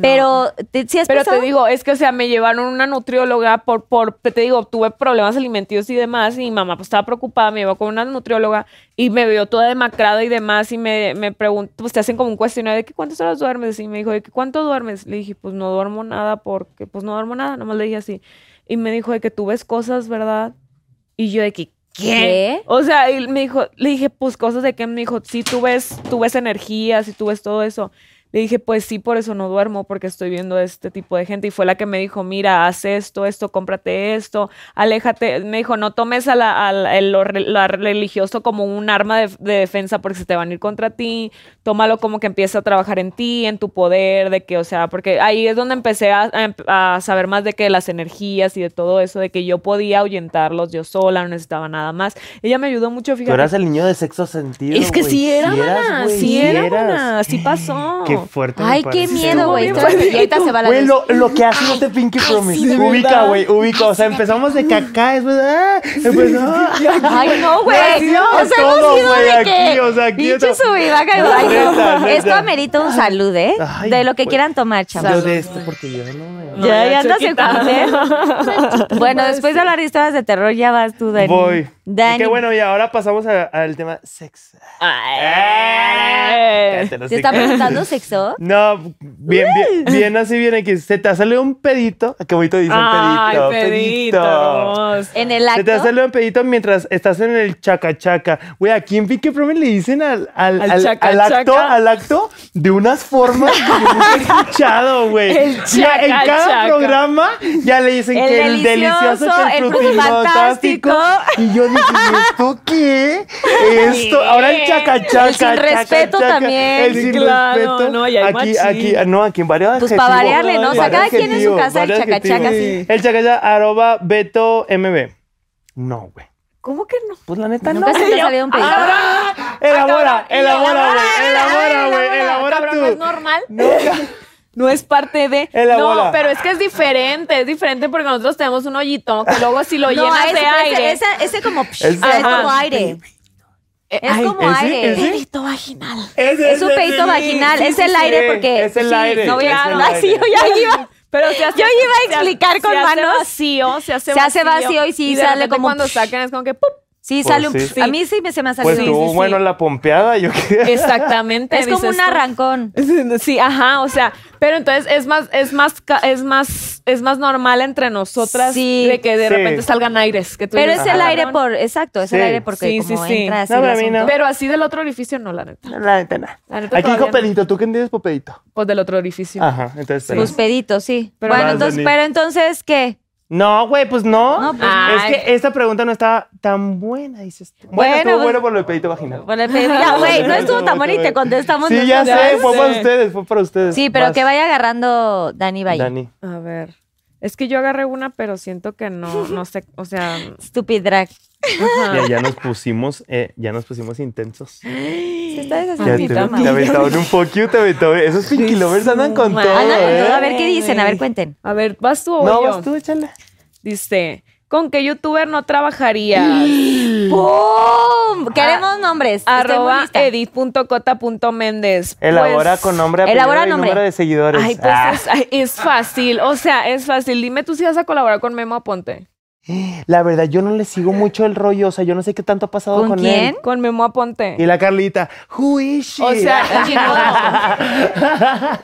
[SPEAKER 2] Pero, ¿te- ¿sí has
[SPEAKER 3] Pero
[SPEAKER 2] pensado?
[SPEAKER 3] te digo, es que, o sea, me llevaron una nutrióloga por, por, te digo, tuve problemas alimenticios y demás, y mi mamá pues estaba preocupada, me llevó con una nutrióloga y me vio toda demacrada y demás, y me, me preguntó, pues te hacen como un cuestionario de que cuántas horas duermes, y me dijo, ¿de que cuánto duermes? Le dije, pues no duermo nada, porque pues no duermo nada, nomás le dije así. Y me dijo, de que tú ves cosas, ¿verdad? Y yo de que, ¿qué?
[SPEAKER 2] ¿Qué?
[SPEAKER 3] O sea, y me dijo, le dije, pues cosas de que me dijo, sí, tú ves, tú ves energías y tú ves todo eso. Le dije, pues sí, por eso no duermo, porque estoy viendo este tipo de gente. Y fue la que me dijo, mira, haz esto, esto, cómprate esto, aléjate. Me dijo, no tomes a la, a la- el- lo re- la religioso como un arma de, de defensa porque se te van a ir contra ti. Tómalo como que empieza a trabajar en ti, en tu poder, de que, o sea, porque ahí es donde empecé a, em, a- a saber más de que las energías y de todo eso, de que yo podía ahuyentarlos yo sola, no necesitaba nada más. Ella me ayudó mucho, fíjate.
[SPEAKER 4] Tú eras el niño de sexo sentido.
[SPEAKER 3] es que
[SPEAKER 4] güey.
[SPEAKER 3] sí era,
[SPEAKER 4] eras,
[SPEAKER 3] mana,
[SPEAKER 4] güey,
[SPEAKER 3] sí era,
[SPEAKER 4] eras.
[SPEAKER 3] mana, así pasó.
[SPEAKER 4] Qué fuerte. me
[SPEAKER 2] Ay, qué
[SPEAKER 4] parece,
[SPEAKER 2] miedo, güey.
[SPEAKER 3] bien
[SPEAKER 2] Entonces,
[SPEAKER 3] fuerte.
[SPEAKER 2] Y ahorita se va la
[SPEAKER 4] Güey,
[SPEAKER 2] luz.
[SPEAKER 4] lo, lo que hace este Pinky Promise.
[SPEAKER 2] sí, de
[SPEAKER 4] ubica,
[SPEAKER 3] verdad.
[SPEAKER 4] güey, ubica. O sea, empezamos de caca, después. ¡Ah! Empezó.
[SPEAKER 2] Ay, no, güey.
[SPEAKER 4] Güey, sí,
[SPEAKER 2] o sea, hemos
[SPEAKER 4] todo,
[SPEAKER 2] ido
[SPEAKER 4] güey,
[SPEAKER 2] de
[SPEAKER 4] aquí,
[SPEAKER 2] que...
[SPEAKER 4] o sea, aquí
[SPEAKER 2] pinche
[SPEAKER 4] está-
[SPEAKER 2] sub y baja y
[SPEAKER 4] No,
[SPEAKER 2] baja.
[SPEAKER 4] neta, neta.
[SPEAKER 2] Esto amerita un saludo, ¿eh?
[SPEAKER 4] Ay,
[SPEAKER 2] de lo que
[SPEAKER 4] güey.
[SPEAKER 2] quieran tomar, chavos.
[SPEAKER 4] Yo de esto, porque yo no me.
[SPEAKER 2] ya,
[SPEAKER 3] ya
[SPEAKER 2] ya andas en
[SPEAKER 3] chiquita.
[SPEAKER 2] cuartel. Bueno, después de hablar de historias de terror, ya vas tú, Dani.
[SPEAKER 4] Voy.
[SPEAKER 2] Dani.
[SPEAKER 4] Y Qué bueno, y ahora pasamos a- al tema sexo.
[SPEAKER 3] Eh. Ay.
[SPEAKER 4] Cállate los
[SPEAKER 2] ¿Te está
[SPEAKER 4] hijos.
[SPEAKER 2] preguntando sexo?
[SPEAKER 4] No, bien, bien, bien así, bien aquí. Se te sale un pedito. Ah, Qué bonito dice
[SPEAKER 3] Ay,
[SPEAKER 4] un pedito.
[SPEAKER 3] peditos.
[SPEAKER 2] En el acto.
[SPEAKER 4] Se te sale un pedito mientras estás en el chacachaca. Güey, aquí en Pinky Promise le dicen al, al,
[SPEAKER 3] Al
[SPEAKER 4] al- al
[SPEAKER 3] chacachaca.
[SPEAKER 4] acto, al acto de unas formas que yo nunca he escuchado, güey.
[SPEAKER 3] El
[SPEAKER 4] Ya En cada
[SPEAKER 3] chacachaca.
[SPEAKER 4] programa ya le dicen
[SPEAKER 2] El
[SPEAKER 4] que el delicioso,
[SPEAKER 2] delicioso,
[SPEAKER 4] que
[SPEAKER 2] el
[SPEAKER 4] el frutifantástico.
[SPEAKER 2] frutifantástico.
[SPEAKER 4] Y yo dije, ¿y esto qué? Esto, ahora el chacachaca.
[SPEAKER 2] El sin respeto
[SPEAKER 4] chacachaca,
[SPEAKER 2] también.
[SPEAKER 4] El sin
[SPEAKER 3] Claro,
[SPEAKER 4] respeto.
[SPEAKER 3] no, y hay
[SPEAKER 4] aquí,
[SPEAKER 3] machín.
[SPEAKER 4] aquí, ah, no, aquí en varios
[SPEAKER 2] Pues para
[SPEAKER 4] adjetivos,
[SPEAKER 2] variarle, ¿no? O sea,
[SPEAKER 4] varios
[SPEAKER 2] cada quien en su
[SPEAKER 4] adjetivos,
[SPEAKER 2] casa el
[SPEAKER 4] varios
[SPEAKER 2] chacachaca, sí.
[SPEAKER 4] adjetivos. El chacachaca, arroba Beto MB. No, güey.
[SPEAKER 3] ¿Cómo que no?
[SPEAKER 4] Pues la neta no.
[SPEAKER 2] Nunca se te ha salido un pedito. Ah,
[SPEAKER 4] Elabora, elabora, güey. Elabora, güey.
[SPEAKER 2] Elabora,
[SPEAKER 4] Elabora
[SPEAKER 2] cabrón, pues, ¿no es
[SPEAKER 4] tú.
[SPEAKER 2] normal?
[SPEAKER 4] No,
[SPEAKER 3] No es parte de.
[SPEAKER 4] Elabora.
[SPEAKER 3] No, pero es que es diferente. Es diferente porque nosotros tenemos un hoyito que luego si lo
[SPEAKER 2] No,
[SPEAKER 3] llenas
[SPEAKER 2] ese,
[SPEAKER 3] de
[SPEAKER 2] ese-
[SPEAKER 3] aire.
[SPEAKER 2] Ese, ese como... psh,
[SPEAKER 4] Ese-
[SPEAKER 2] ah, es como
[SPEAKER 3] Ajá. Eh,
[SPEAKER 2] aire. Es
[SPEAKER 4] ay,
[SPEAKER 2] como
[SPEAKER 4] ese-
[SPEAKER 2] aire.
[SPEAKER 4] ese-
[SPEAKER 3] Pedito vaginal.
[SPEAKER 4] ese-
[SPEAKER 2] Es un
[SPEAKER 4] ese-
[SPEAKER 2] peito
[SPEAKER 4] sí,
[SPEAKER 2] vaginal.
[SPEAKER 4] sí,
[SPEAKER 2] es
[SPEAKER 4] sí,
[SPEAKER 2] el
[SPEAKER 4] sí.
[SPEAKER 2] aire porque...
[SPEAKER 4] Es el
[SPEAKER 2] sí,
[SPEAKER 4] aire.
[SPEAKER 2] No,
[SPEAKER 4] es
[SPEAKER 2] ya,
[SPEAKER 4] el
[SPEAKER 2] no,
[SPEAKER 4] aire.
[SPEAKER 2] sí, yo ya iba...
[SPEAKER 3] Pero se hace-
[SPEAKER 2] Yo iba a
[SPEAKER 3] se hace-
[SPEAKER 2] explicar con
[SPEAKER 3] se hace
[SPEAKER 2] manos.
[SPEAKER 3] vacío, se hace
[SPEAKER 2] Se
[SPEAKER 3] vacío.
[SPEAKER 2] hace vacío y sí
[SPEAKER 3] de
[SPEAKER 2] sale
[SPEAKER 3] repente
[SPEAKER 2] como
[SPEAKER 3] cuando
[SPEAKER 2] psh.
[SPEAKER 3] sacan es como que ¡pup!
[SPEAKER 2] Sí,
[SPEAKER 4] Pues
[SPEAKER 2] sale un...
[SPEAKER 4] sí.
[SPEAKER 2] psh. A mí sí me se me ha
[SPEAKER 4] Pues
[SPEAKER 2] salido.
[SPEAKER 4] tú,
[SPEAKER 3] sí.
[SPEAKER 4] bueno, la pompeada, yo qué.
[SPEAKER 3] Exactamente.
[SPEAKER 2] Es como
[SPEAKER 3] dices
[SPEAKER 2] un
[SPEAKER 3] tú.
[SPEAKER 2] arrancón.
[SPEAKER 3] Sí, ajá, o sea, pero entonces es más, es más, ca- es más, es más normal entre nosotras
[SPEAKER 2] Sí.
[SPEAKER 3] de que de
[SPEAKER 4] Sí.
[SPEAKER 3] repente salgan aires. Que tú
[SPEAKER 2] Pero
[SPEAKER 3] dices,
[SPEAKER 2] es el
[SPEAKER 3] "Ah,
[SPEAKER 2] aire
[SPEAKER 3] cabrón".
[SPEAKER 2] por... Exacto, es el
[SPEAKER 4] Sí.
[SPEAKER 2] aire porque
[SPEAKER 3] Sí, sí,
[SPEAKER 2] como
[SPEAKER 3] sí.
[SPEAKER 2] entra así
[SPEAKER 4] No,
[SPEAKER 2] el
[SPEAKER 4] pero a mí no.
[SPEAKER 2] asunto.
[SPEAKER 3] Pero así del otro orificio no, la neta.
[SPEAKER 4] La neta no.
[SPEAKER 3] La neta
[SPEAKER 4] Aquí dijo
[SPEAKER 3] todavía no.
[SPEAKER 4] pedito. ¿Tú qué entiendes por pedito?
[SPEAKER 3] Pues del otro orificio.
[SPEAKER 4] Ajá, entonces. pues, pero-
[SPEAKER 2] Tus peditos, sí.
[SPEAKER 4] Pero
[SPEAKER 2] bueno,
[SPEAKER 4] vas,
[SPEAKER 2] entonces,
[SPEAKER 4] Dani.
[SPEAKER 2] pero entonces, ¿qué?
[SPEAKER 4] No, güey, pues no.
[SPEAKER 2] No, pues
[SPEAKER 4] es
[SPEAKER 3] no.
[SPEAKER 4] que esta pregunta no está tan buena, dices tú. Bueno,
[SPEAKER 2] Bueno,
[SPEAKER 4] estuvo
[SPEAKER 2] pues-
[SPEAKER 4] bueno por lo del pedito vaginal.
[SPEAKER 2] Por el pedido. Ya, güey, no estuvo tan bonito y te contestamos.
[SPEAKER 4] Sí, ya
[SPEAKER 2] nosotros.
[SPEAKER 4] sé, fue
[SPEAKER 3] sé.
[SPEAKER 4] para ustedes, fue para ustedes.
[SPEAKER 2] Sí, pero
[SPEAKER 4] Vas,
[SPEAKER 2] que vaya agarrando Dani Valle.
[SPEAKER 4] Dani.
[SPEAKER 3] A ver. Es que yo agarré una, pero siento que no, no sé, o sea,
[SPEAKER 2] Stupid drag.
[SPEAKER 3] ajá.
[SPEAKER 4] Ya, ya nos pusimos, eh, ya nos pusimos intensos.
[SPEAKER 2] Se está
[SPEAKER 4] Ya
[SPEAKER 2] deshaciendo
[SPEAKER 4] te,
[SPEAKER 2] mi
[SPEAKER 4] te
[SPEAKER 2] toma.
[SPEAKER 4] aventaron un poquito, te aventaron. Esos Pinky Lovers andan con todo,
[SPEAKER 2] Andan con
[SPEAKER 4] ¿eh?
[SPEAKER 2] todo. A ver qué dicen, a ver, cuenten.
[SPEAKER 3] A ver, vas tú o yo?
[SPEAKER 4] No, vas tú, échale.
[SPEAKER 3] Dice, ¿con qué youtuber no trabajarías?
[SPEAKER 2] ¡Pum! Queremos nombres.
[SPEAKER 3] Arroba
[SPEAKER 2] Estoy muy lista.
[SPEAKER 3] edith.j.méndez.
[SPEAKER 4] Elabora con nombre, apellido
[SPEAKER 2] Pues, elabora
[SPEAKER 4] y
[SPEAKER 2] nombre.
[SPEAKER 4] número de seguidores.
[SPEAKER 3] Pues, Ay, pues
[SPEAKER 4] Ah.
[SPEAKER 3] es, ay, es fácil, o sea, es fácil. Dime tú si vas a colaborar con Memo Aponte.
[SPEAKER 4] La verdad, yo no le sigo mucho el rollo, o sea, yo no sé qué tanto ha pasado
[SPEAKER 2] ¿Con
[SPEAKER 4] con,
[SPEAKER 2] quién?
[SPEAKER 4] él.
[SPEAKER 3] Con Memo Aponte.
[SPEAKER 4] Y la Carlita, who is she?
[SPEAKER 3] O sea,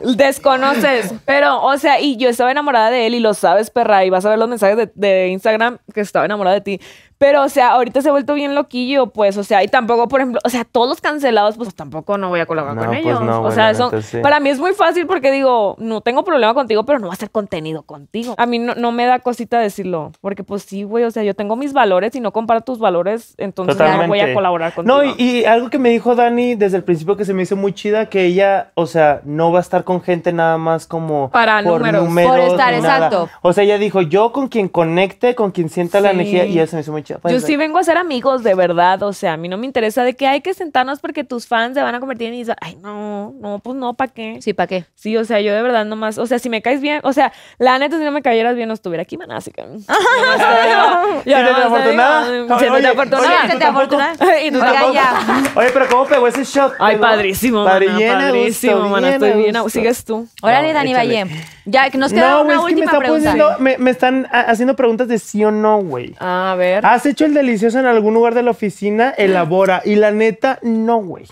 [SPEAKER 3] no. desconoces. Pero, o sea, y yo estaba enamorada de él y lo sabes, perra, y vas a ver los mensajes de, de Instagram que estaba enamorada de ti. Pero, o sea, ahorita se ha vuelto bien loquillo, pues, o sea, y tampoco, por ejemplo, o sea, todos los cancelados, pues tampoco no voy a colaborar
[SPEAKER 4] No,
[SPEAKER 3] con
[SPEAKER 4] pues
[SPEAKER 3] ellos.
[SPEAKER 4] no,
[SPEAKER 3] o
[SPEAKER 4] bueno,
[SPEAKER 3] sea, eso,
[SPEAKER 4] entonces sí.
[SPEAKER 3] para mí es muy fácil porque digo, no tengo problema contigo, pero no va a ser contenido contigo. A mí no, no me da cosita decirlo, porque pues sí, güey, o sea, yo tengo mis valores y no comparto tus valores, entonces no voy a colaborar contigo.
[SPEAKER 4] No, y, y algo que me dijo Dani desde el principio que se me hizo muy chida, que ella, o sea, no va a estar con gente nada más como
[SPEAKER 3] Para
[SPEAKER 4] por
[SPEAKER 3] números.
[SPEAKER 2] Por estar,
[SPEAKER 4] ni nada.
[SPEAKER 2] exacto.
[SPEAKER 4] O sea, ella dijo, yo con quien conecte, con quien sienta la
[SPEAKER 3] Sí.
[SPEAKER 4] energía, y eso se me hizo muy chida. Pues,
[SPEAKER 3] Yo sí vengo a ser amigos de verdad, o sea, a mí no me interesa de que hay que sentarnos porque tus fans se van a convertir en Isa. Ay, no, no, pues no, ¿para qué? Sí.
[SPEAKER 2] Sí, ¿para qué?
[SPEAKER 3] o sea, yo de verdad nomás, o sea, si me caes bien, o sea, la neta, si no me cayeras bien, no estuviera aquí, maná, así que... mm, Yo nomás te digo, yo nomás
[SPEAKER 4] Siéntete
[SPEAKER 3] te digo,
[SPEAKER 4] afortunada.
[SPEAKER 3] mm, Siéntete
[SPEAKER 4] Oye,
[SPEAKER 3] afortunada.
[SPEAKER 4] oye, ¿tú tampoco?
[SPEAKER 3] Y tú
[SPEAKER 2] Oiga,
[SPEAKER 3] tampoco.
[SPEAKER 2] ya.
[SPEAKER 4] Oye, pero ¿cómo pegó ese shot?
[SPEAKER 3] Ay,
[SPEAKER 4] Pegó-
[SPEAKER 3] padrísimo,
[SPEAKER 4] Padre-
[SPEAKER 3] maná,
[SPEAKER 4] bien a gusto,
[SPEAKER 3] padrísimo, maná,
[SPEAKER 4] a
[SPEAKER 3] estoy bien. a-
[SPEAKER 4] gusto.
[SPEAKER 3] Sigues tú.
[SPEAKER 2] Órale,
[SPEAKER 4] No,
[SPEAKER 2] Dani
[SPEAKER 4] échale.
[SPEAKER 2] Valle. Ya, que nos queda
[SPEAKER 4] No,
[SPEAKER 2] una
[SPEAKER 4] güey, es que me,
[SPEAKER 2] última
[SPEAKER 4] está
[SPEAKER 2] pregunta.
[SPEAKER 4] poniendo- me, me están ah, haciendo preguntas de sí o no, güey.
[SPEAKER 3] A ver.
[SPEAKER 4] ¿Has hecho el delicioso en algún lugar de la oficina? Elabora. Y la neta, no, güey.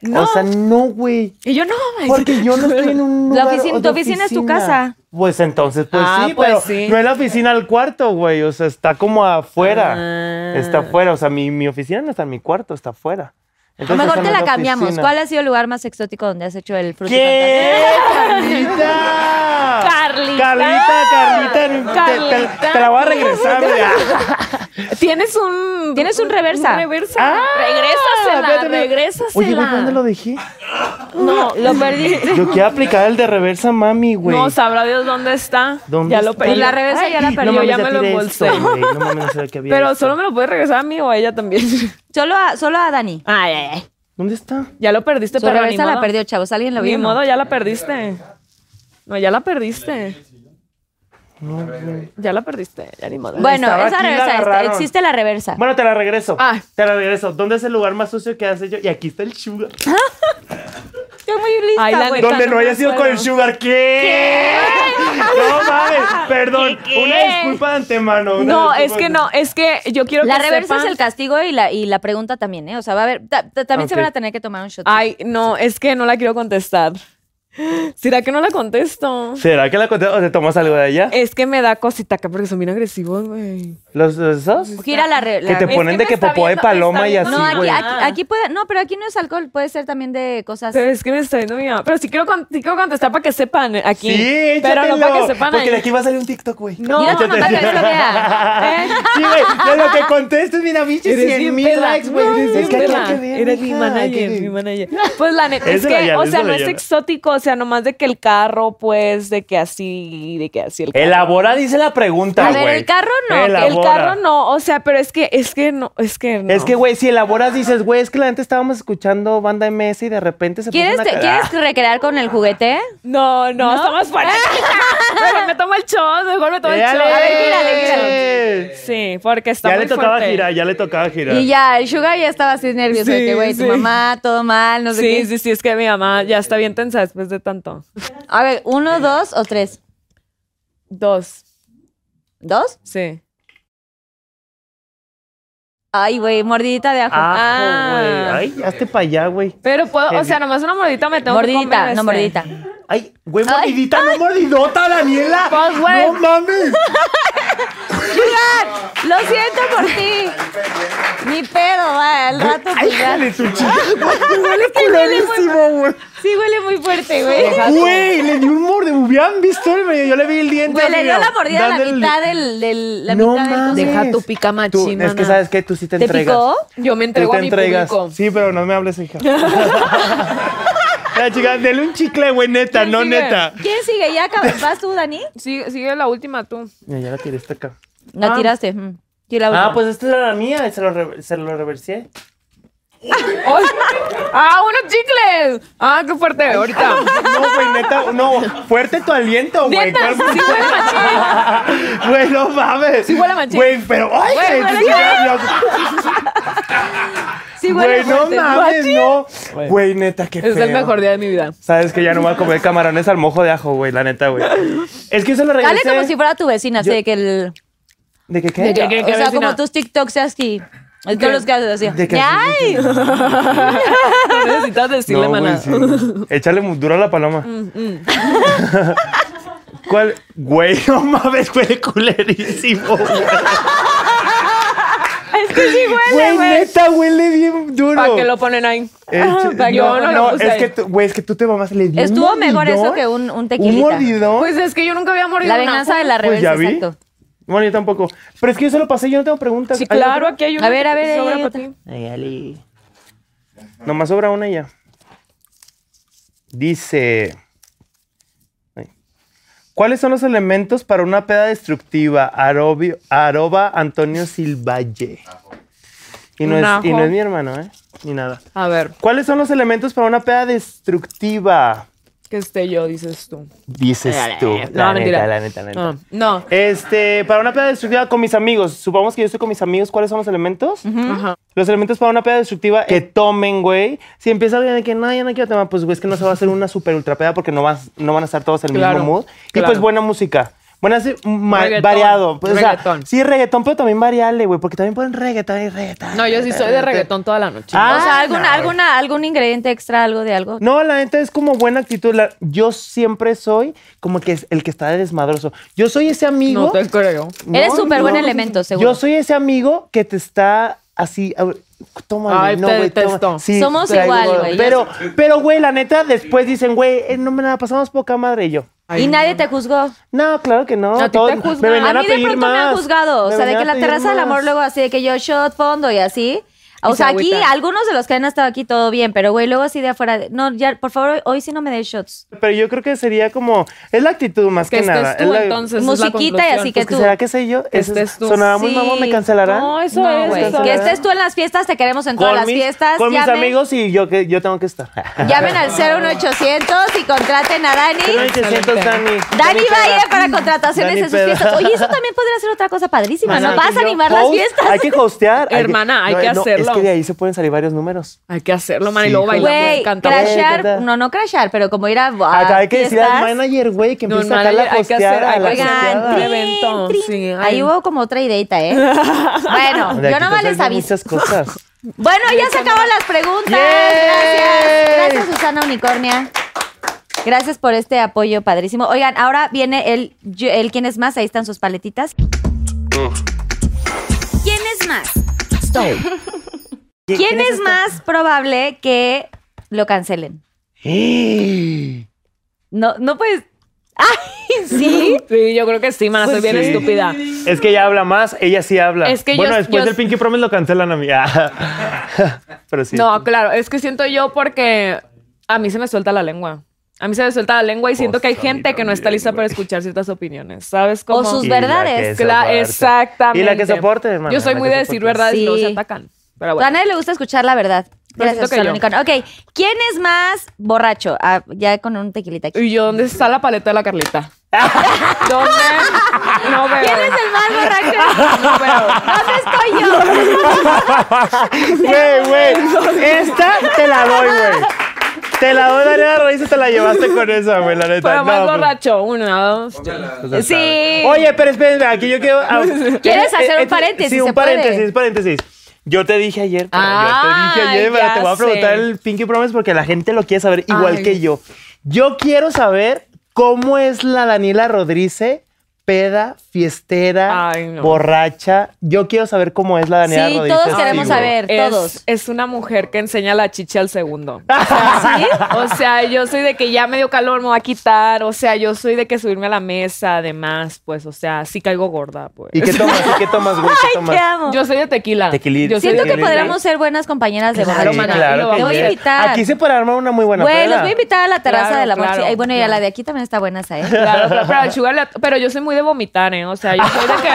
[SPEAKER 3] No.
[SPEAKER 4] O sea, no, güey.
[SPEAKER 3] Y yo no, ay,
[SPEAKER 4] Porque yo no estoy en un
[SPEAKER 2] La
[SPEAKER 4] lugar
[SPEAKER 2] oficina-
[SPEAKER 4] de
[SPEAKER 2] tu oficina es tu casa.
[SPEAKER 4] Pues entonces, pues
[SPEAKER 3] Ah,
[SPEAKER 4] sí,
[SPEAKER 3] pues
[SPEAKER 4] pero
[SPEAKER 3] sí.
[SPEAKER 4] no es la oficina al cuarto, güey. O sea, está como afuera.
[SPEAKER 3] Ah.
[SPEAKER 4] Está afuera. O sea, mi, mi oficina no está en mi cuarto, está
[SPEAKER 2] A
[SPEAKER 4] afuera.
[SPEAKER 2] lo
[SPEAKER 4] Entonces,
[SPEAKER 2] mejor
[SPEAKER 4] esa
[SPEAKER 2] te
[SPEAKER 4] no es
[SPEAKER 2] la cambiamos.
[SPEAKER 4] oficina.
[SPEAKER 2] ¿Cuál ha sido el lugar más exótico donde has hecho el
[SPEAKER 4] ¿Qué?
[SPEAKER 2] frutifantasía?
[SPEAKER 4] ¡Carlita!
[SPEAKER 3] Carlita.
[SPEAKER 4] Carlita, Carlita. te- te- Te,
[SPEAKER 3] Carlita.
[SPEAKER 4] la voy a regresar, güey.
[SPEAKER 3] Tienes un.
[SPEAKER 2] Tienes un reversa.
[SPEAKER 3] Un reversa.
[SPEAKER 4] Ah,
[SPEAKER 3] regrésasela,
[SPEAKER 4] espérate, mira.
[SPEAKER 3] regrésasela.
[SPEAKER 4] Oye, güey, ¿dónde lo dejé?
[SPEAKER 3] No, lo perdiste.
[SPEAKER 4] Yo quiero aplicar el de reversa, mami, güey.
[SPEAKER 3] No, sabrá Dios dónde está.
[SPEAKER 4] ¿Dónde
[SPEAKER 3] ya lo
[SPEAKER 4] está?
[SPEAKER 3] perdí.
[SPEAKER 2] Pues la reversa ya la
[SPEAKER 3] Ay,
[SPEAKER 2] perdió,
[SPEAKER 3] yo
[SPEAKER 4] mames,
[SPEAKER 3] ya me lo
[SPEAKER 4] tiré
[SPEAKER 3] embolsé.
[SPEAKER 4] esto, güey. no mames, no sabía que había
[SPEAKER 3] Pero
[SPEAKER 4] esto.
[SPEAKER 3] solo me lo puede regresar a mí o a ella también.
[SPEAKER 2] Solo a, solo a Dani.
[SPEAKER 3] Ay, ay, ay.
[SPEAKER 4] ¿Dónde está?
[SPEAKER 3] Ya lo perdiste,
[SPEAKER 2] Su
[SPEAKER 3] pero ni
[SPEAKER 2] reversa
[SPEAKER 3] modo.
[SPEAKER 2] la perdió, chavos. ¿Alguien lo
[SPEAKER 3] Ni
[SPEAKER 2] vio? no?
[SPEAKER 3] modo, ya la perdiste. No, ya la perdiste. Ya la perdiste, ya ni modo.
[SPEAKER 2] Bueno,
[SPEAKER 4] Estaba
[SPEAKER 2] esa
[SPEAKER 4] aquí, la
[SPEAKER 2] reversa está-
[SPEAKER 4] agarraron.
[SPEAKER 2] existe la reversa.
[SPEAKER 4] Bueno, te la regreso.
[SPEAKER 3] Ah.
[SPEAKER 4] Te la regreso. ¿Dónde es el lugar más sucio que has hecho? Y aquí está el sugar.
[SPEAKER 2] Estoy muy lista,
[SPEAKER 3] Ay, la
[SPEAKER 2] güey.
[SPEAKER 3] neta.
[SPEAKER 4] Donde no
[SPEAKER 3] Pues no me
[SPEAKER 4] haya sido con el
[SPEAKER 3] acuerdo.
[SPEAKER 4] sugar. ¿Qué? No mames. Perdón. Una disculpa de antemano. una
[SPEAKER 3] No, es
[SPEAKER 4] disculpa
[SPEAKER 3] que
[SPEAKER 4] de-
[SPEAKER 3] no, es que yo quiero
[SPEAKER 2] La
[SPEAKER 3] que
[SPEAKER 2] reversa
[SPEAKER 3] sepan-
[SPEAKER 2] es el castigo y la, y la pregunta también, ¿eh? O sea, va a haber. ta- ta- también se
[SPEAKER 4] Ok.
[SPEAKER 2] van a tener que tomar un shot.
[SPEAKER 3] Ay, no, es que no la quiero contestar. ¿Será que no la contesto?
[SPEAKER 4] ¿Será que la conté o te tomas algo de allá?
[SPEAKER 3] Es que me da cosita acá porque son bien agresivos, güey.
[SPEAKER 4] ¿Los, los esos?
[SPEAKER 2] Gira la. Re,
[SPEAKER 4] Que
[SPEAKER 2] la-
[SPEAKER 4] te
[SPEAKER 3] Es que
[SPEAKER 4] ponen de
[SPEAKER 3] me
[SPEAKER 4] que
[SPEAKER 3] está
[SPEAKER 4] popó de
[SPEAKER 3] viendo- me
[SPEAKER 4] paloma
[SPEAKER 3] está
[SPEAKER 4] y
[SPEAKER 3] viendo-
[SPEAKER 4] así,
[SPEAKER 2] no, aquí,
[SPEAKER 4] güey.
[SPEAKER 2] aquí, aquí puede. No, pero aquí no es alcohol, puede ser también de cosas.
[SPEAKER 3] Ah. Pero es que me está viendo mi mamá. Pero sí quiero, con- sí quiero contestar para que sepan eh, aquí.
[SPEAKER 4] Sí,
[SPEAKER 3] Pero no
[SPEAKER 4] échatelo,
[SPEAKER 3] para que sepan
[SPEAKER 4] Porque
[SPEAKER 3] ahí.
[SPEAKER 4] de aquí va a salir un TikTok, güey.
[SPEAKER 3] No,
[SPEAKER 2] Mira tu
[SPEAKER 3] no,
[SPEAKER 2] mamá, que es lo vea.
[SPEAKER 4] Sí, güey, de lo que contestes, mira, bicho,
[SPEAKER 3] Eres bien
[SPEAKER 4] 100 mil
[SPEAKER 3] pela.
[SPEAKER 4] likes, güey.
[SPEAKER 3] No,
[SPEAKER 4] Es
[SPEAKER 3] eres
[SPEAKER 4] que
[SPEAKER 3] bien
[SPEAKER 4] aquí hay
[SPEAKER 3] pela.
[SPEAKER 4] que ver,
[SPEAKER 3] Eres mi
[SPEAKER 4] mija,
[SPEAKER 3] manager,
[SPEAKER 4] aquí-
[SPEAKER 3] mi manager. Pues la neta,
[SPEAKER 4] Es
[SPEAKER 3] es
[SPEAKER 4] de
[SPEAKER 3] que,
[SPEAKER 4] la llave,
[SPEAKER 3] o
[SPEAKER 4] es
[SPEAKER 3] sea,
[SPEAKER 4] de la
[SPEAKER 3] no es
[SPEAKER 4] llave.
[SPEAKER 3] exótico, o sea, nomás de que el carro, pues, de que así, de que así el carro.
[SPEAKER 4] Elabora, dice la pregunta,
[SPEAKER 2] A
[SPEAKER 4] güey.
[SPEAKER 2] ver, el carro no,
[SPEAKER 4] Elabora.
[SPEAKER 3] El carro no, o sea, pero es que, es que no, es que no.
[SPEAKER 4] Es que, güey, si elaboras, dices, güey, es que la gente estábamos escuchando banda MS y de repente se puso
[SPEAKER 2] ¿Quieres,
[SPEAKER 4] una
[SPEAKER 2] te-
[SPEAKER 4] ca-
[SPEAKER 2] ¿Quieres recrear con el juguete?
[SPEAKER 3] No, no, está más fuerte. mejor me tomo el shot, mejor me tomo el shot.
[SPEAKER 4] ¡Éale!
[SPEAKER 3] A ver, gírale, gírale. Sí, porque está
[SPEAKER 4] Ya
[SPEAKER 3] muy
[SPEAKER 4] le tocaba
[SPEAKER 3] fuerte.
[SPEAKER 4] girar, ya le tocaba girar.
[SPEAKER 2] Y ya, el Sugar ya estaba así nervioso de
[SPEAKER 3] Sí,
[SPEAKER 2] que, güey,
[SPEAKER 3] sí.
[SPEAKER 2] tu mamá, todo mal, no sé
[SPEAKER 3] Sí,
[SPEAKER 2] qué.
[SPEAKER 3] sí, sí, es que mi mamá ya está bien tensa después de tanto.
[SPEAKER 2] A ver, ¿uno, dos o tres?
[SPEAKER 3] Dos,
[SPEAKER 2] ¿Dos?
[SPEAKER 3] sí.
[SPEAKER 2] Ay, güey, mordidita de ajo.
[SPEAKER 4] Ajo, güey.
[SPEAKER 3] Ah.
[SPEAKER 4] Ay, hazte para allá, güey.
[SPEAKER 3] Pero puedo, o sea, nomás una mordita me tengo que comer.
[SPEAKER 2] mordidita,
[SPEAKER 3] este.
[SPEAKER 2] no mordidita.
[SPEAKER 4] Ay, güey, mordidita, no mordidota, Daniela.
[SPEAKER 3] Pues, güey.
[SPEAKER 4] No mames.
[SPEAKER 2] Lo siento por ti. Mi pedo, va, al rato.
[SPEAKER 4] Ay,
[SPEAKER 2] pues ya.
[SPEAKER 4] hija de tu chica. Güey, te huele culerísimo, güey.
[SPEAKER 2] Sí, huele muy fuerte, güey.
[SPEAKER 4] Güey, le di un morde. Hubieran visto el medio. Yo le vi el diente.
[SPEAKER 2] Güey,
[SPEAKER 4] así,
[SPEAKER 2] Pues le dio
[SPEAKER 4] mira,
[SPEAKER 2] la mordida a la
[SPEAKER 4] dándole-
[SPEAKER 2] mitad del. del la
[SPEAKER 4] No
[SPEAKER 2] mitad del
[SPEAKER 4] mames.
[SPEAKER 2] coso.
[SPEAKER 3] Deja tu pica
[SPEAKER 4] Tú,
[SPEAKER 3] machina.
[SPEAKER 4] es que sabes que tú sí te
[SPEAKER 2] ¿Te
[SPEAKER 4] entregas.
[SPEAKER 2] picó?
[SPEAKER 3] Yo me entrego
[SPEAKER 4] Tú
[SPEAKER 3] a
[SPEAKER 4] te
[SPEAKER 3] mi
[SPEAKER 4] entregas.
[SPEAKER 3] público.
[SPEAKER 4] Sí, pero no me hables, hija. La chica, dele un chicle, güey, neta,
[SPEAKER 3] ¿Quién
[SPEAKER 4] no
[SPEAKER 3] sigue?
[SPEAKER 4] neta.
[SPEAKER 2] ¿Quién sigue? ¿Ya acabas? ¿Vas tú, Dani?
[SPEAKER 3] Sí, sigue la última tú.
[SPEAKER 4] Ya, ya la tiré esta acá.
[SPEAKER 2] La tiraste. mm. Sí, la
[SPEAKER 4] Ah,
[SPEAKER 2] última.
[SPEAKER 4] pues esta era la mía, se lo, re- se lo reversé.
[SPEAKER 3] ¡Ay! ¡Ah, unos chicles! ¡Ah, qué fuerte! Ahorita.
[SPEAKER 4] No, güey, neta, no, fuerte tu aliento, güey.
[SPEAKER 3] Neta,
[SPEAKER 4] ¿Cuál-
[SPEAKER 3] sí huele machín.
[SPEAKER 4] Güey, no mames.
[SPEAKER 3] Sí huele a machín.
[SPEAKER 4] Güey, pero, ay,
[SPEAKER 3] Güey,
[SPEAKER 4] güey,
[SPEAKER 3] huele
[SPEAKER 4] sí,
[SPEAKER 3] a
[SPEAKER 4] ya-
[SPEAKER 2] Sí, pues,
[SPEAKER 4] pues, güey,
[SPEAKER 2] huele
[SPEAKER 4] no
[SPEAKER 2] fuerte.
[SPEAKER 4] mames, no. Güey, neta, qué
[SPEAKER 3] Es
[SPEAKER 4] feo.
[SPEAKER 3] el mejor día de mi vida.
[SPEAKER 4] Sabes que ya no voy a comer camarones
[SPEAKER 2] pues,
[SPEAKER 4] al mojo de ajo, güey, la neta, güey. Es que yo se lo regresé.
[SPEAKER 2] Dale como si fuera tu vecina, así
[SPEAKER 4] Yo-
[SPEAKER 2] de que el.
[SPEAKER 4] ¿De que qué?
[SPEAKER 3] De que-
[SPEAKER 2] o sea,
[SPEAKER 3] vecina?
[SPEAKER 2] como tus TikToks así. Es
[SPEAKER 4] ¿Qué?
[SPEAKER 2] todos los que haces así.
[SPEAKER 4] ¿De qué
[SPEAKER 2] ¡Ay!
[SPEAKER 3] No necesitas decirle
[SPEAKER 4] No, güey,
[SPEAKER 3] maná.
[SPEAKER 4] sí. Échale mu- duro a la paloma. ¿Cuál? Güey, no mames, huele culerísimo. güey.
[SPEAKER 3] Es que sí huele,
[SPEAKER 4] Güey,
[SPEAKER 3] güey.
[SPEAKER 4] neta, huele bien duro.
[SPEAKER 3] ¿Para qué lo ponen ahí?
[SPEAKER 4] Eche-
[SPEAKER 3] pa' que
[SPEAKER 4] no,
[SPEAKER 3] lo-
[SPEAKER 4] no,
[SPEAKER 3] lo puse
[SPEAKER 4] es
[SPEAKER 3] ahí.
[SPEAKER 4] que, tú- güey, es que tú te mamás. Le di un
[SPEAKER 2] Estuvo mejor
[SPEAKER 4] mordidón,
[SPEAKER 2] eso que un- un
[SPEAKER 4] Un
[SPEAKER 2] tequilita.
[SPEAKER 4] mordidón.
[SPEAKER 3] Pues es que yo nunca había morido
[SPEAKER 2] La
[SPEAKER 3] una-
[SPEAKER 2] venganza de la
[SPEAKER 4] Pues
[SPEAKER 2] rebelde,
[SPEAKER 4] ya vi.
[SPEAKER 2] exacto.
[SPEAKER 4] Bueno, yo tampoco. Pero es que yo se lo pasé, yo no tengo preguntas.
[SPEAKER 3] Sí,
[SPEAKER 4] ¿Hay
[SPEAKER 3] claro,
[SPEAKER 4] otra?
[SPEAKER 3] aquí hay una.
[SPEAKER 2] A ver, a
[SPEAKER 3] que
[SPEAKER 2] ver,
[SPEAKER 3] te sobra
[SPEAKER 2] ahí hay
[SPEAKER 3] pa'
[SPEAKER 2] otra.
[SPEAKER 3] ti.
[SPEAKER 4] Nomás sobra una y ya. Dice. ay, ¿Cuáles son los elementos para una peda destructiva? Arobio- Arroba Antonio Silvalle. Y no,
[SPEAKER 3] Un
[SPEAKER 4] es, y no
[SPEAKER 3] ajo.
[SPEAKER 4] es mi hermano, ¿eh? Ni nada.
[SPEAKER 3] A ver,
[SPEAKER 4] ¿Cuáles son los elementos para una peda destructiva?
[SPEAKER 3] que esté yo, dices tú.
[SPEAKER 4] Dices tú.
[SPEAKER 3] No,
[SPEAKER 4] La
[SPEAKER 3] mentira.
[SPEAKER 4] neta, la neta, la neta.
[SPEAKER 2] Ah.
[SPEAKER 3] No, no.
[SPEAKER 4] Este, para una peda destructiva con mis amigos. Supongamos que yo estoy con mis amigos. ¿Cuáles son los elementos?
[SPEAKER 3] Ajá.
[SPEAKER 4] Los elementos para una peda destructiva que tomen, güey. Si empieza alguien de que no, ya no quiero tomar, pues güey, es que no se va a hacer una super ultra peda porque no, vas, no van a estar todos en el
[SPEAKER 3] Claro,
[SPEAKER 4] mismo mood. Y
[SPEAKER 3] claro.
[SPEAKER 4] pues buena música. Buena, así, ma-
[SPEAKER 3] Reggaetón,
[SPEAKER 4] variado. Pues, o sea,
[SPEAKER 3] reggaetón.
[SPEAKER 4] sí, reggaetón, pero también variable, güey, porque también ponen reggaetón y reggaetón.
[SPEAKER 3] No, yo sí soy de reggaetón toda la noche.
[SPEAKER 4] Ah,
[SPEAKER 2] O sea, alguna,
[SPEAKER 4] no.
[SPEAKER 2] alguna, algún ingrediente extra, algo de algo.
[SPEAKER 4] No, la neta es como buena actitud. La- yo siempre soy como que es el que está de desmadroso. Yo soy ese amigo.
[SPEAKER 3] No
[SPEAKER 2] Ah.
[SPEAKER 3] te creo.
[SPEAKER 2] Eres súper buen elemento, seguro.
[SPEAKER 4] Yo soy ese amigo que te está así. a ver, Toma,
[SPEAKER 3] Ay,
[SPEAKER 4] no,
[SPEAKER 3] te
[SPEAKER 4] güey, toma.
[SPEAKER 3] detesto.
[SPEAKER 2] Somos igual, güey.
[SPEAKER 4] Pero, pero, güey, la neta, después dicen, güey, eh, no me la pasamos poca madre. Y yo,
[SPEAKER 2] y nadie te juzgó.
[SPEAKER 4] no, claro que no.
[SPEAKER 3] A ti te
[SPEAKER 4] todos
[SPEAKER 3] juzgan.
[SPEAKER 4] me venían
[SPEAKER 2] A mí de
[SPEAKER 4] pedir
[SPEAKER 2] pronto me han
[SPEAKER 4] más.
[SPEAKER 2] juzgado. O
[SPEAKER 4] Me
[SPEAKER 2] sea, de
[SPEAKER 4] venían
[SPEAKER 2] que
[SPEAKER 4] a
[SPEAKER 2] la
[SPEAKER 4] pedir
[SPEAKER 2] terraza del amor
[SPEAKER 4] más.
[SPEAKER 2] luego así de que yo shot fondo y así.
[SPEAKER 3] Y
[SPEAKER 2] O
[SPEAKER 3] se
[SPEAKER 2] sea, aquí
[SPEAKER 3] agüita.
[SPEAKER 2] algunos de los que han estado aquí todo bien, pero güey, luego así de afuera, de, no, ya, por favor, hoy- hoy sí no me des shots.
[SPEAKER 4] Pero yo creo que sería como, es la actitud más que,
[SPEAKER 3] Que
[SPEAKER 4] nada.
[SPEAKER 3] estés
[SPEAKER 4] es
[SPEAKER 3] tú,
[SPEAKER 4] la-
[SPEAKER 3] entonces.
[SPEAKER 2] Musiquita y así
[SPEAKER 4] Pues
[SPEAKER 2] que
[SPEAKER 4] que
[SPEAKER 2] tú.
[SPEAKER 4] será que sé yo,
[SPEAKER 3] Que
[SPEAKER 4] Eso
[SPEAKER 3] estés tú.
[SPEAKER 4] sonará muy
[SPEAKER 3] Sí.
[SPEAKER 4] mamón, me cancelarán.
[SPEAKER 3] No, eso
[SPEAKER 2] No,
[SPEAKER 3] es.
[SPEAKER 2] güey.
[SPEAKER 3] eso
[SPEAKER 2] Que
[SPEAKER 3] es.
[SPEAKER 2] estés tú en las fiestas, te queremos en
[SPEAKER 4] con
[SPEAKER 2] todas las
[SPEAKER 4] mis,
[SPEAKER 2] fiestas.
[SPEAKER 4] con mis
[SPEAKER 2] llamen-
[SPEAKER 4] amigos y yo que yo tengo que estar.
[SPEAKER 2] Llamen al 01800 y contraten a Dani.
[SPEAKER 4] Pero 800 Dani.
[SPEAKER 2] Dani
[SPEAKER 4] Peda.
[SPEAKER 2] Valle para contrataciones
[SPEAKER 4] Dani
[SPEAKER 2] en sus
[SPEAKER 4] Peda.
[SPEAKER 2] fiestas. Oye, eso también podría ser otra cosa padrísima,
[SPEAKER 4] Mana,
[SPEAKER 2] ¿no? Vas
[SPEAKER 4] yo
[SPEAKER 2] a animar las
[SPEAKER 4] host,
[SPEAKER 2] fiestas.
[SPEAKER 4] Hay que hostear. hay que- eh,
[SPEAKER 3] Hermana, hay que hacerlo.
[SPEAKER 4] Es que de ahí se pueden salir varios números.
[SPEAKER 3] Hay que hacerlo, man. Y
[SPEAKER 4] Sí,
[SPEAKER 3] luego
[SPEAKER 4] híjole.
[SPEAKER 3] bailamos,
[SPEAKER 2] Güey,
[SPEAKER 3] cantamos.
[SPEAKER 4] crash.
[SPEAKER 2] crashar,
[SPEAKER 4] cantamos.
[SPEAKER 2] no, no crashar, pero como ir a. a
[SPEAKER 4] Acá hay que decir al
[SPEAKER 2] fiestas.
[SPEAKER 4] manager, güey, que
[SPEAKER 3] No,
[SPEAKER 4] empieza
[SPEAKER 3] el
[SPEAKER 4] acá la
[SPEAKER 3] manager, hay que
[SPEAKER 4] hostear,
[SPEAKER 3] hacer-
[SPEAKER 4] a
[SPEAKER 3] hay
[SPEAKER 4] la
[SPEAKER 3] que hacer-
[SPEAKER 4] hosteada.
[SPEAKER 2] Oigan,
[SPEAKER 3] Un
[SPEAKER 2] trin,
[SPEAKER 3] evento,
[SPEAKER 2] trin.
[SPEAKER 3] sí, ay.
[SPEAKER 2] Ahí hubo como otra ideita, ¿eh? bueno,
[SPEAKER 4] De
[SPEAKER 2] yo
[SPEAKER 4] aquí
[SPEAKER 2] nomás
[SPEAKER 4] te
[SPEAKER 2] les
[SPEAKER 4] salen
[SPEAKER 2] aviso.
[SPEAKER 4] Muchas cosas.
[SPEAKER 2] Bueno, ya se acabaron las preguntas.
[SPEAKER 4] Yay.
[SPEAKER 2] Gracias. Gracias, Susana Unicornia. Gracias por este apoyo padrísimo. Oigan, ahora viene el, yo- el quién es más. Ahí están sus paletitas. ¿Quién es más?
[SPEAKER 4] ¿Qui-
[SPEAKER 2] ¿Quién es
[SPEAKER 4] esta?
[SPEAKER 2] más probable que lo cancelen?
[SPEAKER 4] ¡Eh!
[SPEAKER 2] No, no puedes. ¡Ay, sí!
[SPEAKER 3] Sí, yo creo que sí, man. Soy
[SPEAKER 4] Pues
[SPEAKER 3] bien
[SPEAKER 4] sí.
[SPEAKER 3] estúpida.
[SPEAKER 4] Es que ella habla más, ella sí habla.
[SPEAKER 3] Es que yo-
[SPEAKER 4] bueno, después
[SPEAKER 3] yo-
[SPEAKER 4] del Pinky Promise lo cancelan a mí. Pero sí.
[SPEAKER 3] No, claro, es que siento yo porque a mí se me suelta la lengua. A mí se me suelta la lengua y siento que hay
[SPEAKER 4] Pues, a mí
[SPEAKER 3] gente que no está
[SPEAKER 4] también,
[SPEAKER 3] lista para
[SPEAKER 4] güey.
[SPEAKER 3] escuchar ciertas opiniones, ¿sabes? Como,
[SPEAKER 2] O sus
[SPEAKER 4] Y la
[SPEAKER 2] verdades.
[SPEAKER 4] que
[SPEAKER 3] Cla-
[SPEAKER 4] soporte.
[SPEAKER 3] exactamente.
[SPEAKER 4] Y la que soporte, hermano.
[SPEAKER 3] Yo soy
[SPEAKER 4] la
[SPEAKER 3] muy
[SPEAKER 4] que
[SPEAKER 3] de decir
[SPEAKER 4] soporte.
[SPEAKER 3] verdad y luego
[SPEAKER 2] Sí.
[SPEAKER 3] se atacan. Pero
[SPEAKER 2] A
[SPEAKER 3] Ah, bueno.
[SPEAKER 2] nadie le gusta escuchar la verdad.
[SPEAKER 3] Lo
[SPEAKER 2] Gracias,
[SPEAKER 3] siento que
[SPEAKER 2] Susana
[SPEAKER 3] yo.
[SPEAKER 2] Unicornio. Ok, ¿quién es más borracho? Ah, ya con un tequilita aquí.
[SPEAKER 3] ¿Y yo dónde está la paleta de la Carlita? ¿Dónde? No veo.
[SPEAKER 2] ¿Quién es el más borracho?
[SPEAKER 3] No veo.
[SPEAKER 2] ¿Dónde estoy yo?
[SPEAKER 4] Güey, güey. Esta te la doy, güey. Te la doy, Daniela Raíz, y te la llevaste con esa, güey, la neta.
[SPEAKER 3] Pero
[SPEAKER 4] No,
[SPEAKER 3] más
[SPEAKER 4] pues-
[SPEAKER 3] borracho. Una, dos. tres.
[SPEAKER 4] Pues ya
[SPEAKER 2] Sí.
[SPEAKER 4] sabe. Oye, pero espérenme, aquí yo quiero. ah,
[SPEAKER 2] ¿Quieres
[SPEAKER 4] eh,
[SPEAKER 2] hacer un
[SPEAKER 4] eh,
[SPEAKER 2] paréntesis?
[SPEAKER 4] Sí, un
[SPEAKER 2] ¿Se puede?
[SPEAKER 4] paréntesis, paréntesis. Yo te dije ayer, pero yo te dije
[SPEAKER 3] Ay,
[SPEAKER 4] ayer, pero te
[SPEAKER 3] ya
[SPEAKER 4] voy a
[SPEAKER 3] sé.
[SPEAKER 4] preguntar el Pinky Promise porque la gente lo quiere saber igual
[SPEAKER 3] Ay.
[SPEAKER 4] que yo. Yo quiero saber cómo es la Daniela Rodríguez peda, fiestera,
[SPEAKER 3] Ay, no.
[SPEAKER 4] borracha. Yo quiero saber cómo es la Daniela
[SPEAKER 2] Sí,
[SPEAKER 4] Rodríguez.
[SPEAKER 2] todos queremos
[SPEAKER 4] güey.
[SPEAKER 2] saber.
[SPEAKER 3] Es-
[SPEAKER 2] todos.
[SPEAKER 3] Es una mujer que enseña la chicha al segundo. O
[SPEAKER 2] ¿Ah,
[SPEAKER 3] sea, o sea, yo soy de que ya me dio calor, me va a quitar. O sea, yo soy de que subirme a la mesa, además, pues, o sea, sí caigo gorda, pues.
[SPEAKER 4] ¿Y qué tomas? ¿Y qué tomas, güey? ¿Qué tomas?
[SPEAKER 2] Te amo.
[SPEAKER 3] Yo soy de tequila.
[SPEAKER 4] Tequilita.
[SPEAKER 3] Yo soy
[SPEAKER 2] Siento
[SPEAKER 3] de
[SPEAKER 2] que
[SPEAKER 3] tequila.
[SPEAKER 2] podríamos ser buenas compañeras de
[SPEAKER 4] Claro,
[SPEAKER 2] borracho.
[SPEAKER 3] maná,
[SPEAKER 4] claro
[SPEAKER 3] lo
[SPEAKER 4] que
[SPEAKER 3] vamos a
[SPEAKER 4] sí.
[SPEAKER 2] invitar.
[SPEAKER 4] Aquí se puede armar una muy buena
[SPEAKER 2] Güey,
[SPEAKER 4] peda.
[SPEAKER 2] los voy a invitar a la terraza
[SPEAKER 3] Claro,
[SPEAKER 2] de la
[SPEAKER 3] claro,
[SPEAKER 2] marcha. Ay, bueno, y a la de aquí también está buena esa, ¿eh?
[SPEAKER 3] Claro, claro, pero, al sugar le- pero yo soy muy de vomitar, ¿eh? O sea, yo soy de que.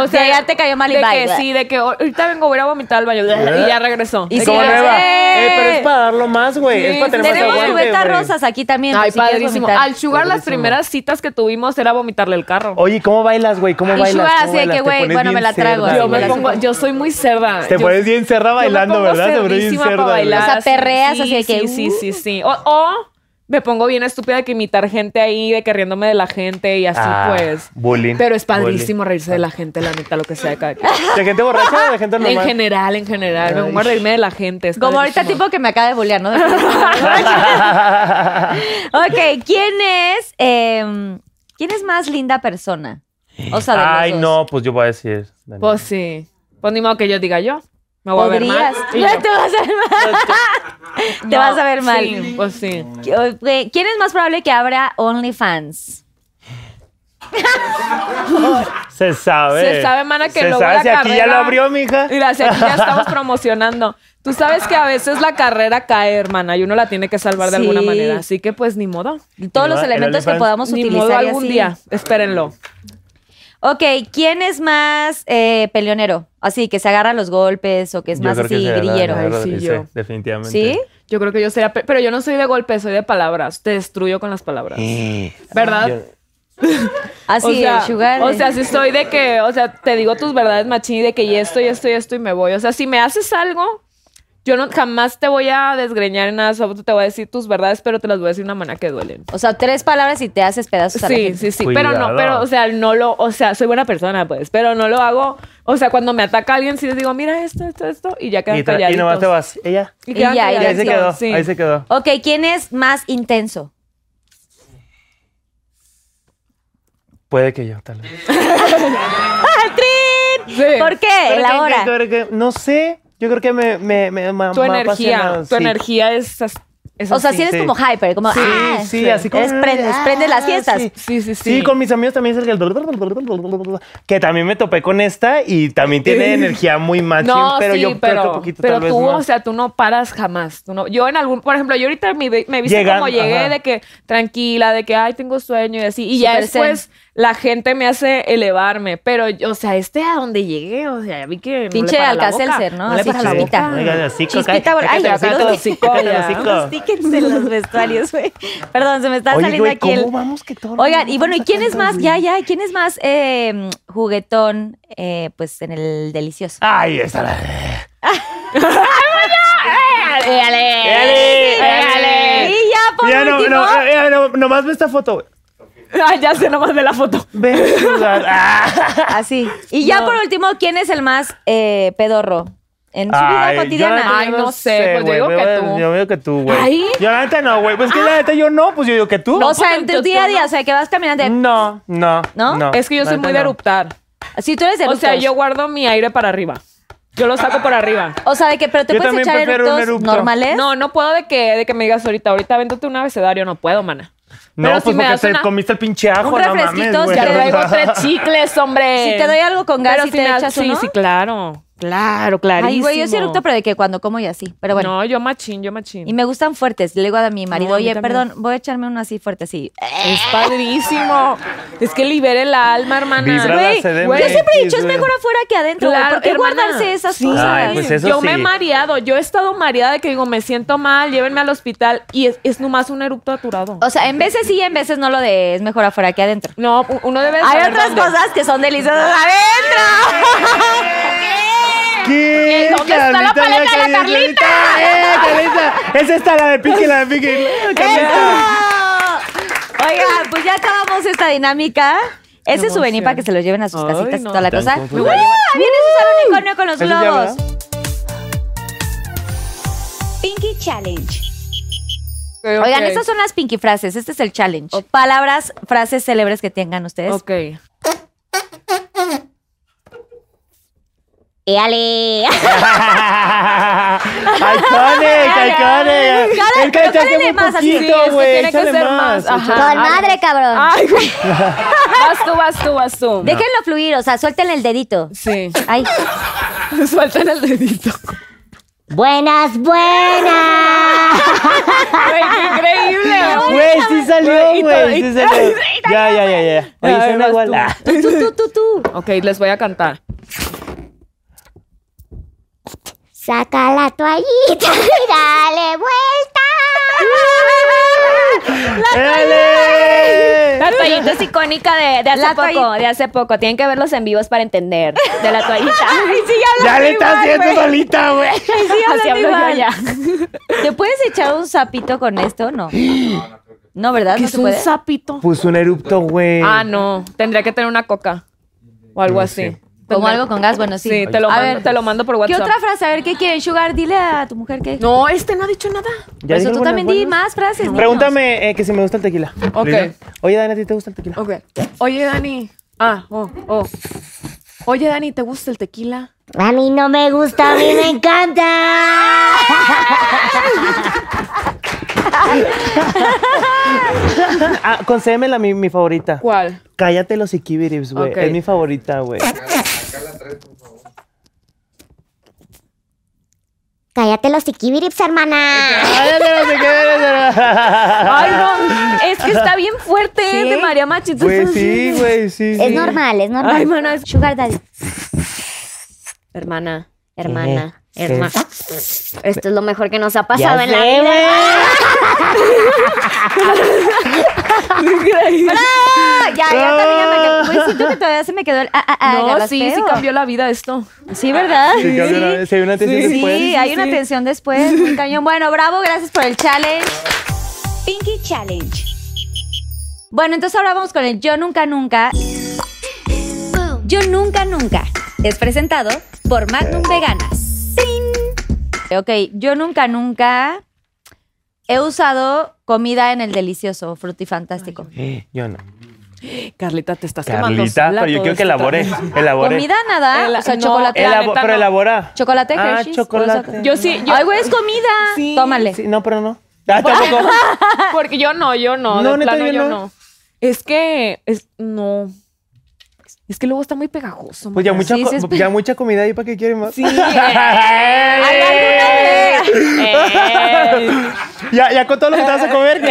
[SPEAKER 3] O sea,
[SPEAKER 2] Ya, ya te cayó mal y
[SPEAKER 3] de
[SPEAKER 2] bye,
[SPEAKER 3] que
[SPEAKER 2] bye. ¿Eh?
[SPEAKER 3] sí, de que "Oh, ahorita vengo, voy a ir a vomitar al baño. Y ya regresó.
[SPEAKER 2] Y
[SPEAKER 3] De
[SPEAKER 2] sí,
[SPEAKER 4] ¿Cómo
[SPEAKER 3] que-
[SPEAKER 4] le va?
[SPEAKER 2] sí.
[SPEAKER 4] Eh, pero es para darlo más, güey.
[SPEAKER 3] Sí,
[SPEAKER 4] es para tener más
[SPEAKER 2] Tenemos
[SPEAKER 4] aguante,
[SPEAKER 2] cubetas
[SPEAKER 4] güey.
[SPEAKER 2] rosas aquí también.
[SPEAKER 3] Ay,
[SPEAKER 2] por si quieres
[SPEAKER 3] padrísimo.
[SPEAKER 2] vomitar.
[SPEAKER 3] Al sugar, las primeras citas que tuvimos era vomitarle el carro.
[SPEAKER 4] Oye, ¿cómo bailas, güey? ¿Cómo
[SPEAKER 2] Y
[SPEAKER 4] bailas?
[SPEAKER 2] Sugar
[SPEAKER 4] ¿Cómo
[SPEAKER 2] así de
[SPEAKER 4] bailas?
[SPEAKER 2] que,
[SPEAKER 4] Te
[SPEAKER 2] güey,
[SPEAKER 4] pones
[SPEAKER 2] bueno,
[SPEAKER 4] bien
[SPEAKER 2] me la trago, así
[SPEAKER 4] cerda,
[SPEAKER 3] Yo
[SPEAKER 2] me
[SPEAKER 3] me
[SPEAKER 2] la
[SPEAKER 4] güey.
[SPEAKER 3] pongo, yo soy muy cerda.
[SPEAKER 4] Te
[SPEAKER 3] Yo-
[SPEAKER 4] pones bien cerda
[SPEAKER 3] yo me
[SPEAKER 4] bailando,
[SPEAKER 3] pongo
[SPEAKER 4] ¿verdad? Te pones bien
[SPEAKER 3] cerdísima
[SPEAKER 4] cerda.
[SPEAKER 3] para
[SPEAKER 4] güey.
[SPEAKER 3] bailar.
[SPEAKER 2] O sea, perreas así de que,
[SPEAKER 3] Sí, sí,
[SPEAKER 2] uh.
[SPEAKER 3] sí, sí. O, o me pongo bien estúpida de que imitar gente ahí, de que riéndome de la gente y así
[SPEAKER 4] Ah,
[SPEAKER 3] pues.
[SPEAKER 4] bullying,
[SPEAKER 3] Pero es padrísimo reírse de la gente, la neta, lo que sea de cada quien.
[SPEAKER 4] ¿De gente borracha o de gente normal?
[SPEAKER 3] En general, en general. Me
[SPEAKER 4] Ay.
[SPEAKER 3] pongo a reírme de la gente. es
[SPEAKER 2] Como ahorita
[SPEAKER 3] padrísimo.
[SPEAKER 2] tipo que me acaba de bolear, ¿no? ok, ¿quién es? eh, ¿Quién es más linda persona? O sea, de los
[SPEAKER 4] Ay,
[SPEAKER 2] dos.
[SPEAKER 4] no, pues yo voy a decir. Daniela.
[SPEAKER 3] Pues sí. Pues ni modo que yo diga yo. Me voy a ver
[SPEAKER 2] Podrías.
[SPEAKER 3] mal. Y
[SPEAKER 2] No,
[SPEAKER 3] yo,
[SPEAKER 2] te vas a ver mal. te vas a ver mal.
[SPEAKER 3] Sí, pues sí.
[SPEAKER 2] Ok, ¿Quién es más probable que abra OnlyFans?
[SPEAKER 4] Se sabe.
[SPEAKER 3] Se sabe, mana, que
[SPEAKER 4] Se
[SPEAKER 3] luego
[SPEAKER 4] sabe
[SPEAKER 3] la
[SPEAKER 4] si aquí ya
[SPEAKER 3] carrera-
[SPEAKER 4] lo abrió, mija.
[SPEAKER 3] Mira, si aquí ya estamos promocionando. Tú sabes que a veces la carrera cae, hermana, y uno la tiene que salvar de
[SPEAKER 2] Sí.
[SPEAKER 3] alguna manera. Así que pues ni modo.
[SPEAKER 2] Todos
[SPEAKER 4] El-
[SPEAKER 2] los
[SPEAKER 4] el
[SPEAKER 2] elementos que
[SPEAKER 4] OnlyFans.
[SPEAKER 2] podamos
[SPEAKER 3] Ni
[SPEAKER 2] utilizar.
[SPEAKER 3] modo
[SPEAKER 2] y
[SPEAKER 3] algún
[SPEAKER 2] así.
[SPEAKER 3] día. Espérenlo.
[SPEAKER 2] Ok, ¿quién es más eh, peleonero? Así, que se agarra a los golpes o que es
[SPEAKER 4] Yo
[SPEAKER 2] más
[SPEAKER 4] creo que
[SPEAKER 2] así
[SPEAKER 4] será
[SPEAKER 2] grillero.
[SPEAKER 4] Daniela
[SPEAKER 3] Ay, sí,
[SPEAKER 4] Rodríguez,
[SPEAKER 3] yo.
[SPEAKER 4] definitivamente.
[SPEAKER 2] ¿Sí?
[SPEAKER 3] Yo creo que yo sería... pe- Pero yo no soy de golpes, soy de palabras. Te destruyo con las palabras. ¿Verdad?
[SPEAKER 4] Yo-
[SPEAKER 2] Así,
[SPEAKER 3] o sea,
[SPEAKER 2] el sugar.
[SPEAKER 3] O sea, si estoy de que, o sea, te digo tus verdades, machín, de que y esto, y esto, y esto, y me voy. O sea, si me haces algo, yo no, jamás te voy a desgreñar en nada, solo te voy a decir tus verdades, pero te las voy a decir de una manera que duelen.
[SPEAKER 2] O sea, tres palabras y te haces pedazos a la
[SPEAKER 3] Sí,
[SPEAKER 2] gente.
[SPEAKER 3] sí, sí,
[SPEAKER 4] Cuidado.
[SPEAKER 3] pero no, pero, o sea, no lo, o sea, soy buena persona, pues, pero no lo hago, o sea, cuando me ataca alguien, sí les digo, mira esto, esto, esto, y ya quedan
[SPEAKER 4] Y, tra- y
[SPEAKER 3] calladitos.
[SPEAKER 4] nomás te vas. Ella.
[SPEAKER 3] Y
[SPEAKER 2] Y
[SPEAKER 3] quedan
[SPEAKER 2] ya, y
[SPEAKER 4] Y ahí se
[SPEAKER 2] Gracias.
[SPEAKER 4] quedó.
[SPEAKER 3] calladitos, sí.
[SPEAKER 4] Ahí se quedó.
[SPEAKER 2] Ok, ¿quién es más intenso?
[SPEAKER 4] Puede que yo, tal vez.
[SPEAKER 3] Sí.
[SPEAKER 2] ¿Por qué?
[SPEAKER 4] Pero
[SPEAKER 2] La
[SPEAKER 4] que-
[SPEAKER 2] hora.
[SPEAKER 4] que- que- que- no sé. Yo creo que me. me, me, me-
[SPEAKER 3] tu
[SPEAKER 4] me
[SPEAKER 3] energía,
[SPEAKER 4] apasiona,
[SPEAKER 3] tu
[SPEAKER 4] sí.
[SPEAKER 3] energía es, as- es
[SPEAKER 2] O sea,
[SPEAKER 3] así.
[SPEAKER 2] si eres
[SPEAKER 4] sí.
[SPEAKER 2] como hyper, como.
[SPEAKER 4] Sí,
[SPEAKER 2] ah,
[SPEAKER 4] sí, así como.
[SPEAKER 2] Es prendes, prendes las fiestas.
[SPEAKER 4] Sí.
[SPEAKER 3] Sí, sí, sí.
[SPEAKER 4] Sí, con mis amigos también es el que- que también me topé con esta y también tiene energía muy machín,
[SPEAKER 3] No,
[SPEAKER 4] pero
[SPEAKER 3] sí,
[SPEAKER 4] yo creo
[SPEAKER 3] pero,
[SPEAKER 4] que poquito
[SPEAKER 3] pero
[SPEAKER 4] tal vez
[SPEAKER 3] tú,
[SPEAKER 4] más.
[SPEAKER 3] o sea, tú no paras jamás. Tú no, yo en algún, por ejemplo, yo ahorita me, ve- me viste
[SPEAKER 4] Llegan,
[SPEAKER 3] como llegué
[SPEAKER 4] ajá.
[SPEAKER 3] de que tranquila, de que ay, tengo sueño y así. Y ya
[SPEAKER 2] Súper
[SPEAKER 3] después la gente me hace elevarme, pero o sea, este a donde llegué, o sea, vi que no
[SPEAKER 2] Pinche
[SPEAKER 3] le para la boca,
[SPEAKER 2] Alka-Seltzer, ¿no?
[SPEAKER 3] No le
[SPEAKER 2] Así
[SPEAKER 3] para la
[SPEAKER 2] chispita.
[SPEAKER 3] boca.
[SPEAKER 4] Oiga, el hocico,
[SPEAKER 2] Chispita,
[SPEAKER 4] cállate,
[SPEAKER 2] ay,
[SPEAKER 4] cállate el
[SPEAKER 3] los-
[SPEAKER 4] hocico, cállate el hocico.
[SPEAKER 2] Díquense los vestuarios, güey. Perdón, se me está
[SPEAKER 4] Oye,
[SPEAKER 2] saliendo
[SPEAKER 4] güey,
[SPEAKER 2] aquí
[SPEAKER 4] ¿cómo
[SPEAKER 2] el.
[SPEAKER 4] vamos que todo?
[SPEAKER 2] Oigan, y bueno, ¿y quién es más? Ya, ya, ¿quién es más eh, juguetón, eh, pues, en el delicioso?
[SPEAKER 3] Ah.
[SPEAKER 4] Ay, esa la...
[SPEAKER 2] ¡Éale!
[SPEAKER 3] ¡Éale!
[SPEAKER 2] Y ya, por
[SPEAKER 4] Mira, no,
[SPEAKER 2] último.
[SPEAKER 4] no, eh, eh, no, nomás ve esta foto. güey.
[SPEAKER 3] Ah, ya sé nomás de la foto.
[SPEAKER 4] Ve este lugar. Ah.
[SPEAKER 2] Así. Y ya, por último, ¿quién es el más eh, pedorro en su
[SPEAKER 4] Ay,
[SPEAKER 2] vida
[SPEAKER 4] yo la
[SPEAKER 2] cotidiana?
[SPEAKER 4] neta
[SPEAKER 3] Ay,
[SPEAKER 4] yo
[SPEAKER 3] no sé, pues yo
[SPEAKER 4] güey,
[SPEAKER 3] digo que
[SPEAKER 4] veo-
[SPEAKER 3] tú.
[SPEAKER 4] Yo digo que tú, güey.
[SPEAKER 3] Ay. Ah.
[SPEAKER 4] Yo la neta no, güey. Pues que la neta yo no, pues yo digo que tú.
[SPEAKER 2] o sea, en tu
[SPEAKER 3] entonces
[SPEAKER 2] día a
[SPEAKER 3] tú
[SPEAKER 2] día,
[SPEAKER 3] no.
[SPEAKER 2] o sea, que vas caminando. de-
[SPEAKER 4] no, no.
[SPEAKER 2] ¿No?
[SPEAKER 3] Es que yo
[SPEAKER 4] la
[SPEAKER 3] soy
[SPEAKER 4] neta
[SPEAKER 3] muy de
[SPEAKER 4] no.
[SPEAKER 3] eruptar.
[SPEAKER 2] Si tú eres de
[SPEAKER 3] O sea,
[SPEAKER 2] eructos.
[SPEAKER 3] yo guardo mi aire para arriba. Yo lo saco por arriba.
[SPEAKER 2] O sea, de que, pero te
[SPEAKER 4] Yo
[SPEAKER 2] puedes
[SPEAKER 4] también
[SPEAKER 2] echar
[SPEAKER 4] prefiero un
[SPEAKER 2] eructos
[SPEAKER 4] eructo.
[SPEAKER 2] normales.
[SPEAKER 3] No, no puedo de que, de que me digas ahorita, ahorita véntate un abecedario, no puedo, mana.
[SPEAKER 4] No,
[SPEAKER 3] Pero
[SPEAKER 4] pues
[SPEAKER 3] si me
[SPEAKER 4] porque
[SPEAKER 3] das
[SPEAKER 4] te
[SPEAKER 3] una-
[SPEAKER 4] comiste el pinche ajo,
[SPEAKER 2] Un
[SPEAKER 4] no mames,
[SPEAKER 2] refresquito,
[SPEAKER 4] güey.
[SPEAKER 2] si
[SPEAKER 3] Ya
[SPEAKER 2] Pero-
[SPEAKER 3] traigo tres chicles, hombre.
[SPEAKER 2] Si te doy algo con gas
[SPEAKER 3] Pero
[SPEAKER 2] y
[SPEAKER 3] si
[SPEAKER 2] te
[SPEAKER 3] me da-
[SPEAKER 2] echas
[SPEAKER 3] sí,
[SPEAKER 2] uno.
[SPEAKER 3] Sí, claro. Claro, clarísimo.
[SPEAKER 2] Ay, güey, yo sí eructo, pero de que cuando como y así. Pero bueno.
[SPEAKER 3] No, yo machín, yo machín.
[SPEAKER 2] Y me gustan fuertes. Le digo a mi marido,
[SPEAKER 3] No, a mí
[SPEAKER 2] oye,
[SPEAKER 3] también.
[SPEAKER 2] perdón, voy a echarme uno así fuerte, Eh, así.
[SPEAKER 3] Es padrísimo. Es que libere el alma, hermana.
[SPEAKER 4] Vibra la
[SPEAKER 2] Güey,
[SPEAKER 4] CDMX,
[SPEAKER 2] yo siempre he dicho, es
[SPEAKER 4] güey.
[SPEAKER 2] mejor afuera que adentro. güey.
[SPEAKER 3] Claro,
[SPEAKER 2] ¿Por qué
[SPEAKER 3] hermana.
[SPEAKER 2] guardarse esas
[SPEAKER 3] Sí.
[SPEAKER 2] cosas?
[SPEAKER 4] Ay, pues eso
[SPEAKER 3] yo me he
[SPEAKER 4] sí.
[SPEAKER 3] mareado, yo he estado mareada de que digo, me siento mal, llévenme al hospital y es, es nomás un eructo aturado.
[SPEAKER 2] O sea, en veces sí, en veces no lo de es mejor afuera que adentro.
[SPEAKER 3] No, u- uno debe de
[SPEAKER 2] Hay
[SPEAKER 3] saber
[SPEAKER 2] otras
[SPEAKER 3] dónde.
[SPEAKER 2] cosas que son deliciosas adentro.
[SPEAKER 4] ¿Qué?
[SPEAKER 3] ¿Dónde está la
[SPEAKER 4] Carlita,
[SPEAKER 3] paleta de la
[SPEAKER 4] Carlita,
[SPEAKER 3] Carlita?
[SPEAKER 4] ¡Eh, Carlita! Esa está la de Pinky, la de Pinky. Carlita.
[SPEAKER 2] ¡Eso! Oigan, pues ya acabamos esta dinámica. Ese es
[SPEAKER 3] emoción.
[SPEAKER 2] souvenir para que se lo lleven a sus
[SPEAKER 3] Ay,
[SPEAKER 2] casitas y
[SPEAKER 3] no.
[SPEAKER 2] toda la
[SPEAKER 4] Tan
[SPEAKER 2] cosa.
[SPEAKER 4] confusa.
[SPEAKER 2] ¡Ah! Viene Susana Unicornio con los
[SPEAKER 4] Eso ya,
[SPEAKER 2] globos.
[SPEAKER 6] Pinky Challenge.
[SPEAKER 3] Ok,
[SPEAKER 2] Oigan,
[SPEAKER 3] ok.
[SPEAKER 2] estas son las pinky frases. Este es el challenge. Palabras, frases célebres que tengan ustedes.
[SPEAKER 3] Ok.
[SPEAKER 6] Éale.
[SPEAKER 4] ¡Iconic, iconic!
[SPEAKER 2] Cada-
[SPEAKER 4] Es que le echaste
[SPEAKER 2] ponle
[SPEAKER 4] muy
[SPEAKER 2] más así,
[SPEAKER 3] es que
[SPEAKER 4] poquito, güey.
[SPEAKER 3] tiene que
[SPEAKER 4] Échale
[SPEAKER 3] ser
[SPEAKER 4] más.
[SPEAKER 3] más, ajá.
[SPEAKER 6] Con madre, cabrón.
[SPEAKER 3] Ay, güey. Vas tú, vas tú, vas tú.
[SPEAKER 2] Déjenlo fluir, o sea, suéltenle el dedito.
[SPEAKER 3] Sí.
[SPEAKER 2] Ay.
[SPEAKER 3] Suelten el dedito.
[SPEAKER 6] Buenas, buenas.
[SPEAKER 3] Güey, qué increíble.
[SPEAKER 4] Güey, sí
[SPEAKER 3] Güey,
[SPEAKER 4] salió,
[SPEAKER 3] y todo-
[SPEAKER 4] güey.
[SPEAKER 3] y-
[SPEAKER 4] Sí salió. Ya, ya, ya, ya.
[SPEAKER 3] A
[SPEAKER 4] Oye,
[SPEAKER 3] ver,
[SPEAKER 4] suena
[SPEAKER 3] vas
[SPEAKER 4] igual.
[SPEAKER 3] tú.
[SPEAKER 4] Ah.
[SPEAKER 2] Tú, tú, tú, tú.
[SPEAKER 3] Ok, les voy a cantar.
[SPEAKER 6] Saca la toallita y dale vuelta.
[SPEAKER 4] ¡Ele!
[SPEAKER 3] La toallita es icónica de, de hace
[SPEAKER 2] La
[SPEAKER 3] poco,
[SPEAKER 2] toallita.
[SPEAKER 3] de hace poco. Tienen que ver los en vivos para entender de la toallita.
[SPEAKER 4] Ya le estás haciendo solita, güey.
[SPEAKER 3] Así hablo yo
[SPEAKER 2] igual.
[SPEAKER 3] ya.
[SPEAKER 2] ¿Te puedes echar un sapito con esto? No. No, ¿verdad?
[SPEAKER 6] Que
[SPEAKER 2] No
[SPEAKER 6] es
[SPEAKER 2] se
[SPEAKER 6] un
[SPEAKER 2] puede.
[SPEAKER 6] sapito.
[SPEAKER 4] Puso un erupto, güey.
[SPEAKER 6] Ah, no. Tendría que tener una coca. O algo así.
[SPEAKER 2] Como
[SPEAKER 6] Tendría-
[SPEAKER 2] algo con gas, bueno, sí.
[SPEAKER 6] Sí, te lo,
[SPEAKER 2] A
[SPEAKER 6] mando,
[SPEAKER 2] ver,
[SPEAKER 6] te lo mando por
[SPEAKER 2] ¿Qué
[SPEAKER 6] WhatsApp.
[SPEAKER 2] otra frase? A ver, ¿qué quieren? Sugar, dile a tu mujer que...
[SPEAKER 6] No, este no ha dicho nada.
[SPEAKER 4] Ya
[SPEAKER 2] Eso
[SPEAKER 4] dije
[SPEAKER 2] tú
[SPEAKER 4] algunas
[SPEAKER 2] también di
[SPEAKER 4] buenas.
[SPEAKER 2] más frases. niños.
[SPEAKER 4] Pregúntame eh, que si me gusta el tequila.
[SPEAKER 6] Ok.
[SPEAKER 4] Oye, Dani, ¿a ti te gusta el tequila?
[SPEAKER 6] Ok. Oye, Dani. Ah, oh, oh. Oye, Dani, ¿te gusta el tequila?
[SPEAKER 8] A mí no me gusta, a mí me encanta.
[SPEAKER 4] Ah, concédeme mi, mi favorita.
[SPEAKER 6] ¿Cuál?
[SPEAKER 4] Cállate los ikibiribs, güey.
[SPEAKER 6] Ok.
[SPEAKER 4] Es mi favorita, güey.
[SPEAKER 8] Cállate los tiquibirips, hermana.
[SPEAKER 4] Cállate los
[SPEAKER 6] Ay,
[SPEAKER 4] ikibiribs.
[SPEAKER 6] no. Es que está bien fuerte ¿eh? de María Machito.
[SPEAKER 4] Güey, sí, güey, sí.
[SPEAKER 8] Es
[SPEAKER 4] sí.
[SPEAKER 8] normal, es normal.
[SPEAKER 3] Ay, mana, es-
[SPEAKER 8] Sugar daddy.
[SPEAKER 3] Hermana.
[SPEAKER 8] Hermana,
[SPEAKER 4] Sí.
[SPEAKER 8] hermana. Esto es lo mejor que nos ha pasado
[SPEAKER 4] Ya
[SPEAKER 8] en la
[SPEAKER 4] sé,
[SPEAKER 8] vida.
[SPEAKER 2] Ah, ya, ya también ya me quedó. Güey, siento que todavía se me quedó el... ah, ah, ah,
[SPEAKER 6] No, sí,
[SPEAKER 2] garrapeo.
[SPEAKER 6] sí cambió la vida esto.
[SPEAKER 2] Sí, ¿verdad?
[SPEAKER 4] Sí, que había una- sí, hay una tesis
[SPEAKER 2] Sí,
[SPEAKER 4] después.
[SPEAKER 2] hay una tensión después, un cañón. Bueno, bravo, gracias por el challenge.
[SPEAKER 3] Pinky Challenge.
[SPEAKER 2] Bueno, entonces ahora vamos con el Yo Nunca Nunca.
[SPEAKER 3] Yo nunca, nunca.
[SPEAKER 2] Es presentado por Magnum Veganas. Ok, yo nunca, nunca he usado comida en el delicioso, frutifantástico.
[SPEAKER 4] Eh, Yo no.
[SPEAKER 6] Carlita, te estás quemando.
[SPEAKER 4] Carlita,
[SPEAKER 6] sola
[SPEAKER 4] pero yo
[SPEAKER 6] todo
[SPEAKER 4] quiero que
[SPEAKER 6] esto.
[SPEAKER 4] elabore. Elabore.
[SPEAKER 2] Comida nada,
[SPEAKER 6] El-
[SPEAKER 2] o sea,
[SPEAKER 6] no,
[SPEAKER 2] chocolate.
[SPEAKER 6] el-
[SPEAKER 4] Elabo-
[SPEAKER 6] La neta,
[SPEAKER 4] pero
[SPEAKER 6] no.
[SPEAKER 4] elabora.
[SPEAKER 2] Chocolate
[SPEAKER 4] Ah,
[SPEAKER 2] Hershey's,
[SPEAKER 4] chocolate.
[SPEAKER 6] Yo sí, yo.
[SPEAKER 2] Ay, güey, es comida.
[SPEAKER 6] Sí. Ah,
[SPEAKER 2] Tómale.
[SPEAKER 4] Sí, no, pero no. Ah, tampoco.
[SPEAKER 6] Porque yo no, yo no.
[SPEAKER 4] No,
[SPEAKER 6] de
[SPEAKER 4] neta,
[SPEAKER 6] plano
[SPEAKER 4] yo
[SPEAKER 6] yo
[SPEAKER 4] no.
[SPEAKER 6] no. Es que. Es, no. Es que luego está muy pegajoso.
[SPEAKER 4] Pues ya
[SPEAKER 6] mana.
[SPEAKER 4] mucha,
[SPEAKER 2] Sí,
[SPEAKER 4] co-
[SPEAKER 2] sí, es-
[SPEAKER 4] ya mucha comida ahí para qué quieren más.
[SPEAKER 6] Sí. eh.
[SPEAKER 4] Ya, ya con todo lo que te vas a comer.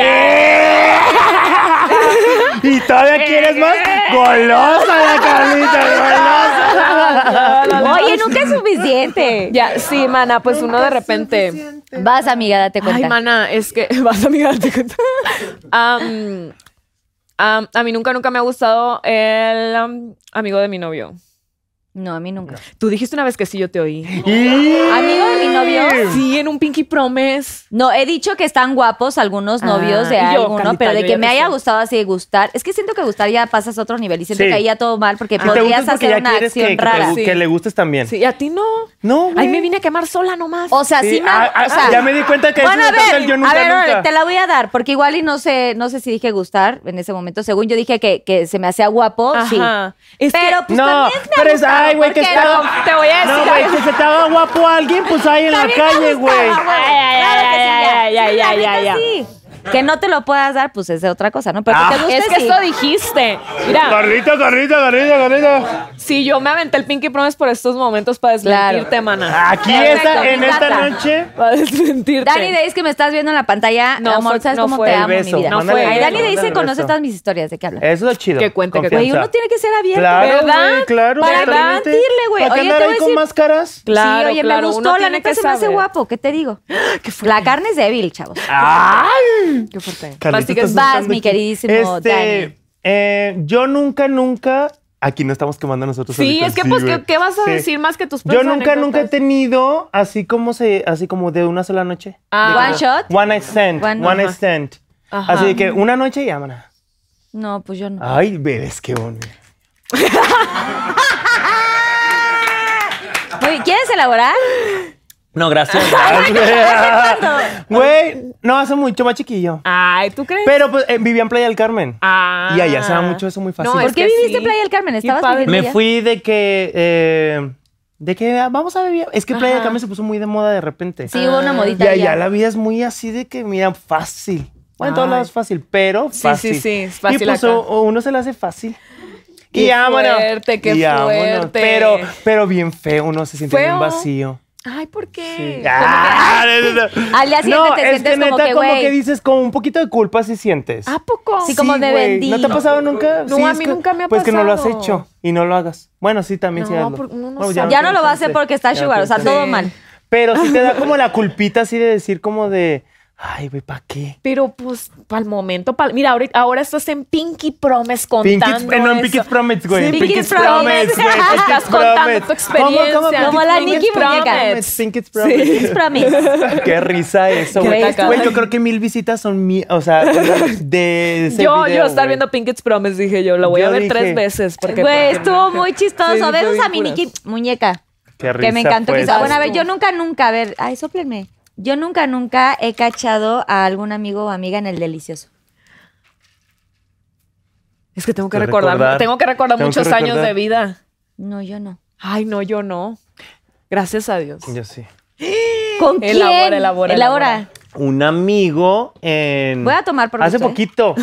[SPEAKER 4] y todavía quieres más. Golosa la Carlita,
[SPEAKER 2] Oye, nunca es suficiente.
[SPEAKER 6] Ya, sí, mana, pues uno de repente.
[SPEAKER 2] Vas, amiga, date cuenta.
[SPEAKER 6] Ay, mana, es que vas amiga, date cuenta. Am, am, a mí nunca, nunca me ha gustado el am, amigo de mi novio.
[SPEAKER 2] No, a mí nunca.
[SPEAKER 6] Tú dijiste una vez que sí, yo te oí.
[SPEAKER 4] golosa.
[SPEAKER 2] ¿Amigo de mi novio?
[SPEAKER 6] Sí, en un Pinky Promise.
[SPEAKER 2] No, he dicho que están guapos algunos
[SPEAKER 6] Ah,
[SPEAKER 2] novios de
[SPEAKER 6] y yo,
[SPEAKER 2] alguno,
[SPEAKER 6] Carlita,
[SPEAKER 2] pero de
[SPEAKER 6] yo
[SPEAKER 2] que
[SPEAKER 6] ya
[SPEAKER 2] me
[SPEAKER 6] te
[SPEAKER 2] haya
[SPEAKER 6] sé.
[SPEAKER 2] gustado así de gustar. Es que siento que gustar ya pasas a otro nivel y siento
[SPEAKER 4] Sí. Ah.
[SPEAKER 2] que ahí ya todo mal porque
[SPEAKER 4] Si te
[SPEAKER 2] podrías
[SPEAKER 4] gustas porque
[SPEAKER 2] hacer
[SPEAKER 4] ya
[SPEAKER 2] una
[SPEAKER 4] quieres que-
[SPEAKER 2] acción
[SPEAKER 4] que, te
[SPEAKER 2] rara.
[SPEAKER 4] gu-
[SPEAKER 6] Sí.
[SPEAKER 4] que le gustes también.
[SPEAKER 6] Sí, y a ti no.
[SPEAKER 4] No, güey.
[SPEAKER 6] Ay, me vine a quemar sola nomás.
[SPEAKER 2] O sea, sí,
[SPEAKER 4] Sí,
[SPEAKER 2] me-
[SPEAKER 4] ah, ah,
[SPEAKER 2] o sea-
[SPEAKER 4] ya me di cuenta que
[SPEAKER 2] bueno,
[SPEAKER 4] eso
[SPEAKER 2] a
[SPEAKER 4] se trata el
[SPEAKER 2] ver,
[SPEAKER 4] yo nunca,
[SPEAKER 2] a ver, órale,
[SPEAKER 4] nunca.
[SPEAKER 2] te la voy a dar, porque igual y no sé, no sé si dije gustar en ese momento. Según yo dije que, que se me hacía guapo,
[SPEAKER 6] Ajá.
[SPEAKER 2] sí.
[SPEAKER 6] Es que-
[SPEAKER 2] pero pues
[SPEAKER 4] no,
[SPEAKER 2] también me ha
[SPEAKER 4] pero es,
[SPEAKER 2] gustado,
[SPEAKER 4] ay, güey, que
[SPEAKER 2] ¿por qué
[SPEAKER 4] estaba.
[SPEAKER 2] no?
[SPEAKER 6] Te voy a decir
[SPEAKER 4] No, güey, que se estaba guapo alguien, pues ahí en la
[SPEAKER 2] También me
[SPEAKER 4] calle,
[SPEAKER 2] gustaba,
[SPEAKER 4] güey.
[SPEAKER 2] Claro que sí,
[SPEAKER 6] Ay, ay,
[SPEAKER 2] ya.
[SPEAKER 6] ay,
[SPEAKER 2] Sí, la
[SPEAKER 6] ay,
[SPEAKER 2] neta,
[SPEAKER 6] ay, ay.
[SPEAKER 2] sí. Que no te lo puedas dar, pues es de otra cosa, ¿no? Pero que
[SPEAKER 4] Ah.
[SPEAKER 2] te guste,
[SPEAKER 6] Es que
[SPEAKER 2] sí.
[SPEAKER 6] eso dijiste. Mira,
[SPEAKER 4] Carlita, Carlita, Carlita, Carlita.
[SPEAKER 6] si yo me aventé el Pinky Promise por estos momentos para
[SPEAKER 2] Claro.
[SPEAKER 6] desmentirte, mana.
[SPEAKER 4] Aquí
[SPEAKER 2] Perfecto,
[SPEAKER 4] está,
[SPEAKER 2] me
[SPEAKER 4] en esta
[SPEAKER 2] encanta.
[SPEAKER 4] noche.
[SPEAKER 6] Para desmentirte.
[SPEAKER 2] Dani Days, que me estás viendo en la pantalla,
[SPEAKER 6] No
[SPEAKER 2] amor,
[SPEAKER 6] fue-
[SPEAKER 2] ¿sabes
[SPEAKER 6] no
[SPEAKER 2] cómo
[SPEAKER 6] fue
[SPEAKER 2] te
[SPEAKER 6] el
[SPEAKER 2] amo,
[SPEAKER 4] beso,
[SPEAKER 2] mi vida?
[SPEAKER 4] mándale
[SPEAKER 6] el
[SPEAKER 2] Ay,
[SPEAKER 6] beso,
[SPEAKER 2] Dani Days se
[SPEAKER 4] mándale
[SPEAKER 2] conoce
[SPEAKER 4] el beso.
[SPEAKER 2] todas mis historias, ¿de qué hablas?
[SPEAKER 4] Eso es lo chido.
[SPEAKER 6] Que cuente, que
[SPEAKER 4] confianza.
[SPEAKER 2] Güey, uno tiene que ser abierto.
[SPEAKER 4] Claro,
[SPEAKER 6] ¿Verdad?
[SPEAKER 4] güey, claro.
[SPEAKER 2] Para
[SPEAKER 4] totalmente.
[SPEAKER 2] mentirle, güey.
[SPEAKER 4] ¿Para qué
[SPEAKER 2] Oye, te
[SPEAKER 4] andar
[SPEAKER 2] voy
[SPEAKER 4] ahí
[SPEAKER 2] a
[SPEAKER 4] con
[SPEAKER 2] decir-
[SPEAKER 4] máscaras?
[SPEAKER 6] Claro,
[SPEAKER 2] sí, oye,
[SPEAKER 6] claro,
[SPEAKER 2] me
[SPEAKER 6] uno
[SPEAKER 2] gustó, la
[SPEAKER 6] tiene
[SPEAKER 2] neta
[SPEAKER 6] que
[SPEAKER 2] se me hace
[SPEAKER 6] saber.
[SPEAKER 2] guapo, ¿qué te digo? La carne es débil, chavos.
[SPEAKER 4] Ah, ¡Ay!
[SPEAKER 6] Qué fuerte.
[SPEAKER 4] Carlita,
[SPEAKER 6] Así que
[SPEAKER 4] estás
[SPEAKER 2] vas,
[SPEAKER 4] usando
[SPEAKER 2] mi
[SPEAKER 4] aquí. Este,
[SPEAKER 2] queridísimo Dani.
[SPEAKER 4] eh, yo nunca, nunca. Aquí no estamos quemando nosotros.
[SPEAKER 6] Sí,
[SPEAKER 4] ahorita,
[SPEAKER 6] es que pues, ¿qué,
[SPEAKER 4] güey.
[SPEAKER 6] qué vas a
[SPEAKER 4] Sí.
[SPEAKER 6] decir más que tus
[SPEAKER 4] Yo
[SPEAKER 6] propias
[SPEAKER 4] nunca, nunca he
[SPEAKER 6] anécdotas?
[SPEAKER 4] tenido así como se, así como de una sola noche.
[SPEAKER 6] Ah.
[SPEAKER 4] De
[SPEAKER 2] ¿One
[SPEAKER 4] que-
[SPEAKER 2] shot?
[SPEAKER 4] One night stand.
[SPEAKER 2] One-
[SPEAKER 4] One, night
[SPEAKER 6] Ajá.
[SPEAKER 4] stand.
[SPEAKER 6] Ajá.
[SPEAKER 4] Así de que una noche y vámonos.
[SPEAKER 2] No, pues yo no.
[SPEAKER 4] Ay, bebés, qué bonito.
[SPEAKER 2] Muy bien, ¿Quieres elaborar?
[SPEAKER 4] No, gracias. gracias. Güey, no, hace mucho más chiquillo.
[SPEAKER 3] Ah,
[SPEAKER 6] Ay, ¿tú crees?
[SPEAKER 4] Pero pues eh, vivía en Playa del Carmen.
[SPEAKER 6] Ah.
[SPEAKER 4] Y allá se da mucho eso muy fácil.
[SPEAKER 6] No,
[SPEAKER 2] ¿Por
[SPEAKER 6] es
[SPEAKER 2] qué
[SPEAKER 6] que
[SPEAKER 2] viviste en
[SPEAKER 6] sí.
[SPEAKER 2] Playa del Carmen?
[SPEAKER 6] Qué
[SPEAKER 2] ¿Estabas
[SPEAKER 6] padre.
[SPEAKER 2] viviendo
[SPEAKER 4] Me
[SPEAKER 2] allá?
[SPEAKER 4] fui de que. eh, de que ah, vamos a beber. Es que Playa del Carmen se puso muy de moda de repente.
[SPEAKER 2] Sí, hubo una
[SPEAKER 4] Y
[SPEAKER 2] modita
[SPEAKER 4] allá
[SPEAKER 2] allá.
[SPEAKER 4] la vida es muy así de que, mira, fácil. Bueno, en todos
[SPEAKER 6] Ay.
[SPEAKER 4] lados fácil, pero
[SPEAKER 6] sí,
[SPEAKER 4] fácil.
[SPEAKER 6] sí, es fácil
[SPEAKER 4] Y pues
[SPEAKER 6] acá.
[SPEAKER 4] o- uno se la hace fácil.
[SPEAKER 6] Qué
[SPEAKER 4] y vámonos.
[SPEAKER 6] fuerte, qué
[SPEAKER 4] Y vámonos.
[SPEAKER 6] fuerte.
[SPEAKER 4] Pero, pero bien feo, uno se siente bien
[SPEAKER 6] Feo.
[SPEAKER 4] vacío.
[SPEAKER 6] Ay, ¿por qué?
[SPEAKER 4] Ah, no, no, no.
[SPEAKER 2] Al día siguiente
[SPEAKER 4] no,
[SPEAKER 2] te
[SPEAKER 4] es
[SPEAKER 2] sientes
[SPEAKER 4] que neta,
[SPEAKER 2] como que, güey.
[SPEAKER 4] dices, como un poquito de culpa si sientes.
[SPEAKER 6] ¿A poco?
[SPEAKER 2] Sí, como de
[SPEAKER 4] Oh, güey.
[SPEAKER 2] vendí.
[SPEAKER 4] ¿No te ha pasado nunca?
[SPEAKER 6] No,
[SPEAKER 4] Sí,
[SPEAKER 6] a
[SPEAKER 4] es
[SPEAKER 6] mí
[SPEAKER 4] que-
[SPEAKER 6] nunca me ha
[SPEAKER 4] Pues que no lo has
[SPEAKER 6] pasado.
[SPEAKER 4] hecho y no lo hagas. Bueno, sí, también sí
[SPEAKER 6] No,
[SPEAKER 4] hazlo.
[SPEAKER 6] por- uno no
[SPEAKER 4] Bueno,
[SPEAKER 6] sabe.
[SPEAKER 2] Ya no lo va a hacer
[SPEAKER 4] alcancé.
[SPEAKER 2] porque está
[SPEAKER 4] Ya no
[SPEAKER 2] sugar, o sea,
[SPEAKER 4] alcancé.
[SPEAKER 2] todo mal.
[SPEAKER 4] Pero sí te da como la culpita así de decir como de, Ay, güey, ¿para qué?
[SPEAKER 3] Pero pues, para el momento, pa'l- mira, ahorita, ahora estás en Pinky Promise contando.
[SPEAKER 4] Pinky, eh, no, en Pinky
[SPEAKER 3] eso.
[SPEAKER 4] Promise, güey.
[SPEAKER 3] Sí,
[SPEAKER 4] Pinky
[SPEAKER 3] Pinky Promise.
[SPEAKER 4] güey. Pinky
[SPEAKER 3] Estás contando tu experiencia.
[SPEAKER 4] ¿Cómo, cómo,
[SPEAKER 3] Como
[SPEAKER 4] Pinky
[SPEAKER 2] la
[SPEAKER 4] Promise?
[SPEAKER 2] Nicki Muñeca.
[SPEAKER 4] Promise, Pinky
[SPEAKER 2] It's
[SPEAKER 4] Promise.
[SPEAKER 2] promise.
[SPEAKER 4] Qué risa eso, güey.
[SPEAKER 3] Qué
[SPEAKER 4] Güey, yo creo que mil visitas son mi, o sea, de ese
[SPEAKER 3] Yo,
[SPEAKER 4] video,
[SPEAKER 3] yo estar
[SPEAKER 4] güey.
[SPEAKER 3] viendo Pinky Promise, dije yo, lo voy
[SPEAKER 4] Yo
[SPEAKER 3] a ver
[SPEAKER 4] dije,
[SPEAKER 3] tres veces. Porque
[SPEAKER 2] Güey, estuvo muy chistoso.
[SPEAKER 3] Sí,
[SPEAKER 2] Besos a mi
[SPEAKER 3] películas.
[SPEAKER 2] Nicki muñeca. Que
[SPEAKER 4] Qué
[SPEAKER 2] me
[SPEAKER 4] risa,
[SPEAKER 2] encantó. que
[SPEAKER 4] pues.
[SPEAKER 2] hizo. bueno, a ver, yo nunca, nunca, a ver, ay, sóplenme. Yo nunca, nunca he cachado a algún amigo o amiga en el delicioso.
[SPEAKER 3] es que tengo que
[SPEAKER 4] De
[SPEAKER 3] recordar,
[SPEAKER 4] recordar.
[SPEAKER 3] tengo que recordar
[SPEAKER 4] Tengo que
[SPEAKER 3] muchos años
[SPEAKER 4] recordar.
[SPEAKER 3] de vida.
[SPEAKER 2] No, yo no.
[SPEAKER 3] Ay, no, yo no. Gracias a Dios.
[SPEAKER 4] Yo sí.
[SPEAKER 2] ¿Con quién?
[SPEAKER 3] Elabora, elabora, elabora.
[SPEAKER 4] Un amigo en.
[SPEAKER 2] Voy a tomar por
[SPEAKER 4] Hace
[SPEAKER 2] gusto, ¿eh?
[SPEAKER 4] poquito.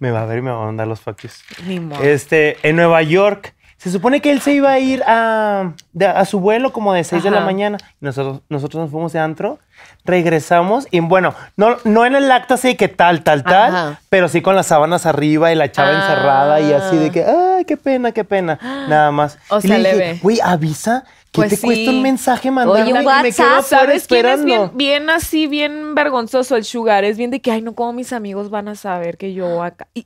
[SPEAKER 4] me va a ver y me va a mandar los fuck yous.
[SPEAKER 3] Ni modo.
[SPEAKER 4] Este, en Nueva York. Se supone que él se iba a ir a, de- a su vuelo como de 6 de la
[SPEAKER 3] Ajá.
[SPEAKER 4] mañana. Nosotros, nosotros nos fuimos de antro, regresamos y bueno, no, no en el acto así de que tal, tal, tal,
[SPEAKER 3] Ajá.
[SPEAKER 4] pero sí con las sábanas arriba y la chava
[SPEAKER 3] Ah.
[SPEAKER 4] encerrada y así de que, ay, qué pena, qué pena, nada más.
[SPEAKER 3] O
[SPEAKER 4] y
[SPEAKER 3] sea,
[SPEAKER 4] le dije,
[SPEAKER 3] leve.
[SPEAKER 4] güey, avisa que
[SPEAKER 3] Pues
[SPEAKER 4] te
[SPEAKER 3] sí.
[SPEAKER 4] cuesta un mensaje mandarme
[SPEAKER 2] Oye, un
[SPEAKER 4] y me quedo
[SPEAKER 2] WhatsApp,
[SPEAKER 4] afuera
[SPEAKER 3] ¿Sabes quién es
[SPEAKER 4] esperando.
[SPEAKER 3] bien, bien así, bien vergonzoso el Sugar? Es bien de que, ay, no, como mis amigos van a saber que yo acá. Y,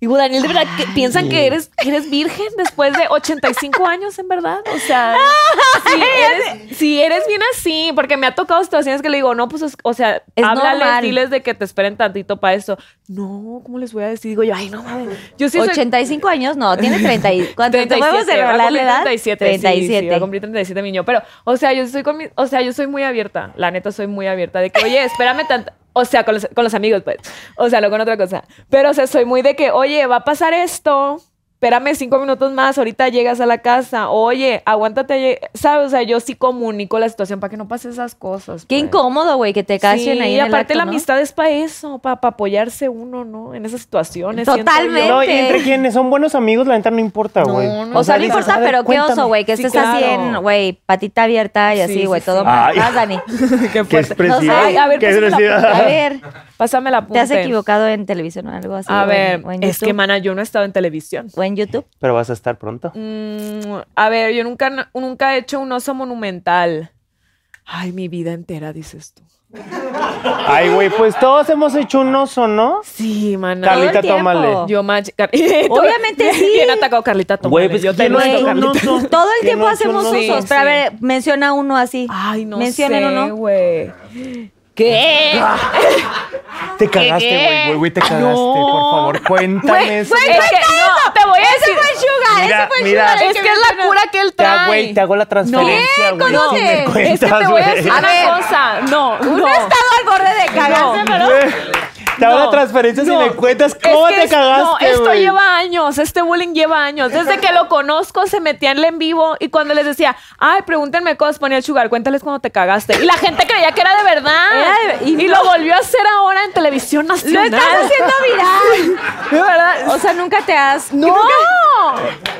[SPEAKER 3] y güey, Daniel, de verdad, que piensan que eres, eres virgen después de 85 años, en verdad. O sea, si eres, sí eres bien así, porque me ha tocado situaciones que le digo, no, pues, es- o sea,
[SPEAKER 2] Es
[SPEAKER 3] háblales,
[SPEAKER 2] normal.
[SPEAKER 3] diles de que te esperen tantito para eso. No, ¿cómo les voy a decir? Digo yo, ay, no, mames. Yo sí soy-
[SPEAKER 2] 85 años, no, tiene 30 y... ¿Cuánto? ¿Te
[SPEAKER 3] 37,
[SPEAKER 2] podemos
[SPEAKER 3] va a
[SPEAKER 2] celebrar la
[SPEAKER 3] cumplir
[SPEAKER 2] edad?
[SPEAKER 3] 37. 37. Sí, va a cumplir 37 mi niño. Pero, o sea, yo soy con mi- o sea, yo soy muy abierta. La neta, soy muy abierta. De que, oye, espérame tanto. O sea, con los, con los amigos, pues. O sea, no con otra cosa. Pero, o sea, soy muy de que, oye, va a pasar esto. Espérame cinco minutos más, ahorita llegas a la casa. Oye, aguántate. ¿Sabes? O sea, yo sí comunico la situación para que no pase esas cosas.
[SPEAKER 2] Qué
[SPEAKER 3] pues.
[SPEAKER 2] incómodo, güey, que te cachen
[SPEAKER 3] Sí, y
[SPEAKER 2] ahí en el
[SPEAKER 3] aparte
[SPEAKER 2] acto,
[SPEAKER 3] la
[SPEAKER 2] ¿no?
[SPEAKER 3] amistad es para eso, para apoyarse uno, ¿no? En esas situaciones. siento yo.
[SPEAKER 2] Totalmente.
[SPEAKER 4] No, y entre quienes son buenos amigos, la neta no importa, güey.
[SPEAKER 2] O sea, no
[SPEAKER 4] dices,
[SPEAKER 2] importa,
[SPEAKER 4] a ver,
[SPEAKER 2] pero qué
[SPEAKER 4] cuéntame.
[SPEAKER 2] oso, güey, que
[SPEAKER 3] Sí,
[SPEAKER 2] estés así
[SPEAKER 3] claro.
[SPEAKER 2] en, güey, patita abierta y así,
[SPEAKER 3] Sí,
[SPEAKER 2] güey,
[SPEAKER 3] sí,
[SPEAKER 2] todo
[SPEAKER 3] sí.
[SPEAKER 2] mal.
[SPEAKER 4] Ay.
[SPEAKER 2] Vas, Dani.
[SPEAKER 3] Qué
[SPEAKER 4] Qué
[SPEAKER 3] fuerte.
[SPEAKER 4] expresiva.
[SPEAKER 2] Ay,
[SPEAKER 3] Pues, a ver,
[SPEAKER 4] qué
[SPEAKER 3] pásame la
[SPEAKER 4] expresiva.
[SPEAKER 2] A ver,
[SPEAKER 3] Pásame la punta. ¿eh?
[SPEAKER 2] ¿te has equivocado en televisión o algo así?
[SPEAKER 3] A
[SPEAKER 2] o en-
[SPEAKER 3] ver,
[SPEAKER 2] o en
[SPEAKER 3] es que,
[SPEAKER 2] YouTube?
[SPEAKER 3] mana, yo no he estado en televisión.
[SPEAKER 2] ¿O en YouTube?
[SPEAKER 4] Pero vas a estar pronto.
[SPEAKER 3] Mm, a ver, yo nunca, nunca he hecho un oso monumental. Ay, mi vida entera, dices tú.
[SPEAKER 4] Ay, güey, pues todos hemos hecho un oso, ¿no?
[SPEAKER 3] Sí, mana.
[SPEAKER 4] Carlita,
[SPEAKER 2] el tiempo.
[SPEAKER 4] tómale.
[SPEAKER 3] Yo, mach, Car-
[SPEAKER 2] Obviamente
[SPEAKER 3] Bien-
[SPEAKER 2] sí.
[SPEAKER 3] Bien atacado, Carlita. Tómale.
[SPEAKER 4] Güey, pues
[SPEAKER 3] yo te
[SPEAKER 4] ¿quién no ha
[SPEAKER 3] lo
[SPEAKER 4] hecho
[SPEAKER 2] Güey,
[SPEAKER 4] un oso?
[SPEAKER 2] Todo el
[SPEAKER 4] ¿Quién
[SPEAKER 2] tiempo
[SPEAKER 4] no ha hecho un
[SPEAKER 2] hacemos
[SPEAKER 4] oso?
[SPEAKER 3] Sí,
[SPEAKER 2] usos, pero a
[SPEAKER 3] sí.
[SPEAKER 2] ver, menciona uno así.
[SPEAKER 3] Ay, no
[SPEAKER 2] Mencionen
[SPEAKER 3] sé,
[SPEAKER 2] uno.
[SPEAKER 3] güey. Ah. ¿Qué?
[SPEAKER 4] Te cagaste, güey, güey, güey, te cagaste. Por favor, cuéntame eso.
[SPEAKER 3] Es que, no, te voy a decir.
[SPEAKER 2] Sugar,
[SPEAKER 4] Mira,
[SPEAKER 2] ese fue el
[SPEAKER 4] mira.
[SPEAKER 2] Sugar. el
[SPEAKER 3] Es que es la cura que él
[SPEAKER 4] Te hago-
[SPEAKER 3] trae.
[SPEAKER 4] Güey, te hago la transferencia, güey.
[SPEAKER 2] ¿Cómo
[SPEAKER 4] si
[SPEAKER 2] que?
[SPEAKER 4] me
[SPEAKER 2] Es que
[SPEAKER 3] Es que
[SPEAKER 4] cuentas,
[SPEAKER 3] te voy a
[SPEAKER 4] güey.
[SPEAKER 3] decir una cosa. No, no.
[SPEAKER 2] Uno ha estado al borde de cagarse,
[SPEAKER 3] No.
[SPEAKER 2] pero...
[SPEAKER 4] Te hago la
[SPEAKER 3] No,
[SPEAKER 4] transferencia
[SPEAKER 3] no.
[SPEAKER 4] si me cuentas
[SPEAKER 3] Es
[SPEAKER 4] cómo
[SPEAKER 3] que
[SPEAKER 4] te
[SPEAKER 3] es-
[SPEAKER 4] cagaste,
[SPEAKER 3] No, esto
[SPEAKER 4] güey.
[SPEAKER 3] lleva años, este bullying lleva años. Desde que lo conozco, se metía en el en vivo y cuando les decía, ay, pregúntenme cosas, ponía el sugar, cuéntales cuando te cagaste. Y la gente creía que era de verdad.
[SPEAKER 2] Era de-
[SPEAKER 3] y
[SPEAKER 2] y
[SPEAKER 3] lo volvió a hacer ahora en televisión
[SPEAKER 2] Lo
[SPEAKER 3] nacional.
[SPEAKER 2] estás haciendo viral.
[SPEAKER 3] De verdad.
[SPEAKER 2] O sea, nunca te has...
[SPEAKER 3] No,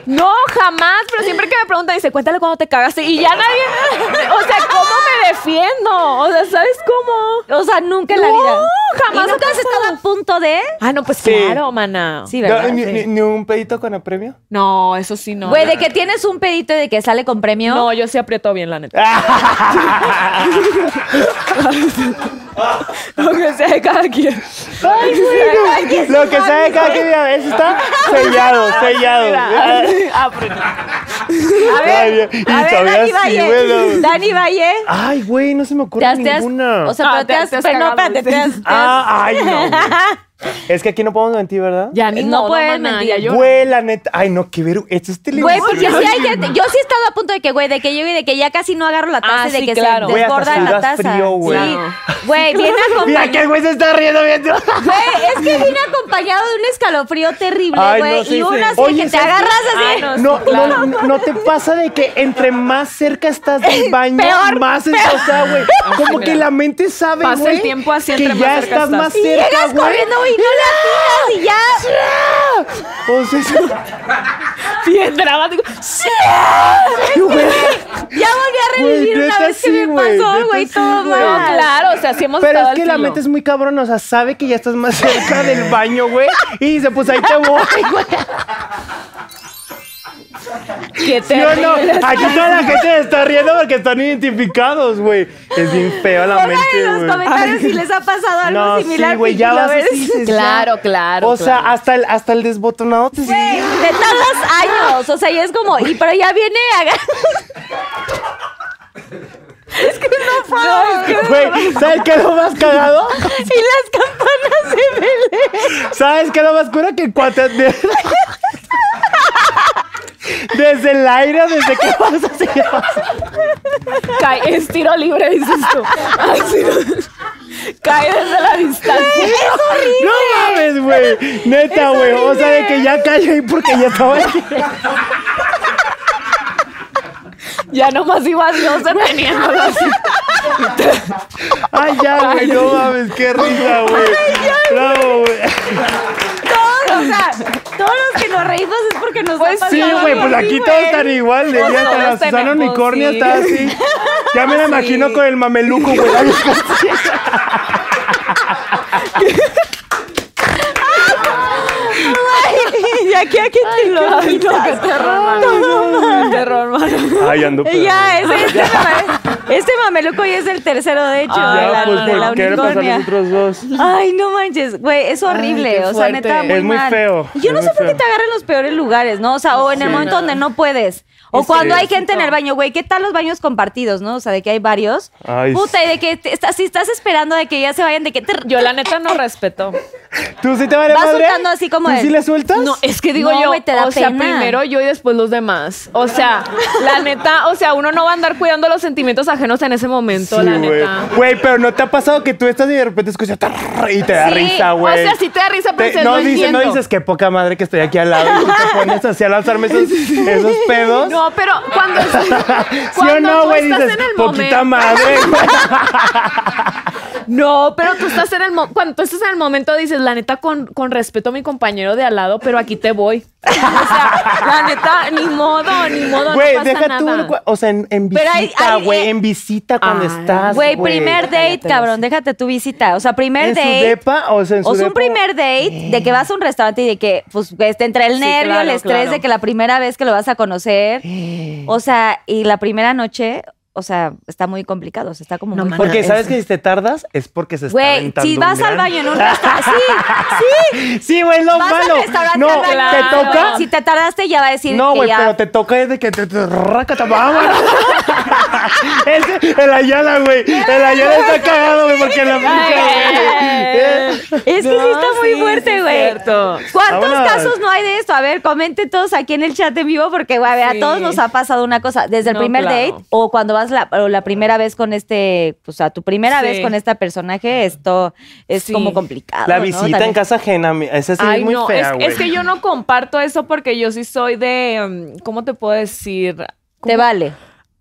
[SPEAKER 3] no, jamás, pero siempre que me preguntan, dice, cuéntale cuando te cagaste. Y ya nadie, o sea, ¿cómo me defiendo? O sea, ¿sabes cómo?
[SPEAKER 2] O sea, nunca en la
[SPEAKER 3] No,
[SPEAKER 2] vida.
[SPEAKER 3] jamás
[SPEAKER 2] ¿Y nunca
[SPEAKER 3] ha
[SPEAKER 2] has estado a punto de...?
[SPEAKER 3] Ah, no, pues
[SPEAKER 4] Sí.
[SPEAKER 3] claro, mana.
[SPEAKER 2] Sí,
[SPEAKER 4] No,
[SPEAKER 2] ¿verdad?
[SPEAKER 4] ni,
[SPEAKER 2] Sí.
[SPEAKER 4] ni- ni un pedito con apremio?
[SPEAKER 3] No, eso sí no.
[SPEAKER 2] Güey, de que tienes un pedito y de que sale con premio.
[SPEAKER 3] No, yo sí aprieto bien, la neta. Lo que sea de cada quien.
[SPEAKER 4] Ay, güey, no. Lo que sea de cada que mira, eso está sellado, sellado.
[SPEAKER 3] Mira, así, aprieto.
[SPEAKER 2] Ah, a ver,
[SPEAKER 4] Ay, bien.
[SPEAKER 2] a
[SPEAKER 4] Y
[SPEAKER 2] ver,
[SPEAKER 4] todavía
[SPEAKER 2] Dani
[SPEAKER 4] sí,
[SPEAKER 2] Valle.
[SPEAKER 4] bueno.
[SPEAKER 2] Dani Valle.
[SPEAKER 4] Ay, güey, no se me
[SPEAKER 2] Te
[SPEAKER 4] ocurre
[SPEAKER 2] has, te has-
[SPEAKER 4] ninguna.
[SPEAKER 2] o sea,
[SPEAKER 3] No,
[SPEAKER 2] pero te,
[SPEAKER 3] Ah, te
[SPEAKER 2] has,
[SPEAKER 3] has
[SPEAKER 2] pero no,
[SPEAKER 3] cagado,
[SPEAKER 2] espérate, te has- te has-
[SPEAKER 4] ah, ay, no. güey. Es que aquí no podemos mentir, ¿verdad?
[SPEAKER 3] Ya ni
[SPEAKER 2] No
[SPEAKER 3] modo,
[SPEAKER 2] puedes
[SPEAKER 3] Eh, mana,
[SPEAKER 2] mentir.
[SPEAKER 3] ya yo-
[SPEAKER 4] Güey, la neta. Ay, no, qué vergüenza. Esto es
[SPEAKER 2] Güey,
[SPEAKER 4] televisión.
[SPEAKER 2] porque sí hay gente- yo sí he estado a punto de que, güey, de que llego y de que ya casi no agarro la taza
[SPEAKER 3] Ah,
[SPEAKER 2] y de
[SPEAKER 3] sí,
[SPEAKER 2] que
[SPEAKER 3] claro.
[SPEAKER 2] se
[SPEAKER 3] Güey,
[SPEAKER 4] hasta
[SPEAKER 2] desborda la
[SPEAKER 4] sudas
[SPEAKER 2] taza.
[SPEAKER 4] frío, güey.
[SPEAKER 2] Sí.
[SPEAKER 3] Claro.
[SPEAKER 2] Güey, viene
[SPEAKER 4] Mira que el
[SPEAKER 2] acompañado.
[SPEAKER 4] güey se está riendo viendo.
[SPEAKER 2] Güey, es que viene acompañado de un escalofrío terrible,
[SPEAKER 4] Ay, no,
[SPEAKER 2] güey.
[SPEAKER 4] sí,
[SPEAKER 2] y uno
[SPEAKER 4] sí.
[SPEAKER 2] así
[SPEAKER 4] Oye,
[SPEAKER 2] que te
[SPEAKER 4] ¿sabes qué? Ah,
[SPEAKER 2] agarras así.
[SPEAKER 3] Ay, no, sí,
[SPEAKER 4] No,
[SPEAKER 3] claro.
[SPEAKER 4] no, no, no te pasa de que entre más cerca estás del baño,
[SPEAKER 2] Peor, Ah,
[SPEAKER 4] más es, o sea, güey. Como que la mente sabe, güey.
[SPEAKER 3] Pasa el tiempo así
[SPEAKER 4] que
[SPEAKER 3] entre más
[SPEAKER 4] ya
[SPEAKER 3] cerca
[SPEAKER 4] estás
[SPEAKER 3] estás.
[SPEAKER 4] más
[SPEAKER 2] y
[SPEAKER 4] cerca,
[SPEAKER 2] llegas
[SPEAKER 4] güey.
[SPEAKER 2] corriendo y no la tiras y ya.
[SPEAKER 4] O sea, es-
[SPEAKER 3] Bien dramático.
[SPEAKER 4] güey.
[SPEAKER 2] Ya volví a revivir
[SPEAKER 4] Güey,
[SPEAKER 2] una
[SPEAKER 4] neta
[SPEAKER 2] vez que
[SPEAKER 4] sí,
[SPEAKER 2] me
[SPEAKER 4] güey,
[SPEAKER 2] pasó,
[SPEAKER 4] neta
[SPEAKER 2] güey,
[SPEAKER 4] sí,
[SPEAKER 2] todo
[SPEAKER 4] güey.
[SPEAKER 3] No,
[SPEAKER 2] mal.
[SPEAKER 3] claro, o sea, sí hemos
[SPEAKER 4] Pero
[SPEAKER 3] estado
[SPEAKER 4] es que
[SPEAKER 3] al
[SPEAKER 4] la
[SPEAKER 3] filo.
[SPEAKER 4] mente es muy cabrona, o sea, sabe que ya estás más cerca del baño, güey. Y dice, pues ahí te voy, güey.
[SPEAKER 3] Qué
[SPEAKER 4] ¿Sí o no?
[SPEAKER 3] terrible.
[SPEAKER 4] Aquí toda la gente se está riendo porque están identificados, güey. Es bien feo la
[SPEAKER 2] Pongan en
[SPEAKER 4] mente,
[SPEAKER 2] los
[SPEAKER 4] güey.
[SPEAKER 2] comentarios si les ha pasado algo
[SPEAKER 4] No,
[SPEAKER 2] similar.
[SPEAKER 4] sí, güey, ya
[SPEAKER 2] Pinky
[SPEAKER 4] vas
[SPEAKER 2] Lovers.
[SPEAKER 4] así, dices,
[SPEAKER 3] Claro,
[SPEAKER 4] ya.
[SPEAKER 3] claro.
[SPEAKER 4] O sea,
[SPEAKER 3] claro.
[SPEAKER 4] hasta el, hasta el desbotonado te
[SPEAKER 2] Güey, de todos los años. O sea, y es como, y pero ya viene
[SPEAKER 3] No, es que-
[SPEAKER 4] Güey, ¿sabes qué es lo más cagado?
[SPEAKER 2] y las campanas se pelean.
[SPEAKER 4] ¿Sabes qué es lo más cura? Que cuando... de- Desde el aire, desde que pasa, se pasa.
[SPEAKER 3] Cae, es tiro libre, dices tú. Así no- Cae desde la distancia.
[SPEAKER 4] No mames, güey. Neta, güey. O sea, de que ya cayó ahí porque ya estaba aquí.
[SPEAKER 3] Ya nomás iba Dios deteniéndolo así.
[SPEAKER 4] Ay, ya, güey. No mames, qué risa, güey. Bravo, güey.
[SPEAKER 2] Todos, o sea, todos los que nos reímos es porque nos
[SPEAKER 3] Pues
[SPEAKER 2] ha
[SPEAKER 4] Sí,
[SPEAKER 2] pasado
[SPEAKER 4] güey,
[SPEAKER 2] algo
[SPEAKER 4] pues
[SPEAKER 2] así,
[SPEAKER 4] aquí
[SPEAKER 2] güey.
[SPEAKER 4] todos están igual. De
[SPEAKER 3] Pues
[SPEAKER 4] día hasta
[SPEAKER 3] todos
[SPEAKER 4] la Susana
[SPEAKER 3] tenemos,
[SPEAKER 4] Unicornio
[SPEAKER 3] sí.
[SPEAKER 4] está así. Ya me la imagino con el mameluco, güey. Ay,
[SPEAKER 2] Y aquí, aquí te lo
[SPEAKER 3] Ay, no, qué terror, mano. Qué terror, mano.
[SPEAKER 4] Ay, ando pedo.
[SPEAKER 2] Ya, ese, este, mame- este mameluco ya es el tercero, de hecho,
[SPEAKER 3] Ah,
[SPEAKER 2] de
[SPEAKER 4] Ya,
[SPEAKER 2] la,
[SPEAKER 4] pues,
[SPEAKER 2] de la
[SPEAKER 4] ¿por qué le pasan
[SPEAKER 2] unicornia.
[SPEAKER 4] los otros dos?
[SPEAKER 2] Ay, no manches, güey, es horrible,
[SPEAKER 3] qué
[SPEAKER 2] o sea, neta,
[SPEAKER 3] fuerte.
[SPEAKER 2] muy
[SPEAKER 4] Es muy
[SPEAKER 2] mal.
[SPEAKER 4] feo,
[SPEAKER 2] Yo no
[SPEAKER 4] es
[SPEAKER 2] sé
[SPEAKER 4] muy
[SPEAKER 2] por qué
[SPEAKER 4] feo.
[SPEAKER 2] te agarran los peores lugares, ¿no? O sea, o en el
[SPEAKER 3] Sí,
[SPEAKER 2] momento
[SPEAKER 3] no.
[SPEAKER 2] donde no puedes. O
[SPEAKER 3] Es
[SPEAKER 2] cuando hay
[SPEAKER 3] que-
[SPEAKER 2] gente en el baño, güey, ¿qué tal los baños compartidos, no? O sea, de que hay varios.
[SPEAKER 4] Ay,
[SPEAKER 2] Puta, y de que te- estás, si estás esperando de que ya se vayan, de que te...
[SPEAKER 3] Yo la neta no respeto.
[SPEAKER 4] ¿Tú sí te vale
[SPEAKER 2] Vas
[SPEAKER 4] madre?
[SPEAKER 2] soltando así como
[SPEAKER 4] ¿Tú
[SPEAKER 2] él.
[SPEAKER 4] sí le sueltas?
[SPEAKER 3] No, es que digo
[SPEAKER 2] No,
[SPEAKER 3] yo,
[SPEAKER 2] güey, te da
[SPEAKER 3] o sea,
[SPEAKER 2] pena.
[SPEAKER 3] primero yo y después los demás. O sea, la neta, o sea, uno no va a andar cuidando los sentimientos ajenos en ese momento,
[SPEAKER 4] Sí,
[SPEAKER 3] la
[SPEAKER 4] güey.
[SPEAKER 3] neta.
[SPEAKER 4] Güey, pero ¿no te ha pasado que tú estás y de repente escuchas tarrr y te da
[SPEAKER 3] Sí,
[SPEAKER 4] risa,
[SPEAKER 3] o
[SPEAKER 4] güey?
[SPEAKER 3] sea, sí te da risa, pero dices,
[SPEAKER 4] no,
[SPEAKER 3] "Lo
[SPEAKER 4] dices, no
[SPEAKER 3] entiendo".
[SPEAKER 4] dices, qué poca madre que estoy aquí al lado y tú te pones así a lanzarme esos, esos pedos.
[SPEAKER 3] No, pero cuando,
[SPEAKER 4] ¿Sí o
[SPEAKER 3] cuando
[SPEAKER 4] no,
[SPEAKER 3] tú
[SPEAKER 4] güey?
[SPEAKER 3] estás
[SPEAKER 4] Dices,
[SPEAKER 3] en el momento.
[SPEAKER 4] poquita madre, güey.
[SPEAKER 3] No, pero tú estás en el mo- cuando tú estás en el momento dices, la neta con, con respeto a mi compañero de al lado, pero aquí te voy. O sea, la neta ni modo, ni modo,
[SPEAKER 4] Güey,
[SPEAKER 3] no pasa
[SPEAKER 4] deja
[SPEAKER 3] nada.
[SPEAKER 4] tú, güey, o sea, en, en
[SPEAKER 2] Pero hay-
[SPEAKER 4] visita,
[SPEAKER 2] hay,
[SPEAKER 4] güey,
[SPEAKER 2] eh,
[SPEAKER 4] en visita cuando
[SPEAKER 3] Ay,
[SPEAKER 4] estás,
[SPEAKER 2] Güey, primer date, cabrón, déjate tu visita. O sea, primer
[SPEAKER 4] ¿En su
[SPEAKER 2] date.
[SPEAKER 4] depa? O sea, en su
[SPEAKER 2] O sea, un
[SPEAKER 4] depa.
[SPEAKER 2] primer date de que vas a un restaurante y de que, pues, este, entre el
[SPEAKER 3] Sí,
[SPEAKER 2] nervio,
[SPEAKER 3] claro,
[SPEAKER 2] el estrés
[SPEAKER 3] claro.
[SPEAKER 2] de que la primera vez que lo vas a conocer. O sea, y la primera noche, o sea, está muy complicado. O sea, está como
[SPEAKER 3] No
[SPEAKER 2] muy
[SPEAKER 3] mames.
[SPEAKER 4] Porque
[SPEAKER 3] Ah,
[SPEAKER 4] sabes que si te tardas es porque se está
[SPEAKER 2] Güey,
[SPEAKER 4] aventando
[SPEAKER 2] si
[SPEAKER 4] un
[SPEAKER 2] vas al
[SPEAKER 4] gran-
[SPEAKER 2] baño en un restaurante. Sí, sí.
[SPEAKER 4] Sí, güey, es lo
[SPEAKER 2] Vas
[SPEAKER 4] malo.
[SPEAKER 2] al restaurante
[SPEAKER 4] No,
[SPEAKER 2] al baño.
[SPEAKER 4] te
[SPEAKER 3] Claro.
[SPEAKER 4] toca.
[SPEAKER 2] Si te tardaste, ya va a decir
[SPEAKER 4] No,
[SPEAKER 2] que
[SPEAKER 4] güey,
[SPEAKER 2] ya.
[SPEAKER 4] pero te toca es de que te, te rácata, vámonos. Ese- el Ayala, güey. El Ayala está cagado, güey, porque la pinche, güey. Eh.
[SPEAKER 2] Es que sí está muy fuerte, güey. ¿Cuántos
[SPEAKER 4] Vámonos.
[SPEAKER 2] casos no hay de esto? A ver, comenten todos aquí en el chat en vivo porque, güey, a, ver, a
[SPEAKER 3] Sí.
[SPEAKER 2] todos nos ha pasado una cosa. Desde el
[SPEAKER 3] No,
[SPEAKER 2] primer
[SPEAKER 3] claro.
[SPEAKER 2] date o cuando vas la, o la primera vez con este, o sea, tu primera
[SPEAKER 3] Sí.
[SPEAKER 2] vez con este personaje, esto es
[SPEAKER 3] Sí.
[SPEAKER 2] como complicado.
[SPEAKER 4] La
[SPEAKER 2] ¿no?
[SPEAKER 4] visita
[SPEAKER 2] También.
[SPEAKER 4] en casa ajena, mi- esa sí
[SPEAKER 3] Ay,
[SPEAKER 4] es muy
[SPEAKER 3] no,
[SPEAKER 4] fea,
[SPEAKER 3] es,
[SPEAKER 4] güey.
[SPEAKER 3] es que yo no comparto eso porque yo sí soy de, mm, ¿cómo te puedo decir?
[SPEAKER 2] Te
[SPEAKER 3] ¿Cómo?
[SPEAKER 2] vale.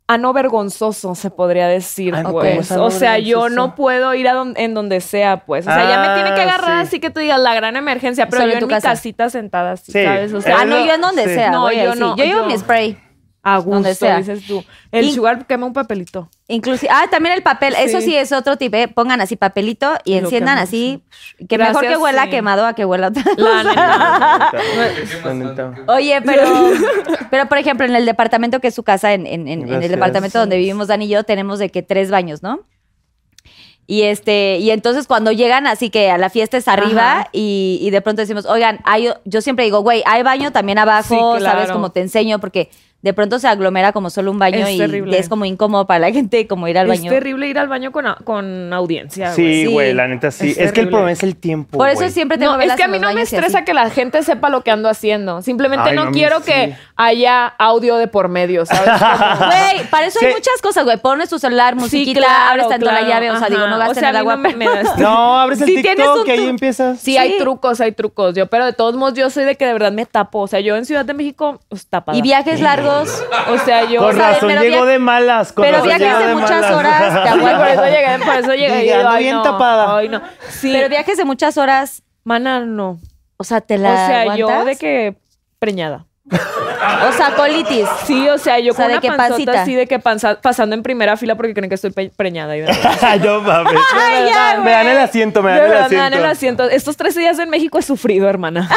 [SPEAKER 3] ano vergonzoso, se podría decir,
[SPEAKER 4] Ay,
[SPEAKER 2] ¿cómo
[SPEAKER 3] pues.
[SPEAKER 4] es ano
[SPEAKER 3] O sea, yo
[SPEAKER 4] vergonzoso?
[SPEAKER 3] no puedo ir a don- en donde sea, pues. O sea, ya me
[SPEAKER 4] Ah,
[SPEAKER 3] tiene que agarrar
[SPEAKER 4] sí.
[SPEAKER 3] así que tú digas la gran emergencia, pero
[SPEAKER 2] Solo
[SPEAKER 3] yo
[SPEAKER 2] en
[SPEAKER 3] en,
[SPEAKER 2] tu
[SPEAKER 3] mi
[SPEAKER 2] casa.
[SPEAKER 3] casita sentada así,
[SPEAKER 4] Sí.
[SPEAKER 3] ¿sabes? O sea,
[SPEAKER 2] Ah, no, yo en donde
[SPEAKER 4] Sí.
[SPEAKER 2] sea.
[SPEAKER 3] No,
[SPEAKER 2] voy
[SPEAKER 3] yo
[SPEAKER 2] ahí, sí.
[SPEAKER 3] no,
[SPEAKER 2] Yo llevo
[SPEAKER 3] yo-
[SPEAKER 2] mi spray.
[SPEAKER 3] a
[SPEAKER 2] donde
[SPEAKER 3] gusto,
[SPEAKER 2] sea.
[SPEAKER 3] dices tú. El
[SPEAKER 2] Y-
[SPEAKER 3] sugar quema un papelito.
[SPEAKER 2] Inclusive, ah, también el papel, eso sí es otro tipo, ¿eh? pongan así papelito y
[SPEAKER 3] Lo
[SPEAKER 2] enciendan
[SPEAKER 3] quemamos,
[SPEAKER 2] así, que mejor
[SPEAKER 3] Gracias,
[SPEAKER 2] que huela
[SPEAKER 3] sí.
[SPEAKER 2] quemado a que huela otra
[SPEAKER 3] La
[SPEAKER 2] cosa.
[SPEAKER 3] neta.
[SPEAKER 4] La neta.
[SPEAKER 2] Oye, pero, pero por ejemplo, en el departamento que es su casa, en, en- en- en el
[SPEAKER 4] Gracias.
[SPEAKER 2] departamento donde vivimos Dani y yo, tenemos de que tres baños, ¿no? Y este, y entonces cuando llegan, así que a la fiesta es arriba
[SPEAKER 3] Ajá.
[SPEAKER 2] y, y de pronto decimos, oigan, hay, yo siempre digo, güey, hay baño también abajo,
[SPEAKER 3] Sí, claro.
[SPEAKER 2] ¿sabes? Como te enseño, porque de pronto se aglomera como solo un baño
[SPEAKER 3] Es
[SPEAKER 2] y
[SPEAKER 3] terrible.
[SPEAKER 2] es como incómodo para la gente como ir al
[SPEAKER 3] Es
[SPEAKER 2] baño.
[SPEAKER 3] terrible ir al baño con, a- con audiencia. güey.
[SPEAKER 4] Sí,
[SPEAKER 2] Sí.
[SPEAKER 4] güey, la neta sí.
[SPEAKER 3] Es
[SPEAKER 4] Es, que el
[SPEAKER 3] terrible.
[SPEAKER 4] problema es el tiempo.
[SPEAKER 2] Por eso
[SPEAKER 4] güey.
[SPEAKER 2] siempre tengo
[SPEAKER 3] No, es
[SPEAKER 2] velas
[SPEAKER 3] que a
[SPEAKER 2] en
[SPEAKER 3] mí
[SPEAKER 2] los
[SPEAKER 3] no me
[SPEAKER 2] baños y
[SPEAKER 3] estresa
[SPEAKER 2] así.
[SPEAKER 3] que la gente sepa lo que ando haciendo. Simplemente
[SPEAKER 4] Ay,
[SPEAKER 3] no
[SPEAKER 4] no, a mí
[SPEAKER 3] quiero
[SPEAKER 4] sí.
[SPEAKER 3] que haya audio de por medio, ¿sabes? Como-
[SPEAKER 2] Güey, para eso hay
[SPEAKER 4] Sí.
[SPEAKER 2] muchas cosas, güey. Pones tu celular, musiquita, abres tanto la llave, o sea, digo, no
[SPEAKER 3] vas a
[SPEAKER 2] gastes en el agua.
[SPEAKER 3] No, me- me da estrés.
[SPEAKER 4] No, abres el
[SPEAKER 3] Si tienes
[SPEAKER 4] TikTok
[SPEAKER 3] un
[SPEAKER 4] que ahí
[SPEAKER 3] tu-
[SPEAKER 4] empiezas.
[SPEAKER 3] Sí, hay
[SPEAKER 2] Sí.
[SPEAKER 3] trucos, hay trucos. Yo, pero de todos modos, yo soy de que de verdad me tapo. O sea, yo en Ciudad de México, pues tapada.
[SPEAKER 2] Y viajes largos.
[SPEAKER 3] O sea, yo.
[SPEAKER 4] Con
[SPEAKER 2] o sea,
[SPEAKER 4] razón
[SPEAKER 2] pero
[SPEAKER 4] llegó
[SPEAKER 2] via-
[SPEAKER 4] de malas. con
[SPEAKER 2] pero
[SPEAKER 4] razón
[SPEAKER 2] viajes
[SPEAKER 4] llegó
[SPEAKER 2] de muchas
[SPEAKER 4] malas.
[SPEAKER 2] horas, te
[SPEAKER 3] Sí, por eso
[SPEAKER 2] aguantas.
[SPEAKER 3] llegué, por eso llegué.
[SPEAKER 4] Dije,
[SPEAKER 3] y yo,
[SPEAKER 4] ando
[SPEAKER 3] ay,
[SPEAKER 4] bien
[SPEAKER 3] no,
[SPEAKER 4] tapada.
[SPEAKER 3] Ay, no. Sí.
[SPEAKER 2] Pero viajes de muchas horas,
[SPEAKER 3] Mana, no.
[SPEAKER 2] o sea, te
[SPEAKER 3] O
[SPEAKER 2] la
[SPEAKER 3] sea, yo
[SPEAKER 2] aguantas?
[SPEAKER 3] de que preñada.
[SPEAKER 2] O sea, colitis.
[SPEAKER 3] Sí, o sea, yo
[SPEAKER 2] O sea,
[SPEAKER 3] con
[SPEAKER 2] ¿de
[SPEAKER 3] una
[SPEAKER 2] qué
[SPEAKER 3] panzota
[SPEAKER 2] pancita?
[SPEAKER 3] así de que panza- pasando en primera fila porque creen que estoy pe- preñada. y de verdad.
[SPEAKER 4] Yo mames.
[SPEAKER 3] Ay,
[SPEAKER 4] me,
[SPEAKER 3] ya,
[SPEAKER 4] dan, me dan el asiento, me dan
[SPEAKER 3] De
[SPEAKER 4] el
[SPEAKER 3] verdad,
[SPEAKER 4] asiento.
[SPEAKER 3] me dan el asiento. Estos 13 días en México he sufrido, hermana.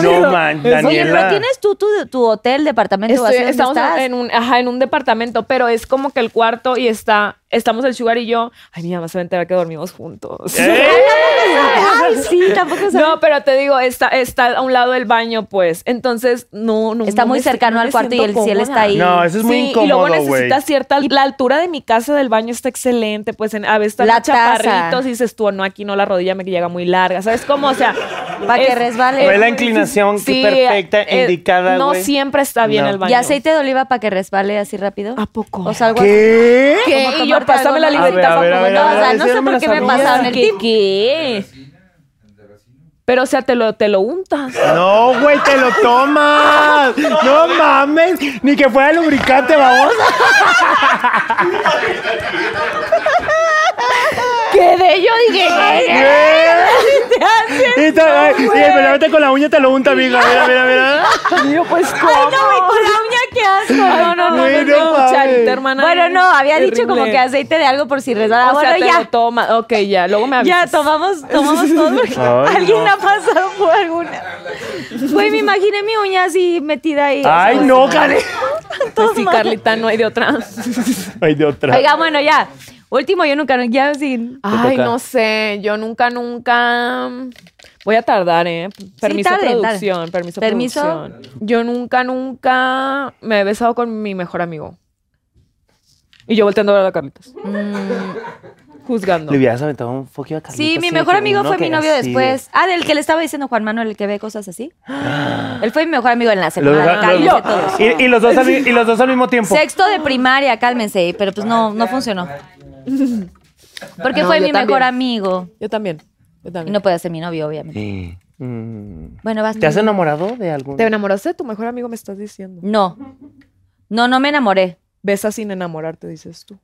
[SPEAKER 4] No man,
[SPEAKER 2] Oye,
[SPEAKER 4] Daniela.
[SPEAKER 2] pero tienes tú tu, tu hotel, departamento,
[SPEAKER 3] Estoy-
[SPEAKER 2] así donde
[SPEAKER 3] estamos
[SPEAKER 2] estás?
[SPEAKER 3] en un, ajá, en un departamento, pero es como que el cuarto y está, estamos el Sugar y yo. Ay, mi mamá se va a enterar que dormimos juntos.
[SPEAKER 4] ¡Eh!
[SPEAKER 2] Ay, sí, tampoco sabía.
[SPEAKER 3] No, pero te digo, está, está a un lado del baño, pues. Entonces, no, no.
[SPEAKER 2] Está
[SPEAKER 3] no
[SPEAKER 2] muy
[SPEAKER 3] me si-
[SPEAKER 2] cercano
[SPEAKER 3] no
[SPEAKER 2] al
[SPEAKER 3] me
[SPEAKER 2] cuarto y
[SPEAKER 3] siento
[SPEAKER 2] el cielo
[SPEAKER 3] cómoda.
[SPEAKER 2] está ahí.
[SPEAKER 4] No, eso es muy
[SPEAKER 3] Sí,
[SPEAKER 4] incómodo,
[SPEAKER 3] Y luego necesita
[SPEAKER 4] güey.
[SPEAKER 3] cierta. La altura de mi casa del baño está excelente, pues en, a veces están
[SPEAKER 2] La
[SPEAKER 3] los chaparritos
[SPEAKER 2] taza.
[SPEAKER 3] y dices tú, no, aquí no, la rodilla me llega muy larga. ¿Sabes cómo? O sea.
[SPEAKER 2] Pa' que
[SPEAKER 3] es-
[SPEAKER 2] resbale.
[SPEAKER 3] es
[SPEAKER 4] Ve la
[SPEAKER 3] muy
[SPEAKER 4] inclinación que
[SPEAKER 3] difícil.
[SPEAKER 4] perfecta,
[SPEAKER 3] eh,
[SPEAKER 4] indicada,
[SPEAKER 3] No
[SPEAKER 4] güey.
[SPEAKER 3] siempre está bien
[SPEAKER 4] No.
[SPEAKER 3] el baño.
[SPEAKER 2] ¿Y aceite de oliva para que resbale así rápido?
[SPEAKER 3] ¿A poco?
[SPEAKER 2] O sea, algo así.
[SPEAKER 4] ¿Qué?
[SPEAKER 3] ¿Qué?
[SPEAKER 2] Como
[SPEAKER 3] Y yo,
[SPEAKER 2] tomarte
[SPEAKER 3] pásame la
[SPEAKER 2] algo, ¿no?
[SPEAKER 3] libreta
[SPEAKER 4] A ver, a
[SPEAKER 3] para poner-
[SPEAKER 4] ver, a
[SPEAKER 2] No,
[SPEAKER 4] ver,
[SPEAKER 2] o sea,
[SPEAKER 4] ese
[SPEAKER 2] no
[SPEAKER 4] no
[SPEAKER 2] sé
[SPEAKER 4] me
[SPEAKER 2] por
[SPEAKER 4] lo
[SPEAKER 2] qué me
[SPEAKER 4] sabía.
[SPEAKER 2] pasaron el tip. ¿Qué?
[SPEAKER 3] Pero, o sea, te lo, te lo untas.
[SPEAKER 4] No, güey, te lo tomas. No mames. Ni que fuera lubricante, vamos.
[SPEAKER 3] ¿Qué de ello? Dije,
[SPEAKER 4] Y te- ay, y me la mete con la uña y te lo unta, amiga. Mira, mira, mira.
[SPEAKER 3] Yo, pues, ¿cómo? Ay, no, güey, con la uña, qué asco. No, no, no, no,
[SPEAKER 4] Güey, no
[SPEAKER 3] no,
[SPEAKER 4] mames.
[SPEAKER 3] cucharita, hermana.
[SPEAKER 2] Bueno, no, había
[SPEAKER 3] Terrible.
[SPEAKER 2] dicho como que aceite de algo por si resbala.
[SPEAKER 3] Ah,
[SPEAKER 2] Ah,
[SPEAKER 3] bueno,
[SPEAKER 2] bueno,
[SPEAKER 3] ya.
[SPEAKER 2] ya.
[SPEAKER 3] toma. Ok, ya, luego me
[SPEAKER 2] Ya,
[SPEAKER 3] avisas.
[SPEAKER 2] tomamos, tomamos todo. porque
[SPEAKER 4] Ay,
[SPEAKER 2] Alguien
[SPEAKER 4] no.
[SPEAKER 2] ha pasado por alguna. Güey, me imaginé mi uña así metida ahí.
[SPEAKER 4] Ay, no, Cari.
[SPEAKER 2] Todo
[SPEAKER 3] Pues sí,
[SPEAKER 2] mal.
[SPEAKER 3] Carlita, no hay de otra.
[SPEAKER 4] Ay, de otra.
[SPEAKER 2] Oiga, bueno, ya. Último, yo nunca, ya sin...
[SPEAKER 3] Ay,
[SPEAKER 4] toca.
[SPEAKER 3] no sé. Yo nunca, nunca. Voy a tardar, ¿eh? Permiso
[SPEAKER 2] tarde, tarde.
[SPEAKER 3] producción, permiso
[SPEAKER 2] Permiso.
[SPEAKER 3] producción. Yo nunca, nunca me he besado con mi mejor amigo. Y yo volteando a ver a Carlitos. Juzgando.
[SPEAKER 4] Le hubieras aventado un foquillo a Carlitos,
[SPEAKER 2] Sí, mi
[SPEAKER 4] así
[SPEAKER 2] mejor
[SPEAKER 4] de que
[SPEAKER 2] amigo
[SPEAKER 4] uno
[SPEAKER 2] fue
[SPEAKER 4] que
[SPEAKER 2] mi novio
[SPEAKER 4] así de-
[SPEAKER 2] después. Ah, del que le estaba diciendo Juan Manuel, el que ve cosas así. Él fue mi mejor amigo en la
[SPEAKER 4] Los dos-
[SPEAKER 2] secundaria.
[SPEAKER 4] los-
[SPEAKER 2] Cálmense todos.
[SPEAKER 4] y, y los dos al, mi- y los dos al mismo tiempo.
[SPEAKER 2] Sexto de primaria, cálmense, pero pues no, no funcionó. Porque
[SPEAKER 3] No,
[SPEAKER 2] fue
[SPEAKER 3] yo
[SPEAKER 2] mi mejor
[SPEAKER 3] también.
[SPEAKER 2] amigo.
[SPEAKER 3] Yo también. Yo
[SPEAKER 2] Y
[SPEAKER 3] también.
[SPEAKER 2] no puede ser mi novio, obviamente.
[SPEAKER 4] Mm.
[SPEAKER 2] Bueno, vas.
[SPEAKER 4] ¿Te has
[SPEAKER 2] tú.
[SPEAKER 4] enamorado de algún?
[SPEAKER 3] ¿Te enamoraste de tu mejor amigo? Me estás diciendo.
[SPEAKER 2] No. No, no me enamoré.
[SPEAKER 3] Besas sin enamorarte, dices tú.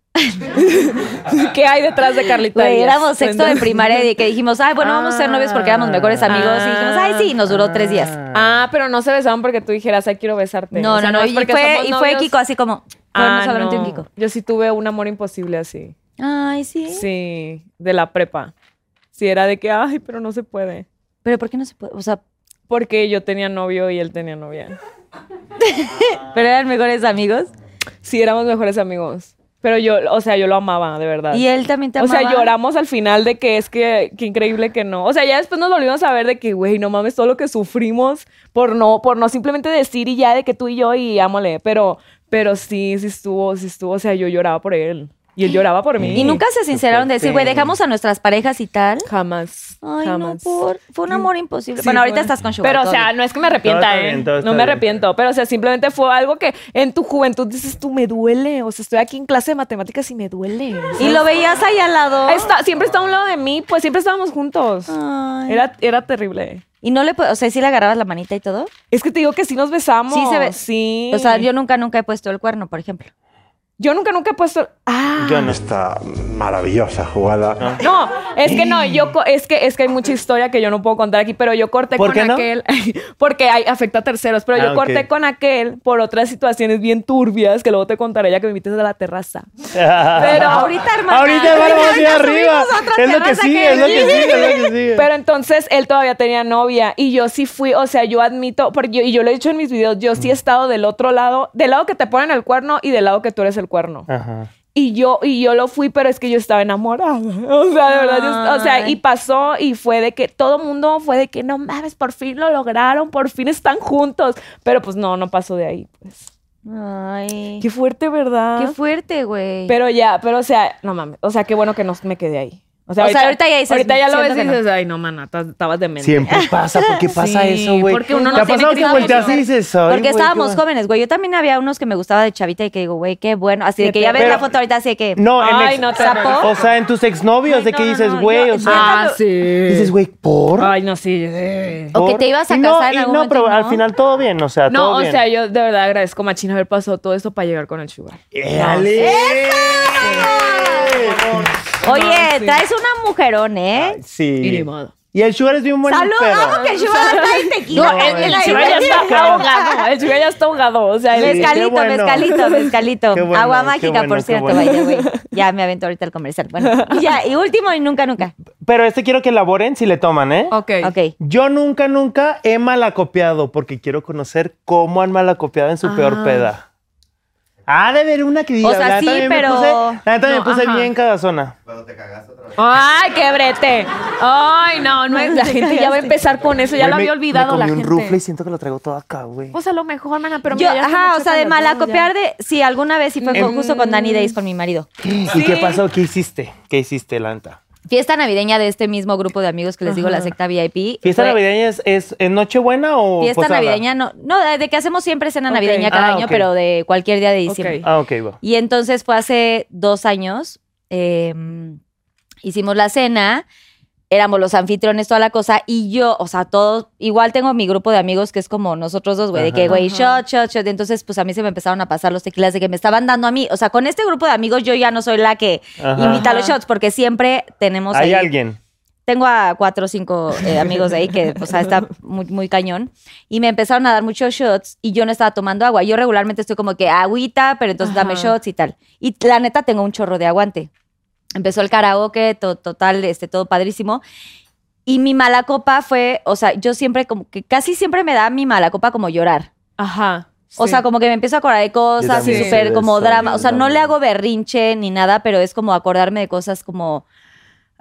[SPEAKER 3] ¿Qué hay detrás de Carlita?
[SPEAKER 2] Güey,
[SPEAKER 3] Díaz?
[SPEAKER 2] éramos sexto de
[SPEAKER 3] Entonces-
[SPEAKER 2] primaria y que dijimos, ay, bueno, vamos a ser novios porque éramos mejores amigos. Y dijimos, ay, sí, y nos duró tres días.
[SPEAKER 3] Ah, pero no se besaban porque tú dijeras, ay, quiero besarte.
[SPEAKER 2] No,
[SPEAKER 3] O sea,
[SPEAKER 2] no, no.
[SPEAKER 3] es
[SPEAKER 2] Y
[SPEAKER 3] porque
[SPEAKER 2] fue,
[SPEAKER 3] somos
[SPEAKER 2] y fue
[SPEAKER 3] novios.
[SPEAKER 2] Kiko así como,
[SPEAKER 3] Ah,
[SPEAKER 2] ah, solamente
[SPEAKER 3] no.
[SPEAKER 2] un Kiko.
[SPEAKER 3] Yo sí tuve un amor imposible así.
[SPEAKER 2] Ay, sí.
[SPEAKER 3] Sí, de la prepa. Sí, era de que, ay, pero no se puede.
[SPEAKER 2] Pero ¿por qué no se puede? O sea,
[SPEAKER 3] Porque yo tenía novio y él tenía novia.
[SPEAKER 2] pero eran mejores amigos.
[SPEAKER 3] Sí, éramos mejores amigos. Pero yo, o sea, yo lo amaba, de verdad.
[SPEAKER 2] Y él también te
[SPEAKER 3] O sea,
[SPEAKER 2] amaba.
[SPEAKER 3] lloramos al final de que es que, qué increíble que no. O sea, ya después nos volvimos a ver de que, güey, no mames, todo lo que sufrimos por no, por no simplemente decir y ya de que tú y yo y ámole. Pero, pero sí, sí estuvo, sí estuvo. O sea, yo lloraba por él. Y él lloraba por mí.
[SPEAKER 2] Y nunca se sinceraron de decir, güey, dejamos a nuestras parejas y tal.
[SPEAKER 3] Jamás.
[SPEAKER 2] Ay, no,
[SPEAKER 3] jamás.
[SPEAKER 2] por. Fue un amor imposible.
[SPEAKER 3] Sí,
[SPEAKER 2] bueno, ahorita
[SPEAKER 3] fue-
[SPEAKER 2] estás con Sugar.
[SPEAKER 3] Pero, o
[SPEAKER 2] todo
[SPEAKER 3] sea,
[SPEAKER 2] bien.
[SPEAKER 3] no es que me arrepienta,
[SPEAKER 4] Todo está
[SPEAKER 3] ¿eh?
[SPEAKER 4] bien, todo está
[SPEAKER 3] no me
[SPEAKER 4] bien.
[SPEAKER 3] arrepiento. Pero, o sea, simplemente fue algo que en tu juventud dices, tú me duele. O sea, estoy aquí en clase de matemáticas y me duele.
[SPEAKER 2] Y lo veías ahí al lado.
[SPEAKER 3] Está- siempre está a un lado de mí, pues siempre estábamos juntos.
[SPEAKER 2] Ay.
[SPEAKER 3] Era, era terrible.
[SPEAKER 2] Y no le puedo, o sea, sí le agarrabas la manita y todo.
[SPEAKER 3] Es que te digo que sí nos besamos.
[SPEAKER 2] Sí se ve.
[SPEAKER 3] Sí.
[SPEAKER 2] O sea, yo nunca, nunca he puesto el cuerno, por ejemplo.
[SPEAKER 3] Yo nunca, nunca he puesto. Ah.
[SPEAKER 4] Yo no.
[SPEAKER 9] Esta maravillosa jugada.
[SPEAKER 3] No, es que no, yo co- es que es que hay mucha historia que yo no puedo contar aquí, pero yo corté
[SPEAKER 4] ¿Por
[SPEAKER 3] con
[SPEAKER 4] qué no?
[SPEAKER 3] aquel porque hay- afecta a terceros, pero
[SPEAKER 4] Ah,
[SPEAKER 3] yo corté
[SPEAKER 4] ok.
[SPEAKER 3] con aquel por otras situaciones bien turbias que luego te contaré ya que me invites a la terraza.
[SPEAKER 4] Pero
[SPEAKER 2] ahorita, hermana.
[SPEAKER 4] Ahorita vamos
[SPEAKER 2] Ahorita
[SPEAKER 4] hacia arriba.
[SPEAKER 2] subimos a otra
[SPEAKER 4] Es lo que
[SPEAKER 2] terraza
[SPEAKER 4] sigue,
[SPEAKER 2] que-
[SPEAKER 4] es lo que sigue, es lo que sigue.
[SPEAKER 3] Pero entonces él todavía tenía novia y yo sí fui, o sea, yo admito, porque yo, y yo lo he dicho en mis videos, yo sí he estado del otro lado, del lado que te ponen el cuerno y del lado que tú eres el cuerno.
[SPEAKER 4] Ajá.
[SPEAKER 3] Y yo, y yo lo fui, pero es que yo estaba enamorada. O sea, de verdad, yo- o sea, y pasó y fue de que todo mundo fue de que no mames, por fin lo lograron, por fin están juntos. Pero pues no, no pasó de ahí. Pues.
[SPEAKER 2] Ay.
[SPEAKER 3] Qué fuerte, ¿verdad?
[SPEAKER 2] Qué fuerte, güey.
[SPEAKER 3] Pero ya, pero o sea, no mames, o sea, qué bueno que no me quedé ahí.
[SPEAKER 2] O sea, ahorita ya dices,
[SPEAKER 3] ahorita ya lo ves
[SPEAKER 2] siento
[SPEAKER 3] y
[SPEAKER 2] que no.
[SPEAKER 3] dices, ay, no, mana, ta- estabas demente.
[SPEAKER 4] Siempre pasa, ¿por qué pasa
[SPEAKER 3] Sí,
[SPEAKER 4] eso, güey?
[SPEAKER 3] porque uno no
[SPEAKER 4] ¿Te ha
[SPEAKER 3] tiene
[SPEAKER 4] pasado
[SPEAKER 3] que
[SPEAKER 4] que
[SPEAKER 3] estar
[SPEAKER 4] volteas y
[SPEAKER 3] emocional.
[SPEAKER 4] dices, "Ay,
[SPEAKER 2] Porque
[SPEAKER 4] güey, qué
[SPEAKER 2] estábamos
[SPEAKER 4] va-".
[SPEAKER 2] jóvenes, güey. Yo también había unos que me gustaba de chavita y que digo, güey, qué bueno. Así de que ya ves
[SPEAKER 4] Pero-
[SPEAKER 2] la foto ahorita, así de que.
[SPEAKER 4] No, en
[SPEAKER 3] Ay,
[SPEAKER 4] ex-
[SPEAKER 3] no te
[SPEAKER 4] O sea, en tus exnovios, de que
[SPEAKER 2] no, no,
[SPEAKER 4] dices,
[SPEAKER 2] no,
[SPEAKER 4] güey,
[SPEAKER 2] yo-
[SPEAKER 4] o sea,
[SPEAKER 3] Ah, sí.
[SPEAKER 4] dices, güey, ¿por?
[SPEAKER 3] Ay, no, sí. eh.
[SPEAKER 2] O que
[SPEAKER 4] ¿Por?
[SPEAKER 2] te ibas a
[SPEAKER 4] Y no,
[SPEAKER 2] casar en
[SPEAKER 4] y
[SPEAKER 2] algún
[SPEAKER 4] no,
[SPEAKER 2] momento
[SPEAKER 4] pero
[SPEAKER 2] y
[SPEAKER 4] al
[SPEAKER 2] no.
[SPEAKER 4] final todo bien, o sea,
[SPEAKER 3] No,
[SPEAKER 4] todo
[SPEAKER 3] o
[SPEAKER 4] bien.
[SPEAKER 3] sea, yo de verdad agradezco a Machina haber pasado todo esto para llegar con el sugar.
[SPEAKER 4] ¡Eh, ¡Éale!
[SPEAKER 2] Oye,
[SPEAKER 3] sí.
[SPEAKER 2] traes una mujerón, ¿eh?
[SPEAKER 4] Sí.
[SPEAKER 3] Y ni modo.
[SPEAKER 4] Y el sugar es bien buen
[SPEAKER 2] Salud,
[SPEAKER 4] pedo.
[SPEAKER 2] amo que el sugar está ahí tequila.
[SPEAKER 4] No,
[SPEAKER 3] El, el
[SPEAKER 4] Ay,
[SPEAKER 3] chiva ya está ahogado. El chiva ya está ahogado. O sea,
[SPEAKER 4] Sí.
[SPEAKER 3] el-
[SPEAKER 2] Mezcalito,
[SPEAKER 4] qué bueno.
[SPEAKER 2] mezcalito, mezcalito.
[SPEAKER 4] Qué bueno,
[SPEAKER 2] Agua
[SPEAKER 4] qué
[SPEAKER 2] mágica,
[SPEAKER 4] bueno,
[SPEAKER 2] por
[SPEAKER 4] qué
[SPEAKER 2] cierto,
[SPEAKER 4] bueno.
[SPEAKER 2] by the way. Ya me aventó ahorita el comercial. Bueno, y ya, y último y nunca, nunca.
[SPEAKER 4] Pero este quiero que elaboren si le toman, ¿eh?
[SPEAKER 10] Ok.
[SPEAKER 2] Ok.
[SPEAKER 4] Yo nunca, nunca he malacopiado porque quiero conocer cómo han malacopiado en su peor peda. Ha de haber una que diga.
[SPEAKER 2] O sea,
[SPEAKER 4] la neta,
[SPEAKER 2] sí,
[SPEAKER 4] a mí
[SPEAKER 2] pero-
[SPEAKER 4] Me puse, la neta, me
[SPEAKER 10] No,
[SPEAKER 4] puse
[SPEAKER 10] ajá.
[SPEAKER 4] bien cagazona.
[SPEAKER 7] Cuando te cagas otra vez.
[SPEAKER 3] Ay, qué brete. Ay, no, no es. La gente ya va a empezar con eso. Ya
[SPEAKER 4] Güey,
[SPEAKER 3] lo
[SPEAKER 4] me-
[SPEAKER 3] había olvidado
[SPEAKER 4] me comí
[SPEAKER 3] la
[SPEAKER 4] un
[SPEAKER 3] gente.
[SPEAKER 4] rufle y siento que lo traigo todo acá, güey.
[SPEAKER 3] Pues a lo mejor, mana, pero
[SPEAKER 2] Yo,
[SPEAKER 3] mira, ya está
[SPEAKER 2] ajá,
[SPEAKER 3] mucho
[SPEAKER 2] o sea, de
[SPEAKER 3] cuando todo
[SPEAKER 2] malacopiar de. Sí, alguna vez sí fue
[SPEAKER 4] Em,
[SPEAKER 2] con- justo con Danny Days, con mi marido.
[SPEAKER 4] ¿Y qué pasó? ¿Qué hiciste? ¿Qué hiciste, Lanta?
[SPEAKER 2] Fiesta navideña de este mismo grupo de amigos que les digo, la secta VIP.
[SPEAKER 4] ¿Fiesta
[SPEAKER 2] Fue-
[SPEAKER 4] navideña es, es en Nochebuena o
[SPEAKER 2] Fiesta
[SPEAKER 4] posada?
[SPEAKER 2] navideña, no, no, de de que hacemos siempre cena
[SPEAKER 3] Ok.
[SPEAKER 2] navideña cada
[SPEAKER 4] Ah,
[SPEAKER 2] año,
[SPEAKER 4] ok.
[SPEAKER 2] pero de cualquier día de diciembre.
[SPEAKER 3] Ok.
[SPEAKER 4] Ah, ok, va.
[SPEAKER 2] Y entonces fue hace dos años, eh, hicimos la cena, éramos los anfitriones, toda la cosa, y yo, o sea, todos, igual tengo mi grupo de amigos que es como nosotros dos, güey, de que, güey, shot, shot, shot, entonces pues a mí se me empezaron a pasar los tequilas de que me estaban dando a mí, o sea, con este grupo de amigos yo ya no soy la que
[SPEAKER 4] Ajá.
[SPEAKER 2] invita a los shots, porque siempre tenemos...
[SPEAKER 4] Hay
[SPEAKER 2] ahí-
[SPEAKER 4] alguien.
[SPEAKER 2] tengo a cuatro o cinco eh, amigos de ahí que, o sea, está muy, muy cañón. Y me empezaron a dar muchos shots y yo no estaba tomando agua. Yo regularmente estoy como que agüita, pero entonces dame shots y tal. Y la neta tengo un chorro de aguante. Empezó el karaoke, to- total, este, todo padrísimo. Y mi mala copa fue, o sea, yo siempre como que casi siempre me da mi mala copa como llorar.
[SPEAKER 3] Ajá.
[SPEAKER 2] O
[SPEAKER 10] sí.
[SPEAKER 2] sea, como que me empiezo a acordar de cosas y
[SPEAKER 10] también
[SPEAKER 2] súper
[SPEAKER 10] soy
[SPEAKER 2] como
[SPEAKER 4] eso,
[SPEAKER 2] drama.
[SPEAKER 4] yo
[SPEAKER 2] O sea, no le
[SPEAKER 4] también.
[SPEAKER 2] hago berrinche ni nada, pero es como acordarme de cosas como,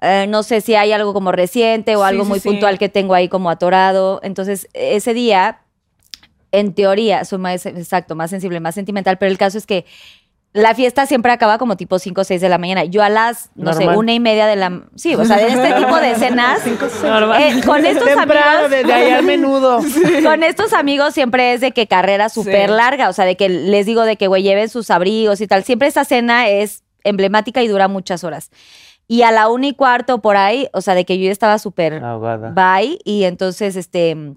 [SPEAKER 2] eh, no sé si hay algo como reciente o
[SPEAKER 10] Sí,
[SPEAKER 2] algo
[SPEAKER 10] sí,
[SPEAKER 2] muy
[SPEAKER 10] sí.
[SPEAKER 2] puntual que tengo ahí como atorado. Entonces, ese día, en teoría, soy más, exacto, más sensible, más sentimental, pero el caso es que la fiesta siempre acaba como tipo 5 o 6 de la mañana. Yo a las, no sé,
[SPEAKER 4] Normal.
[SPEAKER 2] una y media de la... Sí, o sea, de este tipo de escenas, eh, con estos
[SPEAKER 4] Temprano,
[SPEAKER 2] amigos...
[SPEAKER 4] desde ahí al menudo.
[SPEAKER 2] Con estos amigos siempre es de que carrera súper larga, o sea, de que les digo de que, güey, lleven sus abrigos y tal. Siempre esta cena es emblemática y dura muchas horas. Y a la una y cuarto por ahí, o sea, de que yo ya estaba súper
[SPEAKER 4] Ahogada.
[SPEAKER 2] bye y entonces, este,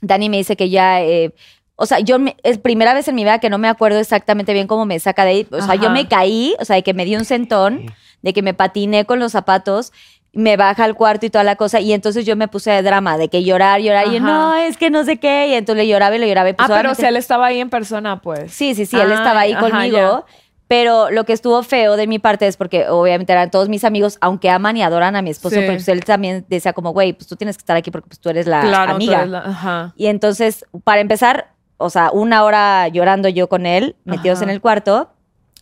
[SPEAKER 2] Dani me dice que ya... eh, o sea, yo me- es primera vez en mi vida que no me acuerdo exactamente bien cómo me saca de ahí. O sea, yo
[SPEAKER 3] Ajá.
[SPEAKER 2] me caí, o sea, de que me di un sentón, de que me patiné con los zapatos, me baja al cuarto y toda la cosa. Y entonces yo me puse de drama, de que llorar, llorar, y yo,
[SPEAKER 3] Ajá.
[SPEAKER 2] no, es que no sé qué. Y entonces le lloraba y le lloraba. y pues
[SPEAKER 3] Ah, pero o
[SPEAKER 2] obviamente-
[SPEAKER 3] sea, él estaba ahí en persona, pues.
[SPEAKER 2] Sí, sí, sí, él
[SPEAKER 3] Ah,
[SPEAKER 2] estaba ahí
[SPEAKER 3] ajá,
[SPEAKER 2] conmigo.
[SPEAKER 3] ya.
[SPEAKER 2] Pero lo que estuvo feo de mi parte es porque obviamente eran todos mis amigos, aunque aman y adoran a mi esposo,
[SPEAKER 10] Sí.
[SPEAKER 2] pero pues él también decía como, güey, pues tú tienes que estar aquí porque pues tú eres la
[SPEAKER 10] Claro, tú
[SPEAKER 2] amiga.
[SPEAKER 10] eres
[SPEAKER 3] La- Ajá.
[SPEAKER 2] Y entonces, para empezar, o sea, una hora llorando yo con él, metidos
[SPEAKER 3] Ajá.
[SPEAKER 2] en el cuarto,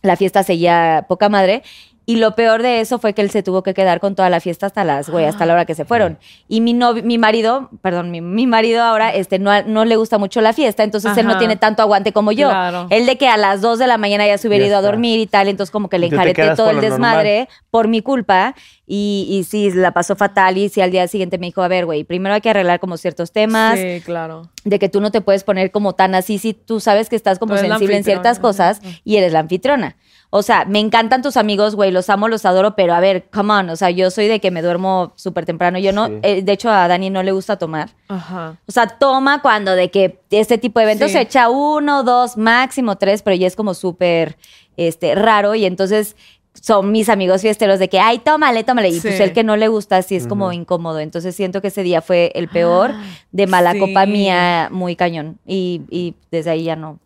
[SPEAKER 2] la fiesta seguía poca madre. Y lo peor de eso fue que él se tuvo que quedar con toda la fiesta hasta las, güey, hasta la hora que se fueron. Y mi novio, mi marido, perdón, mi, mi marido ahora, este, no, no le gusta mucho la fiesta, entonces él no
[SPEAKER 3] Ajá.
[SPEAKER 2] tiene tanto aguante como yo.
[SPEAKER 3] Claro.
[SPEAKER 2] Él de que a las 2 de la mañana ya se hubiera
[SPEAKER 4] Ya
[SPEAKER 2] ido a
[SPEAKER 4] está.
[SPEAKER 2] dormir y tal, entonces como que le
[SPEAKER 4] Y tú te
[SPEAKER 2] enjareté
[SPEAKER 4] quedas
[SPEAKER 2] todo
[SPEAKER 4] con
[SPEAKER 2] el
[SPEAKER 4] lo normal.
[SPEAKER 2] desmadre por mi culpa y, y sí, la pasó fatal y sí, al día siguiente me dijo, a ver, güey, primero hay que arreglar como ciertos temas,
[SPEAKER 3] Sí, claro.
[SPEAKER 2] de que tú no te puedes poner como tan así si tú sabes que estás como
[SPEAKER 3] Tú eres la
[SPEAKER 2] sensible en ciertas
[SPEAKER 3] anfitriona.
[SPEAKER 2] cosas y eres la anfitrona. O sea, me encantan tus amigos, güey, los amo, los adoro, pero a ver, come on, o sea, yo soy de que me duermo súper temprano, yo no,
[SPEAKER 4] Sí.
[SPEAKER 2] eh, de hecho a Dani no le gusta tomar.
[SPEAKER 3] Ajá.
[SPEAKER 2] O sea, toma cuando de que este tipo de eventos
[SPEAKER 10] Sí.
[SPEAKER 2] se echa uno, dos, máximo tres, pero ya es como súper este, raro. Y entonces son mis amigos fiesteros de que, ay, tómale, tómale. Y pues
[SPEAKER 10] Sí.
[SPEAKER 2] el que no le gusta, sí es como incómodo. Entonces siento que ese día fue el peor
[SPEAKER 3] Ah,
[SPEAKER 2] de mala
[SPEAKER 10] sí.
[SPEAKER 2] copa mía, muy cañón. Y, y desde ahí ya no.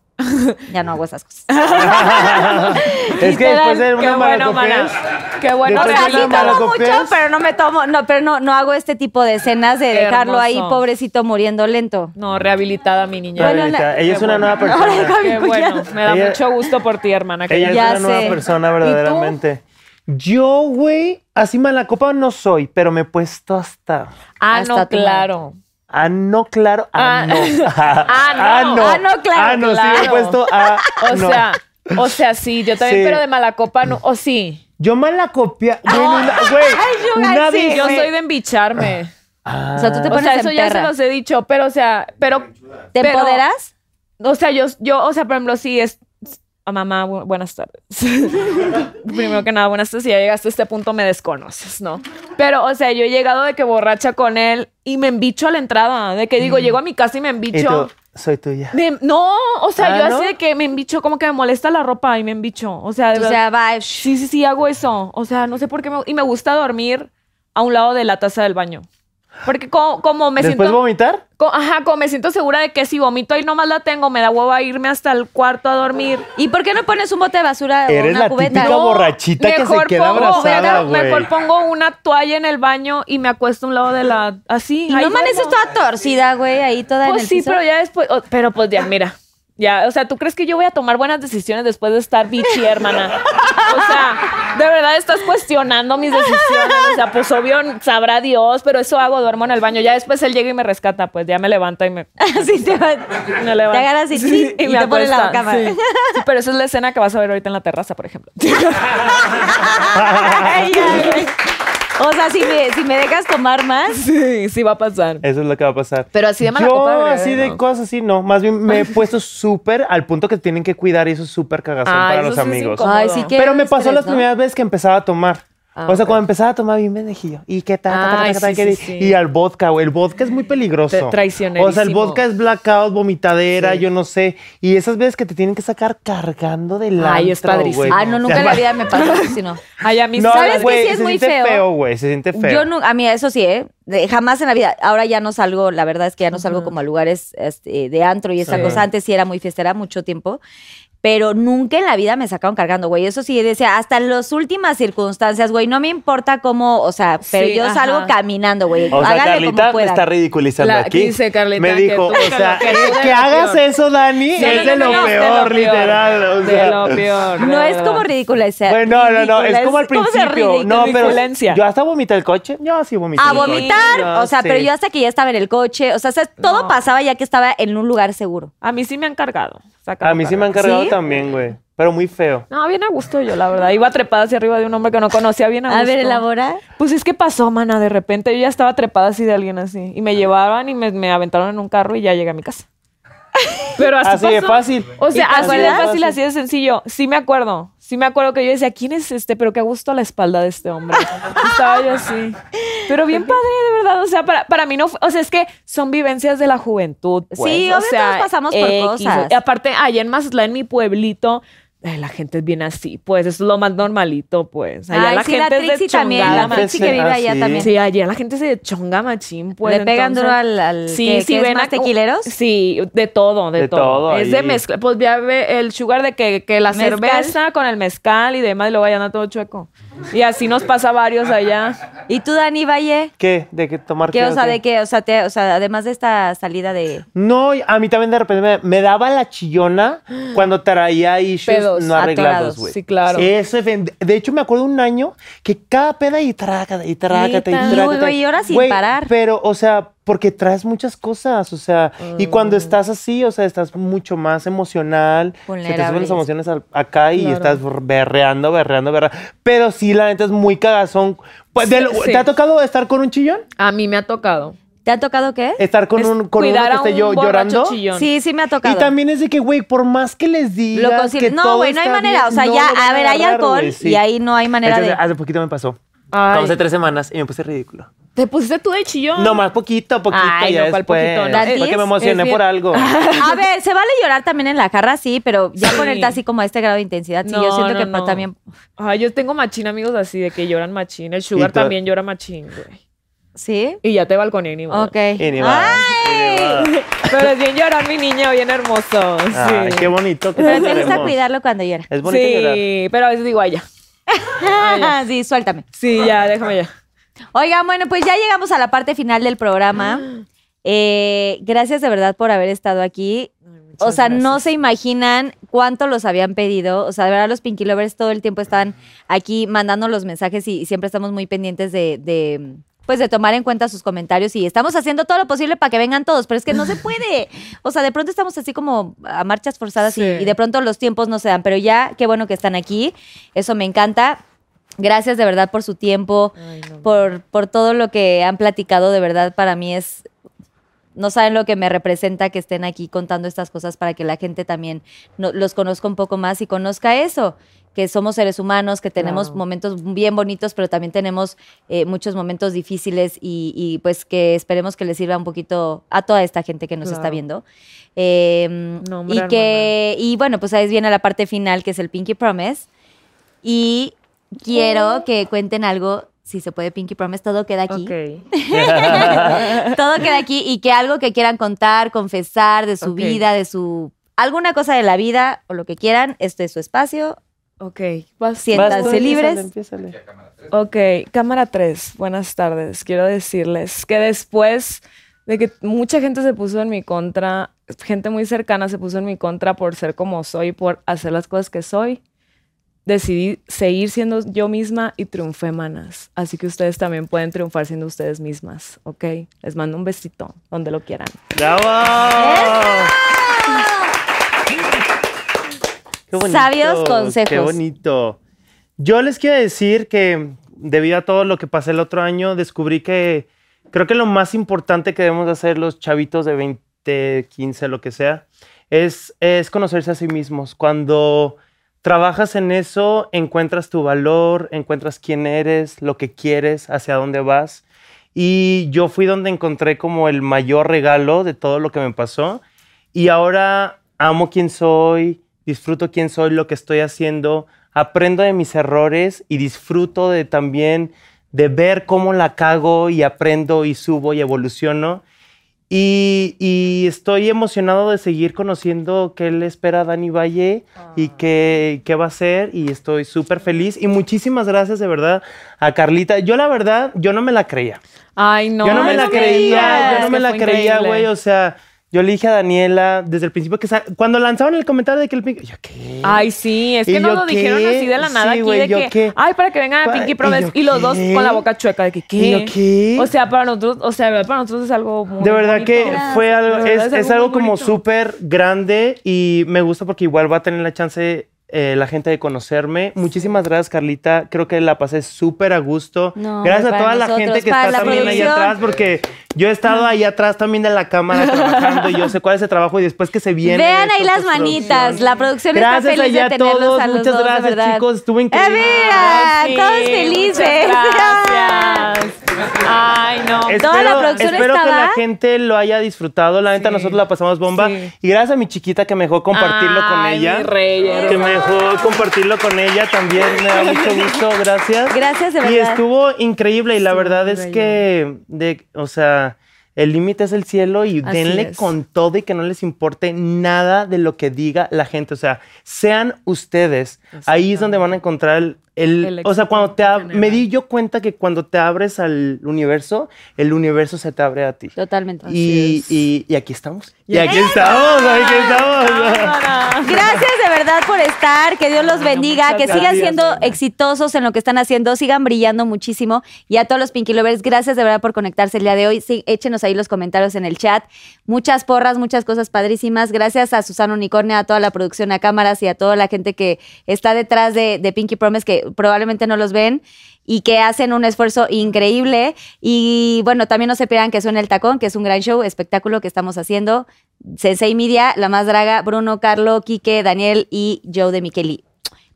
[SPEAKER 2] Ya no hago esas cosas.
[SPEAKER 4] es que después de
[SPEAKER 3] Qué
[SPEAKER 4] una
[SPEAKER 3] bueno,
[SPEAKER 4] malacopea,
[SPEAKER 3] mana. Qué bueno.
[SPEAKER 2] O
[SPEAKER 3] que
[SPEAKER 4] Después de
[SPEAKER 2] sea,
[SPEAKER 4] una
[SPEAKER 2] sí tomo
[SPEAKER 4] malacopea,
[SPEAKER 2] mucho, pero no me tomo, no, pero no, no hago este tipo de escenas de
[SPEAKER 3] Qué
[SPEAKER 2] dejarlo ahí,
[SPEAKER 3] hermoso.
[SPEAKER 2] pobrecito, muriendo lento.
[SPEAKER 3] No, rehabilitada mi niña.
[SPEAKER 2] Bueno,
[SPEAKER 4] Rehabilita.
[SPEAKER 2] la-
[SPEAKER 4] ella es una nueva persona.
[SPEAKER 3] Qué bueno. Me da
[SPEAKER 4] Ella-
[SPEAKER 3] mucho gusto por ti, hermana. que
[SPEAKER 4] Ella
[SPEAKER 2] Ya
[SPEAKER 4] es una
[SPEAKER 2] sé.
[SPEAKER 4] nueva persona, verdaderamente. Yo, güey, así mala copa no soy, pero me he puesto hasta.
[SPEAKER 3] Ah,
[SPEAKER 2] Hasta
[SPEAKER 3] no,
[SPEAKER 2] tu madre.
[SPEAKER 3] claro.
[SPEAKER 4] Ah, no, claro. Ah,
[SPEAKER 3] Ah.
[SPEAKER 4] no.
[SPEAKER 3] Ah, no.
[SPEAKER 2] Ah, no, claro,
[SPEAKER 4] Ah, no, sí me he
[SPEAKER 3] claro.
[SPEAKER 4] puesto a.
[SPEAKER 3] O
[SPEAKER 4] no.
[SPEAKER 3] sea, o sea, sí, yo también,
[SPEAKER 4] Sí.
[SPEAKER 3] pero de mala copa no. O sí.
[SPEAKER 4] Yo mala copia. Güey, una, güey, una
[SPEAKER 3] Sí,
[SPEAKER 4] vez- Ah,
[SPEAKER 3] yo soy de embicharme.
[SPEAKER 2] O sea, tú
[SPEAKER 3] Ah. O
[SPEAKER 2] te pones
[SPEAKER 3] sea,
[SPEAKER 2] en
[SPEAKER 3] eso ya se
[SPEAKER 2] perra.
[SPEAKER 3] los he dicho, pero o sea, pero
[SPEAKER 2] ¿Te
[SPEAKER 3] pero-
[SPEAKER 2] empoderas?
[SPEAKER 3] O sea, yo, yo, o sea, por ejemplo, si es a mamá, bu- buenas tardes. Primero que nada, buenas tardes. Si ya llegaste a este punto, me desconoces, ¿no? Pero, o sea, yo he llegado de que borracha con él y me embicho a la entrada. De que digo, llego a mi casa y me
[SPEAKER 4] Mm. Y tú,
[SPEAKER 3] embicho.
[SPEAKER 4] soy tuya.
[SPEAKER 3] Me- no, o sea,
[SPEAKER 4] Ah,
[SPEAKER 3] yo
[SPEAKER 4] ¿no?
[SPEAKER 3] así de que me embicho, como que me molesta la ropa y me embicho. O sea, de
[SPEAKER 2] O
[SPEAKER 3] verdad,
[SPEAKER 2] sea, va, shh,
[SPEAKER 3] sí, sí, sí, hago eso. O sea, no sé por qué. Me, y me gusta dormir a un lado de la taza del baño. Porque como, como me
[SPEAKER 4] ¿Después
[SPEAKER 3] siento...
[SPEAKER 4] vomitar?
[SPEAKER 3] co- ajá, como me siento segura de que si vomito ahí nomás la tengo, me da hueva irme hasta el cuarto a dormir.
[SPEAKER 2] ¿Y por qué no pones un bote de basura o
[SPEAKER 4] Eres
[SPEAKER 2] una
[SPEAKER 4] la
[SPEAKER 2] cubeta?
[SPEAKER 4] típica borrachita que se queda abrazada,
[SPEAKER 3] mejor- mejor
[SPEAKER 4] güey.
[SPEAKER 3] pongo una toalla en el baño y me acuesto a un lado de la... Así.
[SPEAKER 2] Y
[SPEAKER 3] ahí
[SPEAKER 2] no amaneces
[SPEAKER 3] duermo.
[SPEAKER 2] toda torcida, güey, ahí toda en
[SPEAKER 3] Pues
[SPEAKER 2] el
[SPEAKER 3] sí,
[SPEAKER 2] piso.
[SPEAKER 3] pero ya después... oh, pero pues ya, mira. Ya, o sea, ¿tú crees que yo voy a tomar buenas decisiones después de estar bichi, hermana? O sea, de verdad estás cuestionando mis decisiones. O sea, pues obvio, sabrá Dios, pero eso hago, duermo en el baño. Ya después él llega y me rescata, pues ya me levanta y me...
[SPEAKER 2] Así te va.
[SPEAKER 3] Me levanto.
[SPEAKER 2] Te agarras y, sí, y
[SPEAKER 3] me
[SPEAKER 2] te pones la
[SPEAKER 3] acuestan,
[SPEAKER 2] cámara.
[SPEAKER 3] Sí. Sí, pero esa es la escena que vas a ver ahorita en la terraza, por ejemplo.
[SPEAKER 2] Ay, ya, güey. o sea, si me, si me dejas tomar más,
[SPEAKER 3] Sí, sí va a pasar.
[SPEAKER 4] Eso es lo que va a pasar.
[SPEAKER 3] Pero así de mala
[SPEAKER 4] Yo,
[SPEAKER 3] copa, de verdad,
[SPEAKER 4] así de
[SPEAKER 3] no.
[SPEAKER 4] cosas así, no. Más bien me he puesto súper al punto que tienen que cuidar y eso es súper cagazón
[SPEAKER 3] Ah,
[SPEAKER 4] para
[SPEAKER 3] eso
[SPEAKER 4] los
[SPEAKER 3] sí es
[SPEAKER 4] amigos.
[SPEAKER 3] incómodo.
[SPEAKER 2] Ay, sí que-
[SPEAKER 4] Pero me pasó
[SPEAKER 2] estrés,
[SPEAKER 4] las
[SPEAKER 2] ¿no?
[SPEAKER 4] primeras veces que empezaba a tomar. o sea, cuando empezaba a tomar bien pendejillo. Y qué tal, ta, ta,
[SPEAKER 3] Ah,
[SPEAKER 4] ta,
[SPEAKER 3] Ay,
[SPEAKER 4] ta, ta,
[SPEAKER 3] sí,
[SPEAKER 4] que-
[SPEAKER 3] sí, sí.
[SPEAKER 4] Y al vodka, güey. El vodka es muy
[SPEAKER 3] Te-
[SPEAKER 4] peligroso.
[SPEAKER 3] traicionerísimo.
[SPEAKER 4] O sea, el vodka es blackout, vomitadera, yo no sé. Y esas veces que te tienen que sacar cargando del
[SPEAKER 3] Ay, es
[SPEAKER 4] antro,
[SPEAKER 3] padrísimo.
[SPEAKER 4] güey.
[SPEAKER 2] ah, no, nunca en la vida me pasó eso, si no.
[SPEAKER 3] Ay, a mí
[SPEAKER 4] No,
[SPEAKER 2] ¿Sabes qué
[SPEAKER 4] güey,
[SPEAKER 2] sí es
[SPEAKER 4] se
[SPEAKER 2] muy
[SPEAKER 4] siente
[SPEAKER 2] feo?
[SPEAKER 4] feo, güey. Se siente feo.
[SPEAKER 2] Yo no, a mí eso sí, ¿eh? De- jamás en la vida. Ahora ya no salgo, la verdad es que ya no salgo como a lugares este, de antro y esa
[SPEAKER 4] Sí.
[SPEAKER 2] cosa. Antes sí era muy fiestera, mucho tiempo. Pero nunca en la vida me sacaron cargando, güey. Eso sí, decía, hasta en las últimas circunstancias, güey, no me importa cómo, o sea, pero
[SPEAKER 3] Sí,
[SPEAKER 2] yo
[SPEAKER 3] ajá.
[SPEAKER 2] salgo caminando, güey.
[SPEAKER 4] O sea,
[SPEAKER 2] Háganle como
[SPEAKER 4] Carlita me
[SPEAKER 2] puedan.
[SPEAKER 4] está ridiculizando
[SPEAKER 3] La-
[SPEAKER 4] aquí.
[SPEAKER 3] dice Carlita
[SPEAKER 4] me
[SPEAKER 3] que
[SPEAKER 4] dijo,
[SPEAKER 3] tú-
[SPEAKER 4] o sea,
[SPEAKER 3] que tú
[SPEAKER 4] el
[SPEAKER 3] de
[SPEAKER 4] que
[SPEAKER 3] lo
[SPEAKER 4] hagas
[SPEAKER 3] peor.
[SPEAKER 4] eso, Dani,
[SPEAKER 3] No,
[SPEAKER 4] es
[SPEAKER 3] no, no,
[SPEAKER 4] de lo
[SPEAKER 3] no, de
[SPEAKER 4] peor, literal. O sea.
[SPEAKER 3] de lo peor.
[SPEAKER 2] No es como ridícula esa.
[SPEAKER 4] Bueno, no, no, no, es como al
[SPEAKER 2] Eh, ¿Cómo se
[SPEAKER 4] principio.
[SPEAKER 2] ridiculiza?
[SPEAKER 4] No, pero
[SPEAKER 3] Ridiculencia.
[SPEAKER 4] yo hasta vomité el coche. Yo sí vomité.
[SPEAKER 2] A
[SPEAKER 4] el coche.
[SPEAKER 2] vomitar,
[SPEAKER 4] Yo
[SPEAKER 2] o sea,
[SPEAKER 4] sí.
[SPEAKER 2] pero yo hasta que ya estaba en el coche, o sea, se- todo pasaba ya que estaba en un lugar seguro.
[SPEAKER 3] A mí sí me han cargado. sacado
[SPEAKER 4] A mí sí me han
[SPEAKER 3] cargado.
[SPEAKER 4] cargado
[SPEAKER 2] ¿Sí?
[SPEAKER 4] también, güey. Pero muy feo.
[SPEAKER 3] No, bien a gusto yo, la verdad. Iba trepada hacia arriba de un hombre que no conocía bien a gusto.
[SPEAKER 2] A ver, elabora.
[SPEAKER 3] Pues es que pasó, mana, de repente. Yo ya estaba trepada así de alguien así. Y me llevaban y me, me aventaron en un carro y ya llegué a mi casa. Pero así,
[SPEAKER 4] Así de
[SPEAKER 3] pasó.
[SPEAKER 4] fácil.
[SPEAKER 3] O sea,
[SPEAKER 2] ¿Y te
[SPEAKER 3] así de
[SPEAKER 2] acuerdas?
[SPEAKER 3] fácil, así de sencillo. Sí me acuerdo. Sí me acuerdo que yo decía, ¿quién es este? Pero qué gusto la espalda de este hombre. Y Estaba yo así. Pero bien padre, de verdad. O sea, para, para mí no... fue- O sea, es que son vivencias de la juventud. pues.
[SPEAKER 2] Sí,
[SPEAKER 3] o
[SPEAKER 2] obvio,
[SPEAKER 3] sea,
[SPEAKER 2] todos pasamos por
[SPEAKER 3] X,
[SPEAKER 2] cosas.
[SPEAKER 3] Y aparte, allá en Mazatlán, en mi pueblito... ay, la gente es bien así, pues. Es lo más normalito, pues. Allá
[SPEAKER 2] Ay,
[SPEAKER 3] la
[SPEAKER 2] sí,
[SPEAKER 3] gente
[SPEAKER 2] la
[SPEAKER 3] es de
[SPEAKER 2] Trixie también,
[SPEAKER 3] chongada
[SPEAKER 2] la
[SPEAKER 4] machín.
[SPEAKER 2] Trixie que vive allá
[SPEAKER 4] Ah, sí.
[SPEAKER 2] también.
[SPEAKER 3] Sí, allá la gente se chonga machín, pues.
[SPEAKER 2] Le pegan
[SPEAKER 3] entonces-
[SPEAKER 2] duro al- al- ¿qué- qué es más,
[SPEAKER 3] a-
[SPEAKER 2] tequileros?
[SPEAKER 3] Sí, de todo, de,
[SPEAKER 4] De
[SPEAKER 3] todo.
[SPEAKER 4] todo
[SPEAKER 3] Es de
[SPEAKER 4] ahí.
[SPEAKER 3] mezcla. Pues ya ve el sugar de que, que la
[SPEAKER 2] Mezcal.
[SPEAKER 3] cerveza con el mezcal y demás, y luego ya anda todo chueco. Y así nos pasa a varios allá.
[SPEAKER 2] ¿Y tú, Dani Valle?
[SPEAKER 4] ¿Qué? ¿De qué tomar
[SPEAKER 2] ¿Qué, o sea,
[SPEAKER 4] qué?
[SPEAKER 2] de qué? O sea, te- o sea, además de esta salida de...
[SPEAKER 4] No, y a mí también de repente me, me daba la chillona cuando traía issues
[SPEAKER 2] Pedos
[SPEAKER 4] no arreglados,
[SPEAKER 2] atorados,
[SPEAKER 4] güey.
[SPEAKER 3] sí, claro.
[SPEAKER 4] Eso, es bien. de hecho, me acuerdo un año que cada peda y trácate, y trácate, y
[SPEAKER 3] Neta.
[SPEAKER 4] trácate.
[SPEAKER 2] Uy, güey, y ahora sin
[SPEAKER 4] Güey,
[SPEAKER 2] parar.
[SPEAKER 4] Pero, o sea, porque traes muchas cosas, o sea, y
[SPEAKER 3] Mm.
[SPEAKER 4] cuando estás así, o sea, estás mucho más emocional. Se te
[SPEAKER 2] Vulnerable.
[SPEAKER 4] suben las emociones al- acá y estás berreando, berreando, berreando. Pero sí, la neta es muy cagazón. Pues, de lo-
[SPEAKER 3] Sí, sí.
[SPEAKER 4] ¿Te ha tocado estar con un chillón?
[SPEAKER 3] A mí me ha tocado.
[SPEAKER 2] ¿Te ha tocado qué?
[SPEAKER 4] Estar con
[SPEAKER 3] Es
[SPEAKER 4] un con uno
[SPEAKER 3] cuidar
[SPEAKER 4] que
[SPEAKER 3] a
[SPEAKER 4] esté
[SPEAKER 3] un
[SPEAKER 4] yo
[SPEAKER 3] borracho
[SPEAKER 4] llorando.
[SPEAKER 3] chillón.
[SPEAKER 2] Sí, sí me ha tocado.
[SPEAKER 4] Y también es de que, güey, por más que les digas
[SPEAKER 2] Lo concili-
[SPEAKER 4] que
[SPEAKER 2] No,
[SPEAKER 4] todo
[SPEAKER 2] güey, no hay
[SPEAKER 4] está
[SPEAKER 2] manera, o
[SPEAKER 4] bien,
[SPEAKER 2] sea,
[SPEAKER 4] no
[SPEAKER 2] ya,
[SPEAKER 4] lo van
[SPEAKER 2] a ver, hay
[SPEAKER 4] agarrar,
[SPEAKER 2] alcohol
[SPEAKER 4] güey, sí.
[SPEAKER 2] y ahí no hay manera
[SPEAKER 4] Entonces,
[SPEAKER 2] de-
[SPEAKER 4] Hace poquito me pasó.
[SPEAKER 3] Ay.
[SPEAKER 4] Hace tres semanas y me puse ridícula.
[SPEAKER 3] ¿Te pusiste tú de chillón?
[SPEAKER 4] No, más poquito, poquito,
[SPEAKER 3] Ay,
[SPEAKER 4] ya
[SPEAKER 3] no, ¿cuál
[SPEAKER 4] después.
[SPEAKER 3] poquito?
[SPEAKER 2] No, es-
[SPEAKER 4] Porque
[SPEAKER 2] es
[SPEAKER 4] me emocioné
[SPEAKER 3] bien.
[SPEAKER 4] por algo.
[SPEAKER 2] A ver, se vale llorar también en la jarra, sí, pero ya
[SPEAKER 3] Sí.
[SPEAKER 2] ponerte así como a este grado de intensidad, sí,
[SPEAKER 3] No,
[SPEAKER 2] yo siento
[SPEAKER 3] no,
[SPEAKER 2] que
[SPEAKER 3] no.
[SPEAKER 2] también...
[SPEAKER 3] Ay, yo tengo machín amigos así de que lloran machín. El sugar
[SPEAKER 4] Y tú-
[SPEAKER 3] también llora machín, güey.
[SPEAKER 2] ¿Sí?
[SPEAKER 3] Y ya te balconé ni modo.
[SPEAKER 2] Ok. Ah,
[SPEAKER 4] Y ni más, y ni más.
[SPEAKER 3] Pero es bien llorar mi niño, bien hermoso. Sí.
[SPEAKER 4] Ay, qué bonito. que
[SPEAKER 2] Pero
[SPEAKER 4] nos
[SPEAKER 2] te gusta
[SPEAKER 4] queremos.
[SPEAKER 2] cuidarlo cuando llora.
[SPEAKER 4] Es bonito
[SPEAKER 3] sí,
[SPEAKER 4] llorar.
[SPEAKER 3] pero a veces digo, ay, ya.
[SPEAKER 2] sí, suéltame.
[SPEAKER 3] Sí, ya, déjame ya.
[SPEAKER 2] Oigan, bueno, pues ya llegamos a la parte final del programa. Eh, gracias de verdad por haber estado aquí. O sea, no se imaginan cuánto los habían pedido. O sea, de verdad los Pinky Lovers todo el tiempo están aquí mandando los mensajes y, y siempre estamos muy pendientes de, de, pues de tomar en cuenta sus comentarios y estamos haciendo todo lo posible para que vengan todos, pero es que no se puede. O sea, de pronto estamos así como a marchas forzadas y-
[SPEAKER 3] Sí.
[SPEAKER 2] y de pronto los tiempos no se dan, pero ya qué bueno que están aquí. Eso me encanta. Gracias de verdad por su tiempo, por, por todo lo que han platicado. De verdad, para mí es. No saben lo que me representa que estén aquí contando estas cosas para que la gente también no- los conozca un poco más y conozca eso, que somos seres humanos, que tenemos
[SPEAKER 3] Claro.
[SPEAKER 2] momentos bien bonitos, pero también tenemos eh, muchos momentos difíciles y, y, pues que esperemos que les sirva un poquito a toda esta gente que nos está
[SPEAKER 3] Claro.
[SPEAKER 2] viendo. Eh,
[SPEAKER 3] No, hombre,
[SPEAKER 2] y que, y bueno, pues ahí viene la
[SPEAKER 3] Oh.
[SPEAKER 2] parte final que es el Pinky Promise. Y quiero que cuenten algo si se puede, Pinky Promise, todo queda aquí.
[SPEAKER 3] Ok.
[SPEAKER 2] Todo queda aquí y que algo que quieran contar, confesar de su
[SPEAKER 3] Ok.
[SPEAKER 2] vida, de su... Alguna cosa de la vida o lo que quieran, este es su espacio.
[SPEAKER 3] Ok. Vas-
[SPEAKER 2] Siéntanse
[SPEAKER 4] Vas tú,
[SPEAKER 2] libres.
[SPEAKER 4] empiézale, empiézale.
[SPEAKER 3] Ok, cámara 3, buenas tardes. Quiero decirles que después de que mucha gente se puso en mi contra, gente muy cercana se puso en mi contra por ser como soy, por hacer las cosas que soy, decidí seguir siendo yo misma y triunfé, manas. Así que ustedes también pueden triunfar siendo ustedes mismas, ¿ok? Les mando un besito, donde lo quieran.
[SPEAKER 4] ¡Bravo! Qué bonito,
[SPEAKER 2] Sabios consejos.
[SPEAKER 4] Qué bonito. Yo les quiero decir que debido a todo lo que pasé el otro año, descubrí que creo que lo más importante que debemos de hacer los chavitos de 20, 15, lo que sea, es, es conocerse a sí mismos. Cuando trabajas en eso, encuentras tu valor, encuentras quién eres, lo que quieres, hacia dónde vas. Y yo fui donde encontré como el mayor regalo de todo lo que me pasó. Y ahora amo quién soy, disfruto quién soy, lo que estoy haciendo, aprendo de mis errores y disfruto de también de ver cómo la cago y aprendo y subo y evoluciono. Y, y estoy emocionado de seguir conociendo qué le espera a Dani Valle y qué, qué va a hacer. Y estoy súper feliz. Y muchísimas gracias de verdad a Carlita. Yo la verdad, yo no me la creía
[SPEAKER 3] Ay, no.
[SPEAKER 4] yo no me la creía,
[SPEAKER 3] digas
[SPEAKER 4] yo no me
[SPEAKER 3] que
[SPEAKER 4] la
[SPEAKER 3] fue
[SPEAKER 4] creía,
[SPEAKER 3] increíble.
[SPEAKER 4] güey. O sea, yo le dije a Daniela desde el principio que sa- cuando lanzaban el comentario de que el Pinky. Yo, ¿qué?
[SPEAKER 3] Ay, sí, es que
[SPEAKER 4] ¿Y
[SPEAKER 3] no
[SPEAKER 4] yo
[SPEAKER 3] lo dijeron
[SPEAKER 4] qué?
[SPEAKER 3] así de la nada
[SPEAKER 4] Sí,
[SPEAKER 3] aquí
[SPEAKER 4] güey,
[SPEAKER 3] de
[SPEAKER 4] ¿yo
[SPEAKER 3] que,
[SPEAKER 4] qué?
[SPEAKER 3] ay, para que vengan a
[SPEAKER 4] Pa-
[SPEAKER 3] Pinky
[SPEAKER 4] ¿y
[SPEAKER 3] Promise
[SPEAKER 4] yo
[SPEAKER 3] y, los dos
[SPEAKER 4] qué?
[SPEAKER 3] con la boca chueca de que
[SPEAKER 4] ¿Y yo
[SPEAKER 3] qué.
[SPEAKER 4] qué?
[SPEAKER 3] O sea, para nosotros, o sea, para nosotros es algo muy
[SPEAKER 4] de verdad
[SPEAKER 3] bonito.
[SPEAKER 4] que fue algo,
[SPEAKER 3] De verdad
[SPEAKER 4] es, es algo
[SPEAKER 3] muy
[SPEAKER 4] como
[SPEAKER 3] bonito.
[SPEAKER 4] súper grande y me gusta porque igual va a tener la chance eh, la gente de conocerme. Muchísimas gracias, Carlita. Creo que la pasé súper a gusto.
[SPEAKER 2] No,
[SPEAKER 4] gracias a
[SPEAKER 2] para
[SPEAKER 4] toda la
[SPEAKER 2] nosotros,
[SPEAKER 4] gente que
[SPEAKER 2] para
[SPEAKER 4] está
[SPEAKER 2] la
[SPEAKER 4] también ahí
[SPEAKER 2] producción.
[SPEAKER 4] atrás porque yo he estado ahí atrás también de la cámara trabajando y yo sé cuál es el trabajo y después que se viene.
[SPEAKER 2] Vean ahí
[SPEAKER 4] esto, pues,
[SPEAKER 2] las
[SPEAKER 4] postproducción.
[SPEAKER 2] manitas. La producción
[SPEAKER 4] Gracias
[SPEAKER 2] está feliz
[SPEAKER 4] allá
[SPEAKER 2] de
[SPEAKER 4] a
[SPEAKER 2] tenerlos
[SPEAKER 4] todos.
[SPEAKER 2] a los
[SPEAKER 4] Muchas
[SPEAKER 2] dos, de
[SPEAKER 4] gracias,
[SPEAKER 2] verdad.
[SPEAKER 4] chicos. Estuvo
[SPEAKER 2] ¡Eh,
[SPEAKER 4] increíble.
[SPEAKER 2] mira!
[SPEAKER 3] Sí,
[SPEAKER 2] ¡Todos
[SPEAKER 3] muchas
[SPEAKER 2] felices!
[SPEAKER 3] Gracias. Ay, no.
[SPEAKER 2] Toda la producción
[SPEAKER 4] espero que
[SPEAKER 2] estaba.
[SPEAKER 4] la gente lo haya disfrutado. La neta,
[SPEAKER 3] Sí.
[SPEAKER 4] nosotros la pasamos bomba.
[SPEAKER 3] Sí.
[SPEAKER 4] Y gracias a mi chiquita que me dejó compartirlo con
[SPEAKER 3] Ay,
[SPEAKER 4] ella.
[SPEAKER 3] mi rey,
[SPEAKER 4] que me dejó compartirlo con ella también. Me da mucho gusto. Gracias.
[SPEAKER 2] Gracias, de
[SPEAKER 4] Y
[SPEAKER 2] verdad.
[SPEAKER 4] estuvo increíble. Y la
[SPEAKER 3] Sí,
[SPEAKER 4] verdad
[SPEAKER 3] muy
[SPEAKER 4] es
[SPEAKER 3] bello.
[SPEAKER 4] que, de, o sea. El límite es el cielo y
[SPEAKER 3] Así
[SPEAKER 4] denle
[SPEAKER 3] es.
[SPEAKER 4] con todo y que no les importe nada de lo que diga la gente. O sea, sean ustedes. Ahí es donde van a encontrar el... el-
[SPEAKER 3] El
[SPEAKER 4] o sea,
[SPEAKER 3] éxito
[SPEAKER 4] cuando te...
[SPEAKER 3] en
[SPEAKER 4] ab-
[SPEAKER 3] general.
[SPEAKER 4] Me di yo cuenta que cuando te abres al universo, el universo se te abre a ti.
[SPEAKER 2] Totalmente.
[SPEAKER 4] Y,
[SPEAKER 3] es.
[SPEAKER 4] y- y aquí estamos. Y aquí estamos, aquí estamos.
[SPEAKER 2] Gracias de verdad por estar, que Dios los bendiga,
[SPEAKER 3] muchas
[SPEAKER 2] que sigan
[SPEAKER 4] gracias,
[SPEAKER 2] siendo
[SPEAKER 4] Ana.
[SPEAKER 2] exitosos en lo que están haciendo, sigan brillando muchísimo. Y a todos los Pinky Lovers, gracias de verdad por conectarse el día de hoy. Sí, échenos ahí los comentarios en el chat. Muchas porras, muchas cosas padrísimas. Gracias a Susana Unicornia, a toda la producción, a cámaras y a toda la gente que está detrás de, de Pinky Promise, que probablemente no los ven y que hacen un esfuerzo increíble. Y bueno, también no se pierdan que suene el tacón, que es un gran show, espectáculo que estamos haciendo. Sensei Media, La Más Draga, Bruno, Carlo, Quique, Daniel y Joe de Micheli.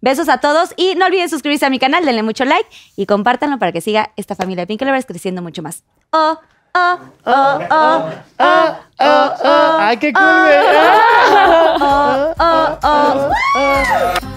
[SPEAKER 2] Besos a todos y no olviden suscribirse a mi canal, denle mucho like y compártanlo para que siga esta familia de Pink Lovers creciendo mucho más. Oh, oh, oh, oh, oh, oh, oh,
[SPEAKER 4] ¡Ay, qué cool, güey.
[SPEAKER 2] oh, oh, oh.